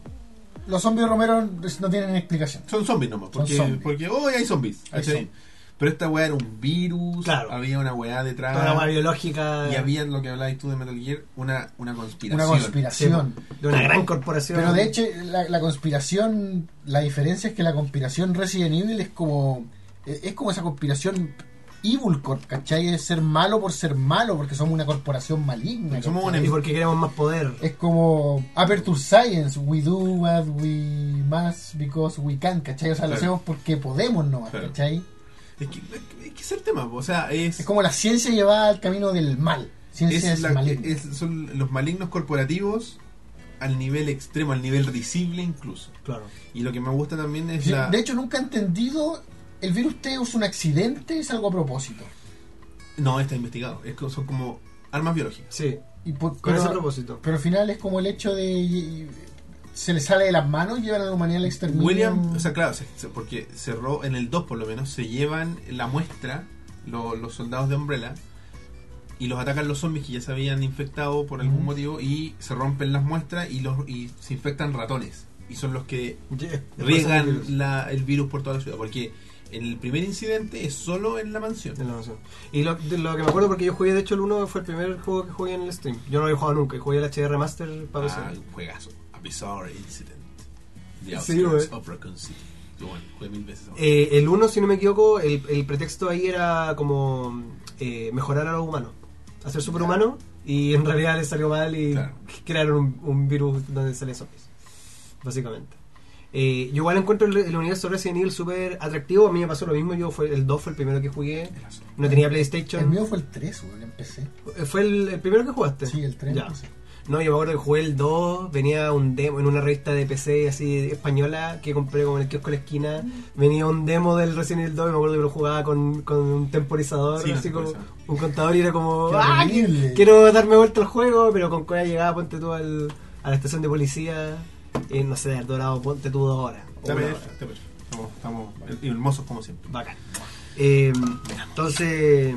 [SPEAKER 3] Los zombies Romero no tienen explicación.
[SPEAKER 1] Son zombies nomás, porque,
[SPEAKER 3] zombies.
[SPEAKER 1] porque hoy hay zombies,
[SPEAKER 3] Hay
[SPEAKER 1] ¿cachai?
[SPEAKER 3] zombies.
[SPEAKER 1] Pero esta weá era un virus,
[SPEAKER 2] Claro.
[SPEAKER 1] había una weá detrás.
[SPEAKER 2] Toda la hueá biológica.
[SPEAKER 1] Y había lo que hablabas tú de Metal Gear, una, una conspiración.
[SPEAKER 3] Una
[SPEAKER 2] Sí,
[SPEAKER 3] conspiración.
[SPEAKER 2] de una gran corporación.
[SPEAKER 3] Pero de hecho, la, la conspiración, la diferencia es que la conspiración Resident Evil es como, eh, es como esa conspiración Evil Corp, ¿cachai? Es ser malo por ser malo, porque somos una corporación maligna.
[SPEAKER 1] Somos
[SPEAKER 3] ¿cachai?
[SPEAKER 1] una
[SPEAKER 2] Y porque queremos más poder.
[SPEAKER 3] Es como Aperture Science, we do what we must because we can, ¿cachai? O sea, lo
[SPEAKER 1] Claro.
[SPEAKER 3] hacemos porque podemos nomás,
[SPEAKER 1] Claro.
[SPEAKER 3] ¿cachai?
[SPEAKER 1] Es que, es que- es que es el tema, po, o sea, es...
[SPEAKER 3] Es como la ciencia llevada al camino del mal. Ciencia es,
[SPEAKER 1] es la-
[SPEAKER 3] maligna.
[SPEAKER 1] es- son los malignos corporativos al nivel extremo, al nivel risible incluso.
[SPEAKER 2] Claro.
[SPEAKER 1] Y lo que me gusta también es
[SPEAKER 3] Sí,
[SPEAKER 1] la...
[SPEAKER 3] De hecho, nunca he entendido. El virus T es un accidente, es algo a propósito.
[SPEAKER 1] No, está investigado. Es que son como armas biológicas.
[SPEAKER 2] Sí,
[SPEAKER 3] Y por-
[SPEAKER 2] con
[SPEAKER 3] pero,
[SPEAKER 2] ese propósito.
[SPEAKER 3] pero al final es como el hecho de. y- y- se le sale de las manos, llevan a la humanidad al exterminio.
[SPEAKER 1] William, o sea, claro, se- se- porque cerró en el 2 por lo menos, se llevan la muestra lo- los soldados de Umbrella y los atacan los zombies que ya se habían infectado por algún
[SPEAKER 3] Mm.
[SPEAKER 1] motivo y se rompen las muestras y, los, y se infectan ratones. Y son los que
[SPEAKER 2] Ye- después del virus.
[SPEAKER 1] riegan la- el virus por toda la ciudad. Porque en el primer incidente es solo en la mansión.
[SPEAKER 2] En la razón. Y lo, de lo que me acuerdo, porque yo jugué, de hecho, el 1 fue el primer juego que jugué en el stream. Yo no lo había jugado nunca, y jugué el HDR Master para
[SPEAKER 1] Ah,
[SPEAKER 2] PC.
[SPEAKER 1] juegazo. A Bizarre Incident. The
[SPEAKER 2] Sí,
[SPEAKER 1] Outskirts
[SPEAKER 2] güey.
[SPEAKER 1] of Raccoon City. Yo, bueno, jugué mil veces. ahora.
[SPEAKER 2] Eh, el 1, si no me equivoco, el, el pretexto ahí era como eh, mejorar a los humanos, hacer superhumano, y en realidad les salió mal y
[SPEAKER 1] Claro.
[SPEAKER 2] crearon un, un virus donde salen zombies, básicamente. Eh, yo igual encuentro el, el universo Resident Evil súper atractivo, a mí me pasó lo mismo, yo fue el 2 fue el primero que jugué, no tenía PlayStation.
[SPEAKER 3] El mío fue el 3, weón, empecé.
[SPEAKER 2] Eh, ¿Fue el, el primero que jugaste?
[SPEAKER 3] Sí, el 3.
[SPEAKER 2] Ya. No, yo me acuerdo que jugué el 2, venía un demo en una revista de PC así española que compré como en el kiosco de la esquina. Venía un demo del Resident Evil 2 y me acuerdo que lo jugaba con, con un temporizador,
[SPEAKER 1] Sí, un
[SPEAKER 2] así como
[SPEAKER 1] temporizador.
[SPEAKER 2] un contador y era como,
[SPEAKER 3] Qué
[SPEAKER 2] ¡ah! qui-
[SPEAKER 3] horrible.
[SPEAKER 2] Quiero darme vuelta al juego, pero con cuál llegaba, ponte tú al, a la estación de policía, y no sé, al dorado, ponte tú dos horas. o
[SPEAKER 1] Está
[SPEAKER 2] una
[SPEAKER 1] perfecto,
[SPEAKER 2] hora.
[SPEAKER 1] está perfecto. Estamos, estamos hermosos como siempre.
[SPEAKER 2] Bacán. Eh, entonces,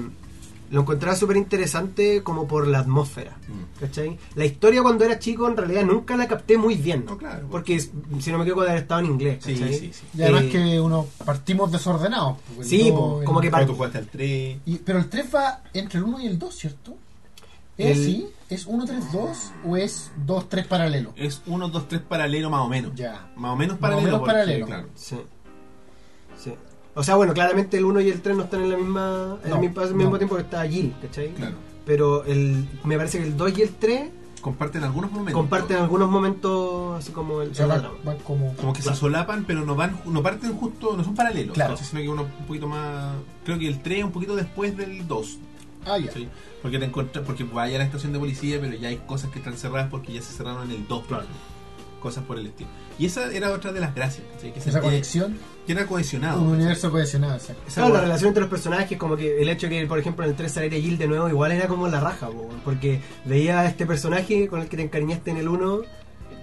[SPEAKER 2] lo encontraba súper interesante como por la atmósfera.
[SPEAKER 1] Mm.
[SPEAKER 2] ¿Cachai? La historia cuando era chico en realidad nunca la capté muy bien.
[SPEAKER 1] No, claro.
[SPEAKER 2] Porque es- si no me equivoco de haber estado en inglés.
[SPEAKER 1] Sí,
[SPEAKER 2] ¿cachai?
[SPEAKER 1] sí, sí.
[SPEAKER 3] Y además
[SPEAKER 2] Eh,
[SPEAKER 3] que uno partimos desordenados. porque el
[SPEAKER 2] Sí,
[SPEAKER 3] dos,
[SPEAKER 2] po,
[SPEAKER 3] el-
[SPEAKER 2] como que
[SPEAKER 1] Pero
[SPEAKER 2] parte.
[SPEAKER 1] tú jugaste al 3.
[SPEAKER 3] y- pero el 3 va entre el 1 y el 2, ¿cierto? ¿Es
[SPEAKER 2] El-
[SPEAKER 3] sí? ¿Es 1, 3, 2 o es 2, 3 paralelo?
[SPEAKER 1] Es 1, 2, 3 paralelo más o menos.
[SPEAKER 3] Ya.
[SPEAKER 1] Más o menos
[SPEAKER 3] Más o
[SPEAKER 1] paralelo.
[SPEAKER 3] menos
[SPEAKER 1] porque,
[SPEAKER 3] paralelo.
[SPEAKER 1] Claro.
[SPEAKER 2] Sí. Sí. O sea, bueno, claramente el 1 y el 3 no están en la misma en
[SPEAKER 3] No,
[SPEAKER 2] el mismo, al mismo
[SPEAKER 3] no.
[SPEAKER 2] tiempo que está Jill, ¿cachai?
[SPEAKER 1] claro.
[SPEAKER 2] Pero el, me parece que el 2 y el 3
[SPEAKER 1] Comparten algunos momentos.
[SPEAKER 2] comparten algunos momentos así como el...
[SPEAKER 3] O sea,
[SPEAKER 2] el
[SPEAKER 3] va-
[SPEAKER 2] drama.
[SPEAKER 3] va como.
[SPEAKER 1] Como que se solapan, pero no van no parten justo, no son paralelos.
[SPEAKER 3] Claro.
[SPEAKER 1] ¿cachai? Sino que uno un poquito más. Creo que el 3 un poquito después del 2.
[SPEAKER 3] Ah, ya.
[SPEAKER 1] ¿sí? Porque te encuentras, porque vaya a la estación de policía, pero ya hay cosas que están cerradas porque ya se cerraron en el 2.
[SPEAKER 2] Claro.
[SPEAKER 1] Cosas por el estilo. Y esa era otra de las gracias. ¿cachai? Que,
[SPEAKER 2] Eh,
[SPEAKER 3] Esa
[SPEAKER 1] sentía-
[SPEAKER 3] conexión.
[SPEAKER 1] que era
[SPEAKER 2] ah,
[SPEAKER 1] cohesionado.
[SPEAKER 3] Un
[SPEAKER 1] ¿cachai?
[SPEAKER 3] universo cohesionado, exacto.
[SPEAKER 1] Esa
[SPEAKER 2] Claro, la
[SPEAKER 1] hueá-
[SPEAKER 2] relación entre los personajes, como que el hecho que, por ejemplo, en el 3 saliera Jill de nuevo, igual era como la raja, po, weón, porque veía a este personaje con el que te encariñaste en el 1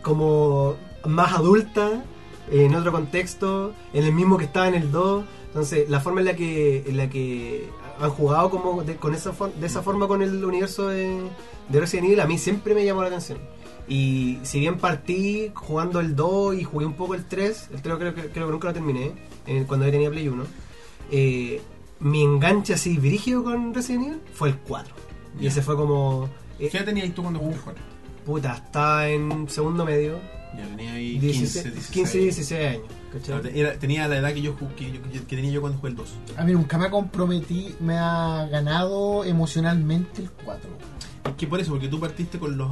[SPEAKER 2] como más adulta, eh, en otro contexto, en el mismo que estaba en el 2. Entonces, la forma en la que, en la que han jugado como de, con esa for- de esa forma con el universo de, de Resident Evil, a mí siempre me llamó la atención. Y si bien partí jugando el 2 y jugué un poco el 3, el 3 creo, que- creo que nunca lo terminé, eh, cuando yo tenía Play 1 eh, mi enganche así brígido con Resident Evil fue el 4. Y
[SPEAKER 1] Ya.
[SPEAKER 2] ese fue como. eh,
[SPEAKER 1] ¿Qué edad tenías tú cuando jugaste Juan?
[SPEAKER 2] puta, estaba en segundo medio.
[SPEAKER 1] Ya tenía ahí 15,
[SPEAKER 2] 16,
[SPEAKER 1] 16.
[SPEAKER 2] 15 16 años. ¿cachai?
[SPEAKER 1] Claro, te- era- tenía la edad que yo, ju- que yo- que tenía yo cuando jugué el 2.
[SPEAKER 3] A mí nunca me comprometí, me ha ganado emocionalmente el 4.
[SPEAKER 1] Es que por eso, porque tú partiste con los.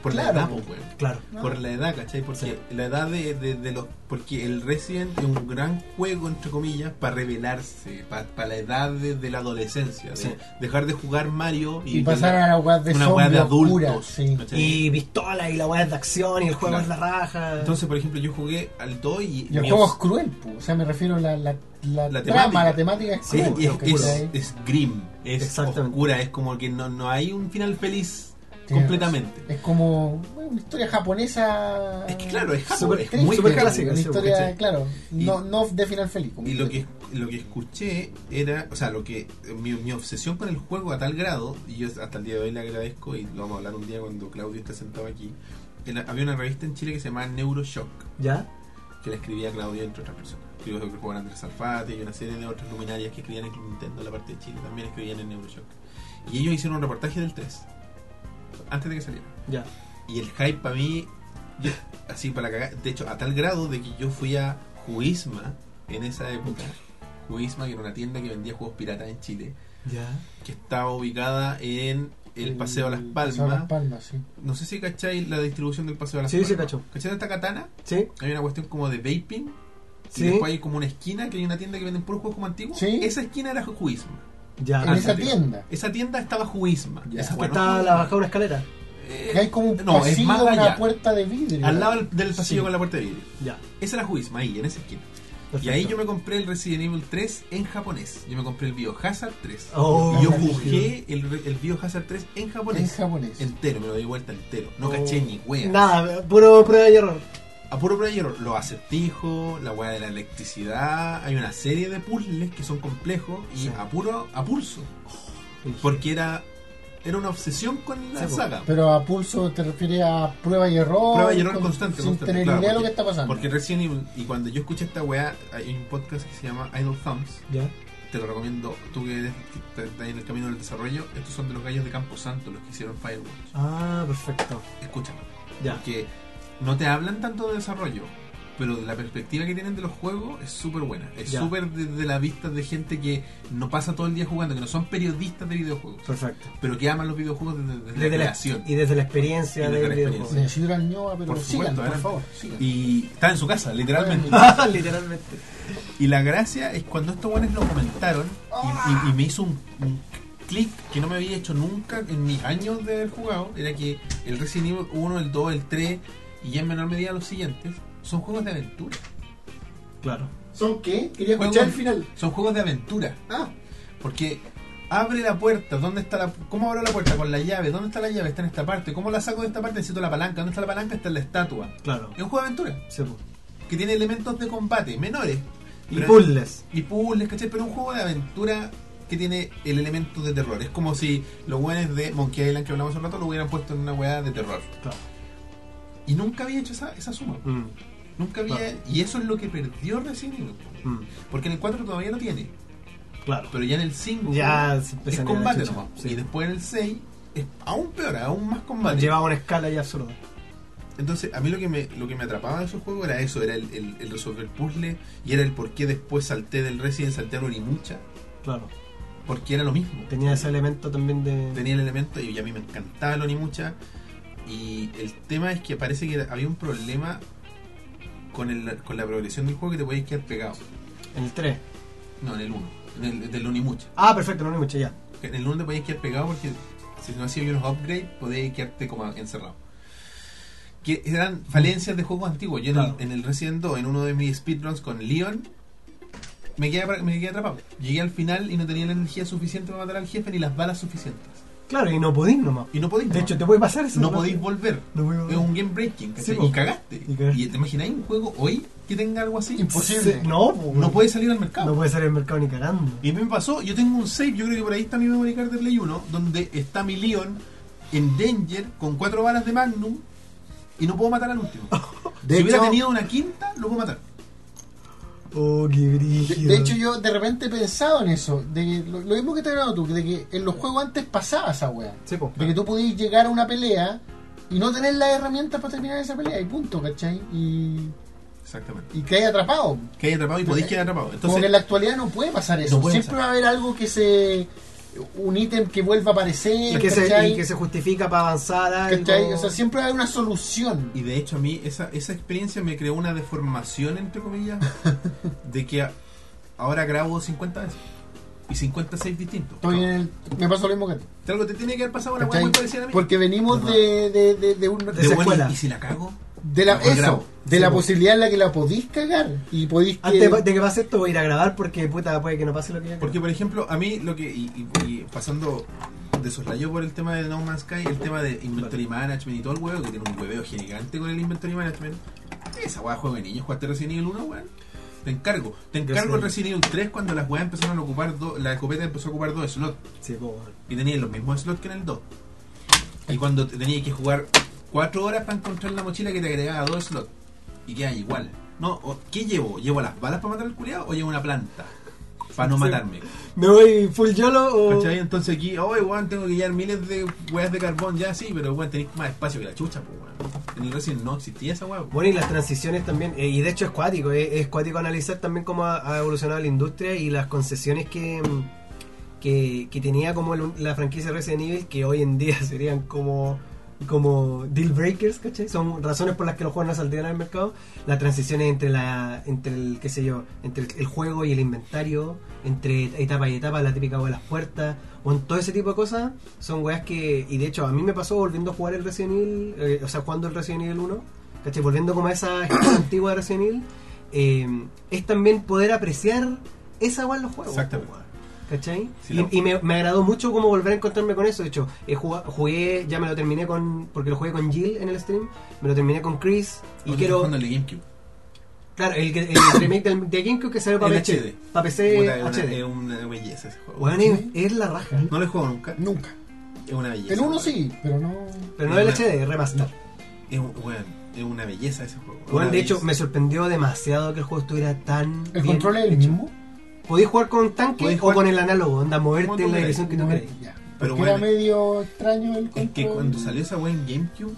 [SPEAKER 1] Por
[SPEAKER 3] Claro.
[SPEAKER 1] la edad, pues, weón.
[SPEAKER 2] Claro.
[SPEAKER 3] No.
[SPEAKER 1] Por la edad, ¿cachai? Porque la edad de, de- de los. Porque el Resident es un gran juego, entre comillas, para revelarse, para la edad de, de la adolescencia. de
[SPEAKER 2] Sí.
[SPEAKER 1] Dejar de jugar Mario y,
[SPEAKER 3] Y pasar a la weá de
[SPEAKER 1] una weá de
[SPEAKER 3] zombie oscura,
[SPEAKER 1] adultos.
[SPEAKER 3] sí.
[SPEAKER 1] ¿cachai?
[SPEAKER 2] Y pistola y la weá es de acción y el juego
[SPEAKER 1] Claro.
[SPEAKER 2] es la raja.
[SPEAKER 1] Entonces, por ejemplo, yo jugué al 2 y.
[SPEAKER 3] Y el
[SPEAKER 1] mi
[SPEAKER 3] juego es
[SPEAKER 1] obs-
[SPEAKER 3] cruel, po. o sea, me refiero a la, la, la,
[SPEAKER 1] La
[SPEAKER 3] trama,
[SPEAKER 1] temática.
[SPEAKER 3] la temática es
[SPEAKER 1] Sí,
[SPEAKER 3] cruel.
[SPEAKER 1] es, es,
[SPEAKER 3] po,
[SPEAKER 1] es,
[SPEAKER 3] ¿cachai?
[SPEAKER 1] es grim, es
[SPEAKER 2] Exactamente.
[SPEAKER 1] oscura, es como que no, no hay un final feliz
[SPEAKER 3] Tienes
[SPEAKER 1] completamente.
[SPEAKER 3] razón. Es como bueno, una historia japonesa.
[SPEAKER 1] Es que claro, es
[SPEAKER 2] Súper
[SPEAKER 1] Japón, es
[SPEAKER 3] triste,
[SPEAKER 1] muy
[SPEAKER 2] súper
[SPEAKER 3] po,
[SPEAKER 1] Japón.
[SPEAKER 2] clásica,
[SPEAKER 3] Una
[SPEAKER 2] sí, po,
[SPEAKER 3] historia,
[SPEAKER 2] ¿cachai?
[SPEAKER 3] claro,
[SPEAKER 1] Y-
[SPEAKER 3] no, no de final feliz. como
[SPEAKER 1] Y lo que,
[SPEAKER 3] digo.
[SPEAKER 1] lo que escuché era, o sea, lo que mi, mi obsesión con el juego a tal grado, y yo hasta el día de hoy le agradezco, y lo vamos a hablar un día cuando Claudio esté sentado aquí, que la- había una revista en Chile que se llamaba Neuroshock,
[SPEAKER 2] ¿Ya?
[SPEAKER 1] que la escribía Claudio entre otras personas. Escribió sobre el juego de Andrés Alfate y una serie de otras luminarias que escribían en Club Nintendo, la parte de Chile, también escribían en Neuroshock. Y ellos hicieron un reportaje del 3, antes de que saliera.
[SPEAKER 2] Ya.
[SPEAKER 1] Y el hype para mí, yo- así para cagar, de hecho, a tal grado de que yo fui a Juisma en esa época. Juisma, que era una tienda que vendía juegos piratas en Chile,
[SPEAKER 2] Ya.
[SPEAKER 1] que estaba ubicada en el Paseo a Las
[SPEAKER 3] Mm, Paseo a
[SPEAKER 1] Palmas.
[SPEAKER 3] Las Palmas, sí.
[SPEAKER 1] No sé si cacháis la distribución del Paseo a Las
[SPEAKER 2] Sí,
[SPEAKER 1] Palmas.
[SPEAKER 2] sí, cacho.
[SPEAKER 1] ¿Cacháis esta katana?
[SPEAKER 2] ¿Sí?
[SPEAKER 1] Hay una cuestión como de vaping.
[SPEAKER 2] Sí.
[SPEAKER 1] Y después hay como una esquina que hay una tienda que venden puros juegos como antiguos.
[SPEAKER 3] Sí.
[SPEAKER 1] Esa esquina era Juisma.
[SPEAKER 2] Ya.
[SPEAKER 3] En
[SPEAKER 1] Ah,
[SPEAKER 3] esa
[SPEAKER 1] sí.
[SPEAKER 3] tienda.
[SPEAKER 1] Esa tienda estaba Juisma.
[SPEAKER 3] Ya.
[SPEAKER 1] Esa
[SPEAKER 2] Que
[SPEAKER 1] hueá no
[SPEAKER 2] está
[SPEAKER 1] fue-
[SPEAKER 2] la bajada una escalera.
[SPEAKER 1] Eh,
[SPEAKER 3] Que hay como un
[SPEAKER 1] No, es
[SPEAKER 3] pasillo,
[SPEAKER 1] más
[SPEAKER 3] una
[SPEAKER 1] allá.
[SPEAKER 3] puerta de vidrio.
[SPEAKER 1] Al lado del- del pasillo
[SPEAKER 3] Sí.
[SPEAKER 1] con la puerta de vidrio.
[SPEAKER 2] Ya.
[SPEAKER 1] Esa era Juisma, ahí, en esa esquina. Y
[SPEAKER 2] perfecto.
[SPEAKER 1] ahí yo me compré el Resident Evil 3 en japonés. Yo me compré el Biohazard 3.
[SPEAKER 2] Oh,
[SPEAKER 1] y yo
[SPEAKER 3] la
[SPEAKER 1] busqué el, re- el Biohazard 3 en
[SPEAKER 3] En
[SPEAKER 1] japonés.
[SPEAKER 3] japonés.
[SPEAKER 1] Entero, me lo di vuelta entero. No
[SPEAKER 2] Oh.
[SPEAKER 1] caché ni wea.
[SPEAKER 2] Nada, puro prueba y error.
[SPEAKER 1] A puro player, los acertijos, la wea de la electricidad. Hay una serie de puzzles que son complejos y
[SPEAKER 2] Sí.
[SPEAKER 1] a puro a pulso. Porque era, era una obsesión con la
[SPEAKER 2] Sí, po.
[SPEAKER 1] saga.
[SPEAKER 3] Pero a pulso te refieres a prueba y error.
[SPEAKER 1] Prueba y error
[SPEAKER 3] con-
[SPEAKER 1] constante,
[SPEAKER 3] Sin
[SPEAKER 1] constante,
[SPEAKER 3] tener
[SPEAKER 1] claro,
[SPEAKER 3] idea de lo
[SPEAKER 1] porque-
[SPEAKER 3] que está pasando.
[SPEAKER 1] Porque Resident Evil, y cuando yo escuché esta wea, hay un podcast que se llama Idle Thumbs.
[SPEAKER 2] Ya.
[SPEAKER 1] te lo recomiendo, tú que, eres, que estás- estás en el camino del desarrollo, estos son de los gallos de Campo Santo, los que hicieron Firewatch.
[SPEAKER 2] Ah, perfecto.
[SPEAKER 1] Escúchalo,
[SPEAKER 2] Ya.
[SPEAKER 1] porque no te hablan tanto de desarrollo, pero de la perspectiva que tienen de los juegos es súper buena. Es
[SPEAKER 2] Ya.
[SPEAKER 1] súper desde la vista de gente que no pasa todo el día jugando, que no son periodistas de videojuegos,
[SPEAKER 2] Perfecto.
[SPEAKER 1] pero que aman los videojuegos desde, desde la creación.
[SPEAKER 2] y desde la experiencia
[SPEAKER 1] Y desde
[SPEAKER 2] del
[SPEAKER 1] la
[SPEAKER 2] videojuego.
[SPEAKER 1] experiencia.
[SPEAKER 3] De Ciudad Ñoa, pero
[SPEAKER 1] Por
[SPEAKER 3] sigan,
[SPEAKER 1] supuesto,
[SPEAKER 3] por
[SPEAKER 1] adelante.
[SPEAKER 3] favor. sigan.
[SPEAKER 1] Y está en su casa, literalmente.
[SPEAKER 2] Ah, Literalmente.
[SPEAKER 1] Y la gracia es cuando estos buenos lo comentaron y, y- y me hizo un, un clic que no me había hecho nunca en mis años de haber jugado. Era que el Resident Evil 1, el 2, el 3 y ya en menor medida los siguientes son juegos de aventura.
[SPEAKER 2] Claro.
[SPEAKER 5] ¿Son qué? Quería
[SPEAKER 1] Juegos-
[SPEAKER 5] escuchar el final.
[SPEAKER 1] Son juegos de aventura.
[SPEAKER 5] Ah,
[SPEAKER 1] Porque abre la puerta, ¿dónde está la ¿Cómo abro la puerta? Con la llave. ¿Dónde está la llave? Está en esta parte. ¿Cómo la saco de esta parte? Necesito la palanca. ¿Dónde está la palanca? Está en la estatua.
[SPEAKER 2] Claro.
[SPEAKER 1] Es un juego de aventura
[SPEAKER 2] Sí, pues. po.
[SPEAKER 1] que tiene elementos de combate menores.
[SPEAKER 2] Y
[SPEAKER 1] Pero-
[SPEAKER 2] puzzles.
[SPEAKER 1] y puzzles, ¿cachai? Pero un juego de aventura que tiene el elemento de terror. Es como si los weones de Monkey Island que hablamos hace un rato lo hubieran puesto en una weá de terror.
[SPEAKER 2] Claro.
[SPEAKER 1] Y nunca había hecho esa, esa suma.
[SPEAKER 2] Mm,
[SPEAKER 1] Nunca había.
[SPEAKER 2] Claro.
[SPEAKER 1] Y eso es lo que perdió Resident Evil.
[SPEAKER 2] mm,
[SPEAKER 1] Porque en el 4 todavía no tiene.
[SPEAKER 2] Claro.
[SPEAKER 1] Pero ya en el 5
[SPEAKER 2] Ya se
[SPEAKER 1] es
[SPEAKER 2] empiezan a ir a la
[SPEAKER 1] combate
[SPEAKER 2] chucha.
[SPEAKER 1] nomás.
[SPEAKER 2] Sí.
[SPEAKER 1] Y después en el 6 es aún peor, aún más combate.
[SPEAKER 2] Llevaba una escala ya absurda.
[SPEAKER 1] Entonces, a mí lo que me, lo que me atrapaba de esos juegos era eso, era el, el- el resolver puzzle y era el por qué después salté del Resident, salté al Orimucha,
[SPEAKER 2] Claro.
[SPEAKER 1] porque era lo mismo.
[SPEAKER 2] Tenía ese elemento también de.
[SPEAKER 1] tenía el elemento y a mí me encantaba el Onimucha. Y el tema es que parece que había un problema con, el, con la progresión del juego que te podías quedar pegado.
[SPEAKER 2] En el 3.
[SPEAKER 1] No, en el 1, del, del Onimucha.
[SPEAKER 2] Ah, perfecto, no lo escuché ya.
[SPEAKER 1] En el 1 te podías quedar pegado porque si no hacías unos upgrades podías quedarte como encerrado. Que eran falencias de juegos antiguos. Yo en,
[SPEAKER 2] Claro.
[SPEAKER 1] el, en el Resident 2, en uno de mis speedruns con Leon, me quedé, apra- me quedé atrapado. Llegué al final y no tenía la energía suficiente para matar al jefe ni las balas suficientes.
[SPEAKER 2] Claro, y no podís nomás.
[SPEAKER 1] Y no podéis.
[SPEAKER 2] De
[SPEAKER 1] nomás.
[SPEAKER 2] hecho, te puede pasar eso.
[SPEAKER 1] no podéis volver.
[SPEAKER 2] No voy a
[SPEAKER 1] Es un game breaking, ¿cachai?
[SPEAKER 2] Sí, po.
[SPEAKER 1] y cagaste.
[SPEAKER 2] Y cagaste.
[SPEAKER 1] ¿Y te imagináis un juego hoy que tenga algo así?
[SPEAKER 3] Imposible.
[SPEAKER 2] Sí, No, po,
[SPEAKER 1] No puede salir al mercado.
[SPEAKER 2] No puede salir al mercado ni cagando.
[SPEAKER 1] Y a mí me pasó, yo tengo un save, yo creo que por ahí está mi memory card de Play 1, donde está mi Leon en Danger con cuatro balas de Magnum y no puedo matar al último.
[SPEAKER 3] De
[SPEAKER 1] si hubiera
[SPEAKER 3] hecho-
[SPEAKER 1] tenido una quinta, lo puedo matar.
[SPEAKER 2] Oh, qué
[SPEAKER 3] De,
[SPEAKER 2] brillo.
[SPEAKER 3] de hecho, yo de repente he pensado en eso. De que lo, lo mismo que te he hablado tú, de que en los juegos antes pasaba esa weá.
[SPEAKER 2] Sí, pues. po.
[SPEAKER 3] De que tú podías llegar a una pelea y no tener las herramientas para terminar esa pelea y punto, ¿cachai? Y,
[SPEAKER 1] Exactamente.
[SPEAKER 3] y quedas atrapado.
[SPEAKER 1] Que hay atrapado y podéis quedar atrapado.
[SPEAKER 3] Como que
[SPEAKER 1] Entonces,
[SPEAKER 3] en la actualidad no puede pasar eso.
[SPEAKER 1] puede
[SPEAKER 3] Siempre
[SPEAKER 1] pasar.
[SPEAKER 3] va a haber algo que se un ítem que vuelva a aparecer,
[SPEAKER 2] Y que, se,
[SPEAKER 3] ¿cachai?
[SPEAKER 2] y que se justifica para avanzar algo.
[SPEAKER 3] ¿Cachai? O sea, siempre hay una solución.
[SPEAKER 1] Y de hecho a mí esa, esa experiencia me creó una deformación, entre comillas, de que a- ahora grabo 50 veces y 56 distintos.
[SPEAKER 3] Estoy en el- me pasó lo mismo que a ti.
[SPEAKER 1] Algo te tiene que haber pasado una hueá
[SPEAKER 3] ¿cachai?
[SPEAKER 1] muy parecida a mí.
[SPEAKER 3] Porque venimos de, de, de, de un-
[SPEAKER 1] de
[SPEAKER 2] esa
[SPEAKER 1] bueno,
[SPEAKER 2] escuela.
[SPEAKER 1] ¿y si la cago?
[SPEAKER 3] de la,
[SPEAKER 1] Mejor
[SPEAKER 3] eso,
[SPEAKER 1] grabo.
[SPEAKER 3] de
[SPEAKER 2] Sí,
[SPEAKER 3] la
[SPEAKER 2] po.
[SPEAKER 3] posibilidad en la que la podís cagar y podís
[SPEAKER 1] Ah,
[SPEAKER 3] que-
[SPEAKER 2] Antes de que pase esto voy a ir a grabar porque puta puede que no pase lo que yo
[SPEAKER 1] Porque,
[SPEAKER 2] quiero.
[SPEAKER 1] por ejemplo, a mí lo que. Y, y- y pasando de soslayo por el tema de No Man's Sky, el tema de Inventory Management y todo el huevo, que tiene un hueveo gigante con el Inventory Management. Esa hueá juego de niños, jugaste Resident Evil 1, weón. Te encargo. Te
[SPEAKER 2] Yo
[SPEAKER 1] encargo
[SPEAKER 2] sé.
[SPEAKER 1] el Resident Evil 3 cuando las weas empezaron a ocupar dos. La escopeta empezó a ocupar dos slots.
[SPEAKER 2] Sí, po, bueno.
[SPEAKER 1] Y tenías los mismos slots que en el 2. Y cuando te- tenías que jugar 4 horas para encontrar la mochila que te agregaba dos slots. Y quedas igual. No, o- ¿qué llevo? ¿Llevo las balas para matar al culiado o llevo una planta? Para no
[SPEAKER 2] Sí.
[SPEAKER 1] matarme.
[SPEAKER 2] ¿Me voy full YOLO o...?
[SPEAKER 1] ¿Cachai? Entonces aquí, oh, weón, tengo que llevar miles de weas de carbón, ya sí, pero weón, tenéis más espacio que la chucha, pues weón. En el Resident no existía esa weá.
[SPEAKER 2] Bueno, y las transiciones también, eh, y de hecho es cuático, eh, es cuático analizar también cómo ha, ha evolucionado la industria y las concesiones que, mm, que, que tenía como el- la franquicia Resident Evil, que hoy en día serían como, como deal breakers, ¿cachai? Son razones por las que los juegos no saldrían al mercado. Las transiciones entre la entre el, qué sé yo, entre el, el juego y el inventario, entre etapa y etapa, la típica wea de las puertas, o en todo ese tipo de cosas, son weas que, y de hecho a mí me pasó volviendo a jugar el Resident Evil, eh, o sea, jugando el Resident Evil 1. ¿Cachai? Volviendo como a esa gestión antigua de Resident Evil, eh, es también poder apreciar esa weá en los juegos.
[SPEAKER 1] Exactamente.
[SPEAKER 2] po, weón. ¿Cachai?
[SPEAKER 1] Sí,
[SPEAKER 2] y
[SPEAKER 1] la-
[SPEAKER 2] y me, me agradó mucho como volver a encontrarme con eso. De hecho, he jugado- jugué, ya me lo terminé con. Porque lo jugué con Jill en el stream, me lo terminé con Chris. Y
[SPEAKER 1] Ahora estoy
[SPEAKER 2] quiero.
[SPEAKER 1] jugando en el GameCube.
[SPEAKER 2] Claro, el, que- el remake del, de GameCube que salió para
[SPEAKER 1] En
[SPEAKER 2] PC.
[SPEAKER 1] HD.
[SPEAKER 2] Para PC
[SPEAKER 1] Puta, es,
[SPEAKER 2] HD.
[SPEAKER 1] una, es una belleza ese juego.
[SPEAKER 2] Weón, es, es la raja.
[SPEAKER 1] No lo he jugado nunca.
[SPEAKER 3] Nunca.
[SPEAKER 1] Es una belleza.
[SPEAKER 3] El uno
[SPEAKER 1] weón.
[SPEAKER 3] sí, pero no.
[SPEAKER 2] Pero no el
[SPEAKER 1] Una-
[SPEAKER 2] HD, remaster.
[SPEAKER 1] Es, un- weón, es una belleza ese juego.
[SPEAKER 2] Weón,
[SPEAKER 1] Una
[SPEAKER 2] de hecho,
[SPEAKER 1] belleza.
[SPEAKER 2] me sorprendió demasiado que el juego estuviera tan.
[SPEAKER 3] El
[SPEAKER 2] bien
[SPEAKER 3] control es el
[SPEAKER 2] hecho.
[SPEAKER 3] mismo.
[SPEAKER 2] Podéis jugar con tanque
[SPEAKER 1] Podéis
[SPEAKER 2] o
[SPEAKER 1] jugar-
[SPEAKER 2] con el análogo, onda,
[SPEAKER 1] Como
[SPEAKER 2] moverte
[SPEAKER 1] tú
[SPEAKER 2] en la
[SPEAKER 1] queráis,
[SPEAKER 2] dirección que tú
[SPEAKER 3] No,
[SPEAKER 2] queráis.
[SPEAKER 3] ya.
[SPEAKER 1] Pero
[SPEAKER 3] Porque era
[SPEAKER 1] bueno.
[SPEAKER 3] medio extraño el control.
[SPEAKER 1] Es que cuando salió esa weá en GameCube,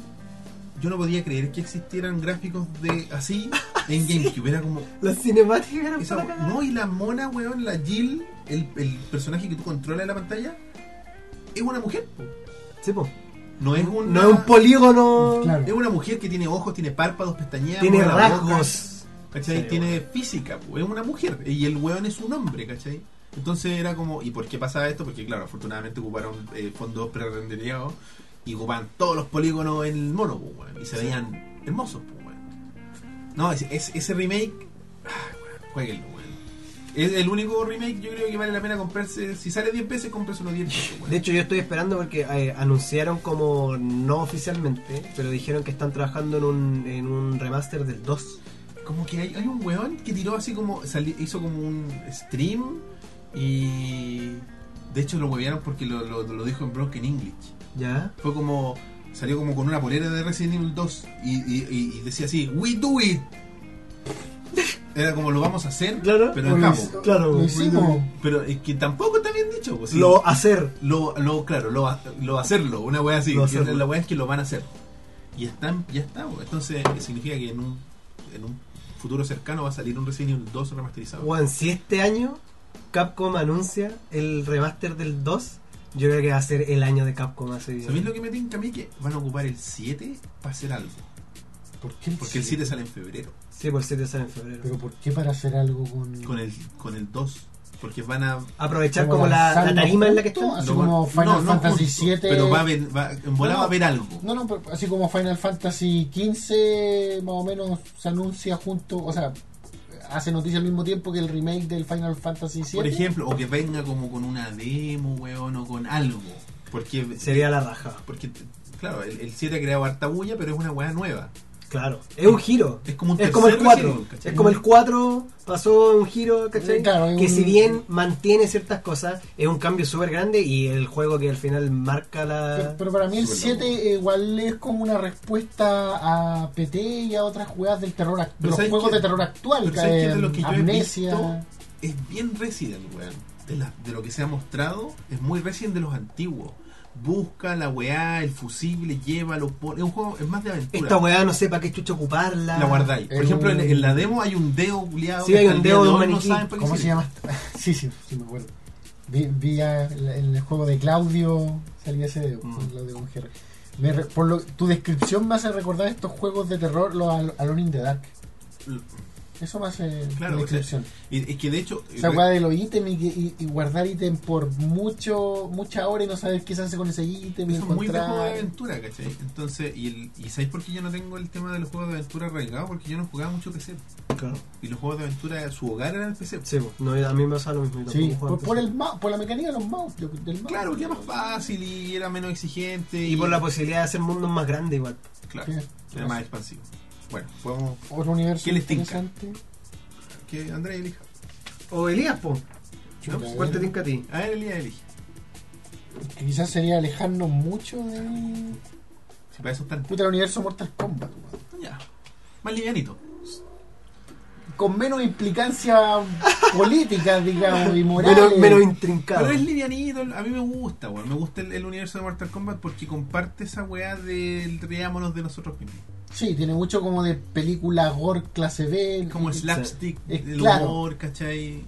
[SPEAKER 1] yo no podía creer que existieran gráficos de así en GameCube. Era como.
[SPEAKER 2] Las cinemáticas eran
[SPEAKER 1] esa
[SPEAKER 2] para
[SPEAKER 1] weá-
[SPEAKER 2] cagar.
[SPEAKER 1] no, y la mona, weón, la Jill, el, el personaje que tú controlas en la pantalla, es una mujer. po.
[SPEAKER 2] Sí, po.
[SPEAKER 1] No es un.
[SPEAKER 2] No es un polígono.
[SPEAKER 3] Claro.
[SPEAKER 1] Es una mujer que tiene ojos, tiene párpados, pestañeas,
[SPEAKER 2] Tiene
[SPEAKER 1] mueve la boca,
[SPEAKER 2] rasgos.
[SPEAKER 1] ¿Cachai?
[SPEAKER 2] Sí,
[SPEAKER 1] tiene física, po, es una mujer. Y el weón es un hombre, ¿cachai? Entonces era como, ¿y por qué pasaba esto? Porque, claro, afortunadamente ocuparon eh, fondos prerenderizados y ocupaban todos los polígonos en el mono, po, weón, Y se veían hermosos, po, weón. No, es, es- ese remake, ah, weón, jueguenlo, weón. Es el único remake, yo creo que vale la pena comprarse. Si sale 10 veces, comprarse unos 10 pesos, weón.
[SPEAKER 2] De hecho, yo estoy esperando porque eh, anunciaron como no oficialmente, pero dijeron que están trabajando en un, en un remaster del 2.
[SPEAKER 1] Como que hay, hay un weón que tiró así como. sali- hizo como un stream y. De hecho lo huevearon porque lo, lo, lo dijo en Broken English.
[SPEAKER 2] ¿Ya?
[SPEAKER 1] Fue como. Salió como con una polera de Resident Evil 2 y, y- y- y decía así: We do it. Era como lo vamos a hacer,
[SPEAKER 2] Claro.
[SPEAKER 1] pero
[SPEAKER 3] Bueno,
[SPEAKER 1] estamos.
[SPEAKER 3] lo-
[SPEAKER 2] Claro,
[SPEAKER 3] Lo hicimos.
[SPEAKER 1] Pero es que tampoco está bien dicho. pues, sí.
[SPEAKER 2] Lo hacer.
[SPEAKER 1] lo, lo- claro, lo, ha- lo hacerlo, una wea así.
[SPEAKER 2] Lo
[SPEAKER 1] que
[SPEAKER 2] hacerlo.
[SPEAKER 1] La wea es que lo van a hacer. Y están, ya está, wea. entonces significa que en un, en un futuro cercano va a salir un Resident Evil 2 remasterizado.
[SPEAKER 2] Juan, si este año Capcom anuncia el remaster del 2, yo creo que va a ser el año de Capcom así.
[SPEAKER 1] ¿Sabéis lo que me tinca a mí? Que van a ocupar el 7 para hacer algo.
[SPEAKER 3] ¿Por qué?
[SPEAKER 1] Porque el 7 sale en febrero.
[SPEAKER 2] Sí, por 7 sale en febrero.
[SPEAKER 3] Pero ¿por qué para hacer algo con.
[SPEAKER 1] Con el, con el 2. Porque van a.
[SPEAKER 2] Aprovechar como la, la
[SPEAKER 3] lanzarlo
[SPEAKER 2] tarima en la que
[SPEAKER 3] junto,
[SPEAKER 2] está.
[SPEAKER 3] Así
[SPEAKER 1] lo-
[SPEAKER 3] como Final
[SPEAKER 1] no, no
[SPEAKER 3] Fantasy
[SPEAKER 1] justo,
[SPEAKER 3] VII.
[SPEAKER 1] Pero va a haber, va, en volada
[SPEAKER 3] No, no.
[SPEAKER 1] va a haber algo.
[SPEAKER 3] No, no, pero así como Final Fantasy XV más o menos se anuncia junto, o sea, hace noticia al mismo tiempo que el remake del Final Fantasy VII.
[SPEAKER 1] Por ejemplo, o que venga como con una demo, weón, o con algo. Porque
[SPEAKER 2] Sería la raja.
[SPEAKER 1] Porque, t- claro, el, el 7 ha creado harta bulla, pero es una weá nueva.
[SPEAKER 2] Claro, es un giro.
[SPEAKER 1] Es como un
[SPEAKER 2] es como el
[SPEAKER 1] tercer
[SPEAKER 2] 4.
[SPEAKER 1] Resident Evil,
[SPEAKER 2] Es
[SPEAKER 1] ¿cachai?
[SPEAKER 2] como el 4 pasó un giro, ¿cachai?
[SPEAKER 3] Eh, claro, es
[SPEAKER 2] que
[SPEAKER 3] un-
[SPEAKER 2] si bien mantiene ciertas cosas, es un cambio súper grande y el juego que al final marca la...
[SPEAKER 3] Pero, pero para mí el
[SPEAKER 1] Súper
[SPEAKER 3] 7 igual es como una respuesta a PT y a otras jugadas del terror, act- de
[SPEAKER 1] Pero
[SPEAKER 3] los
[SPEAKER 1] ¿sabes
[SPEAKER 3] juegos
[SPEAKER 1] qué?
[SPEAKER 3] de terror actual,
[SPEAKER 1] Pero ¿sabes qué? De
[SPEAKER 3] caen
[SPEAKER 1] lo que yo he
[SPEAKER 3] amnesia.
[SPEAKER 1] visto, es bien Resident, weón. De, la- de lo que se ha mostrado, es muy Resident de los antiguos. Busca la weá, el fusible, llévalo. Por... Es un juego, es más de aventura.
[SPEAKER 2] Esta weá no sé para qué chucho ocuparla.
[SPEAKER 1] la guardáis.
[SPEAKER 3] Es
[SPEAKER 1] Por ejemplo, en,
[SPEAKER 3] un-
[SPEAKER 1] en la demo hay un dedo culiado.
[SPEAKER 2] Sí,
[SPEAKER 1] que
[SPEAKER 2] hay
[SPEAKER 1] hasta
[SPEAKER 2] un
[SPEAKER 1] el día
[SPEAKER 2] dedo de un
[SPEAKER 1] hoy
[SPEAKER 2] maniquí.
[SPEAKER 1] No saben para qué
[SPEAKER 3] ¿Cómo se
[SPEAKER 1] sirve.
[SPEAKER 3] llama? sí, sí, sí me acuerdo. Vi, vi a- la- en el juego de Claudio, salía ese de
[SPEAKER 2] Mm.
[SPEAKER 3] Claudio con GR. Me re- por lo, tu descripción me hace recordar estos juegos de terror, los Al- Alone in the Dark. Eso me hace
[SPEAKER 1] Claro,
[SPEAKER 3] la
[SPEAKER 1] o sea,
[SPEAKER 3] descripción.
[SPEAKER 1] Y es que de hecho,
[SPEAKER 3] Esa weá de los ítems y, que- y- y guardar ítem por mucho mucha hora y no saber qué se hace con ese ítem. y
[SPEAKER 1] Eso es muy de juego de
[SPEAKER 3] encontrar...
[SPEAKER 1] aventura, ¿cachai? Entonces, y, el, y ¿sabéis por qué yo no tengo el tema de los juegos de aventura arraigado? Porque yo no jugaba mucho PC.
[SPEAKER 2] Claro.
[SPEAKER 1] Y los juegos de aventura, su hogar era el PC.
[SPEAKER 2] Sí, pues, no, a mí me pasa lo mismo. yo
[SPEAKER 3] Sí,
[SPEAKER 2] tampoco juego
[SPEAKER 3] por, por
[SPEAKER 2] al PC.
[SPEAKER 3] el mouse, por la mecánica de los mouse. yo- del mouse.
[SPEAKER 1] Claro, porque era más fácil y era menos exigente.
[SPEAKER 2] Y por la posibilidad de hacer mundos más grandes igual.
[SPEAKER 1] Claro,
[SPEAKER 3] Sí.
[SPEAKER 1] era más expansivo. Bueno, podemos...
[SPEAKER 3] Otro universo
[SPEAKER 1] ¿Qué les tinca?
[SPEAKER 3] interesante.
[SPEAKER 1] Que Andrés elija.
[SPEAKER 2] O Elías, po.
[SPEAKER 1] ¿no?
[SPEAKER 3] Chuta,
[SPEAKER 2] ¿Cuál te tinca a ti?
[SPEAKER 1] A ver, Elías elige.
[SPEAKER 3] Que quizás sería alejarnos mucho de.
[SPEAKER 1] Si para eso están...
[SPEAKER 3] Puta, el universo Mortal Kombat, weón.
[SPEAKER 1] Ya. Más livianito.
[SPEAKER 3] Con menos implicancia política, digamos, y moral.
[SPEAKER 2] Menos, menos intrincado.
[SPEAKER 1] Pero es livianito, a mí me gusta, weón. Me gusta el, el universo de Mortal Kombat porque comparte esa weá del riámonos de nosotros mismos.
[SPEAKER 3] Sí, tiene mucho como de película gore clase B.
[SPEAKER 1] como
[SPEAKER 3] y-
[SPEAKER 1] slapstick
[SPEAKER 3] Es
[SPEAKER 1] el
[SPEAKER 3] claro.
[SPEAKER 1] humor, ¿cachai?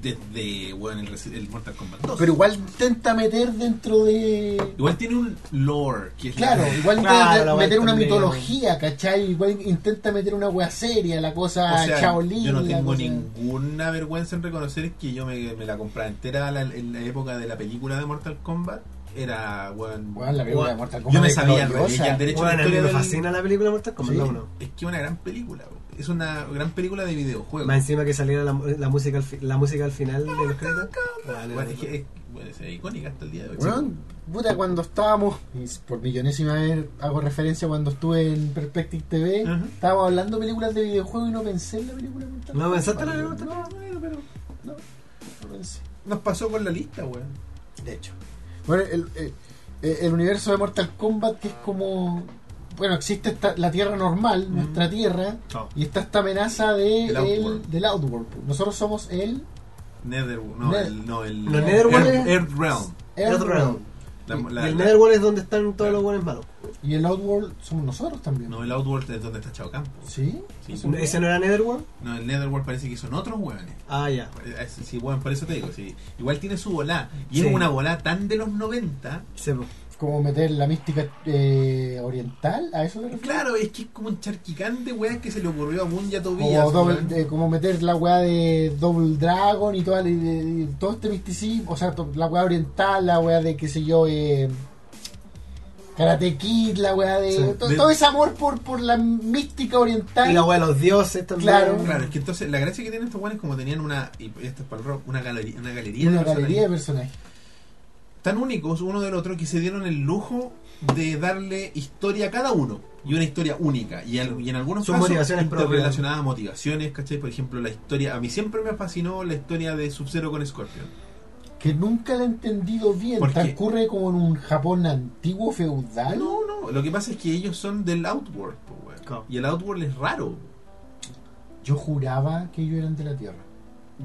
[SPEAKER 1] Desde, bueno, el, reci- el Mortal Kombat 2.
[SPEAKER 3] Pero igual intenta meter dentro de.
[SPEAKER 1] igual tiene un lore, que es la-
[SPEAKER 3] Claro, igual
[SPEAKER 2] Claro,
[SPEAKER 3] intenta
[SPEAKER 2] la
[SPEAKER 3] meter
[SPEAKER 2] vuelta
[SPEAKER 3] una
[SPEAKER 2] también.
[SPEAKER 3] mitología, ¿cachai? Igual intenta meter una wea seria, la cosa
[SPEAKER 1] o sea,
[SPEAKER 3] Shaolin,
[SPEAKER 1] yo no
[SPEAKER 3] la
[SPEAKER 1] tengo
[SPEAKER 3] Ah, cosa-
[SPEAKER 1] ninguna vergüenza en reconocer que yo me, me la compré entera la- en la época de la película de Mortal Kombat. Era, weón.
[SPEAKER 3] Weón, la película de Mortal
[SPEAKER 1] Yo
[SPEAKER 3] Kombat
[SPEAKER 1] me
[SPEAKER 3] es
[SPEAKER 1] sabía el
[SPEAKER 3] gloriosa.
[SPEAKER 1] revés, y el derecho a la
[SPEAKER 2] Bueno, a mí
[SPEAKER 1] historia
[SPEAKER 2] me
[SPEAKER 1] del-
[SPEAKER 2] fascina la película Mortal Kombat
[SPEAKER 3] Sí.
[SPEAKER 2] la uno.
[SPEAKER 1] Es que una gran película, weón. es una gran película de videojuegos.
[SPEAKER 2] Más encima que saliera la, la música, al fi- la música al final de los créditos. Vale,
[SPEAKER 1] Weón,
[SPEAKER 2] vale.
[SPEAKER 1] es, que- es- weón, es icónica hasta el día de hoy.
[SPEAKER 3] Weón, puta, cuando estábamos, y por millonésima vez hago referencia cuando estuve en Perspective TV,
[SPEAKER 1] Ajá.
[SPEAKER 3] estábamos hablando de películas de videojuegos y no pensé en la película. de Mortal
[SPEAKER 2] ¿No
[SPEAKER 3] Kombat.
[SPEAKER 2] pensaste en la de
[SPEAKER 3] No,
[SPEAKER 2] Mortal
[SPEAKER 3] bueno, pero no, no pensé.
[SPEAKER 1] Nos pasó con la lista, weón.
[SPEAKER 3] De hecho. Bueno, el, el- el universo de Mortal Kombat que es como... Bueno, existe esta- la Tierra normal, nuestra Tierra,
[SPEAKER 2] Chao.
[SPEAKER 3] y está esta amenaza de
[SPEAKER 1] El Outworld.
[SPEAKER 3] el- del Outworld. Nosotros somos el
[SPEAKER 1] Netherworld, no,
[SPEAKER 3] Ne-
[SPEAKER 1] el, no, el
[SPEAKER 2] Los Netherworld
[SPEAKER 1] Earth,
[SPEAKER 2] es-
[SPEAKER 1] Earth Realm.
[SPEAKER 3] Earthrealm.
[SPEAKER 2] Earthrealm.
[SPEAKER 1] La-
[SPEAKER 3] Y-
[SPEAKER 1] la-
[SPEAKER 2] y el
[SPEAKER 1] la-
[SPEAKER 2] Netherworld es donde están todos los buenos malos.
[SPEAKER 3] Y el Outworld somos nosotros también.
[SPEAKER 1] no, el Outworld es donde está Chao Campo.
[SPEAKER 3] ¿Sí?
[SPEAKER 1] Sí.
[SPEAKER 3] Eso no-
[SPEAKER 2] ¿Ese no era Netherworld?
[SPEAKER 1] No, el Netherworld parece que son otros hueones.
[SPEAKER 2] Ah, ya.
[SPEAKER 1] Eh, Sí, bueno, por eso te digo, sí. Igual tiene su volá. Y
[SPEAKER 2] Sí.
[SPEAKER 1] es una volá tan de los 90.
[SPEAKER 2] Sí, po.
[SPEAKER 3] como meter la mística eh, oriental a eso te refieres?
[SPEAKER 1] Claro, es que es como un charquicán de weas que se le ocurrió a Moon y a Tobias.
[SPEAKER 3] como,
[SPEAKER 1] weón.
[SPEAKER 3] doble- eh, como meter la weá de Double Dragon y, toda, la- y- y todo este misticismo, o sea, to- la weá oriental, la weá de qué sé yo, eh, Karate Kid, la weá de,
[SPEAKER 2] Sí,
[SPEAKER 3] to-
[SPEAKER 1] de-
[SPEAKER 3] todo ese amor por, por la mística oriental.
[SPEAKER 2] Y la wea de los dioses también.
[SPEAKER 3] Claro.
[SPEAKER 1] Claro, es que entonces la gracia que tienen estos weones es como tenían una, y esto es para el rock, una galería, una
[SPEAKER 3] y
[SPEAKER 1] galería,
[SPEAKER 3] una
[SPEAKER 1] de personajes
[SPEAKER 3] galería de personajes.
[SPEAKER 1] tan únicos uno del otro que se dieron el lujo de darle historia a cada uno y una historia única y, al- y en algunos
[SPEAKER 2] Sus
[SPEAKER 1] casos
[SPEAKER 2] motivaciones propias.
[SPEAKER 1] interrelacionadas a motivaciones ¿cachai? por ejemplo la historia a mí siempre me fascinó la historia de Sub-Zero con Scorpion
[SPEAKER 3] Que nunca la he entendido bien.
[SPEAKER 1] ¿Por qué?
[SPEAKER 3] Transcurre como en un Japón antiguo, feudal.
[SPEAKER 1] Ah, no, no lo que pasa es que ellos son del Outworld po, weón.
[SPEAKER 2] Claro.
[SPEAKER 1] y el Outworld es raro
[SPEAKER 3] Yo juraba que ellos eran de la Tierra.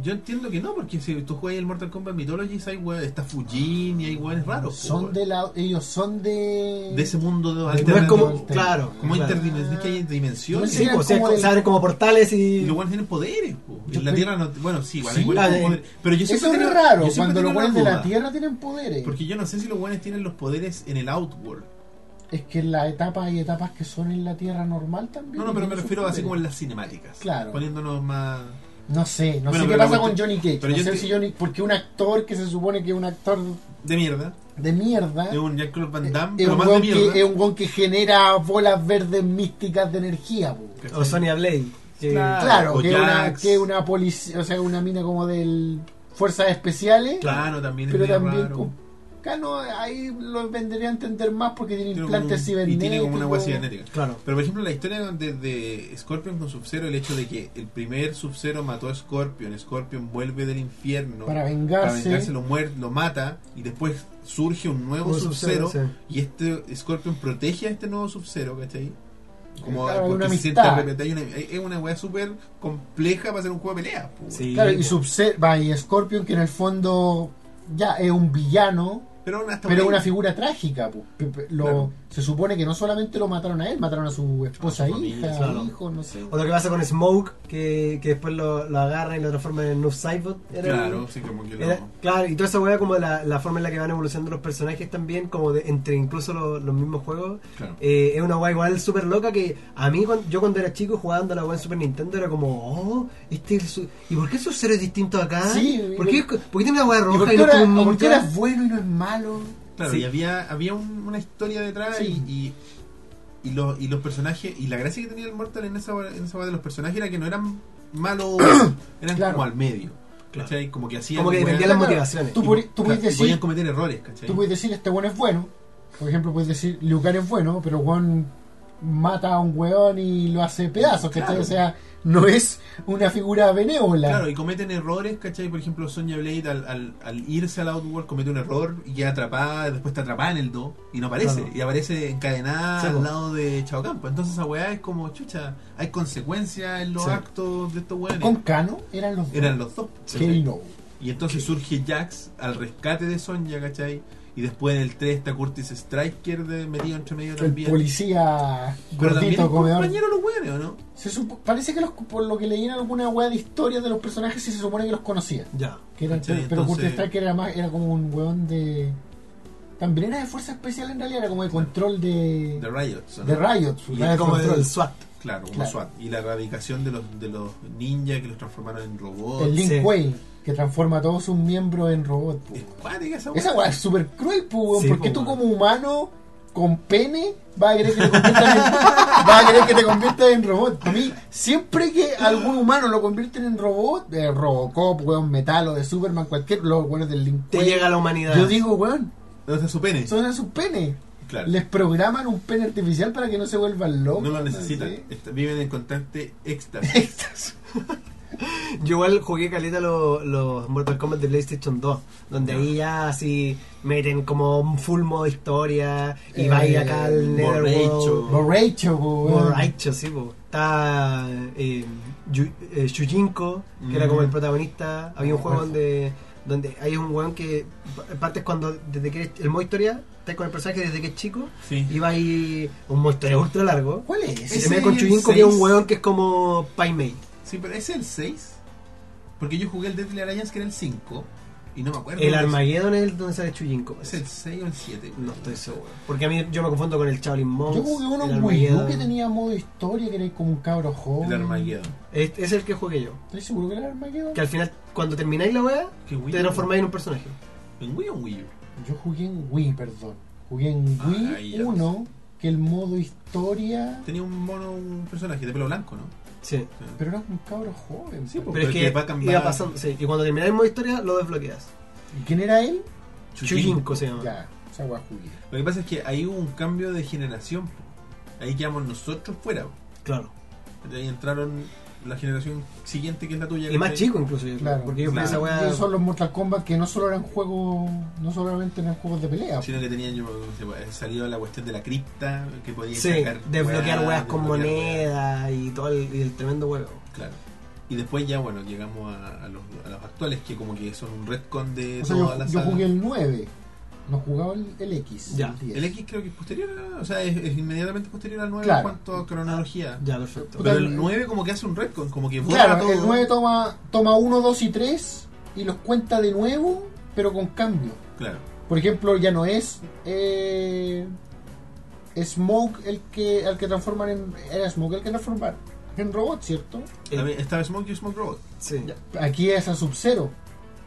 [SPEAKER 1] yo entiendo que no porque si tú juegas el Mortal Kombat Mythologies hay weón, está Fujin y hay weones raros po,
[SPEAKER 3] Son
[SPEAKER 1] weón.
[SPEAKER 3] de la, ellos son de...
[SPEAKER 1] de ese mundo de
[SPEAKER 2] No es como.
[SPEAKER 3] Alternativo.
[SPEAKER 2] Claro.
[SPEAKER 1] como
[SPEAKER 2] claro.
[SPEAKER 1] interdimensional es que hay dimensiones
[SPEAKER 2] Sí,
[SPEAKER 3] Eran
[SPEAKER 2] po, o sea,
[SPEAKER 3] como
[SPEAKER 2] co-
[SPEAKER 3] el-
[SPEAKER 2] se abren como portales
[SPEAKER 1] Y
[SPEAKER 2] y.
[SPEAKER 1] los buenos tienen poderes, po.
[SPEAKER 3] Yo
[SPEAKER 1] En la
[SPEAKER 3] creo-
[SPEAKER 1] Tierra no. Bueno, sí, igual hay
[SPEAKER 3] Sí,
[SPEAKER 1] buenos
[SPEAKER 2] la
[SPEAKER 1] con
[SPEAKER 2] de-
[SPEAKER 1] poderes. Pero yo
[SPEAKER 3] Eso
[SPEAKER 1] siempre
[SPEAKER 3] es
[SPEAKER 1] tengo-
[SPEAKER 3] raro,
[SPEAKER 1] yo siempre
[SPEAKER 3] cuando los
[SPEAKER 1] tengo la
[SPEAKER 3] buenos de la
[SPEAKER 1] duda,
[SPEAKER 3] Tierra tienen poderes.
[SPEAKER 1] Porque yo no sé si los buenos tienen los poderes en el Outworld.
[SPEAKER 3] Es que en la etapa hay etapas que son en la Tierra normal también.
[SPEAKER 1] No, no,
[SPEAKER 3] y
[SPEAKER 1] pero me
[SPEAKER 3] tienen sus
[SPEAKER 1] refiero así
[SPEAKER 3] poderes.
[SPEAKER 1] como en las cinemáticas.
[SPEAKER 3] Claro.
[SPEAKER 1] Poniéndonos más.
[SPEAKER 3] No sé, no
[SPEAKER 1] Bueno,
[SPEAKER 3] sé
[SPEAKER 1] pero
[SPEAKER 3] qué
[SPEAKER 1] la
[SPEAKER 3] pasa con
[SPEAKER 1] cuestión-
[SPEAKER 3] Johnny Cage.
[SPEAKER 1] pero
[SPEAKER 3] no
[SPEAKER 1] yo
[SPEAKER 3] sé
[SPEAKER 1] te-
[SPEAKER 3] si Johnny... Porque un actor que se supone que es un actor
[SPEAKER 1] de mierda.
[SPEAKER 3] de mierda...
[SPEAKER 1] Es un Jean-Claude Van Damme,
[SPEAKER 3] Eh, es
[SPEAKER 1] pero
[SPEAKER 3] un
[SPEAKER 1] más de
[SPEAKER 3] weón
[SPEAKER 1] mierda.
[SPEAKER 3] que, es un weón que genera bolas verdes místicas de energía, po.
[SPEAKER 1] ¿Cachai?
[SPEAKER 2] O Sonya Blade. que-
[SPEAKER 1] Claro.
[SPEAKER 3] Claro,
[SPEAKER 1] o
[SPEAKER 3] que es una,
[SPEAKER 1] Jax.
[SPEAKER 3] que es una policía, o sea, una mina como del Fuerzas Especiales,
[SPEAKER 1] Claro, también es
[SPEAKER 3] pero
[SPEAKER 1] medio
[SPEAKER 3] también
[SPEAKER 1] raro.
[SPEAKER 3] con- acá no, ahí lo vendría a entender más porque tiene
[SPEAKER 1] Tiene como
[SPEAKER 3] implantes
[SPEAKER 1] un- Y
[SPEAKER 3] cibernéticos.
[SPEAKER 1] tiene como una hueá cibernética.
[SPEAKER 2] Claro.
[SPEAKER 1] Pero por ejemplo la historia de, de Scorpion con Sub-Zero, el hecho de que el primer Sub-Zero mató a Scorpion, Scorpion vuelve del infierno
[SPEAKER 3] Para vengarse.
[SPEAKER 1] para lo, muer- lo mata y después surge un nuevo
[SPEAKER 2] Un
[SPEAKER 1] Sub-Zero
[SPEAKER 2] Sub-Zero,
[SPEAKER 1] y este Scorpion protege a este nuevo Sub-Zero, ¿cachai? Como
[SPEAKER 3] Claro, hay
[SPEAKER 1] porque
[SPEAKER 3] una
[SPEAKER 1] se siente
[SPEAKER 3] amistad.
[SPEAKER 1] arrepentido, hay una- Es una weá súper compleja para hacer un juego de peleas. po, weón.
[SPEAKER 2] Sí.
[SPEAKER 3] Claro, y
[SPEAKER 2] po.
[SPEAKER 3] Sub-Zero, va, y Scorpion, que en el fondo ya es un villano,
[SPEAKER 1] Pero aún hasta
[SPEAKER 3] Pero
[SPEAKER 1] ahí-
[SPEAKER 3] una figura trágica. pu. Pe- pe- Lo,
[SPEAKER 1] Claro.
[SPEAKER 3] Se supone que no solamente lo mataron a él, mataron a su esposa,
[SPEAKER 1] A su familia,
[SPEAKER 3] hija,
[SPEAKER 2] claro.
[SPEAKER 3] hijo, no sé.
[SPEAKER 2] O lo que pasa con Smoke, que, que después lo, lo agarran y lo transforman en un Cybot. Era el-
[SPEAKER 1] Claro, sí, como que lo-
[SPEAKER 2] era- claro, y toda esa weá, como la, la forma en la que van evolucionando los personajes también, como de- entre incluso lo- los mismos juegos.
[SPEAKER 1] Claro.
[SPEAKER 2] Eh, es una weá igual súper loca que a mí, cuando, yo cuando era chico jugando a la weá en Super Nintendo, era como, oh, este es su- ¿y por qué su ser es distinto acá?
[SPEAKER 3] Sí,
[SPEAKER 2] ¿Por qué,
[SPEAKER 3] y-
[SPEAKER 2] por qué tiene una weá
[SPEAKER 3] ¿Y por
[SPEAKER 2] roja
[SPEAKER 3] qué
[SPEAKER 2] y no
[SPEAKER 3] ahora-
[SPEAKER 2] tiene un
[SPEAKER 3] o por qué
[SPEAKER 2] ninja?
[SPEAKER 3] ahora es bueno y no es malo?
[SPEAKER 1] Claro,
[SPEAKER 2] Sí.
[SPEAKER 1] y había, había un- una historia detrás
[SPEAKER 3] Sí.
[SPEAKER 1] y, y, y los, y los personajes, y la gracia que tenía el Mortal en esa en esa de los personajes era que no eran malos, eran
[SPEAKER 3] Claro.
[SPEAKER 1] como al medio.
[SPEAKER 2] Claro.
[SPEAKER 1] ¿Cachai? Como que hacían.
[SPEAKER 2] Como que
[SPEAKER 1] weas-
[SPEAKER 2] dependía de las motivaciones.
[SPEAKER 3] Tú,
[SPEAKER 1] y-
[SPEAKER 3] podri- tú
[SPEAKER 1] claro,
[SPEAKER 3] puedes
[SPEAKER 1] y podían
[SPEAKER 3] decir,
[SPEAKER 1] cometer errores, ¿cachai?
[SPEAKER 3] tú puedes decir, este bueno es bueno. Por ejemplo, puedes decir, Liu Kang es bueno, pero Juan mata a un weón y lo hace pedazos, ¿cachai?
[SPEAKER 1] Claro.
[SPEAKER 3] O sea, no es una figura benévola.
[SPEAKER 1] Claro, y cometen errores, ¿cachai? Por ejemplo, Sonya Blade al, al, al irse al Outworld comete un error y queda atrapada, después está atrapada en el 2 y no aparece,
[SPEAKER 2] Claro.
[SPEAKER 1] y aparece encadenada
[SPEAKER 2] Sí, po.
[SPEAKER 1] al lado de Chao Campo. Entonces esa weá es como, chucha, hay consecuencias en los
[SPEAKER 2] Sí.
[SPEAKER 1] actos de estos weones.
[SPEAKER 3] Con Cano eran los
[SPEAKER 1] Eran los dos.
[SPEAKER 3] Sí,
[SPEAKER 1] ¿cachai?
[SPEAKER 3] no.
[SPEAKER 1] Y entonces surge Jax al rescate de Sonya, ¿cachai? Y después en el 3 está Curtis Striker de, metido entre medio
[SPEAKER 3] El
[SPEAKER 1] también.
[SPEAKER 3] policía
[SPEAKER 1] Pero también es
[SPEAKER 3] gordito comedor.
[SPEAKER 1] compañero los weones, ¿o no?
[SPEAKER 3] Se supo- parece que los, por lo que leían alguna weá de historias de los personajes sí se supone que los conocía.
[SPEAKER 2] Ya.
[SPEAKER 3] Que eran-
[SPEAKER 1] Sí,
[SPEAKER 3] pero
[SPEAKER 1] entonces-
[SPEAKER 3] Curtis Striker era más, era como un weón de. También era de fuerza especial en realidad, era como de control de.
[SPEAKER 1] De Riot. ¿o no?
[SPEAKER 3] de Riot, su
[SPEAKER 1] Y
[SPEAKER 3] weá de
[SPEAKER 2] Como
[SPEAKER 3] control.
[SPEAKER 2] el SWAT.
[SPEAKER 1] Claro, como
[SPEAKER 3] Claro.
[SPEAKER 1] SWAT. Y la erradicación de los, de los ninjas que los transformaron en robots.
[SPEAKER 3] El Link
[SPEAKER 2] Sí.
[SPEAKER 3] Way, que transforma a todos sus miembros en robot. po.
[SPEAKER 1] Es cuática esa weá.
[SPEAKER 3] Esa weá es súper cruel, po, weón,
[SPEAKER 2] Sí,
[SPEAKER 3] porque
[SPEAKER 2] po,
[SPEAKER 3] tú
[SPEAKER 2] weón.
[SPEAKER 3] como humano con pene vas a querer que te conviertas en, vas a querer que te conviertas en robot. A mí, siempre que algún humano lo convierten en robot, de Robocop, weón, Metal o de Superman, cualquier, los weones del Link
[SPEAKER 2] Te
[SPEAKER 3] Way,
[SPEAKER 2] llega a la humanidad.
[SPEAKER 3] yo digo, weón,
[SPEAKER 1] ¿Dónde está su pene?
[SPEAKER 3] son esos sus penes.
[SPEAKER 1] Claro.
[SPEAKER 3] Les programan un pene artificial para que no se vuelvan locos.
[SPEAKER 1] No lo necesitan.
[SPEAKER 3] ¿sí?
[SPEAKER 1] Está- viven en constante éxtasis.
[SPEAKER 2] Yo igual jugué caleta lo- los Mortal Kombat de PlayStation 2, donde ahí ya así meten como un full modo historia y
[SPEAKER 3] Eh,
[SPEAKER 2] va ahí acá al
[SPEAKER 1] borracho.
[SPEAKER 2] Netherworld.
[SPEAKER 3] Borracho, po, weón.
[SPEAKER 2] Borracho, sí, po. Está eh, Yu- eh, Yujinko, que era como el protagonista. Había un juego donde, donde hay un weón que pa- partes cuando, desde que eres- el modo historia, estás con el personaje desde que es chico,
[SPEAKER 1] Sí.
[SPEAKER 2] y va ahí un modo historia ultra largo.
[SPEAKER 3] ¿Cuál es?
[SPEAKER 2] Y
[SPEAKER 1] Ese
[SPEAKER 2] se mete con
[SPEAKER 1] es el
[SPEAKER 2] Yujinko, que es un
[SPEAKER 1] seis.
[SPEAKER 2] weón que es como Pai Mei.
[SPEAKER 1] Sí, pero ¿es el 6? Porque yo jugué el Deadly Alliance que era el 5 y no me acuerdo.
[SPEAKER 2] El
[SPEAKER 1] dónde-
[SPEAKER 2] Armageddon es el donde sale Chuyinko.
[SPEAKER 1] ¿Es el 6 o el 7?
[SPEAKER 2] No estoy seguro. Porque a mí yo me confundo con el Shaolin Monks.
[SPEAKER 3] Yo jugué uno
[SPEAKER 2] el
[SPEAKER 3] en Wii U
[SPEAKER 2] Armageddon.
[SPEAKER 3] que tenía modo historia, que era como un cabro joven.
[SPEAKER 1] El Armageddon.
[SPEAKER 2] Es, es el que jugué yo.
[SPEAKER 3] ¿Estoy seguro que era el Armageddon?
[SPEAKER 2] Que al final, cuando termináis la wea,
[SPEAKER 1] ¿Qué Wii
[SPEAKER 2] te
[SPEAKER 1] U?
[SPEAKER 2] transformáis en un personaje.
[SPEAKER 1] ¿En Wii o en Wii U?
[SPEAKER 3] Yo jugué en Wii, perdón. Jugué en
[SPEAKER 1] Ah, ahí
[SPEAKER 3] Wii
[SPEAKER 1] ya
[SPEAKER 3] 1, que el modo historia...
[SPEAKER 1] Tenía un mono, un personaje de pelo blanco, ¿no?
[SPEAKER 2] Sí.
[SPEAKER 3] Pero era un cabro joven.
[SPEAKER 1] Sí,
[SPEAKER 3] po.
[SPEAKER 2] Pero es que,
[SPEAKER 1] va a cambiar-
[SPEAKER 2] iba pasando. Sí. Y cuando termináis el modo historia, lo desbloqueas.
[SPEAKER 3] ¿Y quién era él?
[SPEAKER 2] Chuyinko se llama.
[SPEAKER 3] Ya, esa weá jugué.
[SPEAKER 1] Lo que pasa es que ahí hubo un cambio de generación. po. Ahí quedamos nosotros fuera. po.
[SPEAKER 2] Claro.
[SPEAKER 1] De ahí entraron la generación siguiente que es la tuya.
[SPEAKER 2] Y más
[SPEAKER 1] ¿cachai?
[SPEAKER 2] chico incluso. Yo creo,
[SPEAKER 3] Claro.
[SPEAKER 2] Porque yo fui a esa
[SPEAKER 3] Y
[SPEAKER 2] wea.
[SPEAKER 3] esos son los Mortal Kombat que no solo eran juegos... No solamente eran juegos de pelea.
[SPEAKER 1] Sino que tenían yo, no sé, pues, salido la cuestión de la cripta, que podía
[SPEAKER 2] Sí,
[SPEAKER 1] sacar
[SPEAKER 2] desbloquear weas con
[SPEAKER 1] desbloquear weas.
[SPEAKER 2] moneda y todo el, y el tremendo huevo.
[SPEAKER 1] Claro. Y después ya, bueno, llegamos a, a los, a los actuales, que como que son un retcon de
[SPEAKER 3] O sea,
[SPEAKER 1] toda
[SPEAKER 3] yo,
[SPEAKER 1] la
[SPEAKER 3] yo
[SPEAKER 1] saga.
[SPEAKER 3] jugué el 9. No jugaba el, el X.
[SPEAKER 2] Ya,
[SPEAKER 3] el 10.
[SPEAKER 1] El X creo que es posterior, a- o sea, es, es inmediatamente posterior al 9
[SPEAKER 3] Claro.
[SPEAKER 1] en cuanto a cronología.
[SPEAKER 2] Ya, perfecto.
[SPEAKER 1] Pero
[SPEAKER 3] Puta,
[SPEAKER 1] el 9 como que hace un retcon, como que borra
[SPEAKER 3] Claro,
[SPEAKER 1] todo.
[SPEAKER 3] el 9 toma, toma 1, 2 y 3 y los cuenta de nuevo, pero con cambio.
[SPEAKER 1] Claro.
[SPEAKER 3] Por ejemplo, ya no es eh, Smoke el que al que transforman en era Smoke el que transforman en robot, ¿cierto?
[SPEAKER 2] Eh,
[SPEAKER 1] También estaba Smoke y Smoke Robot.
[SPEAKER 2] Sí.
[SPEAKER 3] Aquí es a Sub-Zero,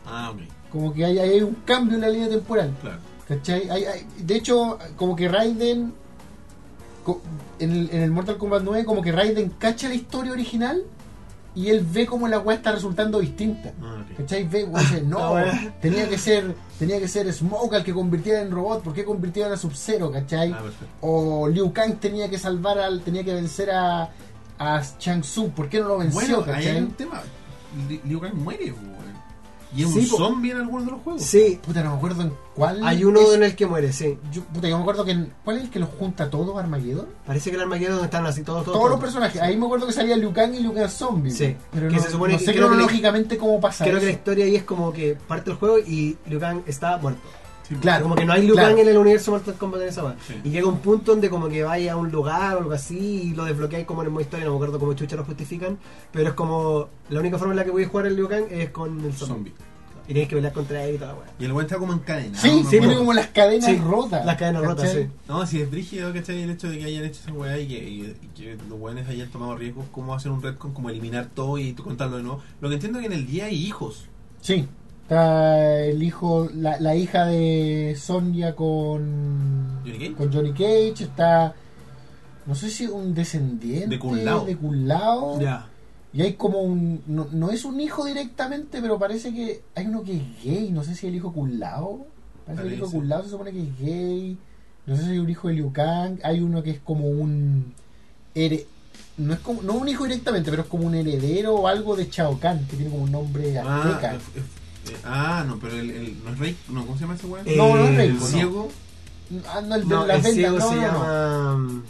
[SPEAKER 1] Ah, ok,
[SPEAKER 3] como que hay, hay un cambio en la línea temporal.
[SPEAKER 1] claro.
[SPEAKER 3] ¿Cachai? Hay- hay- de hecho, como que Raiden. co- En el, en el Mortal Kombat 9, como que Raiden cacha la historia original y él ve como la weá está resultando distinta.
[SPEAKER 1] Ah, ok.
[SPEAKER 3] ¿Cachai? Ve, weá, dice,
[SPEAKER 2] La
[SPEAKER 3] no,
[SPEAKER 2] weá.
[SPEAKER 3] tenía que ser tenía que ser Smoke al que convirtiera en robot, ¿por qué convirtieron a Sub-Zero? ¿Cachai?
[SPEAKER 1] Ah, perfecto.
[SPEAKER 3] O Liu Kang tenía que salvar al, tenía que vencer a, a Shang Tsung, ¿por qué no lo venció?
[SPEAKER 1] Bueno, ahí
[SPEAKER 3] ¿Cachai?
[SPEAKER 1] hay un tema. Li- Liu Kang muere, weón. Y es
[SPEAKER 2] Sí,
[SPEAKER 1] un
[SPEAKER 2] po-
[SPEAKER 1] zombie en alguno de los juegos.
[SPEAKER 2] Sí,
[SPEAKER 3] Puta, no me acuerdo en cuál.
[SPEAKER 2] hay uno
[SPEAKER 3] es-
[SPEAKER 2] en el que muere, sí.
[SPEAKER 3] yo, puta, yo me acuerdo que en- ¿cuál es el que los junta todos Armageddon?
[SPEAKER 2] Parece que el Armageddon donde están así todos, todos,
[SPEAKER 3] todos los
[SPEAKER 2] todos.
[SPEAKER 3] personajes. Ahí me acuerdo que salía Liu Kang y Liu Kang Zombie.
[SPEAKER 2] Sí,
[SPEAKER 3] Pero
[SPEAKER 2] que
[SPEAKER 3] no,
[SPEAKER 2] se supone
[SPEAKER 3] no
[SPEAKER 2] que-
[SPEAKER 3] sé
[SPEAKER 2] creo que le-
[SPEAKER 3] cronológicamente cómo pasa
[SPEAKER 2] Creo que la
[SPEAKER 3] eso.
[SPEAKER 2] historia ahí es como que parte el juego y Liu Kang está muerto.
[SPEAKER 3] Claro.
[SPEAKER 2] Como que no hay lugar
[SPEAKER 3] Ah, Claro.
[SPEAKER 2] en el universo Mortal Kombat en esa weá.
[SPEAKER 1] Sí.
[SPEAKER 2] Y llega un punto donde como que vaya a un lugar o algo así y lo desbloqueáis como en el modo historia, no me acuerdo cómo chucha lo justifican, pero es como la única forma en la que voy a jugar el Liu Kang es con el
[SPEAKER 1] Zombie.
[SPEAKER 2] zombie. Y tenéis que pelear contra él y toda la weá.
[SPEAKER 1] Y el weón está como en cadena.
[SPEAKER 3] Sí,
[SPEAKER 1] ¿no?
[SPEAKER 3] tiene
[SPEAKER 1] Bueno,
[SPEAKER 3] como las cadenas
[SPEAKER 2] Sí,
[SPEAKER 3] rotas.
[SPEAKER 2] Las cadenas rotas,
[SPEAKER 3] ¿cachai?
[SPEAKER 2] sí.
[SPEAKER 1] No, si es brígido, ¿cachai? El hecho de que hayan hecho esa weá y que, y- y que los weones hayan tomado riesgos, como hacer un retcon, como eliminar todo y tú contarlo de nuevo. Lo que entiendo es que en el día hay hijos.
[SPEAKER 3] Sí. Está el hijo, la, la hija de Sonia con
[SPEAKER 1] ¿Johnny Cage?
[SPEAKER 3] con Johnny Cage, está no sé si un descendiente
[SPEAKER 1] De Kung Lao.
[SPEAKER 3] de Kung Lao.
[SPEAKER 2] Ya.
[SPEAKER 3] Y hay como un no, no es un hijo directamente, pero parece que hay uno que es gay, no sé si el hijo culao. Parece que el hijo
[SPEAKER 1] Parece.
[SPEAKER 3] culao se supone que es gay. No sé si hay un hijo de Liu Kang, hay uno que es como un here- no es como no un hijo directamente, pero es como un heredero o algo de Chao Kahn, que tiene como un nombre azteca.
[SPEAKER 1] Ah, eh, eh, ah, no, pero el, el- no es rey, no, ¿cómo se llama ese weón?
[SPEAKER 2] Eh,
[SPEAKER 3] no, no es
[SPEAKER 1] el
[SPEAKER 3] Reiko, no.
[SPEAKER 1] ciego.
[SPEAKER 3] Ah, no, el de
[SPEAKER 2] No,
[SPEAKER 3] las
[SPEAKER 2] el
[SPEAKER 3] ventas,
[SPEAKER 2] ciego
[SPEAKER 3] no,
[SPEAKER 2] se
[SPEAKER 3] no, no.
[SPEAKER 2] llama... mm,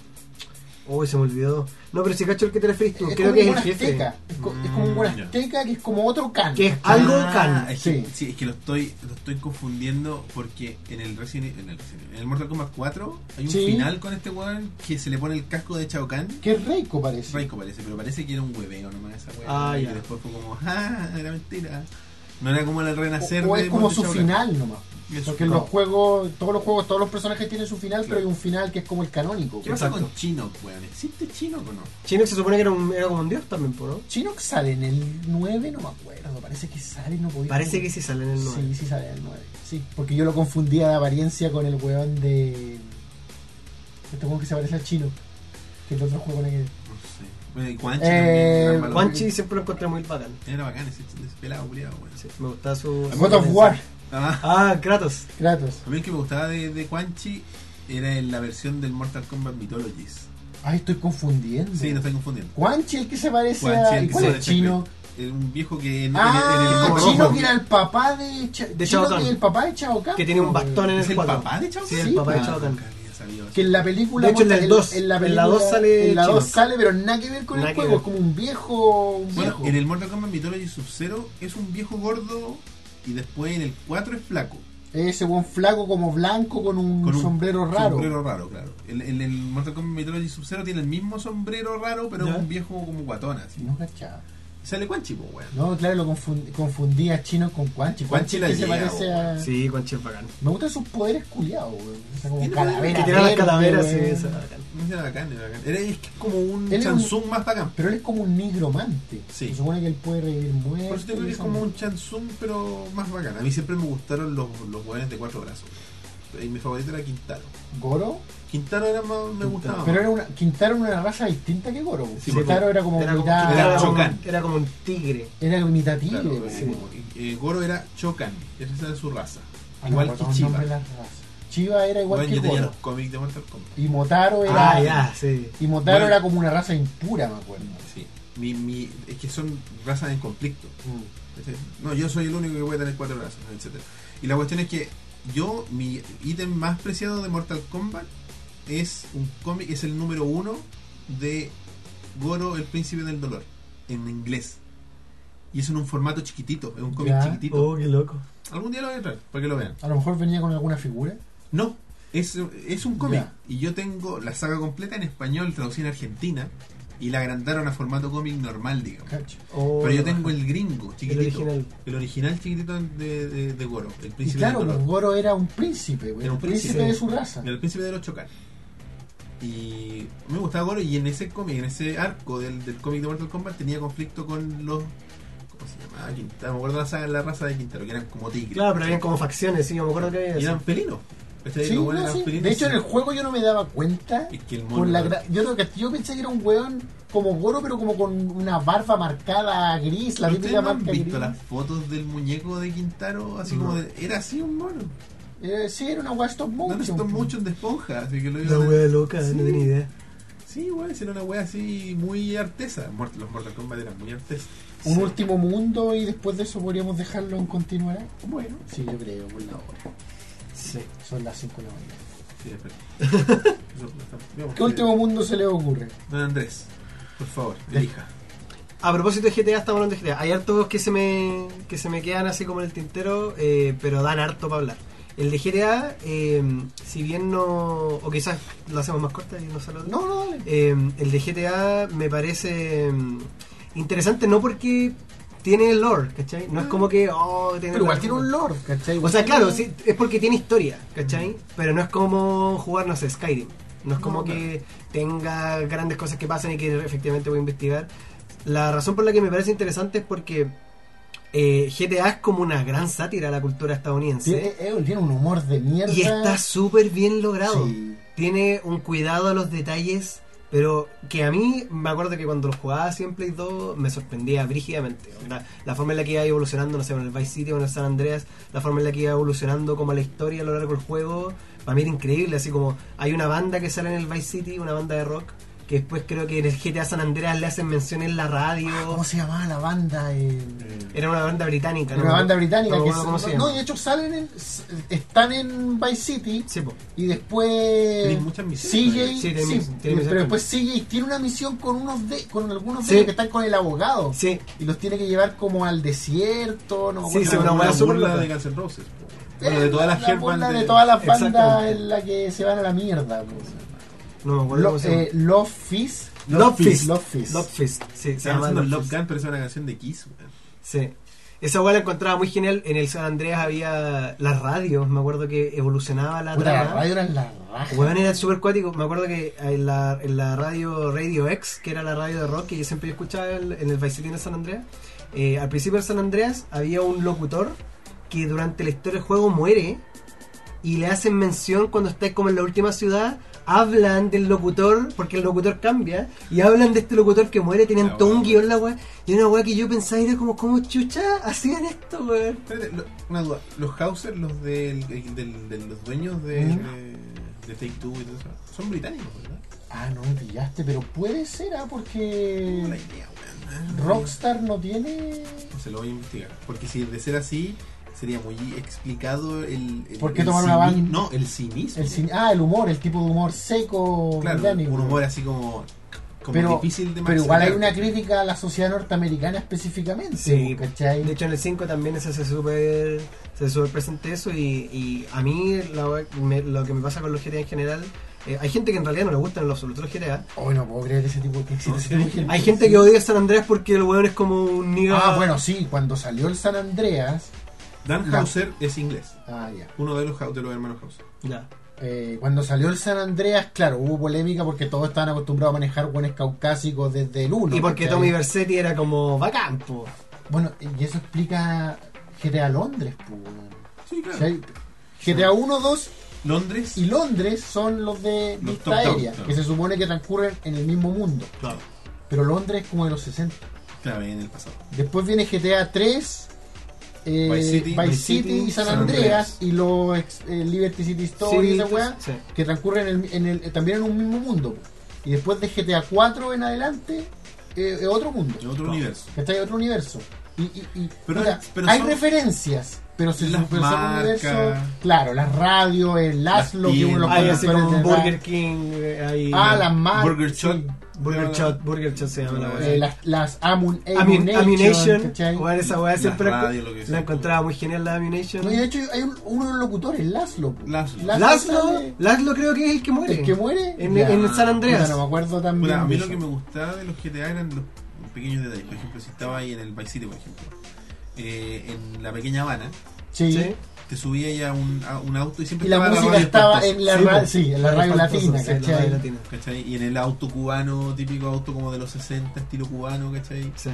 [SPEAKER 2] Uy, se me olvidó. No, pero si cacho el que te referís tú,
[SPEAKER 3] Es
[SPEAKER 2] creo
[SPEAKER 3] como
[SPEAKER 2] que es
[SPEAKER 3] un
[SPEAKER 2] el jefe.
[SPEAKER 3] azteca. Es, co- es como un buen
[SPEAKER 1] Mm, ya.
[SPEAKER 3] azteca que es como otro Khan.
[SPEAKER 2] Que es
[SPEAKER 3] ¿cachai?
[SPEAKER 2] algo
[SPEAKER 1] Ah,
[SPEAKER 2] can.
[SPEAKER 1] Es que,
[SPEAKER 3] Sí.
[SPEAKER 1] sí. es que lo estoy, lo estoy confundiendo porque en el Resident, en el, Resident- en el Mortal Kombat 4 hay un
[SPEAKER 3] Sí.
[SPEAKER 1] final con este weón que se le pone el casco de Chao Kahn.
[SPEAKER 3] que es Reiko parece.
[SPEAKER 1] Reiko parece, pero parece que era un hueveo nomás esa weón.
[SPEAKER 2] Ah,
[SPEAKER 1] y
[SPEAKER 2] ya.
[SPEAKER 1] que después fue como, ah, era mentira. No era como el renacer
[SPEAKER 3] O- o
[SPEAKER 1] de
[SPEAKER 3] es como
[SPEAKER 1] Monte
[SPEAKER 3] su
[SPEAKER 1] Chao Kahn.
[SPEAKER 3] final nomás.
[SPEAKER 1] Y es
[SPEAKER 3] Porque en
[SPEAKER 1] como-
[SPEAKER 3] los juegos, todos los juegos, todos los personajes tienen su final, pero hay un final que es como el canónico.
[SPEAKER 1] ¿Qué pasa
[SPEAKER 2] Exacto.
[SPEAKER 1] con Chino, weón? ¿Existe Chino o no?
[SPEAKER 2] Chino se supone que era, un, era como un dios también, po, ¿no?
[SPEAKER 3] Chino que sale en el 9, no me acuerdo. Parece que sale, no podía.
[SPEAKER 2] Parece que sí sale en el 9.
[SPEAKER 3] Sí, sí sale en el 9. Sí, porque yo lo confundía de apariencia con el weón de. Este juego que se parece al chino. Que el otro juego en el que.
[SPEAKER 1] No sé. Bueno, y Quan Chi
[SPEAKER 3] Eh,
[SPEAKER 1] también, era malo.
[SPEAKER 2] Quan Chi siempre lo encontré muy bacán.
[SPEAKER 1] Era bacán ese despelado, culiado, weón.
[SPEAKER 2] Sí, me gustaba su. su
[SPEAKER 3] God of
[SPEAKER 2] defensa.
[SPEAKER 3] War,
[SPEAKER 1] Ah.
[SPEAKER 2] Ah, Kratos.
[SPEAKER 3] Kratos.
[SPEAKER 1] A mí el que me gustaba de, de Quan Chi era en la versión del Mortal Kombat Mythologies.
[SPEAKER 3] Ay, estoy confundiendo.
[SPEAKER 1] Sí, no estoy confundiendo.
[SPEAKER 3] Quan Chi, el que se parece
[SPEAKER 1] Quan Chi,
[SPEAKER 3] a.
[SPEAKER 1] el
[SPEAKER 3] ¿Y
[SPEAKER 1] que
[SPEAKER 3] cuál
[SPEAKER 1] se
[SPEAKER 3] es
[SPEAKER 1] parece a
[SPEAKER 3] chino?
[SPEAKER 1] Era un viejo que en, en- en el
[SPEAKER 3] Ah,
[SPEAKER 1] gorro
[SPEAKER 3] chino
[SPEAKER 1] rojo.
[SPEAKER 3] que era el papá de, Cha-
[SPEAKER 2] De
[SPEAKER 3] chino
[SPEAKER 2] Chao Kahn.
[SPEAKER 3] que el papá de Chao Kahn,
[SPEAKER 2] Que tiene un
[SPEAKER 3] pues,
[SPEAKER 2] bastón en
[SPEAKER 1] ¿Es
[SPEAKER 2] el
[SPEAKER 1] el
[SPEAKER 2] cuadro.
[SPEAKER 1] papá de Chao
[SPEAKER 2] Sí,
[SPEAKER 1] Kahn?
[SPEAKER 2] el papá de
[SPEAKER 1] Ah,
[SPEAKER 2] Chao Kahn.
[SPEAKER 1] nunca había sabido eso.
[SPEAKER 3] Que en la película.
[SPEAKER 2] De hecho, en la
[SPEAKER 3] muestra-
[SPEAKER 2] dos,
[SPEAKER 3] En la,
[SPEAKER 2] en la
[SPEAKER 3] película-
[SPEAKER 2] dos sale
[SPEAKER 3] En la
[SPEAKER 2] chino.
[SPEAKER 3] 2 sale, pero nada que ver con
[SPEAKER 2] Nada
[SPEAKER 3] el
[SPEAKER 2] que
[SPEAKER 3] juego.
[SPEAKER 2] ver.
[SPEAKER 3] Es como un viejo. Un
[SPEAKER 1] Bueno,
[SPEAKER 3] viejo.
[SPEAKER 1] en el Mortal Kombat Mythology Sub-Zero es un viejo gordo y después en el 4 es flaco.
[SPEAKER 3] Ese buen flaco como blanco con un,
[SPEAKER 1] Con un
[SPEAKER 3] sombrero raro.
[SPEAKER 1] Sombrero raro, claro. En el, el Mortal Kombat Mythology Sub-Zero tiene el mismo sombrero raro, pero
[SPEAKER 2] Ya.
[SPEAKER 1] un viejo como guatón así.
[SPEAKER 3] No cachaba.
[SPEAKER 1] Sale Quan Chi, po, weón.
[SPEAKER 3] No, claro, lo confundía confundía chino con Quanchi.
[SPEAKER 1] Quan Chi
[SPEAKER 3] Quanchi
[SPEAKER 1] la
[SPEAKER 3] que se
[SPEAKER 1] llega,
[SPEAKER 3] parece
[SPEAKER 1] weón.
[SPEAKER 3] a.
[SPEAKER 2] Sí, Quan Chi es bacán.
[SPEAKER 3] Me gustan sus poderes culiados, weón. O sea, como
[SPEAKER 1] Tiene
[SPEAKER 3] calavera.
[SPEAKER 2] Que tiene las
[SPEAKER 3] verde,
[SPEAKER 2] calaveras, sí,
[SPEAKER 3] weón.
[SPEAKER 2] esa es bacán.
[SPEAKER 1] No sé, era bacán, era bacán. Era- es que es como un
[SPEAKER 3] Él es un-
[SPEAKER 1] Chansung más bacán.
[SPEAKER 3] Pero él es como un nigromante.
[SPEAKER 1] Sí.
[SPEAKER 3] Se supone que él puede revivir muertos.
[SPEAKER 1] Por eso te
[SPEAKER 3] y
[SPEAKER 1] creo que es
[SPEAKER 3] esa
[SPEAKER 1] como
[SPEAKER 3] mierda.
[SPEAKER 1] un Chansung, pero más bacán. A mí siempre me gustaron los, los weones de cuatro brazos. Y mi favorito era Quintaro.
[SPEAKER 3] Goro.
[SPEAKER 1] Quintaro era más, me gustaba.
[SPEAKER 3] Pero
[SPEAKER 1] más.
[SPEAKER 3] era una, Quintaro era una raza distinta que Goro.
[SPEAKER 1] Sí,
[SPEAKER 3] Quintaro
[SPEAKER 1] porque
[SPEAKER 3] era como
[SPEAKER 2] Era como,
[SPEAKER 3] mitad-
[SPEAKER 2] era,
[SPEAKER 1] Chao
[SPEAKER 2] como,
[SPEAKER 1] Kahn.
[SPEAKER 2] era como un tigre.
[SPEAKER 3] era imitativo.
[SPEAKER 1] Claro,
[SPEAKER 3] weón.
[SPEAKER 1] eh, como- eh, Goro era Chocan, esa era su raza.
[SPEAKER 3] Ah, no,
[SPEAKER 1] Igual
[SPEAKER 3] por
[SPEAKER 1] que
[SPEAKER 3] los
[SPEAKER 1] Chiba.
[SPEAKER 3] nombres de las razas. Chiva era igual
[SPEAKER 1] Bueno,
[SPEAKER 3] que
[SPEAKER 1] yo tenía
[SPEAKER 3] Goro.
[SPEAKER 1] los cómics de Mortal Kombat.
[SPEAKER 3] Y Motaro era.
[SPEAKER 2] Ah, ya, sí.
[SPEAKER 3] Y Motaro
[SPEAKER 1] Bueno.
[SPEAKER 3] era como una raza impura, me acuerdo.
[SPEAKER 1] Sí. Mi, mi, es que son razas en conflicto.
[SPEAKER 3] Mm.
[SPEAKER 1] ¿cachai? No, yo soy el único que puede tener cuatro brazos, etcétera. Y la cuestión es que yo, mi ítem más preciado de Mortal Kombat es un cómic, es el número uno de Goro, el príncipe del dolor, en inglés. Y es en un formato chiquitito, es un cómic
[SPEAKER 3] Ya.
[SPEAKER 1] chiquitito.
[SPEAKER 2] Oh, qué loco.
[SPEAKER 1] Algún día lo voy a traer, para que lo vean.
[SPEAKER 3] A lo mejor venía con alguna figura.
[SPEAKER 1] No, es, es un cómic.
[SPEAKER 3] Ya.
[SPEAKER 1] Y yo tengo la saga completa en español, traducida en Argentina, y la agrandaron a formato cómic normal, digamos.
[SPEAKER 3] Cacho.
[SPEAKER 2] Oh,
[SPEAKER 1] Pero yo
[SPEAKER 2] no.
[SPEAKER 1] tengo el gringo, chiquitito.
[SPEAKER 2] original.
[SPEAKER 1] El original chiquitito de, de, de Goro, el
[SPEAKER 3] Y
[SPEAKER 1] príncipe
[SPEAKER 3] claro,
[SPEAKER 1] del
[SPEAKER 3] pues,
[SPEAKER 1] dolor.
[SPEAKER 3] Goro era un príncipe, güey.
[SPEAKER 1] Era
[SPEAKER 3] un
[SPEAKER 1] un
[SPEAKER 3] príncipe,
[SPEAKER 2] príncipe.
[SPEAKER 3] de su raza.
[SPEAKER 1] El príncipe de los Chocan. Y me gustaba Goro y en ese cómic, en ese arco del, del cómic de Mortal Kombat tenía conflicto con los... ¿Cómo se llamaba? Quintaro. Me acuerdo la, saga- la raza de Quintaro, que eran como tigres.
[SPEAKER 2] Claro, pero había como facciones, sí, yo me acuerdo que había.
[SPEAKER 1] Y
[SPEAKER 2] eso.
[SPEAKER 1] eran felinos. ¿Cachai?
[SPEAKER 3] Sí,
[SPEAKER 1] Los buenos
[SPEAKER 3] no,
[SPEAKER 1] eran
[SPEAKER 3] sí.
[SPEAKER 1] felinos.
[SPEAKER 3] De hecho, en el juego yo no me daba cuenta.
[SPEAKER 1] Es que el mono
[SPEAKER 3] Con la
[SPEAKER 1] era-
[SPEAKER 3] gra- yo creo que yo pensé que era un weón como Goro, pero como con una barba marcada gris, la
[SPEAKER 1] ¿Pero
[SPEAKER 3] típica
[SPEAKER 1] ¿Ustedes no han
[SPEAKER 3] marca gris.
[SPEAKER 1] visto las fotos del muñeco de Quintaro? Así
[SPEAKER 2] No.
[SPEAKER 1] como de- era así un mono.
[SPEAKER 3] Eh, sí, era una weá stop
[SPEAKER 1] No
[SPEAKER 3] motion.
[SPEAKER 1] necesito mucho de esponja, así que lo iba
[SPEAKER 2] Una
[SPEAKER 1] a-
[SPEAKER 2] wea loca,
[SPEAKER 1] Sí.
[SPEAKER 2] no tenía idea.
[SPEAKER 1] Sí, güey, era una wea así muy artesa. Mort- Los Mortal Kombat eran muy artesas.
[SPEAKER 3] Un
[SPEAKER 1] Sí.
[SPEAKER 3] último mundo y después de eso podríamos dejarlo en continuará.
[SPEAKER 1] Bueno,
[SPEAKER 3] Sí, yo creo, por la hora.
[SPEAKER 2] Sí.
[SPEAKER 3] Son las 5 de la mañana.
[SPEAKER 1] sí, espera. Eso, está- veamos
[SPEAKER 3] ¿Qué último mundo se le ocurre?
[SPEAKER 1] Don Andrés, por favor,
[SPEAKER 2] Eh,
[SPEAKER 1] elija.
[SPEAKER 2] A propósito de GTA, estamos hablando de GTA. Hay hartos que se me, que se me quedan así como en el tintero, eh, pero dan harto para hablar. El de GTA, eh, si bien no. O quizás lo hacemos más corta y no se lo
[SPEAKER 3] No, no, dale.
[SPEAKER 2] Eh, el de GTA me parece mm, interesante, no porque tiene lore, ¿cachai? No es como que. Oh, tiene
[SPEAKER 3] Ah. Pero igual tiene un lore, ¿cachai?
[SPEAKER 2] O
[SPEAKER 3] Igual
[SPEAKER 2] sea,
[SPEAKER 3] tiene-
[SPEAKER 2] claro, sí, es porque tiene historia, ¿cachai? Pero no es como jugar, no sé, Skyrim. No es como
[SPEAKER 3] No,
[SPEAKER 2] que tenga grandes cosas que pasan y que efectivamente voy a investigar. La razón por la que me parece interesante es porque eh, GTA es como una gran sátira a la cultura estadounidense.
[SPEAKER 3] Tiene, eh, tiene un humor de mierda.
[SPEAKER 2] Y está súper bien logrado.
[SPEAKER 3] Sí.
[SPEAKER 2] Tiene un cuidado a los detalles, pero que a mí me acuerdo que cuando lo jugaba siempre en Play 2 me sorprendía brígidamente. Onda, la forma en la que iba evolucionando, no sé, con el Vice City, con el San Andreas, la forma en la que iba evolucionando como la historia a lo largo del juego, para mí era increíble. Así como hay una banda que sale en el Vice City, una banda de rock, que después creo que en el GTA San Andreas le hacen mención en la radio.
[SPEAKER 3] Ah, ¿Cómo se llamaba la banda? Eh,
[SPEAKER 2] Era una banda británica,
[SPEAKER 3] una banda británica
[SPEAKER 2] Eh, no me
[SPEAKER 3] que
[SPEAKER 2] acuerdo
[SPEAKER 3] se-
[SPEAKER 2] cómo se
[SPEAKER 3] no,
[SPEAKER 2] llama.
[SPEAKER 3] y de hecho salen en, s- están en Vice City
[SPEAKER 2] Sí, po.
[SPEAKER 3] y después
[SPEAKER 1] Tenéis muchas misiones,
[SPEAKER 3] CJ
[SPEAKER 2] Sí, tiene
[SPEAKER 3] sí,
[SPEAKER 2] mis- tiene misiones
[SPEAKER 3] pero después CJ tiene una misión con unos de con algunos
[SPEAKER 2] Sí.
[SPEAKER 3] de ellos que están con el abogado
[SPEAKER 2] Sí,
[SPEAKER 3] y los tiene que llevar como al desierto no me
[SPEAKER 2] Sí,
[SPEAKER 3] acuerdo.
[SPEAKER 2] sí, una
[SPEAKER 1] Como
[SPEAKER 2] hueá
[SPEAKER 1] la
[SPEAKER 2] súper
[SPEAKER 1] burla
[SPEAKER 2] loca.
[SPEAKER 1] de Guns N' Roses. po, weón.
[SPEAKER 3] Eh,
[SPEAKER 1] Bueno, de todas las
[SPEAKER 3] la
[SPEAKER 1] hair
[SPEAKER 3] burla
[SPEAKER 1] bands
[SPEAKER 3] de
[SPEAKER 1] de-
[SPEAKER 3] todas las bandas
[SPEAKER 2] Exactamente.
[SPEAKER 3] en la que se van a la mierda pues.
[SPEAKER 2] no me acuerdo
[SPEAKER 3] Lo-
[SPEAKER 2] cómo se llama.
[SPEAKER 3] eh, Love Fist
[SPEAKER 2] Love Fist.
[SPEAKER 3] Love Fist.
[SPEAKER 2] Love Fist, sí, se
[SPEAKER 1] Están
[SPEAKER 2] llama
[SPEAKER 1] haciendo
[SPEAKER 2] Love
[SPEAKER 1] Love
[SPEAKER 2] Fist.
[SPEAKER 1] Gun, pero es una canción de Kiss. weón.
[SPEAKER 2] Sí. Esa hueá la encontraba muy genial. En el San Andreas había las radios, me acuerdo que evolucionaba la
[SPEAKER 3] Puta, la
[SPEAKER 2] trama.
[SPEAKER 3] radio era la raja
[SPEAKER 2] Weón, era súper cuático. Me acuerdo que en la, en la radio Radio X, que era la radio de rock que yo siempre escuchaba en, en el Vice City en el San Andreas, eh, al principio del San Andreas había un locutor que durante la historia del juego muere y le hacen mención cuando está como en la última ciudad. Hablan del locutor, porque el locutor cambia, y hablan de este locutor que muere. Tienen
[SPEAKER 1] La
[SPEAKER 2] todo un
[SPEAKER 1] weá.
[SPEAKER 2] guión, la weá. Y una weá que yo pensaba era como, ¿cómo chucha hacían esto, weón?
[SPEAKER 1] Espérate, lo- una duda. Los Hauser, los del, del- del- los dueños de,
[SPEAKER 3] ¿Mm?
[SPEAKER 1] de, de Take Two y todo eso, son británicos, ¿verdad?
[SPEAKER 3] ah no me pillaste pero puede ser ah porque
[SPEAKER 1] Tengo la idea, weón.
[SPEAKER 3] Rockstar no tiene.
[SPEAKER 1] No se lo voy a investigar. Porque si de ser así, sería muy explicado el. el
[SPEAKER 3] ¿Por qué
[SPEAKER 1] el
[SPEAKER 3] tomar una
[SPEAKER 1] cini-
[SPEAKER 3] van?
[SPEAKER 1] No, el cinismo.
[SPEAKER 3] El cine- ah, el humor, el tipo de humor seco.
[SPEAKER 1] Claro,
[SPEAKER 3] británico.
[SPEAKER 1] un humor así como. como
[SPEAKER 3] pero,
[SPEAKER 1] difícil de
[SPEAKER 3] pero igual hay
[SPEAKER 1] masticar.
[SPEAKER 3] una crítica a la sociedad norteamericana específicamente. pues,
[SPEAKER 2] Sí,
[SPEAKER 3] ¿cachai?
[SPEAKER 2] De hecho, en el 5 también se hace súper se hace súper presente eso. Y, y a mí, la wea- me- lo que me pasa con los GTA en general, eh, hay gente que en realidad no le gustan en lo absoluto los GTA.
[SPEAKER 3] Hoy no puedo creer ese tipo que existe.
[SPEAKER 1] No,
[SPEAKER 3] ese
[SPEAKER 1] sí,
[SPEAKER 3] tipo de
[SPEAKER 1] hay-
[SPEAKER 2] Hay gente que odia San Andrés porque el weón es como un nigga.
[SPEAKER 3] Ah, bueno, sí, cuando salió el San Andreas.
[SPEAKER 1] Dan
[SPEAKER 3] No.
[SPEAKER 1] Hauser es inglés.
[SPEAKER 3] Ah, ya.
[SPEAKER 1] Uno de los, Hau- de los hermanos Hauser.
[SPEAKER 2] Ya.
[SPEAKER 3] Eh, cuando salió el San Andreas, claro, hubo polémica porque todos estaban acostumbrados a manejar buenos caucásicos desde el 1.
[SPEAKER 2] y porque Tommy Versetti era como bacán, po.
[SPEAKER 3] Bueno, y eso explica GTA Londres, pues.
[SPEAKER 1] Sí, claro.
[SPEAKER 3] ¿Cachai? GTA 1, 2
[SPEAKER 1] Londres.
[SPEAKER 3] y Londres son los de
[SPEAKER 1] Los
[SPEAKER 3] vista
[SPEAKER 1] top-down,
[SPEAKER 3] aérea,
[SPEAKER 1] claro.
[SPEAKER 3] que se supone que transcurren en el mismo mundo.
[SPEAKER 1] Claro,
[SPEAKER 3] Pero Londres es como de los 60.
[SPEAKER 1] claro, en el pasado.
[SPEAKER 3] Después viene GTA 3, eh,
[SPEAKER 1] Vice
[SPEAKER 3] Vice
[SPEAKER 1] City,
[SPEAKER 3] City,
[SPEAKER 1] Vice City,
[SPEAKER 3] y San,
[SPEAKER 1] San
[SPEAKER 3] Andreas,
[SPEAKER 1] Andreas.
[SPEAKER 3] y los ex- eh, Liberty City Story y
[SPEAKER 2] Sí,
[SPEAKER 3] esa weá,
[SPEAKER 2] sí.
[SPEAKER 3] que transcurren en el- en el- también en un mismo mundo. Y después de GTA 4 en adelante, eh, es otro mundo.
[SPEAKER 1] De otro universo.
[SPEAKER 3] ¿Cachai? Otro universo. Y, y- y-
[SPEAKER 1] Pero-
[SPEAKER 3] puta,
[SPEAKER 1] pero
[SPEAKER 3] hay
[SPEAKER 1] son-
[SPEAKER 3] referencias, pero se
[SPEAKER 1] Las
[SPEAKER 3] pero son
[SPEAKER 1] marcas.
[SPEAKER 3] universos- Claro, las radios, el Laszlo, que uno de los
[SPEAKER 1] tiendas.
[SPEAKER 2] Hay así Ah, como
[SPEAKER 3] productores
[SPEAKER 2] un
[SPEAKER 3] de
[SPEAKER 2] Burger
[SPEAKER 3] la-
[SPEAKER 2] King. eh, Hay
[SPEAKER 3] Ah, las marcas.
[SPEAKER 1] Burger Shot.
[SPEAKER 3] sí.
[SPEAKER 2] Burger
[SPEAKER 1] No,
[SPEAKER 2] Shot, Burger Shot se llama la
[SPEAKER 3] Eh,
[SPEAKER 2] weá.
[SPEAKER 3] las, las Amun
[SPEAKER 2] Amun- Oh,
[SPEAKER 3] Amunation,
[SPEAKER 2] Amination.
[SPEAKER 3] ¿cachai?
[SPEAKER 2] Weón, esa weá
[SPEAKER 1] Las
[SPEAKER 2] siempre
[SPEAKER 1] radios, lo que sea.
[SPEAKER 2] la encontraba muy genial, la Amination.
[SPEAKER 3] No, y de hecho hay un- uno de los locutores, Laszlo. po.
[SPEAKER 1] Laszlo.
[SPEAKER 2] Laszlo,
[SPEAKER 3] sale-
[SPEAKER 2] Laszlo creo que es el que muere.
[SPEAKER 3] el que muere.
[SPEAKER 2] En,
[SPEAKER 3] Ya.
[SPEAKER 2] en el San
[SPEAKER 3] Puta,
[SPEAKER 2] Andreas.
[SPEAKER 3] no me acuerdo también.
[SPEAKER 1] Bueno, a mí
[SPEAKER 3] de
[SPEAKER 1] lo que
[SPEAKER 3] eso.
[SPEAKER 1] me gustaba de los GTA eran los pequeños detalles. Por ejemplo, si estaba ahí en el Vice City, por ejemplo, eh, en la pequeña Habana,
[SPEAKER 3] Sí.
[SPEAKER 2] Sí.
[SPEAKER 1] te subía ya a un, a un auto y siempre
[SPEAKER 3] Y la
[SPEAKER 1] estaba
[SPEAKER 3] música
[SPEAKER 1] radio
[SPEAKER 3] estaba
[SPEAKER 1] espantosa,
[SPEAKER 3] en la,
[SPEAKER 2] Sí,
[SPEAKER 3] ra-
[SPEAKER 2] po.
[SPEAKER 3] sí, en la radio
[SPEAKER 2] Espantoso,
[SPEAKER 3] latina,
[SPEAKER 2] sí, en la radio
[SPEAKER 3] ¿cachai?
[SPEAKER 2] latina.
[SPEAKER 1] ¿cachai? Y en el auto cubano, típico auto como de los 60, estilo cubano, ¿cachai?
[SPEAKER 2] Sí.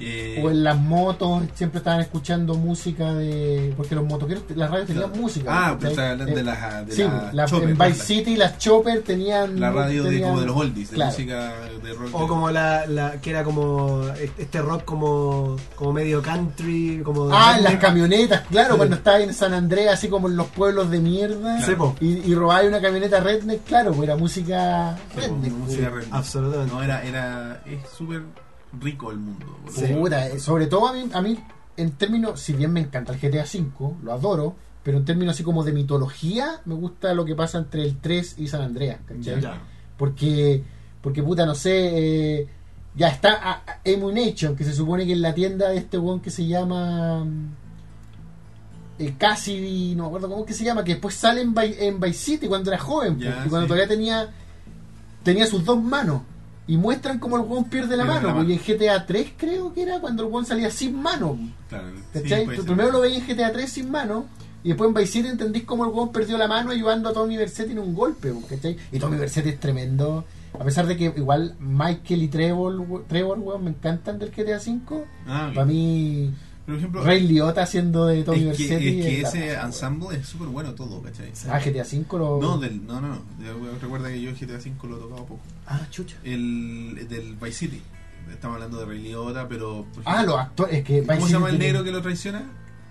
[SPEAKER 1] Eh,
[SPEAKER 3] O en las motos siempre estaban escuchando música de. Porque los motoqueros, las radios tenían
[SPEAKER 1] Claro.
[SPEAKER 3] música.
[SPEAKER 1] Ah, pero
[SPEAKER 3] ¿cachai?
[SPEAKER 1] estás hablando de
[SPEAKER 3] Eh,
[SPEAKER 1] las. De
[SPEAKER 3] sí,
[SPEAKER 1] las
[SPEAKER 3] la-
[SPEAKER 1] chopper,
[SPEAKER 3] en
[SPEAKER 1] ¿no?
[SPEAKER 3] Vice City las Chopper tenían.
[SPEAKER 1] La radio de,
[SPEAKER 3] tenían-
[SPEAKER 1] como de los oldies, de
[SPEAKER 3] claro.
[SPEAKER 1] música de rock.
[SPEAKER 2] O como la, la que era como este rock como, como medio country, como
[SPEAKER 3] Ah, en
[SPEAKER 2] redneck.
[SPEAKER 3] las camionetas, claro,
[SPEAKER 2] Sí.
[SPEAKER 3] cuando estaba en San Andrés, así como en los pueblos de mierda.
[SPEAKER 2] Sí, po.
[SPEAKER 3] Y, y robáis una camioneta redneck, claro, pues era música
[SPEAKER 1] Sí, po,
[SPEAKER 3] redneck.
[SPEAKER 1] música
[SPEAKER 3] pues.
[SPEAKER 1] redneck.
[SPEAKER 2] Absolutamente.
[SPEAKER 1] No, era, era, es súper rico el mundo. boludo.
[SPEAKER 2] Sí.
[SPEAKER 3] Puta, eh, sobre todo a mí, a mí, en términos, si bien me encanta el GTA V, lo adoro, pero en términos así como de mitología, me gusta lo que pasa entre el 3 y San Andreas, ¿cachai?
[SPEAKER 1] Ya.
[SPEAKER 3] Porque, porque puta, no sé, eh, ya está ah, a, a- Emunation, que se supone que es la tienda de este weón que se llama... mm, eh, Cassidy, no me acuerdo cómo es que se llama, que después sale en, Vi- en Vice City cuando era joven, pues,
[SPEAKER 1] Ya,
[SPEAKER 3] y cuando
[SPEAKER 1] sí.
[SPEAKER 3] todavía tenía, tenía sus dos manos. Y muestran cómo el weón pierde la
[SPEAKER 1] Pierde
[SPEAKER 3] mano.
[SPEAKER 1] la
[SPEAKER 3] pues,
[SPEAKER 1] mano.
[SPEAKER 3] Y en GTA 3 creo que era cuando el weón salía sin mano. pues.
[SPEAKER 1] Claro, sí,
[SPEAKER 3] ¿Cachai?
[SPEAKER 1] puede
[SPEAKER 3] Tú
[SPEAKER 1] ser.
[SPEAKER 3] primero lo veis en GTA 3 sin mano. Y después en Vice City entendís cómo el weón perdió la mano ayudando a Tommy Versetti en un golpe. weón, ¿cachai? Y Tommy Versetti es tremendo. A pesar de que igual Michael y Trevor, we- Trevor weón, me encantan del GTA 5.
[SPEAKER 1] Ah, ok.
[SPEAKER 3] Para mí,
[SPEAKER 1] Por ejemplo,
[SPEAKER 3] Ray Liotta haciendo de Tommy
[SPEAKER 1] es que,
[SPEAKER 3] Versetti.
[SPEAKER 1] es que
[SPEAKER 3] la
[SPEAKER 1] ese
[SPEAKER 3] raja,
[SPEAKER 1] ensemble es súper bueno todo, ¿cachai?
[SPEAKER 3] weón. Ah, GTA 5 lo.
[SPEAKER 1] No, del, no, no, no. de- Recuerda que yo GTA V lo he tocado poco.
[SPEAKER 3] Ah, chucha.
[SPEAKER 1] El del Vice City. Estamos hablando de Ray Liotta, pero. por
[SPEAKER 3] Ah,
[SPEAKER 1] ejemplo,
[SPEAKER 3] los actores. Es que Vice
[SPEAKER 1] ¿Cómo se llama
[SPEAKER 3] City
[SPEAKER 1] el
[SPEAKER 3] tiene-
[SPEAKER 1] negro que lo traiciona?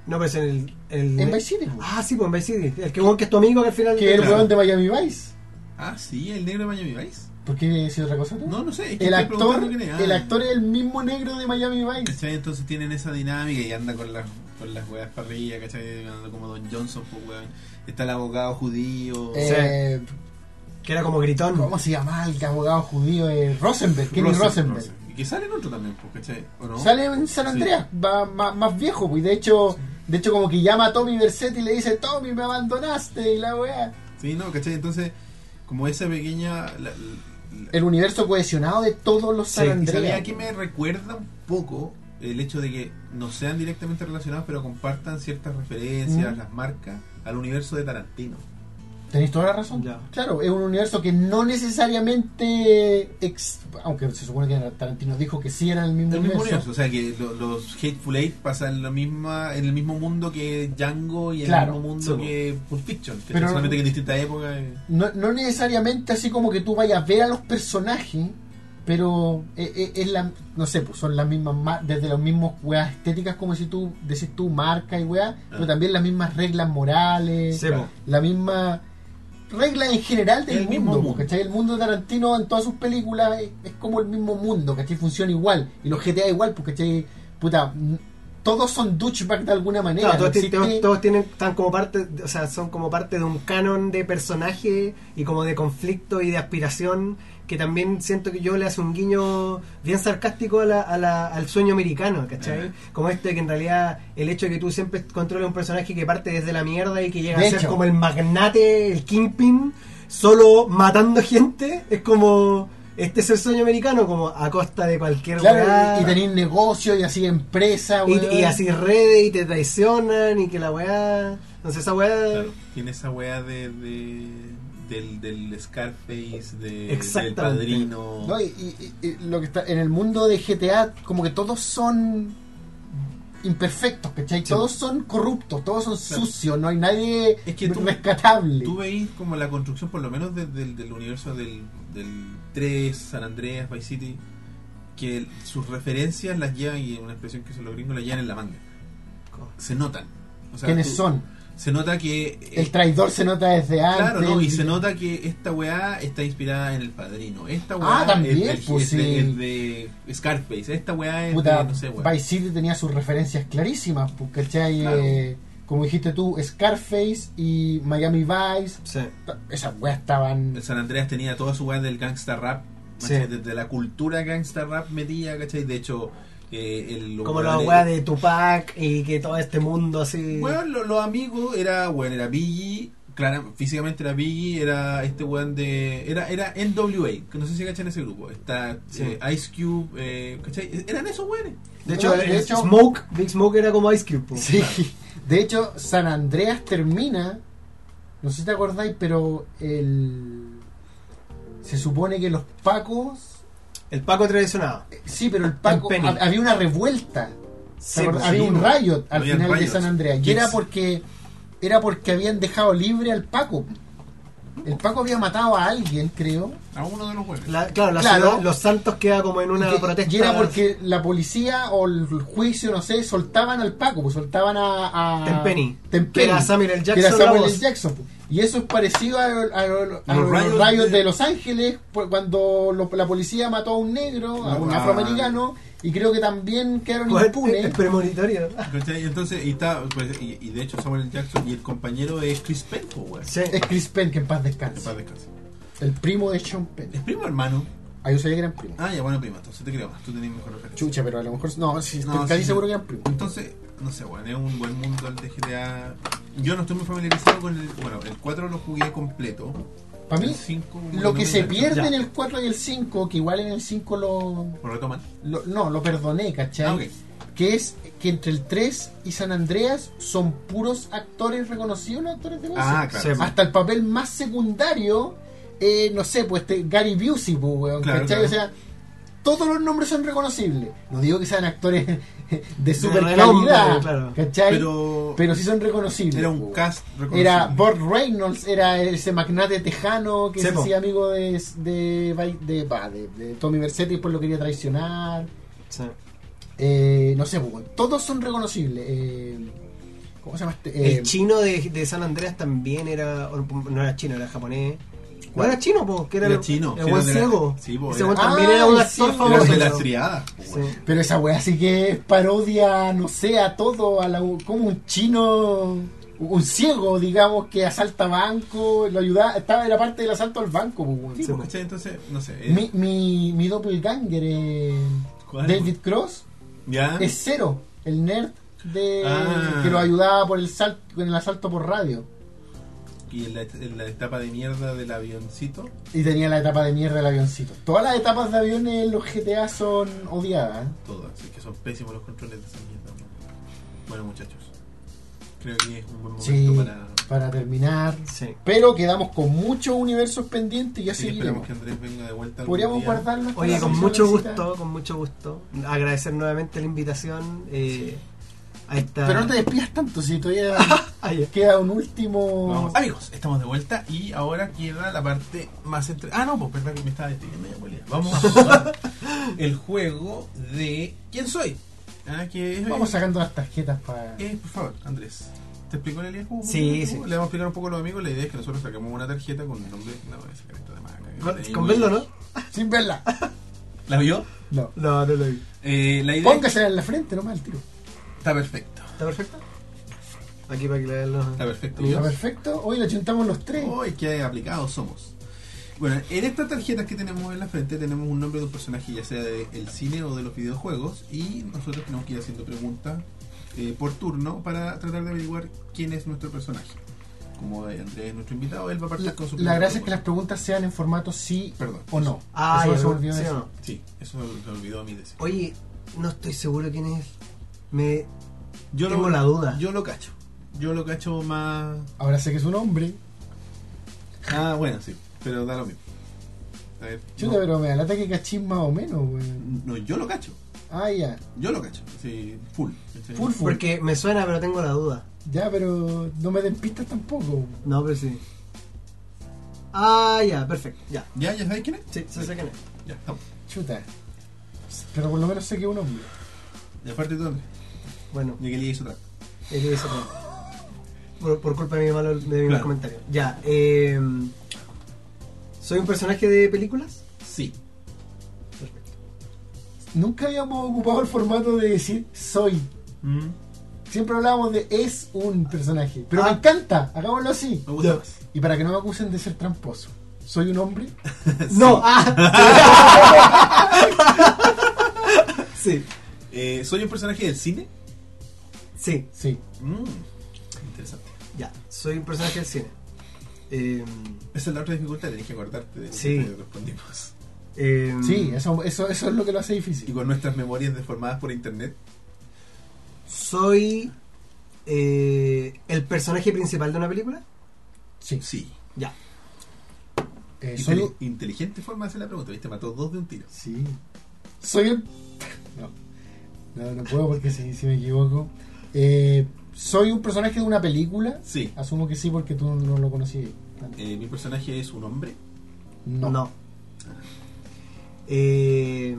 [SPEAKER 2] No, pues en el. el-
[SPEAKER 3] En Vice City, pues.
[SPEAKER 2] Ah, sí, pues en Vice City. El que, bueno, que es tu amigo que al final.
[SPEAKER 3] Que es el
[SPEAKER 1] Claro.
[SPEAKER 3] weón de Miami Vice.
[SPEAKER 1] Ah, sí, el negro de Miami Vice.
[SPEAKER 3] ¿Por qué decir otra cosa tú?
[SPEAKER 1] No, no sé. Es que
[SPEAKER 3] Uh, el,
[SPEAKER 1] estoy
[SPEAKER 3] actor,
[SPEAKER 1] preguntando quién es. Ah,
[SPEAKER 3] el actor es el mismo negro de Miami Vice.
[SPEAKER 1] ¿Cachai? Entonces tienen esa dinámica y anda con las con las weas parrillas, ¿cachai? Anda como Don Johnson, pues weón. Está el abogado judío.
[SPEAKER 3] Eh,
[SPEAKER 2] Que era como gritón.
[SPEAKER 3] ¿Cómo se llama el abogado judío? Eh, Rosenberg, Kenny Rosenberg.
[SPEAKER 1] Y que sale en otro también, pues, ¿cachai? ¿O no?
[SPEAKER 3] Sale en San
[SPEAKER 1] Sí.
[SPEAKER 3] Andreas, va más, más viejo, pues, y de hecho, de hecho como que llama a Tommy Versetti y le dice, Tommy, me abandonaste, y la weá.
[SPEAKER 1] Sí, no, ¿cachai? Entonces, como esa pequeña. la- la-
[SPEAKER 3] El universo cohesionado de todos los San
[SPEAKER 2] Sí, y
[SPEAKER 1] ¿Y sabes
[SPEAKER 3] Andreas.
[SPEAKER 1] a qué me recuerda un poco el hecho de que no sean directamente relacionados, pero compartan ciertas referencias,
[SPEAKER 3] Mm.
[SPEAKER 1] las marcas, al universo de Tarantino?
[SPEAKER 3] Tenéis toda la razón.
[SPEAKER 2] Ya.
[SPEAKER 3] Claro, es un universo que no necesariamente... ex- Aunque se supone que Tarantino dijo que sí era el mismo,
[SPEAKER 1] El mismo
[SPEAKER 3] universo.
[SPEAKER 1] universo, o sea que lo- los Hateful Eight pasan en, la misma, en el mismo mundo que Django y en
[SPEAKER 3] Claro,
[SPEAKER 1] el mismo mundo
[SPEAKER 2] sí.
[SPEAKER 1] que Pulp Fiction, que
[SPEAKER 3] Pero-
[SPEAKER 1] solamente que en distintas épocas. eh.
[SPEAKER 3] no, no necesariamente así como que tú vayas a ver a los personajes, pero e- e- es, la, no sé, pues son las mismas, ma- desde las mismas weas estéticas, como si tú decís tú marca y weas, pero también las mismas reglas morales,
[SPEAKER 2] Ah. Sí, po.
[SPEAKER 3] la misma regla en general del
[SPEAKER 1] El mismo
[SPEAKER 3] mundo,
[SPEAKER 1] mundo.
[SPEAKER 3] ¿cachai? El mundo de Tarantino en todas sus películas es, es como el mismo mundo, ¿cachai? Funciona igual, y los GTA igual, porque ¿cachai? Puta, n- todos son douchebag de alguna manera.
[SPEAKER 2] Claro, todos,
[SPEAKER 3] no
[SPEAKER 2] ti-
[SPEAKER 3] existe-
[SPEAKER 2] todos- todos tienen, están como parte, o sea, son como parte de un canon de personaje y como de conflicto y de aspiración que también siento que yo le hace un guiño bien sarcástico a la- a la- al sueño americano, ¿cachai?
[SPEAKER 1] Ajá.
[SPEAKER 2] Como este que en realidad el hecho de que tú siempre controles un personaje que parte desde la mierda y que llega
[SPEAKER 3] De
[SPEAKER 2] a ser
[SPEAKER 3] hecho.
[SPEAKER 2] como el magnate, el kingpin, solo matando gente, es como... Este es el sueño americano, como a costa de cualquier
[SPEAKER 3] Claro,
[SPEAKER 2] weá.
[SPEAKER 3] y, y tenéis negocio y así empresa,
[SPEAKER 2] Y,
[SPEAKER 3] weón.
[SPEAKER 2] y así redes y te traicionan y que la weá. Entonces esa weá.
[SPEAKER 1] Claro, tiene esa weá de, de- del, del Scarface, de, del
[SPEAKER 2] Exactamente.
[SPEAKER 1] padrino.
[SPEAKER 3] No, y, y- y- y lo que está en el mundo de GTA, como que todos son imperfectos, ¿cachai? Todos son corruptos, todos son
[SPEAKER 1] Claro.
[SPEAKER 3] sucios, no hay nadie
[SPEAKER 1] Es que tú-
[SPEAKER 3] rescatable.
[SPEAKER 1] Tú veis como la construcción, por lo menos desde el del universo del, del 3, San Andreas, Vice City, que el- sus referencias las llevan, y una expresión que se los gringos la llevan en la manga. Se notan. O sea,
[SPEAKER 3] ¿Quiénes
[SPEAKER 1] tú-
[SPEAKER 3] son?
[SPEAKER 1] Se nota que. eh,
[SPEAKER 3] El traidor se nota desde antes.
[SPEAKER 1] Claro, ¿no? Y se nota que esta weá está inspirada en El Padrino. Esta weá
[SPEAKER 3] Ah, también,
[SPEAKER 1] es, del-
[SPEAKER 3] pues,
[SPEAKER 1] es
[SPEAKER 3] sí.
[SPEAKER 1] de, es de Scarface. Esta weá es
[SPEAKER 3] Puta,
[SPEAKER 1] de, no sé, weá.
[SPEAKER 3] Vice City tenía sus referencias clarísimas, pues, ¿cachai?
[SPEAKER 1] Claro.
[SPEAKER 3] Eh, como dijiste tú, Scarface y Miami Vice,
[SPEAKER 2] Sí.
[SPEAKER 3] ta- esas weas estaban...
[SPEAKER 1] El San Andreas tenía toda su weá del gangsta rap,
[SPEAKER 2] Sí.
[SPEAKER 1] ¿cachai? desde la cultura gangsta rap metía, ¿cachai? De hecho, eh, el, los
[SPEAKER 2] Como la
[SPEAKER 1] weones-
[SPEAKER 2] weá de Tupac y que todo este mundo así.
[SPEAKER 1] Bueno, lo- los amigos era, bueno, era Biggie, clara, físicamente era Biggie, era este weón de. Era, era NWA, que no sé si cachan ese grupo. Está
[SPEAKER 2] Sí.
[SPEAKER 1] eh, Ice Cube, eh, ¿cachai? Eran esos weones.
[SPEAKER 2] de hecho,
[SPEAKER 3] Bueno,
[SPEAKER 2] el
[SPEAKER 3] de hecho-
[SPEAKER 2] Smoke, Big Smoke era como Ice Cube. po.
[SPEAKER 3] Sí. De hecho, San Andreas termina. No sé si te acordáis, pero el. Se supone que los pacos.
[SPEAKER 2] El Paco traicionado.
[SPEAKER 3] eh, Sí, pero el paco.
[SPEAKER 2] Penny.
[SPEAKER 3] hab- Había una revuelta. ¿te
[SPEAKER 2] Sí,
[SPEAKER 3] acordás?
[SPEAKER 2] po.
[SPEAKER 3] había
[SPEAKER 1] sí,
[SPEAKER 3] un
[SPEAKER 1] po.
[SPEAKER 3] riot al
[SPEAKER 1] Habían
[SPEAKER 3] final de
[SPEAKER 1] riots.
[SPEAKER 3] San Andreas. Y
[SPEAKER 1] Yes.
[SPEAKER 3] era porque. Era porque habían dejado libre al paco. El paco había matado a alguien, creo.
[SPEAKER 1] A uno de los weones.
[SPEAKER 2] La- claro, la
[SPEAKER 3] Claro.
[SPEAKER 2] ciudad- Los Santos queda como en una
[SPEAKER 3] y, que-
[SPEAKER 2] protesta.
[SPEAKER 3] y era porque la policía o el juicio, no sé, soltaban al Paco, pues soltaban a. a
[SPEAKER 2] Tenpenny.
[SPEAKER 3] Tenpenny,
[SPEAKER 2] Que era Samuel L.
[SPEAKER 3] que era
[SPEAKER 2] Jackson la
[SPEAKER 3] Samuel
[SPEAKER 2] voz.
[SPEAKER 3] L. Jackson, pues. Y eso es parecido a, a- a- a los,
[SPEAKER 1] rayos
[SPEAKER 3] rayos, de...
[SPEAKER 1] de
[SPEAKER 3] Los Ángeles, pues, cuando lo- la policía mató a un negro, a un
[SPEAKER 1] Ah.
[SPEAKER 3] afroamericano, y creo que también quedaron
[SPEAKER 2] Pues,
[SPEAKER 3] impunes.
[SPEAKER 2] es premonitorio.
[SPEAKER 1] ¿Cachai? Entonces, y, está, pues, y, y de hecho Samuel L. Jackson y el compañero es Chris Penn, po, weón.
[SPEAKER 2] Sí.
[SPEAKER 3] Eh, Es Chris Penn, que en paz
[SPEAKER 1] Que
[SPEAKER 3] descanse.
[SPEAKER 1] paz descanse.
[SPEAKER 3] El primo de Sean Penn.
[SPEAKER 1] Es primo hermano.
[SPEAKER 3] Ah, yo sabía que eran primos.
[SPEAKER 1] Ah, ya, bueno, prima, entonces te creo más. Tú tenés mejor referencia.
[SPEAKER 3] Chucha, pero a lo mejor. No, sí,
[SPEAKER 1] No,
[SPEAKER 3] estoy casi
[SPEAKER 1] sí,
[SPEAKER 3] seguro
[SPEAKER 1] sí.
[SPEAKER 3] que eran primos.
[SPEAKER 1] Entonces, no sé, bueno, es un buen mundo el de GTA. Yo no estoy muy familiarizado con el. Bueno, el 4 lo jugué completo.
[SPEAKER 3] Para
[SPEAKER 1] El
[SPEAKER 3] mí,
[SPEAKER 1] 5,
[SPEAKER 3] lo que se pierde
[SPEAKER 2] Ya.
[SPEAKER 3] en el 4 y el 5, que igual en el 5 lo,
[SPEAKER 1] Lo retoman.
[SPEAKER 3] lo- No, lo perdoné, ¿cachai?
[SPEAKER 1] Ah, ok.
[SPEAKER 3] Que es que entre el 3 y San Andreas son puros actores reconocidos los actores de música.
[SPEAKER 1] Ah, claro.
[SPEAKER 2] Se-
[SPEAKER 3] Hasta el papel más secundario, eh, no sé, pues este, Gary Busey, pues, weón,
[SPEAKER 1] Claro,
[SPEAKER 3] ¿cachai?
[SPEAKER 1] claro.
[SPEAKER 3] O sea, todos los nombres son reconocibles. No digo que sean actores de super
[SPEAKER 2] renombre,
[SPEAKER 3] calidad,
[SPEAKER 2] claro.
[SPEAKER 3] ¿cachai? Pero,
[SPEAKER 1] Pero,
[SPEAKER 3] sí son reconocibles.
[SPEAKER 1] era
[SPEAKER 3] pues,
[SPEAKER 1] un cast reconocido.
[SPEAKER 3] Era Burt Reynolds, era ese magnate tejano que
[SPEAKER 2] Sí,
[SPEAKER 3] se
[SPEAKER 2] po.
[SPEAKER 3] hacía amigo de de, Vai- de, va, de- de Tommy Versetti y después lo quería traicionar.
[SPEAKER 2] Sí.
[SPEAKER 3] Eh, no sé, po, todos son reconocibles. Eh, ¿Cómo se llama este? Eh,
[SPEAKER 2] el chino de, de San Andreas también era. o No era chino, era japonés. No
[SPEAKER 3] ¿Cuál?
[SPEAKER 2] era chino, po, que era,
[SPEAKER 1] Era chino,
[SPEAKER 2] El
[SPEAKER 1] sí,
[SPEAKER 2] buen
[SPEAKER 1] era de la-
[SPEAKER 2] ciego.
[SPEAKER 1] sí, po,
[SPEAKER 2] Ese
[SPEAKER 1] era-
[SPEAKER 2] weón también
[SPEAKER 3] Ah,
[SPEAKER 2] era un
[SPEAKER 3] el
[SPEAKER 2] actor
[SPEAKER 3] ciego.
[SPEAKER 1] Era
[SPEAKER 2] famoso.
[SPEAKER 1] de las triadas.
[SPEAKER 2] Sí.
[SPEAKER 1] bueno.
[SPEAKER 3] Pero esa wea sí que es parodia, no sé, a todo, a la, como un chino, un ciego, digamos, que asalta banco, lo ayuda, estaba en la parte del asalto al banco. po, weón.
[SPEAKER 1] Sí,
[SPEAKER 2] Sí,
[SPEAKER 1] pues,
[SPEAKER 2] po.
[SPEAKER 1] ¿cachai? Entonces, no sé. eh,
[SPEAKER 3] Mi, mi, mi doppelganger, eh,
[SPEAKER 1] ¿Cuál? pues?
[SPEAKER 3] David Cross,
[SPEAKER 1] ¿Ya?
[SPEAKER 3] es cero, el nerd de
[SPEAKER 1] Ah.
[SPEAKER 3] que lo ayudaba por el salto, con el asalto por radio.
[SPEAKER 1] Y en la, en la etapa de mierda del avioncito.
[SPEAKER 3] Y tenía la etapa de mierda del avioncito. Todas las etapas de aviones en los GTA son odiadas. ¿eh?
[SPEAKER 1] Todo, así que son pésimos los controles de esa mierda. bueno. Bueno, muchachos. Creo que es un buen momento
[SPEAKER 3] Sí,
[SPEAKER 1] para.
[SPEAKER 3] para terminar.
[SPEAKER 2] Sí.
[SPEAKER 3] Pero quedamos con muchos universos pendientes y ya
[SPEAKER 1] Así que
[SPEAKER 3] seguiremos.
[SPEAKER 1] esperemos que Andrés venga de vuelta. algún
[SPEAKER 3] Podríamos
[SPEAKER 1] día.
[SPEAKER 3] guardarlos. para
[SPEAKER 2] Oye,
[SPEAKER 3] la
[SPEAKER 2] con
[SPEAKER 3] próxima
[SPEAKER 2] mucho
[SPEAKER 3] visita.
[SPEAKER 2] gusto, con mucho gusto. Agradecer nuevamente la invitación eh, a esta.
[SPEAKER 3] Pero no te despidas tanto, si todavía
[SPEAKER 2] Ah, ya.
[SPEAKER 3] queda un último.
[SPEAKER 1] Vamos. Amigos, estamos de vuelta y ahora queda la parte más entre... Ah, no, pues verdad que me estaba despidiendo ya, bolía. Vamos a jugar el juego de ¿Quién soy? Ah, que
[SPEAKER 3] Vamos sacando las tarjetas para.
[SPEAKER 1] Eh, por favor, Andrés. ¿Te explicó la idea? ¿Cómo-
[SPEAKER 2] Sí,
[SPEAKER 1] cómo-
[SPEAKER 2] sí.
[SPEAKER 1] Le vamos a explicar un poco a los amigos. La idea es que nosotros sacamos una tarjeta con el nombre... No, voy a sacar esta de marca.
[SPEAKER 2] Con, con verlo, ¿no?
[SPEAKER 3] Sin verla.
[SPEAKER 1] ¿La vio?
[SPEAKER 3] No.
[SPEAKER 2] No, no lo vi.
[SPEAKER 1] Eh, la idea
[SPEAKER 3] Póngasela en la frente nomás el tiro.
[SPEAKER 1] está perfecto.
[SPEAKER 2] ¿Está perfecto? Aquí para que le vean los.
[SPEAKER 1] Está perfecto.
[SPEAKER 3] Está
[SPEAKER 1] ¿vio?
[SPEAKER 3] perfecto. Hoy la chuntamos los tres.
[SPEAKER 1] Uy, qué aplicados somos. Bueno, en estas tarjetas que tenemos en la frente tenemos un nombre de un personaje, ya sea del cine o de los videojuegos, y nosotros tenemos que ir haciendo preguntas eh, por turno para tratar de averiguar quién es nuestro personaje. Como eh, Andrés es nuestro invitado, él va a partir
[SPEAKER 3] La,
[SPEAKER 1] con su
[SPEAKER 3] la
[SPEAKER 1] primera
[SPEAKER 3] gracia es que las
[SPEAKER 1] pregunta.
[SPEAKER 3] preguntas sean en formato sí
[SPEAKER 1] Perdón.
[SPEAKER 3] o no.
[SPEAKER 2] Ah,
[SPEAKER 3] Eso
[SPEAKER 2] ya,
[SPEAKER 3] se me olvidó
[SPEAKER 2] ¿sí o
[SPEAKER 3] decir.
[SPEAKER 2] no?
[SPEAKER 1] Sí, eso se olvidó a mí decir.
[SPEAKER 2] Oye, no estoy seguro quién es. Me.
[SPEAKER 1] Yo
[SPEAKER 2] Tengo la duda.
[SPEAKER 1] Yo lo cacho. Yo lo cacho más...
[SPEAKER 3] Ahora sé que es un hombre.
[SPEAKER 1] Ah, bueno, sí, pero da lo mismo. A ver,
[SPEAKER 3] Chuta,
[SPEAKER 1] no.
[SPEAKER 3] pero me alata que cachín más o menos, weón.
[SPEAKER 1] No, yo lo cacho.
[SPEAKER 3] Ah, ya.
[SPEAKER 1] Yo lo cacho. Sí, full.
[SPEAKER 3] Full, full.
[SPEAKER 2] Porque me suena, pero tengo la duda.
[SPEAKER 3] Ya, pero no me den pistas tampoco.
[SPEAKER 2] No, pero sí. Ah, ya, perfecto. Ya.
[SPEAKER 1] ¿Ya? ¿Ya sabéis quién es?
[SPEAKER 2] Sí, se sé quién es.
[SPEAKER 1] Ya, estamos.
[SPEAKER 3] Chuta. Pero por lo menos sé que es un hombre.
[SPEAKER 1] Y aparte tú, Andrés,
[SPEAKER 2] Bueno,
[SPEAKER 1] ya que le hizo otra.
[SPEAKER 2] él hizo todo. Por, por culpa de mi malo, de mi mal
[SPEAKER 1] Claro.
[SPEAKER 2] comentario. Ya, eh, ¿Soy un personaje de películas?
[SPEAKER 1] Sí.
[SPEAKER 2] Perfecto.
[SPEAKER 3] Nunca habíamos ocupado el formato de decir soy.
[SPEAKER 1] Mm.
[SPEAKER 3] Siempre hablábamos de es un personaje. Pero
[SPEAKER 2] Ah.
[SPEAKER 3] me encanta, hagámoslo así.
[SPEAKER 1] Me gusta
[SPEAKER 2] Ya.
[SPEAKER 1] más.
[SPEAKER 3] Y para que no me acusen de ser tramposo. ¿Soy un hombre?
[SPEAKER 2] ¡No! ¡Ah! sí,
[SPEAKER 1] Eh, ¿Soy un personaje del cine?
[SPEAKER 2] sí,
[SPEAKER 3] Sí.
[SPEAKER 1] Mm, Interesante.
[SPEAKER 2] ya. Soy un personaje del cine. Eh,
[SPEAKER 1] Esa es la otra dificultad, tenés que acordarte de lo
[SPEAKER 2] Sí.
[SPEAKER 1] que respondimos.
[SPEAKER 2] eh,
[SPEAKER 1] Mm.
[SPEAKER 3] Sí, eso, eso, eso es lo que lo hace
[SPEAKER 1] Y
[SPEAKER 3] difícil.
[SPEAKER 1] con nuestras memorias deformadas por internet.
[SPEAKER 2] ¿Soy eh, el personaje principal de una película?
[SPEAKER 3] Sí.
[SPEAKER 1] Sí.
[SPEAKER 2] Ya.
[SPEAKER 3] Eh,
[SPEAKER 1] Inteli-
[SPEAKER 3] soy,
[SPEAKER 1] Inteligente forma de hacer la pregunta, ¿viste? Mató dos de un tiro.
[SPEAKER 3] sí. Soy un... No. No, no puedo porque si, si me equivoco. Eh, ¿Soy un personaje de una película?
[SPEAKER 1] Sí.
[SPEAKER 3] Asumo que sí porque tú no lo conocías. tanto.
[SPEAKER 1] Eh, ¿Mi personaje es un hombre?
[SPEAKER 3] No.
[SPEAKER 2] Eh,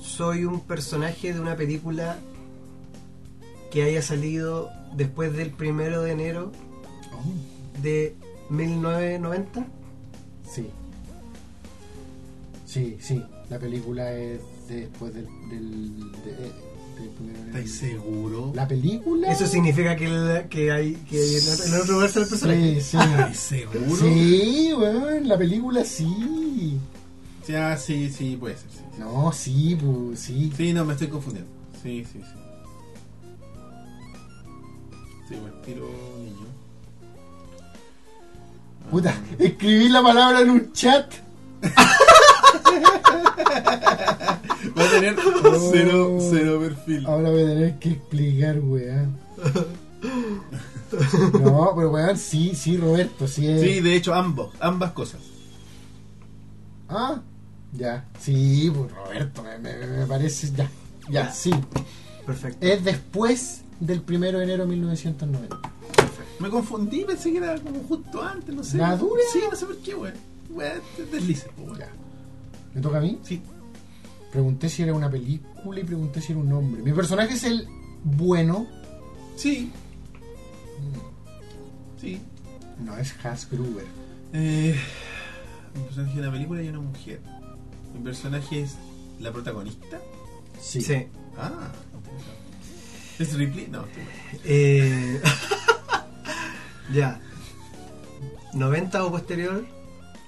[SPEAKER 2] soy un personaje de una película que haya salido después del primero de enero
[SPEAKER 3] Oh,
[SPEAKER 2] de 1990.
[SPEAKER 3] sí. Sí, sí. La película es después del, del, de- que pusieron en el-
[SPEAKER 1] ¿Estáis seguro?
[SPEAKER 3] La película.
[SPEAKER 2] Eso significa que, el- que hay que en otro- en otro lugar está el personaje.
[SPEAKER 3] Sí, sí.
[SPEAKER 1] ¿Estáis seguro?
[SPEAKER 3] sí, weón, la película sí.
[SPEAKER 1] Sí, ah, sí, sí, puede ser. Sí.
[SPEAKER 3] No, sí, pues, sí.
[SPEAKER 1] Sí, no, me estoy confundiendo. Sí, sí, sí. Sí, buen tiro, niño.
[SPEAKER 3] Puta, escribí la palabra en un chat.
[SPEAKER 1] Va a tener cero,
[SPEAKER 3] Oh.
[SPEAKER 1] cero perfil.
[SPEAKER 3] Ahora voy a tener que explicar, weón. No, pero weón, sí, sí, Roberto, sí es.
[SPEAKER 1] Sí, de hecho, ambos, ambas cosas.
[SPEAKER 3] Ah, ya. Sí, pues Roberto, me, me- me parece. Ya, ya, sí.
[SPEAKER 2] Perfecto.
[SPEAKER 3] Es después del 1 de enero de 1990.
[SPEAKER 1] Me confundí, pensé que era como justo antes, no sé.
[SPEAKER 3] ¿La dura?
[SPEAKER 1] Sí, no sé por qué, weón. Weón, te deslices, po, weón.
[SPEAKER 3] Ya. ¿Me toca a mí?
[SPEAKER 1] Sí.
[SPEAKER 3] Pregunté si era una película y pregunté si era un hombre. Mi personaje es el bueno.
[SPEAKER 1] Sí. Sí.
[SPEAKER 3] No, es Hans Gruber.
[SPEAKER 1] Eh, un personaje de una película y una mujer. Mi personaje es la protagonista.
[SPEAKER 3] Sí.
[SPEAKER 2] Sí.
[SPEAKER 1] Ah, interesante. ¿Es Ripley? No, tú, weón.
[SPEAKER 2] Eh, ya. 90 o posterior.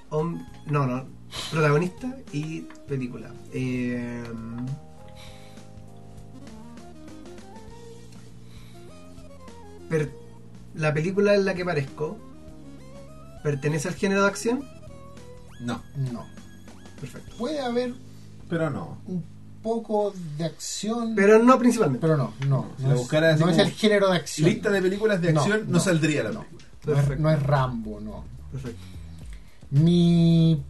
[SPEAKER 2] hom- no, no. Protagonista y película. Eh, per- la película en la que parezco pertenece al género de acción.
[SPEAKER 1] No,
[SPEAKER 3] No.
[SPEAKER 2] Perfecto.
[SPEAKER 3] Puede haber
[SPEAKER 1] pero no.
[SPEAKER 3] un poco de acción.
[SPEAKER 2] Pero no principalmente.
[SPEAKER 3] pero no, no.
[SPEAKER 1] Si
[SPEAKER 3] no
[SPEAKER 1] la
[SPEAKER 3] es-
[SPEAKER 1] buscara así
[SPEAKER 3] no es
[SPEAKER 1] como
[SPEAKER 3] el género de acción.
[SPEAKER 1] Lista de películas de
[SPEAKER 3] No,
[SPEAKER 1] acción no,
[SPEAKER 3] no,
[SPEAKER 1] saldría la
[SPEAKER 3] no.
[SPEAKER 1] película.
[SPEAKER 3] No es,
[SPEAKER 2] Perfecto.
[SPEAKER 3] no es Rambo, no.
[SPEAKER 2] perfecto.
[SPEAKER 3] Mi.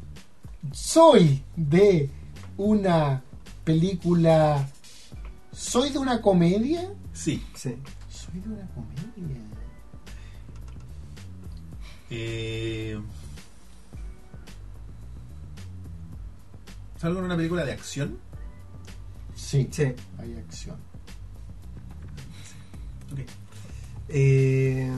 [SPEAKER 3] Soy de una película. Soy de una comedia.
[SPEAKER 1] Sí.
[SPEAKER 2] Sí.
[SPEAKER 3] Soy de una comedia.
[SPEAKER 1] Eh, ¿Salgo en una película de acción?
[SPEAKER 3] Sí,
[SPEAKER 2] Sí.
[SPEAKER 3] hay acción.
[SPEAKER 1] Ok.
[SPEAKER 2] Eh,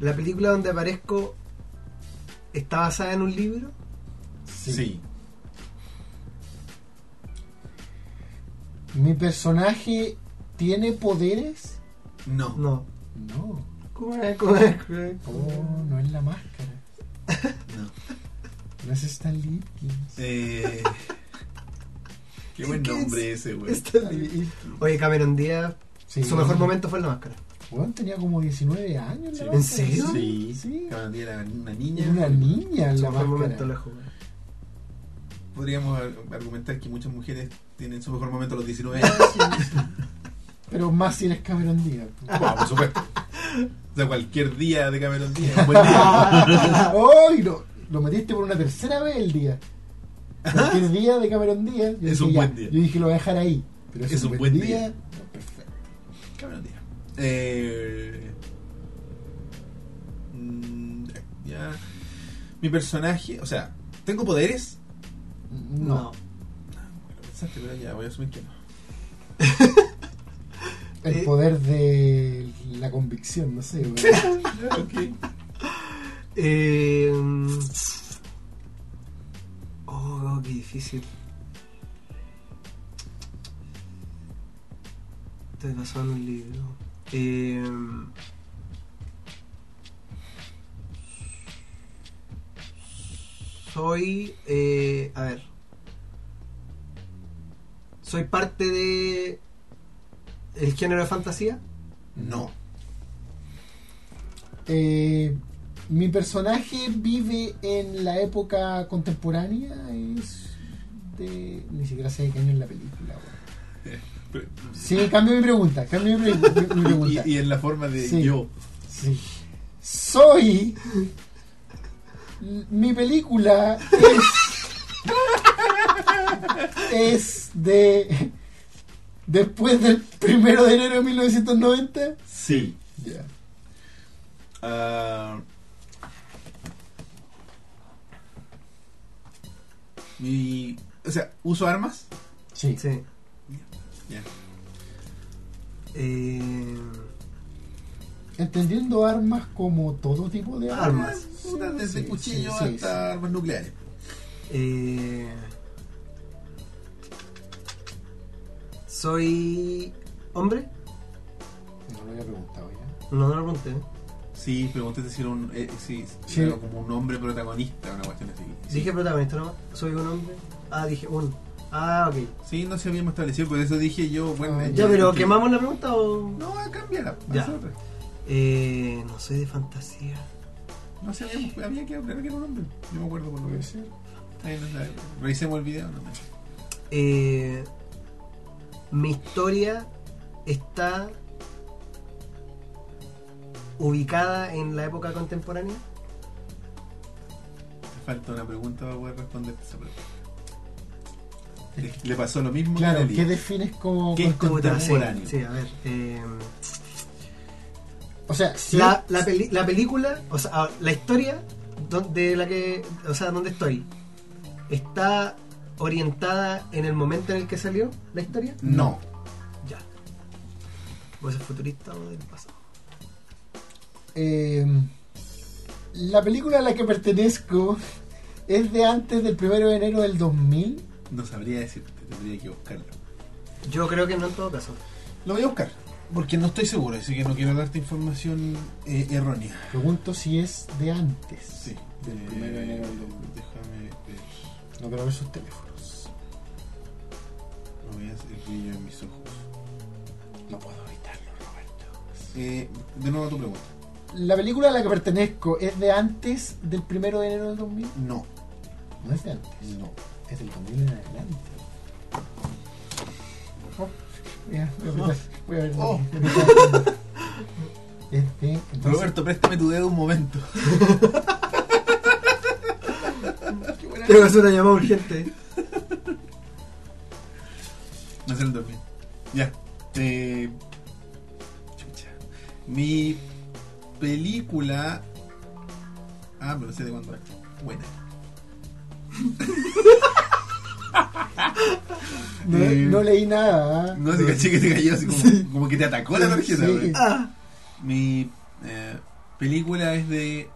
[SPEAKER 2] La película donde aparezco está basada en un libro.
[SPEAKER 1] Sí.
[SPEAKER 3] Mi personaje tiene poderes.
[SPEAKER 1] No. no.
[SPEAKER 2] No.
[SPEAKER 3] No.
[SPEAKER 2] ¿Cómo es? ¿Cómo es? ¿Cómo es?
[SPEAKER 3] Oh, no es la máscara. No es Stan Lipkins.
[SPEAKER 1] Eh, qué buen
[SPEAKER 2] ¿Qué es?
[SPEAKER 1] nombre ese, güey.
[SPEAKER 2] Está el libro. Oye, Cameron Díaz,
[SPEAKER 3] Sí.
[SPEAKER 2] su mejor momento fue en la máscara.
[SPEAKER 3] Weón, tenía como 19 años.
[SPEAKER 1] Sí.
[SPEAKER 3] la
[SPEAKER 2] ¿En
[SPEAKER 3] máscara.
[SPEAKER 2] serio?
[SPEAKER 1] Sí.
[SPEAKER 3] Sí.
[SPEAKER 1] Cada día era una niña.
[SPEAKER 3] Era Una niña en
[SPEAKER 2] Su
[SPEAKER 3] la
[SPEAKER 2] mejor momento la
[SPEAKER 3] máscara.
[SPEAKER 2] jugó.
[SPEAKER 1] Podríamos ar- argumentar que muchas mujeres tienen su mejor momento a los 19 años.
[SPEAKER 3] Pero más si eres Cameron Díaz. pues.
[SPEAKER 1] Bueno, por supuesto. O sea, cualquier día de Cameron Díaz. es un buen día.
[SPEAKER 3] ¡Ay! Lo, lo metiste por una tercera vez el día. Cualquier día de Cameron Díaz.
[SPEAKER 1] Ah.
[SPEAKER 3] yo
[SPEAKER 1] Es
[SPEAKER 3] dije,
[SPEAKER 1] un
[SPEAKER 3] ya,
[SPEAKER 1] buen día.
[SPEAKER 3] Yo dije, lo voy a dejar ahí. Pero es, un, buen día. No, perfecto.
[SPEAKER 1] Cameron Díaz. Eh, mm, ya. Mi personaje, o sea, ¿tengo poderes?
[SPEAKER 3] No.
[SPEAKER 1] Lo pensaste, pero ya voy a asumir que no.
[SPEAKER 3] El
[SPEAKER 2] Eh.
[SPEAKER 3] poder de la convicción, no sé. weón.
[SPEAKER 1] ok.
[SPEAKER 2] Eh, oh, qué difícil. Estoy basado en un libro. Eh, soy. eh, a ver. Soy parte de. El género de fantasía.
[SPEAKER 1] No.
[SPEAKER 3] Eh, mi personaje vive en la época contemporánea. Es de. Ni siquiera sé de qué año es la película. weón.
[SPEAKER 1] Pero-
[SPEAKER 3] Sí, cambio mi pregunta. Cambio mi, pre- mi
[SPEAKER 1] Y,
[SPEAKER 3] pregunta.
[SPEAKER 1] y en la forma de
[SPEAKER 3] Sí.
[SPEAKER 1] yo.
[SPEAKER 3] Sí. Soy. Mi película es. es de. Después del primero de enero de 1990.
[SPEAKER 1] Sí.
[SPEAKER 3] Ya.
[SPEAKER 1] Ah, mi, o sea, uso armas.
[SPEAKER 3] Sí.
[SPEAKER 2] Sí.
[SPEAKER 1] Ya.
[SPEAKER 2] Em, Eh,
[SPEAKER 3] Entendiendo armas como todo tipo de armas.
[SPEAKER 2] Armas.
[SPEAKER 1] Puta, desde
[SPEAKER 3] Ah, Sí,
[SPEAKER 1] cuchillos
[SPEAKER 3] sí, sí,
[SPEAKER 1] hasta armas nucleares.
[SPEAKER 2] Eh, ¿Soy hombre?
[SPEAKER 3] No lo había preguntado ya.
[SPEAKER 2] No, no lo pregunté.
[SPEAKER 1] Sí, preguntaste si era un, eh, si, si
[SPEAKER 3] Sí.
[SPEAKER 1] era como un hombre protagonista, una cuestión así. Sí,
[SPEAKER 2] Dije protagonista nomás. ¿Soy un hombre? Ah, dije un. Ah, ok.
[SPEAKER 1] Sí, no se habíamos establecido, por eso dije yo, bueno...
[SPEAKER 3] Ah,
[SPEAKER 1] eh,
[SPEAKER 2] Ya, pero
[SPEAKER 1] que-
[SPEAKER 2] ¿quemamos la pregunta o...?
[SPEAKER 1] No, cámbiala.
[SPEAKER 2] Ya.
[SPEAKER 1] haz otra.
[SPEAKER 2] Eh, no soy de fantasía.
[SPEAKER 1] No se habíamos, había que aclarar que era un hombre. Yo me acuerdo por lo que
[SPEAKER 3] Puede
[SPEAKER 1] decía.
[SPEAKER 3] ser.
[SPEAKER 1] Ahí no sabe. Revisemos el video. No, no.
[SPEAKER 2] Eh, mi historia está ubicada en la época contemporánea.
[SPEAKER 1] Te falta una pregunta para poder responderte esa pregunta. Le- Le pasó lo mismo que a
[SPEAKER 3] Claro,
[SPEAKER 1] Nelly.
[SPEAKER 3] ¿qué defines como
[SPEAKER 1] ¿Qué es
[SPEAKER 3] con-
[SPEAKER 2] Puta, sí,
[SPEAKER 1] Contemporáneo.
[SPEAKER 2] sí, a ver. eh,
[SPEAKER 3] O sea, si
[SPEAKER 2] la, la peli- la película, o sea, ah, la historia don- de la que, o sea, donde estoy, está orientada en el momento en el que salió la historia.
[SPEAKER 1] No.
[SPEAKER 2] Ya. ¿Vos es futurista o del pasado?
[SPEAKER 3] eh, la película a la que pertenezco es de antes del 1 de enero del 2000,
[SPEAKER 1] No sabría decirte, tendría que buscarlo.
[SPEAKER 2] Yo creo que no en todo caso.
[SPEAKER 1] Lo voy a buscar, porque no estoy seguro, así que no quiero darte información eh, errónea.
[SPEAKER 3] pregunto si es de antes.
[SPEAKER 1] Sí.
[SPEAKER 3] Del
[SPEAKER 1] eh,
[SPEAKER 3] primero de enero del 2000.
[SPEAKER 1] Déjame ver.
[SPEAKER 3] No creo ver sus teléfonos.
[SPEAKER 1] No veas el brillo en mis ojos.
[SPEAKER 3] No puedo evitarlo, Roberto.
[SPEAKER 1] Eh, de nuevo tu pregunta.
[SPEAKER 3] La película a la que pertenezco es de antes del 1 de enero del 2000.
[SPEAKER 1] No.
[SPEAKER 3] No es de antes.
[SPEAKER 1] No.
[SPEAKER 3] Es del 2000 en adelante. Oh, ya, voy a apretar, voy a ver.
[SPEAKER 1] Oh.
[SPEAKER 3] Es de. entonces,
[SPEAKER 1] Roberto, préstame tu dedo un momento.
[SPEAKER 2] Creo que es una llamada urgente.
[SPEAKER 1] No sé el 2000. Ya. Eh, chucha. Mi película. Ah, pero sé de cuándo es. Buena.
[SPEAKER 3] No,
[SPEAKER 1] eh,
[SPEAKER 3] no leí nada. ¿ah?
[SPEAKER 1] No sé, caché que te cayó así como, como que te atacó la tarjeta.
[SPEAKER 3] Sí.
[SPEAKER 1] güey.
[SPEAKER 2] Ah.
[SPEAKER 1] Mi eh, película es de.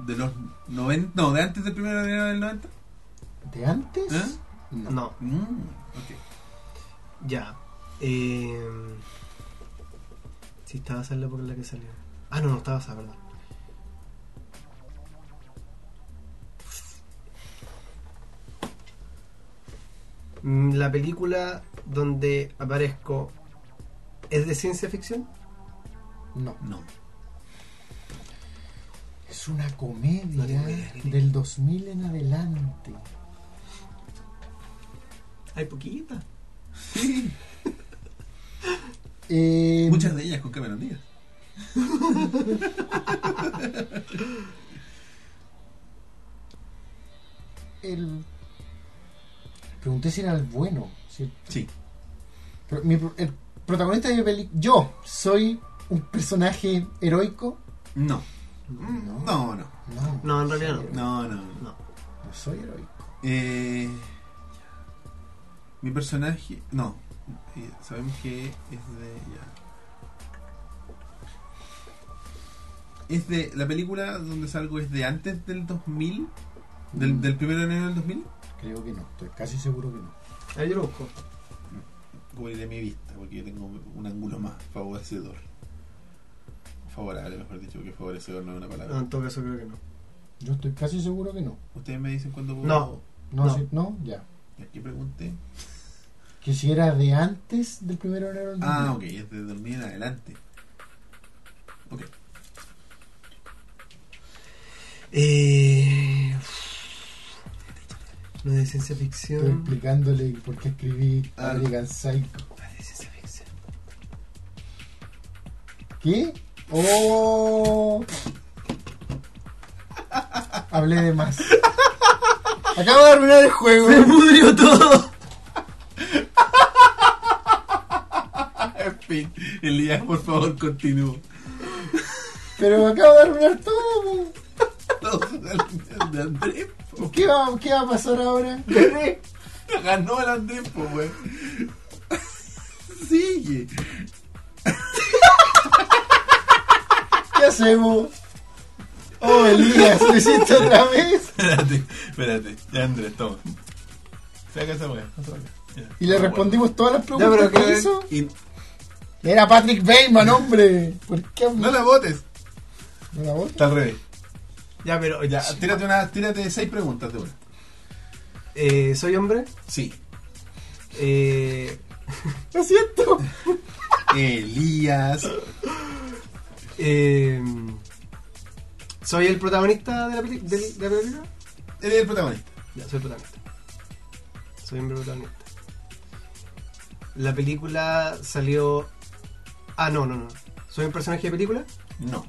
[SPEAKER 1] De los 90. No, de antes del primero de enero del 90.
[SPEAKER 3] ¿De antes?
[SPEAKER 1] ¿Eh?
[SPEAKER 3] No.
[SPEAKER 2] No,
[SPEAKER 1] Mm, ok.
[SPEAKER 2] ya. Eh, sí, estaba esa es la por la que salió. Ah, no, no estaba esa, perdón. Mm, La película donde aparezco es de ciencia ficción.
[SPEAKER 3] No.
[SPEAKER 1] No.
[SPEAKER 3] Es una comedia
[SPEAKER 2] No tengo idea, ni idea.
[SPEAKER 3] del 2000 en adelante.
[SPEAKER 2] Hay poquita.
[SPEAKER 1] Sí.
[SPEAKER 3] Eh,
[SPEAKER 1] Muchas de ellas con Cameron Díaz.
[SPEAKER 3] el- Pregunté si era el bueno. si-
[SPEAKER 1] Sí.
[SPEAKER 3] pero mi pro- el protagonista de mi película. Yo soy un personaje heroico.
[SPEAKER 1] No. Mm, No, no.
[SPEAKER 3] No,
[SPEAKER 2] No, en realidad
[SPEAKER 3] soy heroico.
[SPEAKER 1] No, no, no.
[SPEAKER 2] No.
[SPEAKER 3] No soy heroico.
[SPEAKER 1] Eh, mi personaje. No. eh, Sabemos que es de. ya. Es de. La película donde salgo es de antes del 2000. Del,
[SPEAKER 3] Mm.
[SPEAKER 1] del primero de enero del 2000.
[SPEAKER 3] Creo que no, estoy casi seguro que no.
[SPEAKER 2] A ver, Ah, yo lo busco.
[SPEAKER 1] Como de mi vista, porque yo tengo un ángulo más favorecedor. Favorable, mejor dicho, porque favorecedor no es una
[SPEAKER 2] No,
[SPEAKER 1] palabra.
[SPEAKER 2] en todo caso creo que no.
[SPEAKER 3] Yo estoy casi seguro que no.
[SPEAKER 1] Ustedes me dicen cuándo puedo.
[SPEAKER 2] No.
[SPEAKER 3] No,
[SPEAKER 2] No.
[SPEAKER 3] sí, no, ya.
[SPEAKER 1] Aquí pregunté.
[SPEAKER 3] Que si era de antes del primero de enero del
[SPEAKER 1] Ah,
[SPEAKER 3] 2000.
[SPEAKER 1] ok, es de dormir en adelante. Ok.
[SPEAKER 2] Eh, no es de ciencia ficción.
[SPEAKER 3] Estoy explicándole por qué escribí
[SPEAKER 1] Ah.
[SPEAKER 3] American Psycho.
[SPEAKER 2] No Ah, es de ciencia ficción.
[SPEAKER 3] ¿Qué? ¡Oh! Hablé de más. Acabo de arruinar el juego.
[SPEAKER 2] ¡Se pudrió todo!
[SPEAKER 1] En fin, Elías, por favor, continúo.
[SPEAKER 3] Pero acabo de arruinar todo.
[SPEAKER 1] De Andrés, po.
[SPEAKER 3] ¿Qué va, qué va a pasar ahora?
[SPEAKER 1] ganó el Andrés, po, güey. Sigue.
[SPEAKER 3] hacemos? Oh, Elías, ¿lo hiciste otra vez?
[SPEAKER 1] Espérate, espérate. Ya, Andrés, toma. Saca esa weá. saca esa weá. Ya.
[SPEAKER 3] Y le
[SPEAKER 1] Toma,
[SPEAKER 3] respondimos todas las
[SPEAKER 2] Ya,
[SPEAKER 3] preguntas
[SPEAKER 2] pero
[SPEAKER 3] que
[SPEAKER 2] que-
[SPEAKER 3] hizo.
[SPEAKER 1] weá. Y
[SPEAKER 3] Era Patrick Bateman, hombre. ¿Por qué
[SPEAKER 1] no la votes.
[SPEAKER 3] ¿No la voz?
[SPEAKER 1] Está al revés.
[SPEAKER 2] Ya, pero
[SPEAKER 1] Ya,
[SPEAKER 2] ya.
[SPEAKER 1] tírate, una, tírate seis preguntas de una.
[SPEAKER 2] Eh, soy hombre.
[SPEAKER 1] Sí.
[SPEAKER 2] Eh,
[SPEAKER 3] Lo siento.
[SPEAKER 1] Elías.
[SPEAKER 2] eh, soy el protagonista de la, peli- de, de la película.
[SPEAKER 1] Eres el protagonista.
[SPEAKER 2] Ya, soy el protagonista. Soy hombre protagonista. La película salió. Ah, no, no, no. Soy un personaje de película.
[SPEAKER 1] No.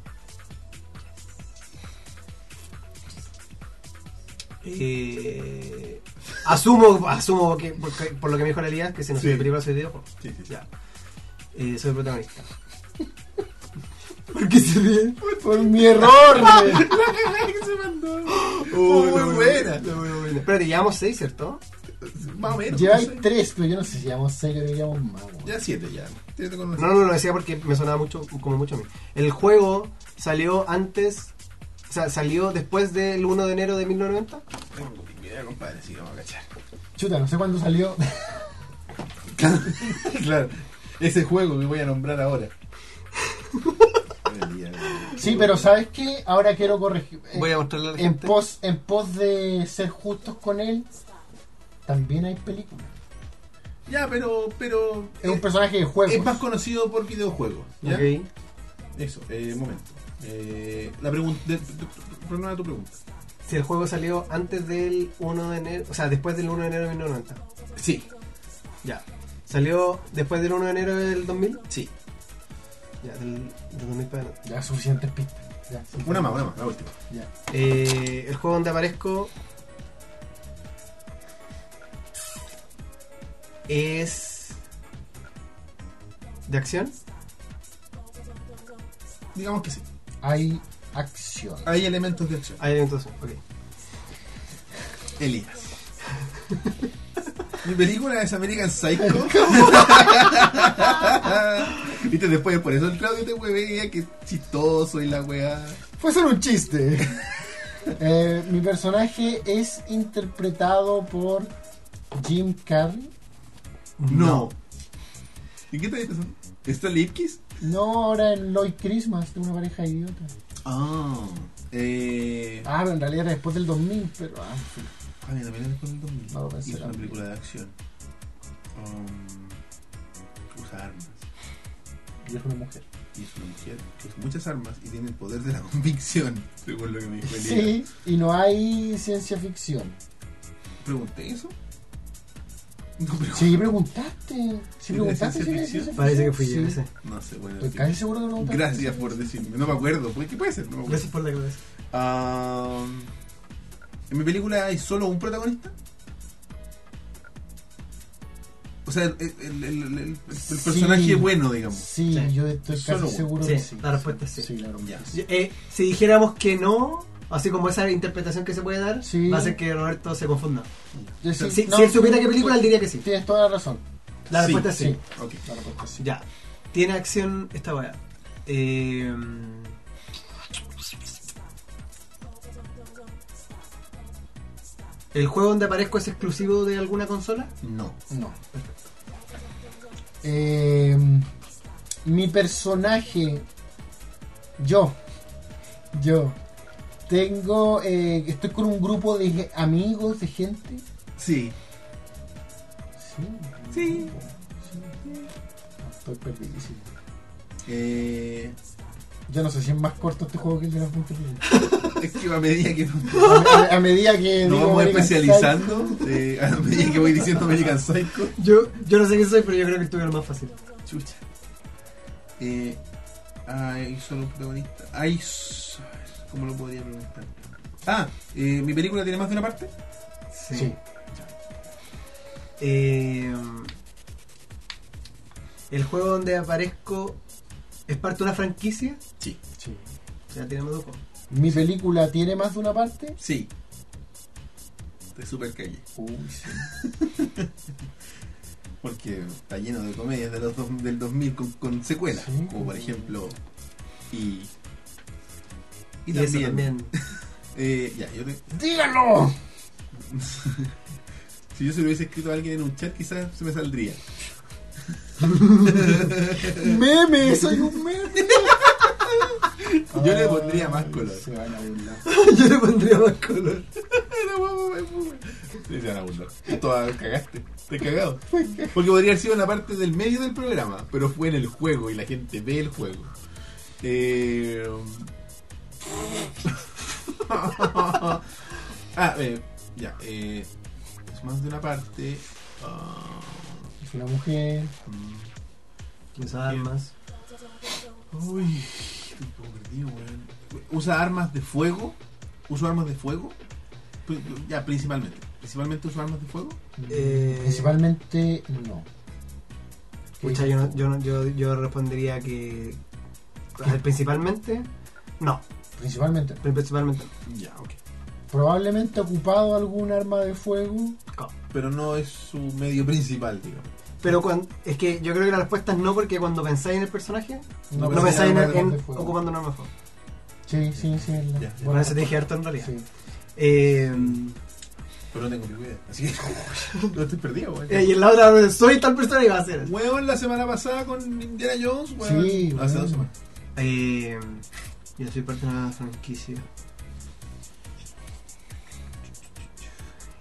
[SPEAKER 2] Eh, asumo, asumo que por, que- por lo que me dijo la Elías, que si no soy
[SPEAKER 1] Sí.
[SPEAKER 2] de película soy de videojuego.
[SPEAKER 1] Sí, sí, sí.
[SPEAKER 2] Ya. Eh, soy el protagonista. ¿Por qué se ríe?
[SPEAKER 3] Por mi error. güey.
[SPEAKER 1] Oh, muy buena.
[SPEAKER 2] muy buena. Espérate, llevamos seis, ¿cierto?
[SPEAKER 1] Más o menos.
[SPEAKER 3] Ya
[SPEAKER 1] no
[SPEAKER 3] hay
[SPEAKER 1] sé.
[SPEAKER 3] tres, pero yo no sé si llevamos seis, yo creo que llevamos más. güey.
[SPEAKER 1] Ya siete, ya. Tírate con una.
[SPEAKER 2] No, no, no, lo decía porque me sonaba mucho, como mucho a mí. El juego salió antes, o sea, salió después del 1 de enero de 1990.
[SPEAKER 1] Tengo mi idea, compadre, sí, vamos a cachar.
[SPEAKER 3] Chuta, no sé cuándo salió.
[SPEAKER 1] claro. Ese juego que voy a nombrar ahora. Elías,
[SPEAKER 3] Sí, pero ¿sabes qué? Ahora quiero corregir. Eh,
[SPEAKER 2] Voy a mostrarle a la
[SPEAKER 3] en
[SPEAKER 2] gente.
[SPEAKER 3] pos, en pos de ser justos con él, también hay películas.
[SPEAKER 1] Ya, pero. pero
[SPEAKER 3] Es un
[SPEAKER 1] eh,
[SPEAKER 3] personaje de juego.
[SPEAKER 1] es más conocido por videojuegos. ¿ya?
[SPEAKER 2] Ok.
[SPEAKER 1] Eso, eh, momento. Eh, la pregunta. de- de- Problema de tu pregunta.
[SPEAKER 2] Si el juego salió antes del 1 de enero, o sea, después del 1 de enero de 1990.
[SPEAKER 1] Sí,
[SPEAKER 2] Ya. Salió después del 1 de enero del 2000.
[SPEAKER 1] sí.
[SPEAKER 2] Ya, del, del 2000 para adelante.
[SPEAKER 3] Ya, suficientes pistas. Ya, suficientes.
[SPEAKER 1] Una más, una más, la última.
[SPEAKER 3] Ya.
[SPEAKER 2] Eh, el juego donde aparezco es de acción.
[SPEAKER 1] Digamos que sí.
[SPEAKER 3] Hay acción.
[SPEAKER 1] Hay elementos de acción.
[SPEAKER 2] Ahí Ah, entonces, ok.
[SPEAKER 1] Elías. Mi película es American Psycho. Viste, después por eso el Claudio te huevea, que chistoso y la weá.
[SPEAKER 3] Fue solo un chiste. Eh, mi personaje es interpretado por Jim Carrey.
[SPEAKER 1] No. ¿Y qué te pensando? ¿Está Lipkis?
[SPEAKER 3] No, ahora en Lloyd Christmas, de una pareja idiota.
[SPEAKER 1] Ah. Eh.
[SPEAKER 3] Ah, pero en realidad era después del 2000, pero. Ah, en fin.
[SPEAKER 1] Ah, mira, también es con el 2000.
[SPEAKER 3] No lo pensé
[SPEAKER 1] Y es una
[SPEAKER 3] también.
[SPEAKER 1] película de acción. Um, usa armas.
[SPEAKER 3] Y es una mujer.
[SPEAKER 1] Y es una mujer que usa muchas armas y tiene el poder de la convicción, según lo que me dijo Elías.
[SPEAKER 3] Sí, y no hay ciencia ficción.
[SPEAKER 1] ¿Pregunté eso? No pregunté.
[SPEAKER 3] Sí, preguntaste. Sí, preguntaste. si era
[SPEAKER 1] ciencia ficción?
[SPEAKER 2] Parece que fui yo
[SPEAKER 3] Sí.
[SPEAKER 2] ese.
[SPEAKER 1] No sé, bueno.
[SPEAKER 3] Estoy
[SPEAKER 1] sí.
[SPEAKER 3] casi seguro que preguntaste.
[SPEAKER 1] Gracias por decirme. No me acuerdo. pues, ¿Qué puede ser? No me acuerdo.
[SPEAKER 2] Gracias por la clase.
[SPEAKER 1] Am, ¿En mi película hay solo un protagonista? O sea, el, el- el- el- el- el personaje
[SPEAKER 3] Sí.
[SPEAKER 1] bueno, digamos.
[SPEAKER 3] Sí,
[SPEAKER 2] Sí.
[SPEAKER 3] yo estoy casi
[SPEAKER 1] Solo uno.
[SPEAKER 3] seguro
[SPEAKER 2] Sí,
[SPEAKER 3] que sí.
[SPEAKER 2] la respuesta es sí.
[SPEAKER 3] Sí, la respuesta
[SPEAKER 1] Ya.
[SPEAKER 3] es sí.
[SPEAKER 2] Eh, si dijéramos que no, así como esa interpretación que se puede dar,
[SPEAKER 3] Sí.
[SPEAKER 2] va a ser que Roberto se confunda.
[SPEAKER 3] Yo sí-
[SPEAKER 2] Si,
[SPEAKER 3] no,
[SPEAKER 2] si él
[SPEAKER 3] sí,
[SPEAKER 2] supiera qué película, él diría que sí.
[SPEAKER 3] Tienes toda la razón.
[SPEAKER 2] La
[SPEAKER 1] Sí,
[SPEAKER 2] respuesta es pues, sí.
[SPEAKER 3] sí.
[SPEAKER 1] Ok.
[SPEAKER 3] La respuesta es sí.
[SPEAKER 2] Ya. Tiene acción esta weá. Eh, ¿El juego donde aparezco es exclusivo de alguna consola?
[SPEAKER 1] No.
[SPEAKER 3] No. Eh, mi personaje, yo, yo, tengo, eh, estoy con un grupo de ge- amigos, de gente.
[SPEAKER 1] Sí.
[SPEAKER 3] Sí.
[SPEAKER 1] Sí.
[SPEAKER 3] Sí. No, Estoy perdidísimo.
[SPEAKER 1] Eh,
[SPEAKER 3] Yo no sé si es más corto este juego que el de las puntas.
[SPEAKER 1] es que a medida que nos
[SPEAKER 3] A, a- a medida que.
[SPEAKER 1] nos
[SPEAKER 3] digo,
[SPEAKER 1] vamos
[SPEAKER 3] American
[SPEAKER 1] especializando, eh, a medida que voy diciendo American Psycho,
[SPEAKER 2] Yo, yo no sé qué soy, pero yo creo que estuve lo más fácil.
[SPEAKER 1] Chucha. Eh, hay solo un protagonista. Hay. s- ¿Cómo lo podría preguntar? Ah, eh, mi película tiene más de una parte.
[SPEAKER 2] Sí.
[SPEAKER 3] Psycho. Sí.
[SPEAKER 2] Eh, ¿El juego donde aparezco es parte de una franquicia?
[SPEAKER 1] Sí.
[SPEAKER 3] sí.
[SPEAKER 2] O sea, tiene más de un juego.
[SPEAKER 3] Mi película tiene más de una parte.
[SPEAKER 1] Sí. De super calle.
[SPEAKER 3] Uy, sí.
[SPEAKER 1] Porque está lleno de comedias de los dos- del 2000 con, con secuelas.
[SPEAKER 3] Sí.
[SPEAKER 1] Como por ejemplo. Y. Y,
[SPEAKER 2] eso
[SPEAKER 1] también.
[SPEAKER 2] también.
[SPEAKER 1] Eh, ya, yo te-
[SPEAKER 3] ¡Dígalo!
[SPEAKER 1] si yo se lo hubiese escrito a alguien en un chat, quizás se me saldría.
[SPEAKER 3] ¡Meme! ¡Soy un meme!
[SPEAKER 1] Yo le pondría más color.
[SPEAKER 3] Se van a burlar.
[SPEAKER 2] Yo le pondría más color.
[SPEAKER 1] Era guapo, es muy bueno. Sí, se van a burlar. Toda- cagaste. Te he cagado. Porque podría haber sido en la parte del medio del programa, pero fue en el juego y la gente ve el juego. Eh... ah, eh, ya. Eh, es más de una parte. ah,
[SPEAKER 3] Es una mujer.
[SPEAKER 1] mm,
[SPEAKER 2] Usa armas.
[SPEAKER 1] uy, estoy un poco perdido, weón. Usa armas de fuego. Uso armas de fuego. Pri- Ya, principalmente. Principalmente uso armas de fuego.
[SPEAKER 2] Eh,
[SPEAKER 3] Principalmente, no.
[SPEAKER 2] Pucha, yo, no- yo, no- yo, yo respondería que. a ver, Principalmente. No,
[SPEAKER 3] Principalmente.
[SPEAKER 2] pero principalmente no.
[SPEAKER 1] Ya, ok.
[SPEAKER 3] Probablemente ocupado algún arma de fuego.
[SPEAKER 2] Co-
[SPEAKER 1] pero no es su medio principal, digamos.
[SPEAKER 2] Pero cuando, es que yo creo que la respuesta es no, porque cuando pensáis en el personaje,
[SPEAKER 1] No,
[SPEAKER 2] no,
[SPEAKER 1] pero
[SPEAKER 2] pensáis en,
[SPEAKER 3] armas de-
[SPEAKER 2] en
[SPEAKER 3] de fuego.
[SPEAKER 2] ocupando un arma de fuego.
[SPEAKER 3] Sí, sí, sí.
[SPEAKER 1] Ya,
[SPEAKER 3] es la-
[SPEAKER 1] ya.
[SPEAKER 3] buena
[SPEAKER 2] Bueno, eso te dije harto en realidad. Eh,
[SPEAKER 1] Pero no tengo ni idea. Así que no estoy perdido, güey.
[SPEAKER 2] eh, y en la otra, soy tal persona y va a ser. así.
[SPEAKER 1] Weón, la semana pasada con Indiana Jones, weón.
[SPEAKER 3] Sí,
[SPEAKER 1] hace
[SPEAKER 3] weón.
[SPEAKER 1] dos semanas.
[SPEAKER 2] Eh, yo soy parte de una franquicia.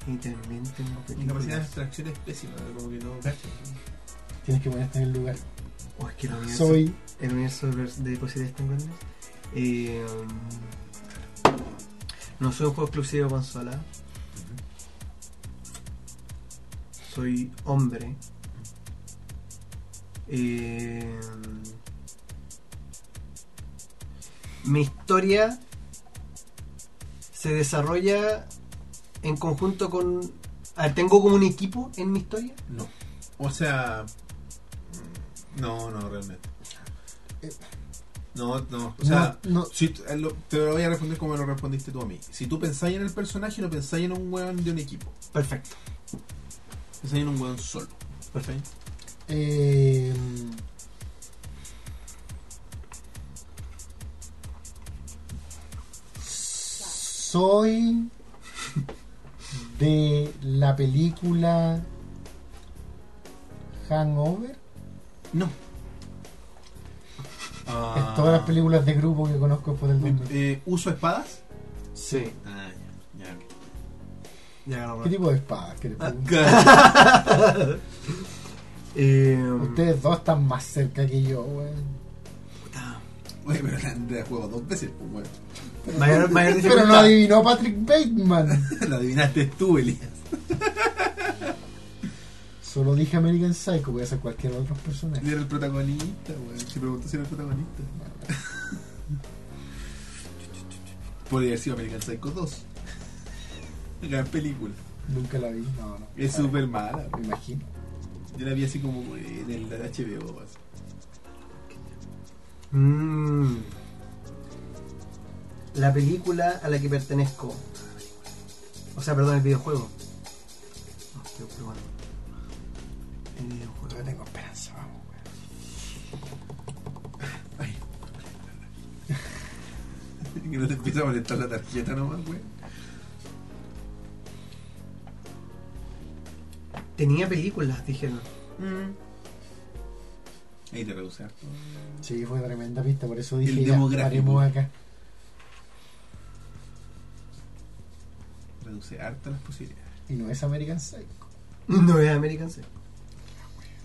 [SPEAKER 2] Y también tengo
[SPEAKER 1] Mi capacidad de
[SPEAKER 2] películas.
[SPEAKER 1] abstracción es pésima, como que no cacho.
[SPEAKER 3] Tienes que ponerte en el lugar.
[SPEAKER 2] Oh, es que el universo-
[SPEAKER 3] Soy.
[SPEAKER 2] el universo de pers- de posibilidades tan grandes. Eh, no soy un juego exclusivo de consola. Soy hombre. Eh, mi historia se desarrolla en conjunto con... a ver, ¿Tengo como un equipo en mi historia?
[SPEAKER 1] No. O sea. No, no, realmente. No, no. O sea,
[SPEAKER 3] No, no.
[SPEAKER 1] si t- eh, lo- te lo voy a responder como lo respondiste tú a mí. Si tú pensáis en el personaje, no pensáis en un weón de un equipo.
[SPEAKER 2] Perfecto.
[SPEAKER 1] Pensáis en un weón solo. Perfecto.
[SPEAKER 3] Eh, soy de la película Hangover.
[SPEAKER 1] No.
[SPEAKER 3] Es todas las películas de grupo que conozco por el nombre.
[SPEAKER 1] Ah, Eh, ¿Uso espadas?
[SPEAKER 2] Sí.
[SPEAKER 1] Ah, ya, ya.
[SPEAKER 2] Ya ganamos.
[SPEAKER 3] ¿Qué tipo de espada? que le
[SPEAKER 1] Ah,
[SPEAKER 3] pregunto?
[SPEAKER 1] Claro.
[SPEAKER 2] Eh,
[SPEAKER 3] Ustedes dos están más cerca que yo, weón.
[SPEAKER 1] Güey, pero la Andrea jugó dos veces, pues bueno.
[SPEAKER 2] Mayor, mayor
[SPEAKER 3] Pero no
[SPEAKER 2] dificultad.
[SPEAKER 3] adivinó Patrick Bateman.
[SPEAKER 1] La adivinaste tú, Elías.
[SPEAKER 3] Solo dije American Psycho, voy a hacer cualquier otro personaje.
[SPEAKER 1] Era el protagonista, güey. Se preguntó si era el protagonista. Podría haber sido American Psycho 2. Gran película.
[SPEAKER 3] Nunca la vi, no, no.
[SPEAKER 1] Es
[SPEAKER 3] Vale,
[SPEAKER 1] súper mala, güey.
[SPEAKER 3] Me imagino.
[SPEAKER 1] Yo la vi así como güey, en el HBO, así.
[SPEAKER 2] Mm. La película a la que pertenezco. O sea, perdón, el videojuego. No, estoy probando. El videojuego.
[SPEAKER 3] tengo esperanza, vamos, weón.
[SPEAKER 1] Ay. que no te empieza a molestar la tarjeta nomás, güey.
[SPEAKER 2] Tenía películas, dijeron.
[SPEAKER 1] Ahí Mm. te reduce harto.
[SPEAKER 3] Sí, fue tremenda pista, por eso dije
[SPEAKER 1] El
[SPEAKER 3] ya,
[SPEAKER 1] demográfico.
[SPEAKER 3] paremos acá.
[SPEAKER 1] Reduce harto las posibilidades.
[SPEAKER 3] Y no es American Psycho.
[SPEAKER 2] No es American Psycho.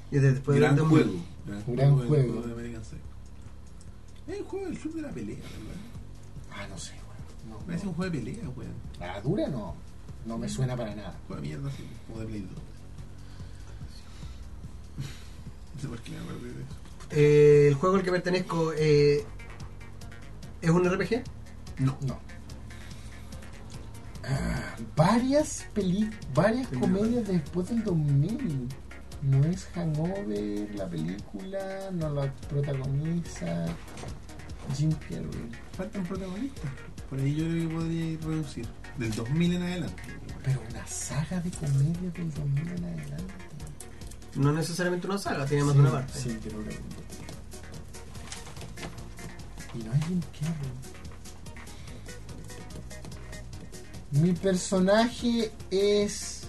[SPEAKER 2] Y desde después
[SPEAKER 1] gran
[SPEAKER 2] del 2000.
[SPEAKER 1] juego.
[SPEAKER 3] Gran
[SPEAKER 1] el
[SPEAKER 3] juego.
[SPEAKER 1] de American Psycho. Es un juego del club de la pelea, weón.
[SPEAKER 3] Ah, no sé, weón. No,
[SPEAKER 1] Parece un
[SPEAKER 3] no.
[SPEAKER 1] juego de pelea, weón.
[SPEAKER 3] La dura no. No me suena para nada.
[SPEAKER 1] Juego de mierda, así, como de Play 2. No sé por qué me acuerdo de eso.
[SPEAKER 2] Eh, el juego al que pertenezco eh, es un RPG.
[SPEAKER 1] No.
[SPEAKER 3] No. Ah, varias peli varias
[SPEAKER 2] Sí,
[SPEAKER 3] comedias después del 2000. No es Hangover, la película, no la protagoniza Jim Carrey.
[SPEAKER 1] Faltan protagonistas. Por ahí yo creo que podría ir reducir. Del 2000 en adelante.
[SPEAKER 3] Pero una saga de comedia del 2000 en adelante.
[SPEAKER 2] No necesariamente una saga, tiene más
[SPEAKER 3] Sí,
[SPEAKER 2] de una parte.
[SPEAKER 3] Sí, te lo pregunto. Y no es Jim Carrey. Mi personaje es.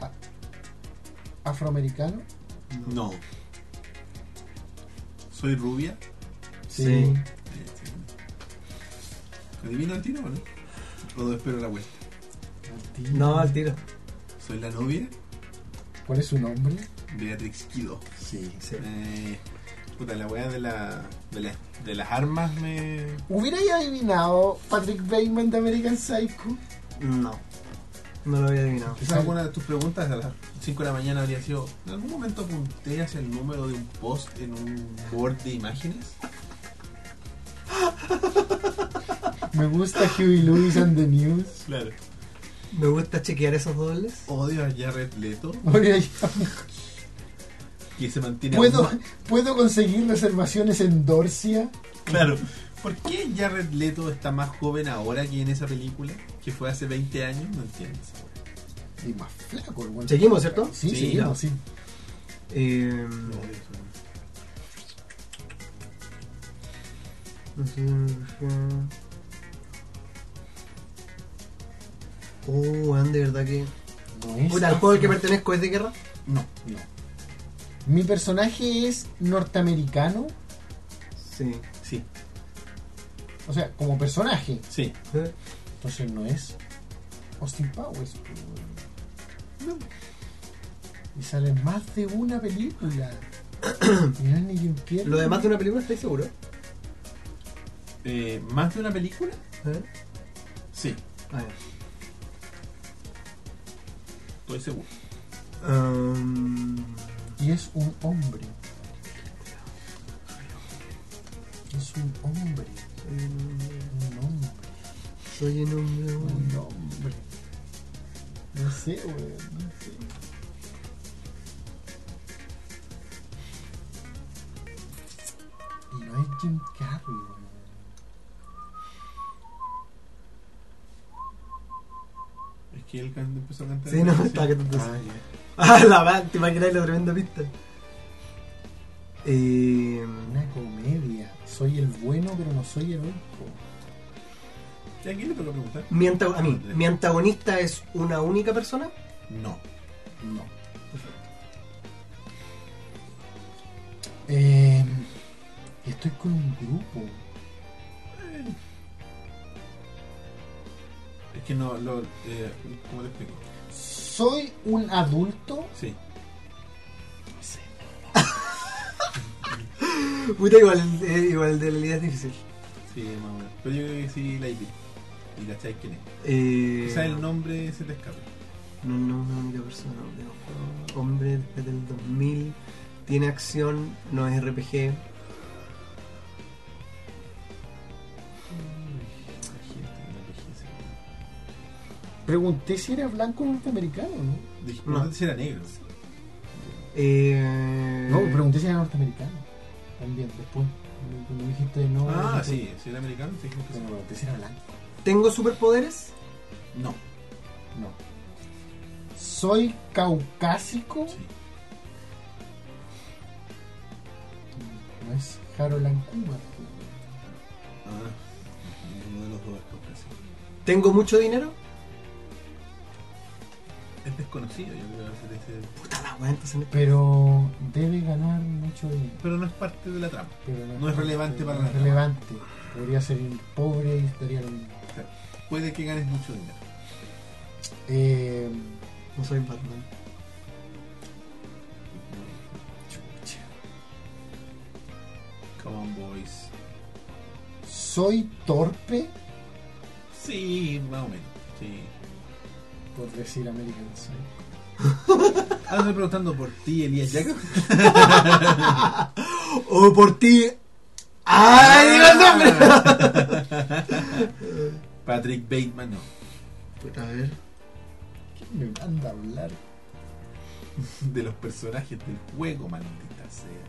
[SPEAKER 3] a- afroamericano.
[SPEAKER 1] No. ¿Soy rubia?
[SPEAKER 2] Sí.
[SPEAKER 1] ¿Adivino el tiro o no? Todo espero la vuelta.
[SPEAKER 3] Al tiro.
[SPEAKER 2] No, al tiro.
[SPEAKER 1] ¿Soy la novia?
[SPEAKER 3] ¿Cuál es su nombre?
[SPEAKER 1] Beatrix Kido.
[SPEAKER 3] Sí.
[SPEAKER 2] Sí.
[SPEAKER 1] Eh, puta, la weá de, la, de, la- de las armas me.
[SPEAKER 3] ¿Hubierais adivinado Patrick Bateman de American Psycho?
[SPEAKER 2] No. No lo había adivinado.
[SPEAKER 1] Quizás alguna de tus preguntas a las 5 de la mañana habría sido: ¿En algún momento apunté hacia el número de un post en un board de imágenes?
[SPEAKER 3] Me gusta Huey Lewis and the News.
[SPEAKER 1] Claro.
[SPEAKER 2] Me gusta chequear esos dobles.
[SPEAKER 1] Odio a Jared Leto,
[SPEAKER 3] Oye,
[SPEAKER 1] que se mantiene.
[SPEAKER 3] ¿Puedo,
[SPEAKER 1] aún más-
[SPEAKER 3] ¿Puedo conseguir reservaciones en Dorsia?
[SPEAKER 1] Claro. ¿Por qué Jared Leto está más joven ahora que en esa película? Que fue hace 20 años, no entiendes.
[SPEAKER 3] Y más flaco el weón.
[SPEAKER 2] Seguimos, ¿cierto?
[SPEAKER 3] Sí,
[SPEAKER 1] Sí,
[SPEAKER 3] seguimos,
[SPEAKER 1] no.
[SPEAKER 3] sí.
[SPEAKER 2] Eh,
[SPEAKER 1] Lo odio, weón.
[SPEAKER 2] Oh, weón, de verdad que.
[SPEAKER 3] No es
[SPEAKER 2] Puta, el juego al que
[SPEAKER 3] afro-
[SPEAKER 2] pertenezco es de guerra.
[SPEAKER 1] No.
[SPEAKER 3] No. Mi personaje es norteamericano,
[SPEAKER 2] Sí.
[SPEAKER 1] Sí,
[SPEAKER 3] o sea, como personaje.
[SPEAKER 1] sí.
[SPEAKER 3] Entonces no es Austin Powers. pues, weón. Y sale en más de una película. y no es ni Jim Carrey.
[SPEAKER 2] Lo demás de una película, ¿estáis seguro?
[SPEAKER 1] Eh, ¿Más de una película?
[SPEAKER 2] ¿Eh?
[SPEAKER 1] Sí,
[SPEAKER 2] A ver.
[SPEAKER 1] estoy seguro.
[SPEAKER 2] Um,
[SPEAKER 3] Y es un hombre. Es un hombre. Un hombre.
[SPEAKER 2] soy un hombre. weón.
[SPEAKER 3] Un hombre. No sé, weón. No sé. Y no es Jim Carrey, weón.
[SPEAKER 1] Es que él can- empezó a cantar.
[SPEAKER 2] Sí, no, estaba que te
[SPEAKER 1] Ah, ya.
[SPEAKER 2] Ah, la va, te imaginas la tremenda pista. Eh,
[SPEAKER 3] Una comedia. Soy el bueno, pero no soy heroico.
[SPEAKER 1] ¿Y a quién le toca preguntar?
[SPEAKER 2] mi anta- a mí, mi antagonista es una única persona.
[SPEAKER 1] No.
[SPEAKER 3] No. Eh, y estoy con un grupo.
[SPEAKER 1] Es que no, lo, eh, ¿cómo te explico?
[SPEAKER 3] Soy un adulto.
[SPEAKER 1] Sí.
[SPEAKER 2] Puta, igual, eh, igual de la idea es difícil.
[SPEAKER 1] Sí, más o menos. Pero yo creo que sí la IP. Y cacháis quién es.
[SPEAKER 2] Eh,
[SPEAKER 1] Quizás el nombre se te escapa.
[SPEAKER 2] No, no, una única persona. de un juego. Hombre desde el 2000. Tiene acción, no es RPG.
[SPEAKER 3] Pregunté si era blanco o norteamericano, ¿no?
[SPEAKER 1] Dije,
[SPEAKER 2] No.
[SPEAKER 1] no sé si era negro.
[SPEAKER 2] Eh,
[SPEAKER 3] No, pregunté si era norteamericano. También, después. Cuando me dijiste no.
[SPEAKER 1] Ah,
[SPEAKER 3] dije,
[SPEAKER 1] sí, si era americano, sí. creo que sí.
[SPEAKER 3] Pero pregunté si era blanco.
[SPEAKER 2] ¿Tengo superpoderes?
[SPEAKER 1] No.
[SPEAKER 3] No. Soy caucásico.
[SPEAKER 1] Sí.
[SPEAKER 3] No es Harold Ancuma.
[SPEAKER 1] Ah. Uno de los dos es caucásico.
[SPEAKER 2] ¿Tengo mucho dinero?
[SPEAKER 1] Es desconocido, yo creo que es ese-
[SPEAKER 2] Puta la weá, entonces no-
[SPEAKER 3] Pero debe ganar mucho dinero.
[SPEAKER 1] Pero no es parte de la trama.
[SPEAKER 3] Pero
[SPEAKER 1] No es relevante para
[SPEAKER 3] no es
[SPEAKER 1] nada.
[SPEAKER 3] relevante. Podría ser pobre y estaría lo mismo.
[SPEAKER 1] Puede que ganes mucho dinero.
[SPEAKER 3] Eh,
[SPEAKER 2] No soy Batman.
[SPEAKER 3] chucha.
[SPEAKER 1] Come on, boys.
[SPEAKER 3] Soy torpe,
[SPEAKER 1] Sí, más o menos. Sí.
[SPEAKER 3] por decir American Psycho.
[SPEAKER 1] Ahora estoy preguntando por ti, Elías Jacob.
[SPEAKER 2] ¡O por ti! ¡Ay, digo el nombre!
[SPEAKER 1] Patrick Bateman, no.
[SPEAKER 2] A ver.
[SPEAKER 3] ¿Quién me manda a hablar?
[SPEAKER 1] De los personajes del juego, maldita sea.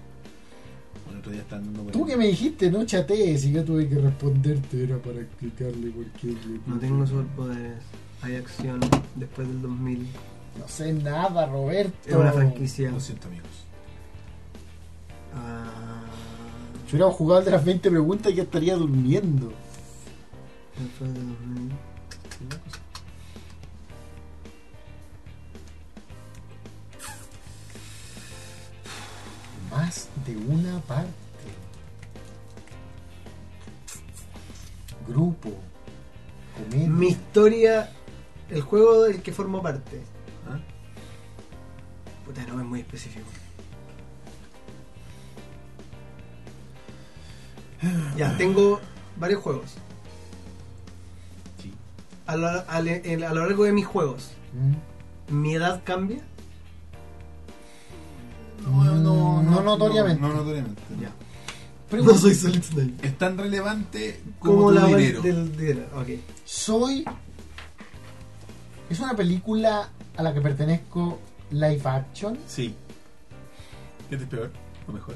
[SPEAKER 1] Bueno, otro día están dando
[SPEAKER 3] Tú que me dijiste, no chatees, y yo tuve que responderte, era para explicarle por qué.
[SPEAKER 2] No tengo superpoderes. Hay acción después del 2000.
[SPEAKER 3] No sé nada, Roberto.
[SPEAKER 2] Es una franquicia.
[SPEAKER 1] Lo siento, amigos.
[SPEAKER 2] Ah,
[SPEAKER 3] Si hubiéramos jugado de las 20 preguntas, ya estaría durmiendo. Más de una parte. Grupo. Comedia.
[SPEAKER 2] Mi historia, el juego del que formo parte.
[SPEAKER 1] ¿Ah?
[SPEAKER 2] Puta, no es muy específico. Ya, tengo varios juegos.
[SPEAKER 1] Sí.
[SPEAKER 2] A lo, a le- en- a lo largo de mis juegos,
[SPEAKER 3] Mm.
[SPEAKER 2] ¿mi edad cambia?
[SPEAKER 3] No, no notoriamente.
[SPEAKER 1] No, no notoriamente.
[SPEAKER 2] Ya.
[SPEAKER 3] Pregunta.
[SPEAKER 2] Solid Snake.
[SPEAKER 1] Es tan relevante como,
[SPEAKER 2] Como
[SPEAKER 1] tu
[SPEAKER 2] la
[SPEAKER 1] dinero.
[SPEAKER 2] del dinero. Ok.
[SPEAKER 3] Soy. Es una película a la que pertenezco live action.
[SPEAKER 1] Sí. ¿Qué te es peor? O mejor.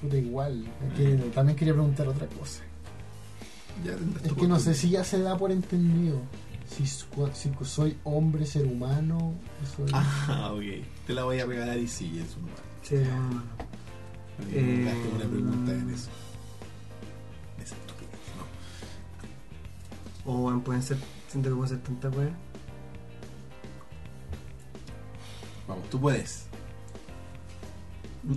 [SPEAKER 3] Puta, igual. Es que también quería preguntar otra cosa.
[SPEAKER 1] Ya tendrás tu
[SPEAKER 3] Es que no sé
[SPEAKER 1] oportunidad.
[SPEAKER 3] si ya se da por entendido. Si, su- si soy hombre, ser humano. Soy...
[SPEAKER 1] Ah, ok. Te la voy a pegar a DC en su lugar.
[SPEAKER 2] Sí, no, no, no.
[SPEAKER 1] Porque
[SPEAKER 2] Eh,
[SPEAKER 1] me dejaste una pregunta en eso. Esa estupidez, no.
[SPEAKER 2] O bueno, pueden ser. Siento que pueden ser tanta wea.
[SPEAKER 1] Vamos, tú puedes.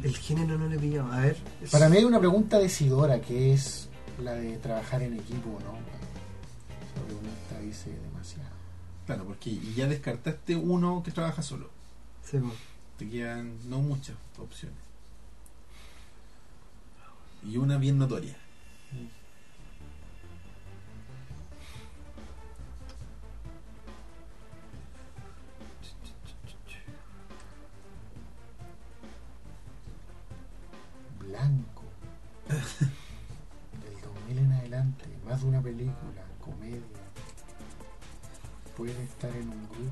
[SPEAKER 2] El género no le he pillado. A ver. es-
[SPEAKER 3] Para mí hay una pregunta decidora que es la de trabajar en equipo, ¿no? Esa pregunta dice demasiado.
[SPEAKER 1] Claro, porque ya descartaste uno que trabaja solo.
[SPEAKER 2] Sí, bueno.
[SPEAKER 1] Te quedan no muchas opciones. Y una bien notoria.
[SPEAKER 3] Blanco. Del 2000 en adelante, más de una película, comedia. Puede estar en un grupo.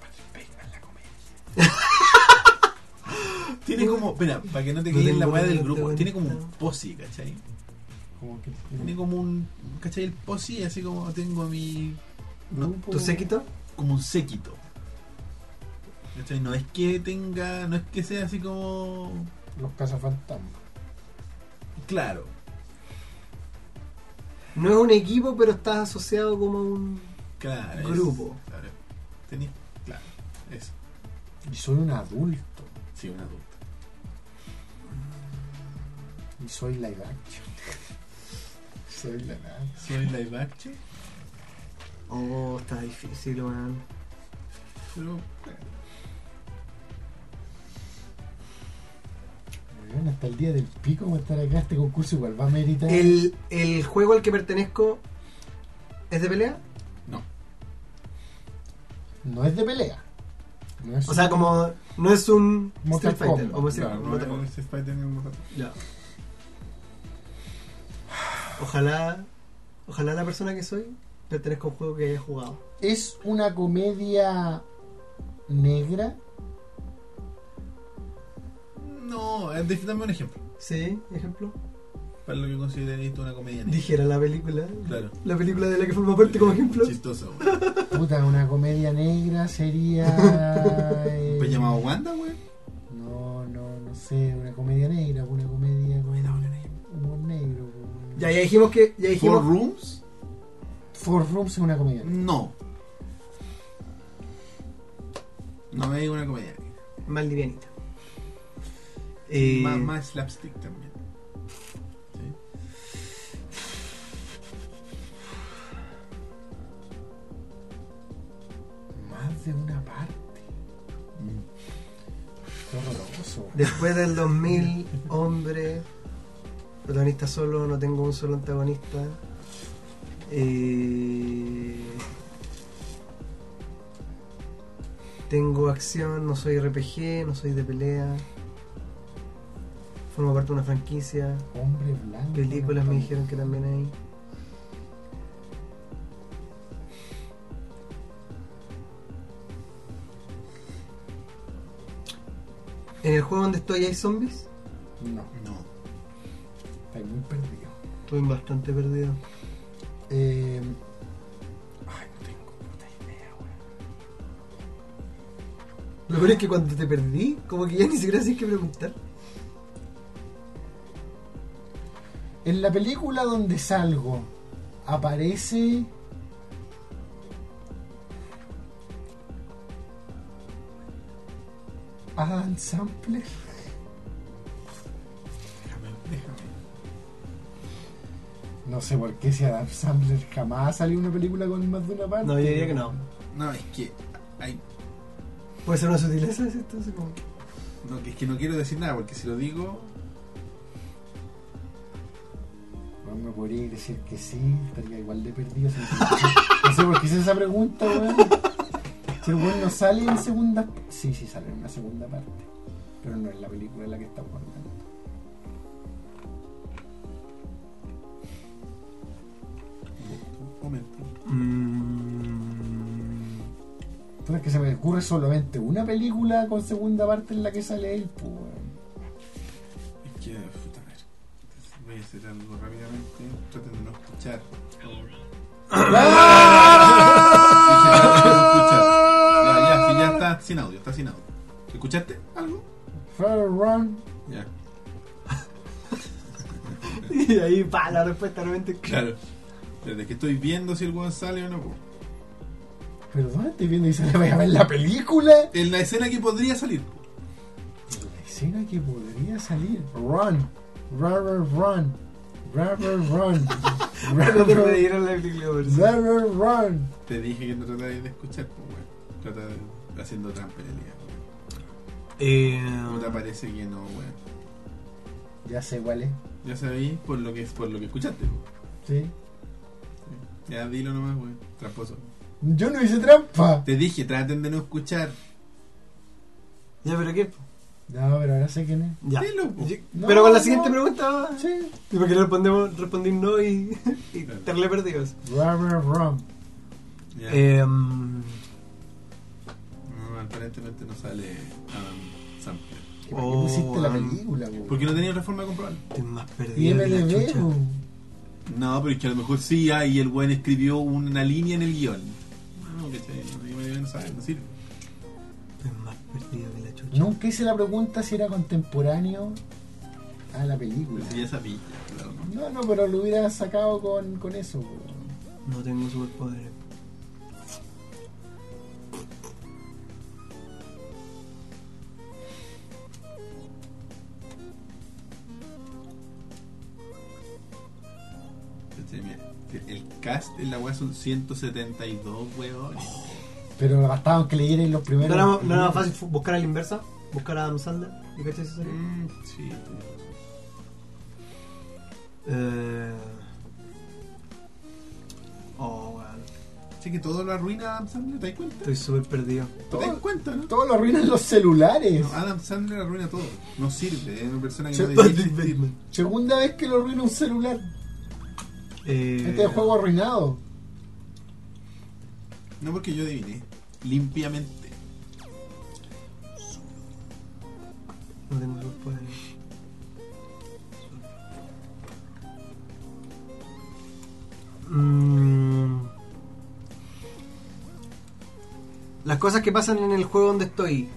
[SPEAKER 1] Patrick Bateman, la comedia. Tiene como, espera, para que no te
[SPEAKER 2] No
[SPEAKER 1] quede en
[SPEAKER 2] tengo
[SPEAKER 1] la weá del
[SPEAKER 2] ningún
[SPEAKER 1] grupo,
[SPEAKER 2] tema.
[SPEAKER 1] tiene como un posi, ¿cachai?
[SPEAKER 3] Como que
[SPEAKER 1] Tiene como un, ¿cachai? El posi, así como tengo mi,
[SPEAKER 3] grupo.
[SPEAKER 1] Uh.
[SPEAKER 2] ¿Tu séquito?
[SPEAKER 1] como un séquito. ¿Cachai? No es que tenga, no es que sea así como,
[SPEAKER 3] Los cazafantasmas.
[SPEAKER 1] claro,
[SPEAKER 2] No es un equipo, pero estás asociado como a un.
[SPEAKER 1] claro. es-
[SPEAKER 2] Grupo.
[SPEAKER 1] claro, tenés, claro, eso,
[SPEAKER 3] Y soy un adulto.
[SPEAKER 1] sí, una adulta.
[SPEAKER 3] Y soy live action. soy la nada.
[SPEAKER 1] Soy live action,
[SPEAKER 2] Oh, está difícil, weón.
[SPEAKER 1] pero, claro,
[SPEAKER 3] Bueno, hasta el día del pico vamos a estar acá. Este concurso igual va a meritar.
[SPEAKER 2] ¿El, el juego al que pertenezco es de pelea?
[SPEAKER 1] no.
[SPEAKER 3] No es de pelea. No es
[SPEAKER 2] O sea, como no es un
[SPEAKER 3] Mortal
[SPEAKER 2] Street Fighter
[SPEAKER 3] Kombat.
[SPEAKER 2] o Mortal-
[SPEAKER 1] Claro, no,
[SPEAKER 2] Mortal
[SPEAKER 1] no
[SPEAKER 2] Kombat.
[SPEAKER 1] es Spider-Man, no, no.
[SPEAKER 2] Ya. Ojalá, ojalá la persona que soy pertenezca a un juego que haya jugado.
[SPEAKER 3] Es una comedia negra.
[SPEAKER 1] No, eh, de- dame un ejemplo.
[SPEAKER 2] Sí, ejemplo.
[SPEAKER 1] Para lo que consideréis tú una comedia negra.
[SPEAKER 2] Dijera la película,
[SPEAKER 1] Claro. Eh,
[SPEAKER 2] la película de la que forma parte como ejemplo.
[SPEAKER 1] Chistoso, güey.
[SPEAKER 3] Puta, una comedia negra sería. eh,
[SPEAKER 1] Pues llamado Wanda, güey.
[SPEAKER 3] No, no, no sé. Una comedia negra. Una comedia. Humor negro. pues.
[SPEAKER 2] Ya, ya dijimos que, ya
[SPEAKER 1] Four
[SPEAKER 2] dijimos.
[SPEAKER 1] Rooms?
[SPEAKER 3] Four Rooms es una comedia negra.
[SPEAKER 1] No. No me digo una comedia negra.
[SPEAKER 2] Mal livianita. Eh,
[SPEAKER 1] Más, más slapstick también. ¿Sí?
[SPEAKER 3] Más de una parte.
[SPEAKER 1] Mm.
[SPEAKER 3] Qué horroroso.
[SPEAKER 2] Después del 2000, hombre, protagonista solo, no tengo un solo antagonista. Eh, tengo acción, no soy RPG, no soy de pelea. Formo parte de una franquicia.
[SPEAKER 3] Hombre blanco.
[SPEAKER 2] Películas me
[SPEAKER 3] no-
[SPEAKER 2] dijeron que también hay. ¿En el juego donde estoy hay zombies?
[SPEAKER 3] No,
[SPEAKER 1] No.
[SPEAKER 3] está muy perdido.
[SPEAKER 2] Estoy bastante perdido.
[SPEAKER 3] Eh, ay, no tengo puta idea, weón.
[SPEAKER 2] Lo peor es que cuando te perdí, como que ya ni siquiera sé qué preguntar.
[SPEAKER 3] En la película donde salgo, aparece. Adam Sampler. Déjame, déjame. No sé por qué si Adam Sampler jamás salió en una película con más de una parte.
[SPEAKER 2] No, yo diría que no.
[SPEAKER 1] No, es que. Hay,
[SPEAKER 2] Puede ser una sutileza, ¿cierto? Así como-
[SPEAKER 1] no, es que no quiero decir nada porque si lo digo.
[SPEAKER 3] Bueno, me podría decir que sí, estaría igual de perdido. si no- No sé por qué hice esa pregunta, weón. Si el weón no sale en segunda. Sí, sí sale en una segunda parte. Pero no es la película de la que estamos hablando.
[SPEAKER 1] Un momento.
[SPEAKER 2] Mm.
[SPEAKER 3] Entonces que se me ocurre solamente una película con segunda parte en la que sale él, pues weón.
[SPEAKER 1] Es que. Puta madre. Entonces, Voy a hacer algo rápidamente. Traten de no escuchar. Ya, ya, sí, ya está sin audio, está sin audio. ¿Escuchaste algo?
[SPEAKER 3] Fire Run.
[SPEAKER 1] Ya.
[SPEAKER 2] Y ahí, pa, la respuesta realmente.
[SPEAKER 1] Claro. Desde que estoy viendo si el weón sale o no. po.
[SPEAKER 3] Pero ¿dónde estoy viendo y sale? ¿Voy a ver la película?
[SPEAKER 1] En la escena que podría salir. po.
[SPEAKER 3] La escena que podría salir. Run. Rubber run. Rubber run.
[SPEAKER 2] No te puede
[SPEAKER 3] Rubber
[SPEAKER 2] ir a la película, por eso.
[SPEAKER 3] rubber run.
[SPEAKER 1] Te dije que no tratáis de escuchar, pues weón. Trata de, haciendo trampa en el día. weón.
[SPEAKER 2] Eh,
[SPEAKER 1] ¿Cómo te parece que no, weón?
[SPEAKER 3] Ya sé cuál es.
[SPEAKER 1] Ya sabéis por lo que por lo que escuchaste, po.
[SPEAKER 3] Sí.
[SPEAKER 1] Ya dilo nomás, weón. Tramposo.
[SPEAKER 3] Yo no hice trampa.
[SPEAKER 1] Te dije, traten de no escuchar.
[SPEAKER 2] ya, pero qué.
[SPEAKER 3] No, pero ahora sé quién es.
[SPEAKER 2] Ya.
[SPEAKER 1] Dilo, pues. po.
[SPEAKER 2] Yo-
[SPEAKER 3] No,
[SPEAKER 2] pero con la
[SPEAKER 3] no.
[SPEAKER 2] siguiente pregunta.
[SPEAKER 3] Sí.
[SPEAKER 2] Y porque respondemos, respondí no y, y
[SPEAKER 1] Claro.
[SPEAKER 2] terle perdidos.
[SPEAKER 3] Rubber run.
[SPEAKER 1] Ya.
[SPEAKER 2] Eh,
[SPEAKER 1] No, aparentemente no sale Adam Sampler.
[SPEAKER 3] ¿Qué para qué
[SPEAKER 2] Oh,
[SPEAKER 3] pusiste la
[SPEAKER 2] weón.
[SPEAKER 3] película, weón?
[SPEAKER 1] Porque no tenía otra forma de comprobarlo.
[SPEAKER 2] estoy más
[SPEAKER 3] Y
[SPEAKER 2] perdido. que la
[SPEAKER 3] MDB,
[SPEAKER 2] chucha.
[SPEAKER 3] weón.
[SPEAKER 1] No, pero es que a lo mejor sí hay y el weón escribió una línea en el guión. No, ¿cachai? No, yo no sabe, no sirve.
[SPEAKER 2] Estoy más perdido que la chucha.
[SPEAKER 3] Nunca hice la pregunta si era contemporáneo a la película.
[SPEAKER 1] Pero si ya sabía, claro, ¿no?
[SPEAKER 3] No, no, pero lo hubiera sacado con, con eso. weón.
[SPEAKER 2] No tengo superpoderes.
[SPEAKER 1] Este, mira, El cast en la weá son 172 huevones.
[SPEAKER 3] Pero bastaban que leyeran los
[SPEAKER 2] ¿No
[SPEAKER 3] primeros.
[SPEAKER 2] era, no era más fácil fu- buscar a la inversa? ¿Buscar a Adam Sandler? ¿Y cachai esa serie?
[SPEAKER 1] Mm, sí, tenés razón.
[SPEAKER 2] Eh... Oh, weón.
[SPEAKER 1] Así que todo lo arruina Adam Sandler, ¿te das cuenta?
[SPEAKER 2] Estoy súper perdido.
[SPEAKER 1] ¿Te das cuenta, no?
[SPEAKER 3] Todo lo arruinan los celulares.
[SPEAKER 1] No, Adam Sandler arruina todo. No sirve, es una persona que
[SPEAKER 3] Sí,
[SPEAKER 1] no
[SPEAKER 3] todo
[SPEAKER 1] debería existir.
[SPEAKER 3] Segunda vez que lo arruina un celular.
[SPEAKER 2] Eh,
[SPEAKER 3] Este juego arruinado.
[SPEAKER 1] No porque yo adiviné. Limpiamente.
[SPEAKER 2] No tengo superpoderes. Mm. Las cosas que pasan en el juego donde estoy,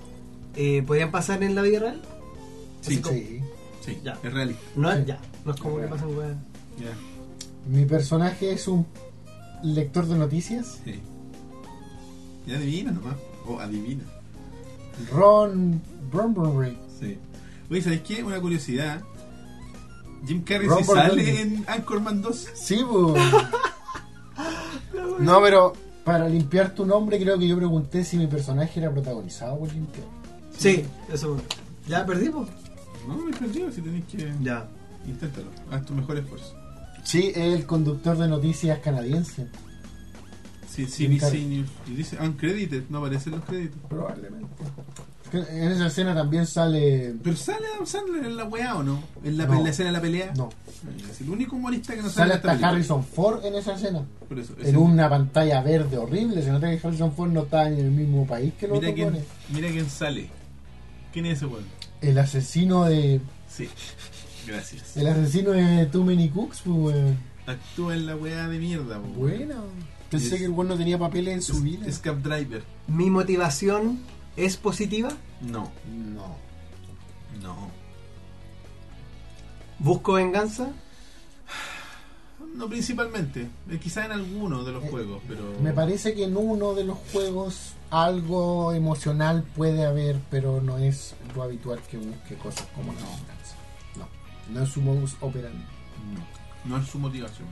[SPEAKER 2] eh, ¿podrían pasar en la vida real?
[SPEAKER 1] Sí, sí,
[SPEAKER 3] Sí.
[SPEAKER 2] Ya.
[SPEAKER 1] es realista.
[SPEAKER 2] No es
[SPEAKER 3] Sí.
[SPEAKER 2] ya, no es como que pasan weas.
[SPEAKER 1] Ya,
[SPEAKER 3] Mi personaje es un lector de noticias.
[SPEAKER 1] sí. Ya adivina nomás. O adivina.
[SPEAKER 3] Ron Bronbury.
[SPEAKER 1] Sí. Oye, ¿sabes qué? Una curiosidad. Jim Carrey
[SPEAKER 3] Ron
[SPEAKER 1] sí
[SPEAKER 3] Burgundy.
[SPEAKER 1] sale en Anchorman 2.
[SPEAKER 3] Sí, pues. no, pero para limpiar tu nombre creo que yo pregunté si mi personaje era protagonizado por limpiar.
[SPEAKER 2] Sí, eso. Ya perdimos.
[SPEAKER 1] No, me perdido si tenéis que.
[SPEAKER 2] Ya.
[SPEAKER 1] Inténtalo. Haz tu mejor esfuerzo.
[SPEAKER 3] Sí, es el conductor de noticias canadiense.
[SPEAKER 1] Sí,
[SPEAKER 3] Jim
[SPEAKER 1] CBC
[SPEAKER 3] Carrey.
[SPEAKER 1] News. Y dice uncredited, no aparecen los créditos.
[SPEAKER 3] Probablemente. En esa escena también sale...
[SPEAKER 1] Pero sale Adam Sandler en la weá o no? En la,
[SPEAKER 3] No.
[SPEAKER 1] en la escena de la pelea.
[SPEAKER 3] No,
[SPEAKER 1] Es el único humorista que no sale,
[SPEAKER 3] sale
[SPEAKER 1] en esta película.
[SPEAKER 3] hasta Harrison Ford en esa escena.
[SPEAKER 1] Por eso, es
[SPEAKER 3] En
[SPEAKER 1] el-
[SPEAKER 3] una pantalla verde horrible. Se nota que Harrison Ford no está en el mismo país que los
[SPEAKER 1] Mira
[SPEAKER 3] otros
[SPEAKER 1] quién,
[SPEAKER 3] hueones.
[SPEAKER 1] mira quién sale. ¿Quién es ese weón?
[SPEAKER 3] El asesino de...
[SPEAKER 1] Sí. Gracias.
[SPEAKER 3] El asesino de Too Many Cooks, pues, weón.
[SPEAKER 1] Actúa en la weá de mierda, po.
[SPEAKER 3] Bueno. Pensé
[SPEAKER 1] Es-
[SPEAKER 3] que el weón no tenía papeles en su
[SPEAKER 1] Es-
[SPEAKER 3] vida.
[SPEAKER 1] Es Cab Driver.
[SPEAKER 2] ¿Mi motivación es positiva?
[SPEAKER 1] No,
[SPEAKER 3] No.
[SPEAKER 1] no.
[SPEAKER 2] ¿Busco venganza?
[SPEAKER 1] no principalmente. Eh, quizá en alguno de los
[SPEAKER 3] Eh,
[SPEAKER 1] juegos, pero.
[SPEAKER 3] Me parece que en uno de los juegos algo emocional puede haber, pero no es lo habitual que busque cosas como la venganza. No, no es su modus operandi.
[SPEAKER 1] No, no es su motivación.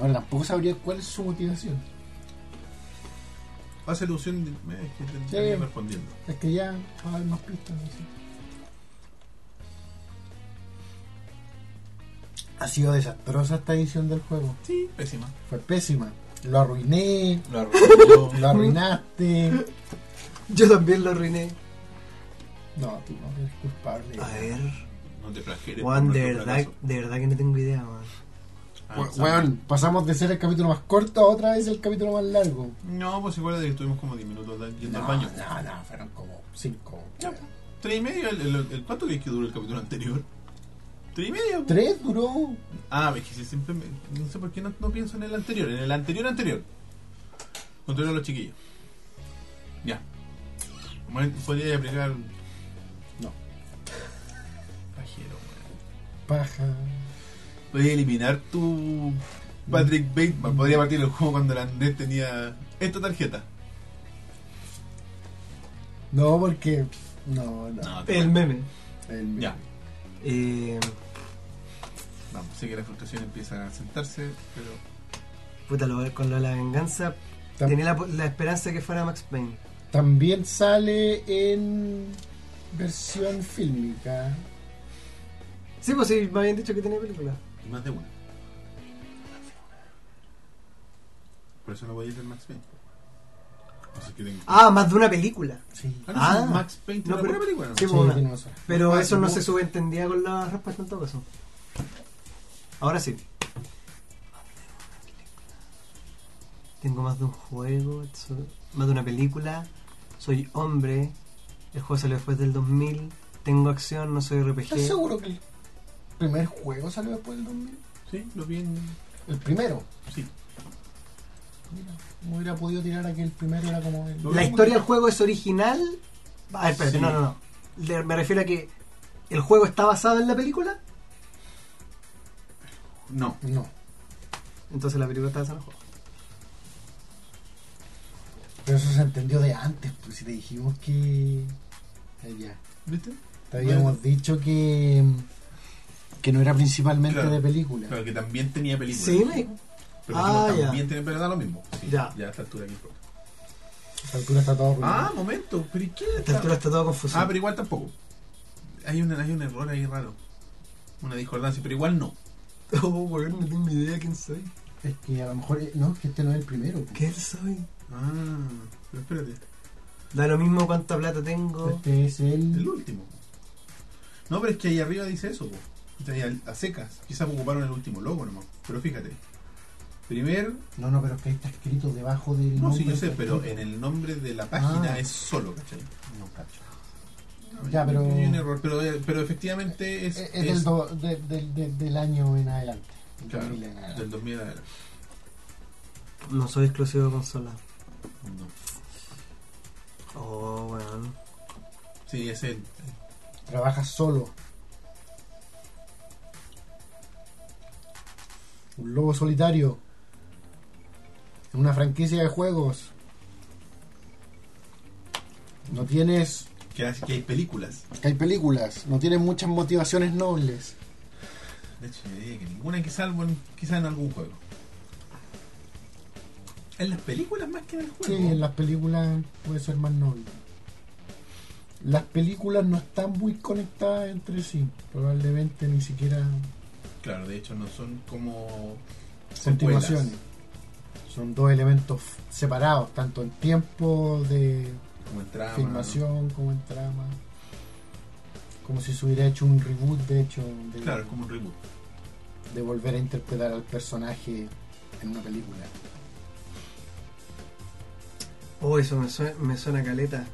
[SPEAKER 3] Ahora tampoco sabría cuál es su motivación.
[SPEAKER 1] Hace ilusión de. eh, es que te-
[SPEAKER 3] Sí.
[SPEAKER 1] te- respondiendo.
[SPEAKER 3] Es que ya va a haber más pistas. no sé. Ha sido desastrosa esta edición del juego.
[SPEAKER 1] Sí, pésima.
[SPEAKER 3] Fue pésima. Lo arruiné,
[SPEAKER 1] Lo arruinó.
[SPEAKER 3] lo arruinaste.
[SPEAKER 2] Yo también lo arruiné.
[SPEAKER 3] No, tú no eres culpable.
[SPEAKER 2] A ver.
[SPEAKER 1] no te flageles.
[SPEAKER 2] Juan,
[SPEAKER 1] por
[SPEAKER 2] de
[SPEAKER 1] nuestro
[SPEAKER 2] verdad,
[SPEAKER 1] fracaso.
[SPEAKER 2] de verdad que no tengo idea, man.
[SPEAKER 1] Ah,
[SPEAKER 3] We-
[SPEAKER 1] Sam.
[SPEAKER 3] Weón, pasamos de ser el capítulo más corto a otra vez el capítulo más largo.
[SPEAKER 1] No, pues igual de que estuvimos como 10 minutos de- yendo al baño.
[SPEAKER 3] no, no, fueron como cinco.
[SPEAKER 1] ¿Tres y medio? El, el, el- ¿Cuánto crees que duró el capítulo anterior? ¿Tres y medio?
[SPEAKER 3] Tres duró.
[SPEAKER 1] Ah, es que si siempre me- no sé por qué no, no pienso en el anterior, en el anterior anterior. Controlo a los chiquillos. Ya. Bueno, Podría aplicar.
[SPEAKER 3] No.
[SPEAKER 1] Pajero, weón.
[SPEAKER 3] Paja.
[SPEAKER 1] Podría eliminar tu Patrick
[SPEAKER 3] Mm.
[SPEAKER 1] Bateman. Podría partir el juego cuando el Andrés tenía esta tarjeta.
[SPEAKER 3] No, porque. No, no.
[SPEAKER 2] El meme.
[SPEAKER 3] El-
[SPEAKER 1] Ya.
[SPEAKER 2] Eh,
[SPEAKER 1] Vamos, sé que la frustración empieza a sentarse, pero.
[SPEAKER 2] puta, lo- con lo de la venganza,
[SPEAKER 3] Tam-
[SPEAKER 2] tenía la, la esperanza de que fuera Max Payne.
[SPEAKER 3] También sale en versión fílmica.
[SPEAKER 2] Sí, pues sí, me habían dicho que tenía película.
[SPEAKER 1] Y más de una. Por eso no voy a ir al Max Payne. O sea, que tengo-
[SPEAKER 2] Ah, más de una película.
[SPEAKER 3] Sí.
[SPEAKER 1] Ah, no,
[SPEAKER 2] ah.
[SPEAKER 1] sí, Max Payne tiene una
[SPEAKER 2] No, pero-
[SPEAKER 1] buena película. ¿no?
[SPEAKER 2] sí,
[SPEAKER 3] Sí,
[SPEAKER 2] una.
[SPEAKER 3] tiene una sola.
[SPEAKER 2] Pero eso no
[SPEAKER 3] Paja,
[SPEAKER 2] se subentendía con la respuesta en todo caso. Ahora sí. Tengo más de un juego, so- más de una película. Soy hombre. El juego salió después del 2000. Tengo acción, no soy RPG.
[SPEAKER 3] ¿Estás seguro que el primer juego salió después del 2000?
[SPEAKER 1] Sí, lo vi en.
[SPEAKER 3] El primero.
[SPEAKER 1] Sí.
[SPEAKER 3] Mira, no hubiera podido tirar a que el primero era como el.
[SPEAKER 1] Lo-
[SPEAKER 2] La historia del juego es original. Ah, espérate,
[SPEAKER 1] Sí.
[SPEAKER 2] no, no, no. Le- me refiero a que el juego está basado en la película.
[SPEAKER 1] No.
[SPEAKER 3] No.
[SPEAKER 2] Entonces la película está basada en el juego.
[SPEAKER 3] Pero eso se entendió de antes, pues si te dijimos que. Ahí ya.
[SPEAKER 1] ¿Viste?
[SPEAKER 3] Te habíamos dicho que. que no era principalmente
[SPEAKER 1] Claro.
[SPEAKER 3] de película.
[SPEAKER 1] Pero que también tenía película.
[SPEAKER 2] Sí, me-
[SPEAKER 1] Pero
[SPEAKER 2] Ah,
[SPEAKER 1] dijimos,
[SPEAKER 2] ya.
[SPEAKER 1] también tiene verdad lo mismo. Sí,
[SPEAKER 2] Ya.
[SPEAKER 1] Ya a esta altura aquí.
[SPEAKER 3] A esta altura está todo arruinado.
[SPEAKER 1] Ah, momento. ¿Pero y qué?
[SPEAKER 2] a esta altura está todo confuso.
[SPEAKER 1] Ah, pero igual tampoco. Hay un, hay un error ahí raro. Una discordancia, pero igual no.
[SPEAKER 2] Oh, weón, no tengo idea quién soy.
[SPEAKER 3] Es que a lo mejor. No, es que este no es el primero. pues.
[SPEAKER 2] ¿Quién soy?
[SPEAKER 1] Ah, pero espérate.
[SPEAKER 2] Da lo mismo cuánta plata tengo.
[SPEAKER 3] Este es
[SPEAKER 1] El
[SPEAKER 3] el.
[SPEAKER 1] último. No, pero es que ahí arriba dice eso, po. Está ahí al- a secas. Quizás ocuparon el último logo nomás. Pero fíjate. Primer,
[SPEAKER 3] No, no, pero es que ahí está escrito debajo del.
[SPEAKER 1] no, sí,
[SPEAKER 3] nombre
[SPEAKER 1] yo sé,
[SPEAKER 3] que-
[SPEAKER 1] pero en el nombre de la página
[SPEAKER 3] Ah.
[SPEAKER 1] es solo, ¿cachai?
[SPEAKER 3] No, cacho.
[SPEAKER 1] No,
[SPEAKER 3] Ya,
[SPEAKER 1] hay-
[SPEAKER 3] pero-
[SPEAKER 1] hay un error, pero, eh, pero efectivamente es.
[SPEAKER 3] Es, Eh, es
[SPEAKER 1] es-
[SPEAKER 3] del, do- de- del- del- del año en adelante. Del
[SPEAKER 1] claro,
[SPEAKER 3] 2000 en adelante.
[SPEAKER 1] del 2000 a ver.
[SPEAKER 2] No soy exclusivo de consola.
[SPEAKER 1] No.
[SPEAKER 2] Oh, weón.
[SPEAKER 1] Sí, es el.
[SPEAKER 3] Trabaja solo. Un lobo solitario. En una franquicia de juegos. No tienes.
[SPEAKER 1] Que, hace- que hay películas.
[SPEAKER 3] Que hay películas. No tienes muchas motivaciones nobles.
[SPEAKER 1] De hecho, yo diría que ninguna que salvo en- quizás en algún juego. En las películas más que en el
[SPEAKER 3] Sí,
[SPEAKER 1] juego.
[SPEAKER 3] en las películas puede ser más noble. Las películas no están muy conectadas entre sí. Probablemente ni siquiera
[SPEAKER 1] Claro, de hecho, no son como. secuelas.
[SPEAKER 3] continuaciones. Son dos elementos separados, tanto en tiempo de
[SPEAKER 1] Como en trama.
[SPEAKER 3] filmación como en trama. Como si se hubiera hecho un reboot, de hecho, de,
[SPEAKER 1] Claro, es como un reboot.
[SPEAKER 3] de volver a interpretar al personaje en una película.
[SPEAKER 2] Oh, eso me suena, me suena a caleta.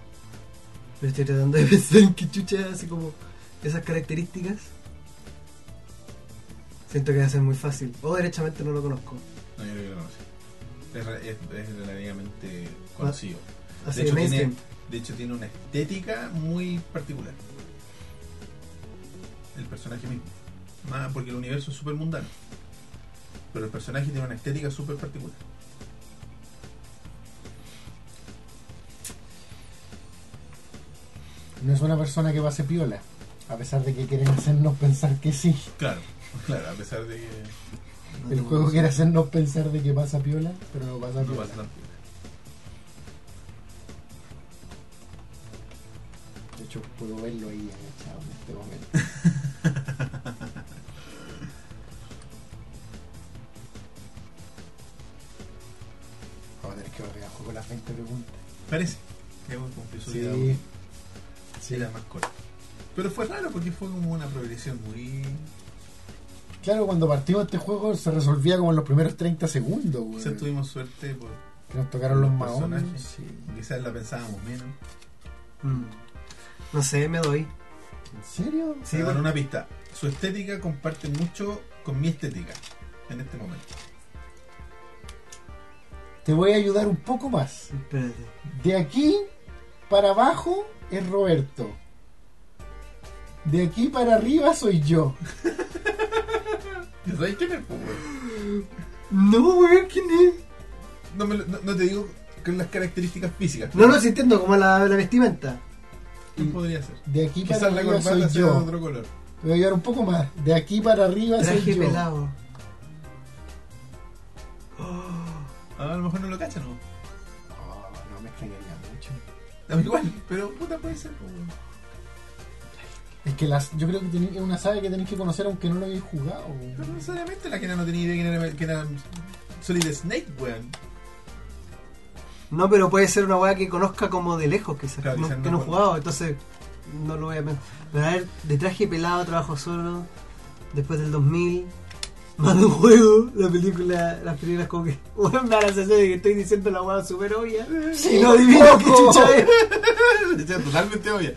[SPEAKER 2] Pero estoy tratando de pensar en qué chucha así como esas características. Siento que va a ser muy fácil. O derechamente no lo conozco.
[SPEAKER 1] No, yo creo que lo conocí. Es, re- es- es relativamente conocido.
[SPEAKER 3] Ah,
[SPEAKER 2] Así
[SPEAKER 1] De
[SPEAKER 2] de
[SPEAKER 1] hecho, tiene,
[SPEAKER 2] mainstream.
[SPEAKER 1] de hecho, tiene una estética muy particular. El personaje mismo. Más porque el universo es súper mundano. Pero el personaje tiene una estética súper particular.
[SPEAKER 3] No es una persona que pase piola, a pesar de que quieren hacernos pensar que sí.
[SPEAKER 1] Claro, claro, a pesar de que
[SPEAKER 3] El juego quiere hacernos pensar de que pasa piola, pero no pasa
[SPEAKER 1] no
[SPEAKER 3] piola.
[SPEAKER 1] pasa tanto.
[SPEAKER 3] De hecho, puedo verlo ahí agachado en este momento. Vamos a tener que volver a juego las 20 preguntas.
[SPEAKER 1] Parece que hemos cumplido su vida.
[SPEAKER 3] Sí,
[SPEAKER 1] Sí, era más corta. Pero fue raro porque fue como una progresión muy.
[SPEAKER 3] Claro, cuando partimos este juego se resolvía como en los primeros 30 segundos, güey.
[SPEAKER 1] Quizás tuvimos suerte por
[SPEAKER 3] Que nos tocaron los
[SPEAKER 1] los
[SPEAKER 3] maones.
[SPEAKER 1] personajes.
[SPEAKER 3] sí.
[SPEAKER 1] quizás la pensábamos menos.
[SPEAKER 2] Mm. No sé, me doy.
[SPEAKER 3] ¿En serio?
[SPEAKER 2] Sí,
[SPEAKER 1] Para dar
[SPEAKER 2] bueno.
[SPEAKER 1] una pista. Su estética comparte mucho con mi estética en este momento.
[SPEAKER 3] Te voy a ayudar un poco más.
[SPEAKER 2] Espérate.
[SPEAKER 3] De aquí para abajo es Roberto. De aquí para arriba soy yo.
[SPEAKER 1] ¿Ya sabes quién es, pues, weón?
[SPEAKER 2] No, weón, ¿quién es?
[SPEAKER 1] No, me lo- no- no te digo con las características físicas.
[SPEAKER 2] No, no, sí entiendo como la, la vestimenta.
[SPEAKER 1] ¿Quién podría ser?
[SPEAKER 3] De aquí para
[SPEAKER 1] Quizás la
[SPEAKER 3] arriba soy
[SPEAKER 1] corbata sea de
[SPEAKER 3] yo.
[SPEAKER 1] otro color.
[SPEAKER 3] Te voy a ayudar un poco más. De aquí para arriba soy
[SPEAKER 2] Traje
[SPEAKER 3] yo.
[SPEAKER 2] pelado. ¡Oh!
[SPEAKER 1] Ah, A lo mejor no lo cachan, ¿no?
[SPEAKER 3] Oh, no me extrañaría mucho.
[SPEAKER 1] Da igual, pero puta puede ser, pues, weón.
[SPEAKER 3] Es que las, yo creo que tenéis- es una saga que tenéis que conocer aunque no lo hayáis jugado. güey.
[SPEAKER 1] Pero no necesariamente la que no tenía idea quién era, quién era Solid Snake, weón.
[SPEAKER 2] No, pero puede ser una weá que conozca como de lejos, quizás.
[SPEAKER 1] Claro,
[SPEAKER 2] no-
[SPEAKER 1] quizás
[SPEAKER 2] que
[SPEAKER 1] no
[SPEAKER 2] no he jugado, entonces no lo voy a pensar. Pero a ver, de traje pelado, trabajo solo, después del 2000, más de un juego, la película, las películas como que. Bueno, me da la sensación de que estoy diciendo la weá súper obvia. y no adivino qué
[SPEAKER 3] poco.
[SPEAKER 2] chucha es.
[SPEAKER 1] Ya, Totalmente obvia.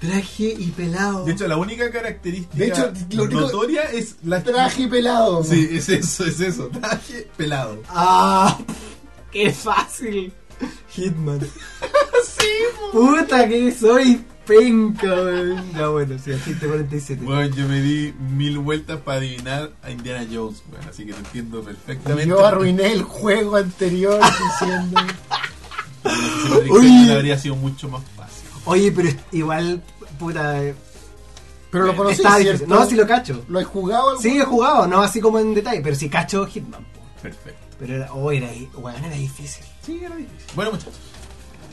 [SPEAKER 2] Traje y pelado.
[SPEAKER 1] De hecho, la única característica
[SPEAKER 3] De hecho, lo único-
[SPEAKER 1] notoria es la
[SPEAKER 3] Traje pelado.
[SPEAKER 1] Sí, es eso, es eso. Traje pelado.
[SPEAKER 2] ¡Ah! ¡Qué fácil! Hitman. ¡Puta que soy penca, weón! Ya bueno, sí, el 47.
[SPEAKER 1] Bueno, yo me di mil vueltas para adivinar a Indiana Jones, bueno, así que te entiendo perfectamente.
[SPEAKER 3] Yo arruiné el juego anterior diciendo.
[SPEAKER 1] Si Patrick
[SPEAKER 2] Uy.
[SPEAKER 1] Segal habría sido mucho más fácil.
[SPEAKER 2] Oye, pero es- igual, puta. eh,
[SPEAKER 3] Pero lo conocí,
[SPEAKER 2] está
[SPEAKER 3] ¿cierto?
[SPEAKER 2] difícil. No, si lo cacho.
[SPEAKER 3] ¿Lo he jugado? algún-
[SPEAKER 2] Sí, he jugado, no así como en detalle, pero si cacho Hitman. po.
[SPEAKER 1] Perfecto.
[SPEAKER 2] Pero era, oh, era, weón, era difícil.
[SPEAKER 1] Sí, era difícil. Bueno, muchachos,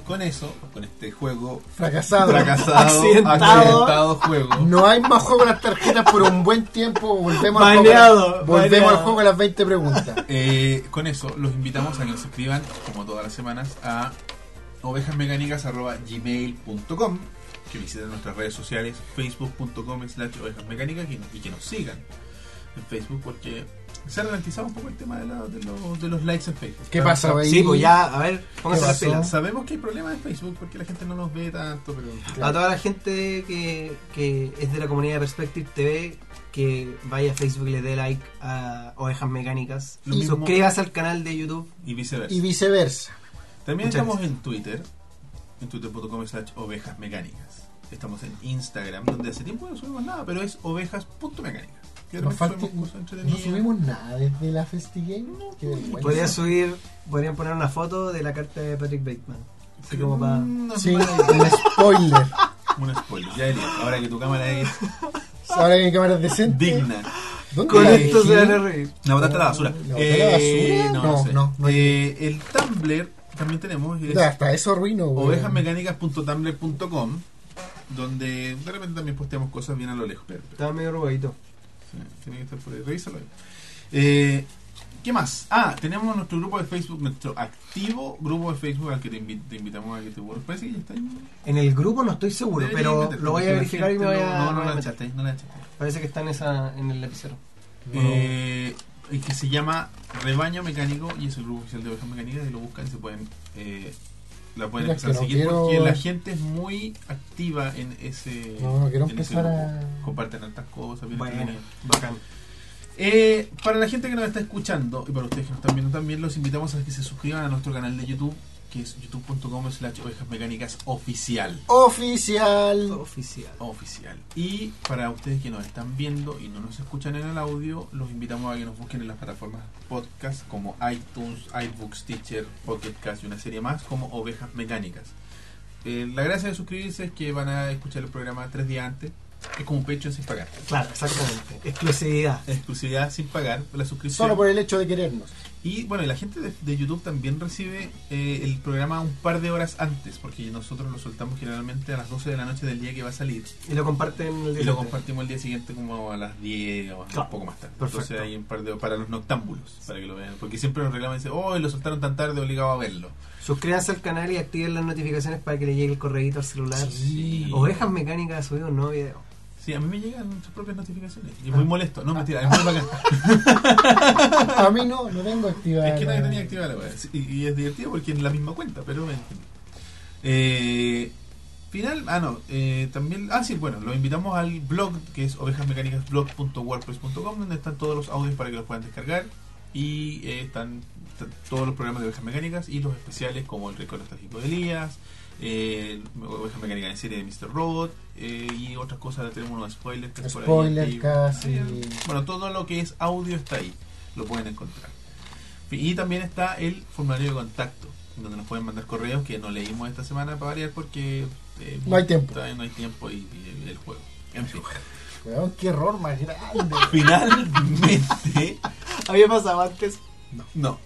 [SPEAKER 1] con eso, con este juego
[SPEAKER 3] Fracasado.
[SPEAKER 1] fracasado,
[SPEAKER 2] Accidentado.
[SPEAKER 1] accidentado juego.
[SPEAKER 3] No hay más juego de las tarjetas por un buen tiempo. Volvemos, al
[SPEAKER 2] Baneado,
[SPEAKER 3] juego, volvemos
[SPEAKER 2] baneado.
[SPEAKER 3] al juego de las 20 preguntas.
[SPEAKER 1] Eh, con eso, los invitamos a que nos escriban, como todas las semanas, a ovejasmecánicas.gmail.com que visiten nuestras redes sociales, facebook.com slash ovejasmecánicas y, y que nos sigan en Facebook porque se ha ralentizado un poco el tema de, la- de los- de los likes en Facebook.
[SPEAKER 3] ¿Qué pasa, güey?
[SPEAKER 2] Sí, pues ya, a ver, pónganse
[SPEAKER 3] ¿Qué
[SPEAKER 2] las
[SPEAKER 3] pasó?
[SPEAKER 2] pilas.
[SPEAKER 1] Sabemos que hay problemas en Facebook porque la gente no nos ve tanto, pero...
[SPEAKER 2] A toda la gente que, que es de la comunidad de Perspective TV, que vaya a Facebook y le dé like a Ovejas Mecánicas.
[SPEAKER 1] Lo
[SPEAKER 2] y
[SPEAKER 1] mismo.
[SPEAKER 2] suscríbase al canal de YouTube.
[SPEAKER 1] Y viceversa.
[SPEAKER 3] Y viceversa.
[SPEAKER 1] También
[SPEAKER 2] Muchas
[SPEAKER 1] estamos en Twitter, en twitter.com slash ovejas mecánicas. Estamos en Instagram, donde hace tiempo no subimos nada, pero es ovejas.mecánicas. Que de
[SPEAKER 3] Nos
[SPEAKER 1] repente
[SPEAKER 3] falta-
[SPEAKER 1] subimos cosas
[SPEAKER 3] No
[SPEAKER 1] entretenidas.
[SPEAKER 3] subimos nada desde la FestiGame. Qué vergüenza.
[SPEAKER 2] Podría subir, podrían poner una foto de la carta de Patrick Bateman. Así como para.
[SPEAKER 1] Una
[SPEAKER 3] Sí,
[SPEAKER 1] mala idea.
[SPEAKER 3] un spoiler.
[SPEAKER 1] Un spoiler, ya Elías, Ahora que tu cámara es
[SPEAKER 3] Ahora que mi cámara es decente.
[SPEAKER 1] digna.
[SPEAKER 3] ¿Dónde
[SPEAKER 2] Con
[SPEAKER 3] la
[SPEAKER 2] esto se
[SPEAKER 3] dejé?
[SPEAKER 2] van a reír.
[SPEAKER 1] La botaste a la basura.
[SPEAKER 3] ¿La boté a la
[SPEAKER 1] Eh,
[SPEAKER 3] basura?
[SPEAKER 1] No, no,
[SPEAKER 3] No,
[SPEAKER 1] sé.
[SPEAKER 3] no, no.
[SPEAKER 1] Eh, el Tumblr también tenemos. es-
[SPEAKER 3] Ya, Hasta eso ruino, güey.
[SPEAKER 1] ovejasmecánicas.tumblr.com donde de repente también posteamos cosas bien a lo lejos pero- pero-
[SPEAKER 2] Estaba medio robadito.
[SPEAKER 1] Sí, tiene que estar por ahí. Revísalo ahí. Eh, ¿Qué más? Ah, tenemos nuestro grupo de Facebook, nuestro activo grupo de Facebook al que te, invi- te invitamos a que te vuelvas. Parece que ya está ahí.
[SPEAKER 2] En el grupo no estoy seguro,
[SPEAKER 1] Deberías
[SPEAKER 2] pero
[SPEAKER 1] meterte,
[SPEAKER 2] lo voy
[SPEAKER 1] porque
[SPEAKER 2] a
[SPEAKER 1] la
[SPEAKER 2] verificar y
[SPEAKER 1] gente
[SPEAKER 2] me voy a.
[SPEAKER 1] No, no, no
[SPEAKER 2] me voy a
[SPEAKER 1] la
[SPEAKER 2] meter.
[SPEAKER 1] echaste, no la echaste.
[SPEAKER 2] Parece que está en, esa, en el lapicero.
[SPEAKER 3] No.
[SPEAKER 1] Eh, el que se llama Rebaño Mecánico y es el grupo oficial de Ovejas Mecánicas y lo buscan y se pueden... eh, la pueden
[SPEAKER 3] Mira,
[SPEAKER 1] empezar a
[SPEAKER 3] que no
[SPEAKER 1] seguir
[SPEAKER 3] quiero-
[SPEAKER 1] porque la gente es muy activa en ese...
[SPEAKER 3] No, no quiero
[SPEAKER 1] en ese
[SPEAKER 3] empezar
[SPEAKER 1] grupo.
[SPEAKER 3] a-
[SPEAKER 1] Comparten altas cosas, bien
[SPEAKER 2] Bueno,
[SPEAKER 1] entretenido.
[SPEAKER 2] bacán.
[SPEAKER 1] Eh, para la gente que nos está escuchando y para ustedes que nos están viendo también, los invitamos a que se suscriban a nuestro canal de YouTube que es youtube.com slash ovejas mecánicas oficial.
[SPEAKER 3] Oficial.
[SPEAKER 2] Oficial.
[SPEAKER 1] Oficial. Y para ustedes que nos están viendo y no nos escuchan en el audio, los invitamos a que nos busquen en las plataformas podcast como iTunes, iBooks, Teacher, Pocket Cast y una serie más como Ovejas Mecánicas. Eh, la gracia de suscribirse es que van a escuchar el programa tres días antes. Es como un pecho sin pagar.
[SPEAKER 2] Claro, exactamente. Exclusividad.
[SPEAKER 1] Exclusividad sin pagar, la suscripción.
[SPEAKER 3] Solo por el hecho de querernos.
[SPEAKER 1] Y bueno, y la gente de, de YouTube también recibe eh, el programa un par de horas antes, porque nosotros lo soltamos generalmente a las 12 de la noche del día que va a salir.
[SPEAKER 2] Y lo comparten el
[SPEAKER 1] Y lo
[SPEAKER 2] siguiente.
[SPEAKER 1] compartimos el día siguiente como a las 10 o
[SPEAKER 2] Claro.
[SPEAKER 1] un poco más tarde.
[SPEAKER 2] Perfecto.
[SPEAKER 1] Entonces hay un par de para los noctámbulos, para que lo vean. Porque siempre nos reclaman y dicen, oh, lo soltaron tan tarde, obligado a verlo.
[SPEAKER 2] Suscríbanse al canal y activen las notificaciones para que le llegue el correíto al celular.
[SPEAKER 1] Sí.
[SPEAKER 2] Ovejas mecánicas ha subido un nuevo video.
[SPEAKER 1] Sí, a mí me llegan sus propias notificaciones. Y es
[SPEAKER 2] Ah.
[SPEAKER 1] muy molesto. No, mentira, es muy bacán.
[SPEAKER 3] A mí no, no tengo activada.
[SPEAKER 1] Es que nadie
[SPEAKER 3] la-
[SPEAKER 1] tenía activada la weá. Sí, Y, y es divertido porque es la misma cuenta, pero en fin. Eh, final, ah, no. eh, también, ah, sí, bueno, los invitamos al blog que es ovejasmecánicasblog.wordpress.com, donde están todos los audios para que los puedan descargar. Y eh, están t- todos los programas de ovejas mecánicas y los especiales como el récord nostálgico de Elías. Eh, Ovejas Mecánicas en serie de Mr. Robot eh, y otras cosas, tenemos unos spoilers que es por ahí
[SPEAKER 3] Spoiler,
[SPEAKER 1] antiguo.
[SPEAKER 3] casi.
[SPEAKER 1] Bueno, todo lo que es audio está ahí, lo pueden encontrar. Y también está el formulario de contacto, donde nos pueden mandar correos que no leímos esta semana para variar porque eh,
[SPEAKER 3] No hay tiempo.
[SPEAKER 1] todavía no hay tiempo y, y el juego. En fin,
[SPEAKER 3] Weón, qué error más grande.
[SPEAKER 1] finalmente,
[SPEAKER 2] Había pasado antes.
[SPEAKER 1] no.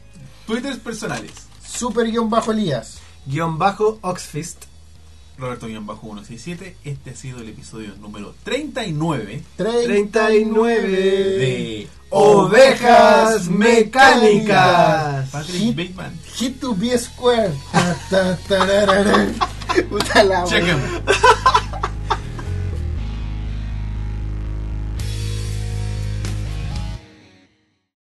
[SPEAKER 1] Twitters personales.
[SPEAKER 3] Super guión bajo Elías.
[SPEAKER 2] Guión bajo Oxfist.
[SPEAKER 1] Roberto-167, este ha sido el episodio número 39
[SPEAKER 3] 39
[SPEAKER 1] de
[SPEAKER 2] Ovejas mecánicas.
[SPEAKER 1] Patrick Bateman.
[SPEAKER 3] Ah, Hit to be square. Ta, ta, tararara. Puta la wea.
[SPEAKER 1] Chequen.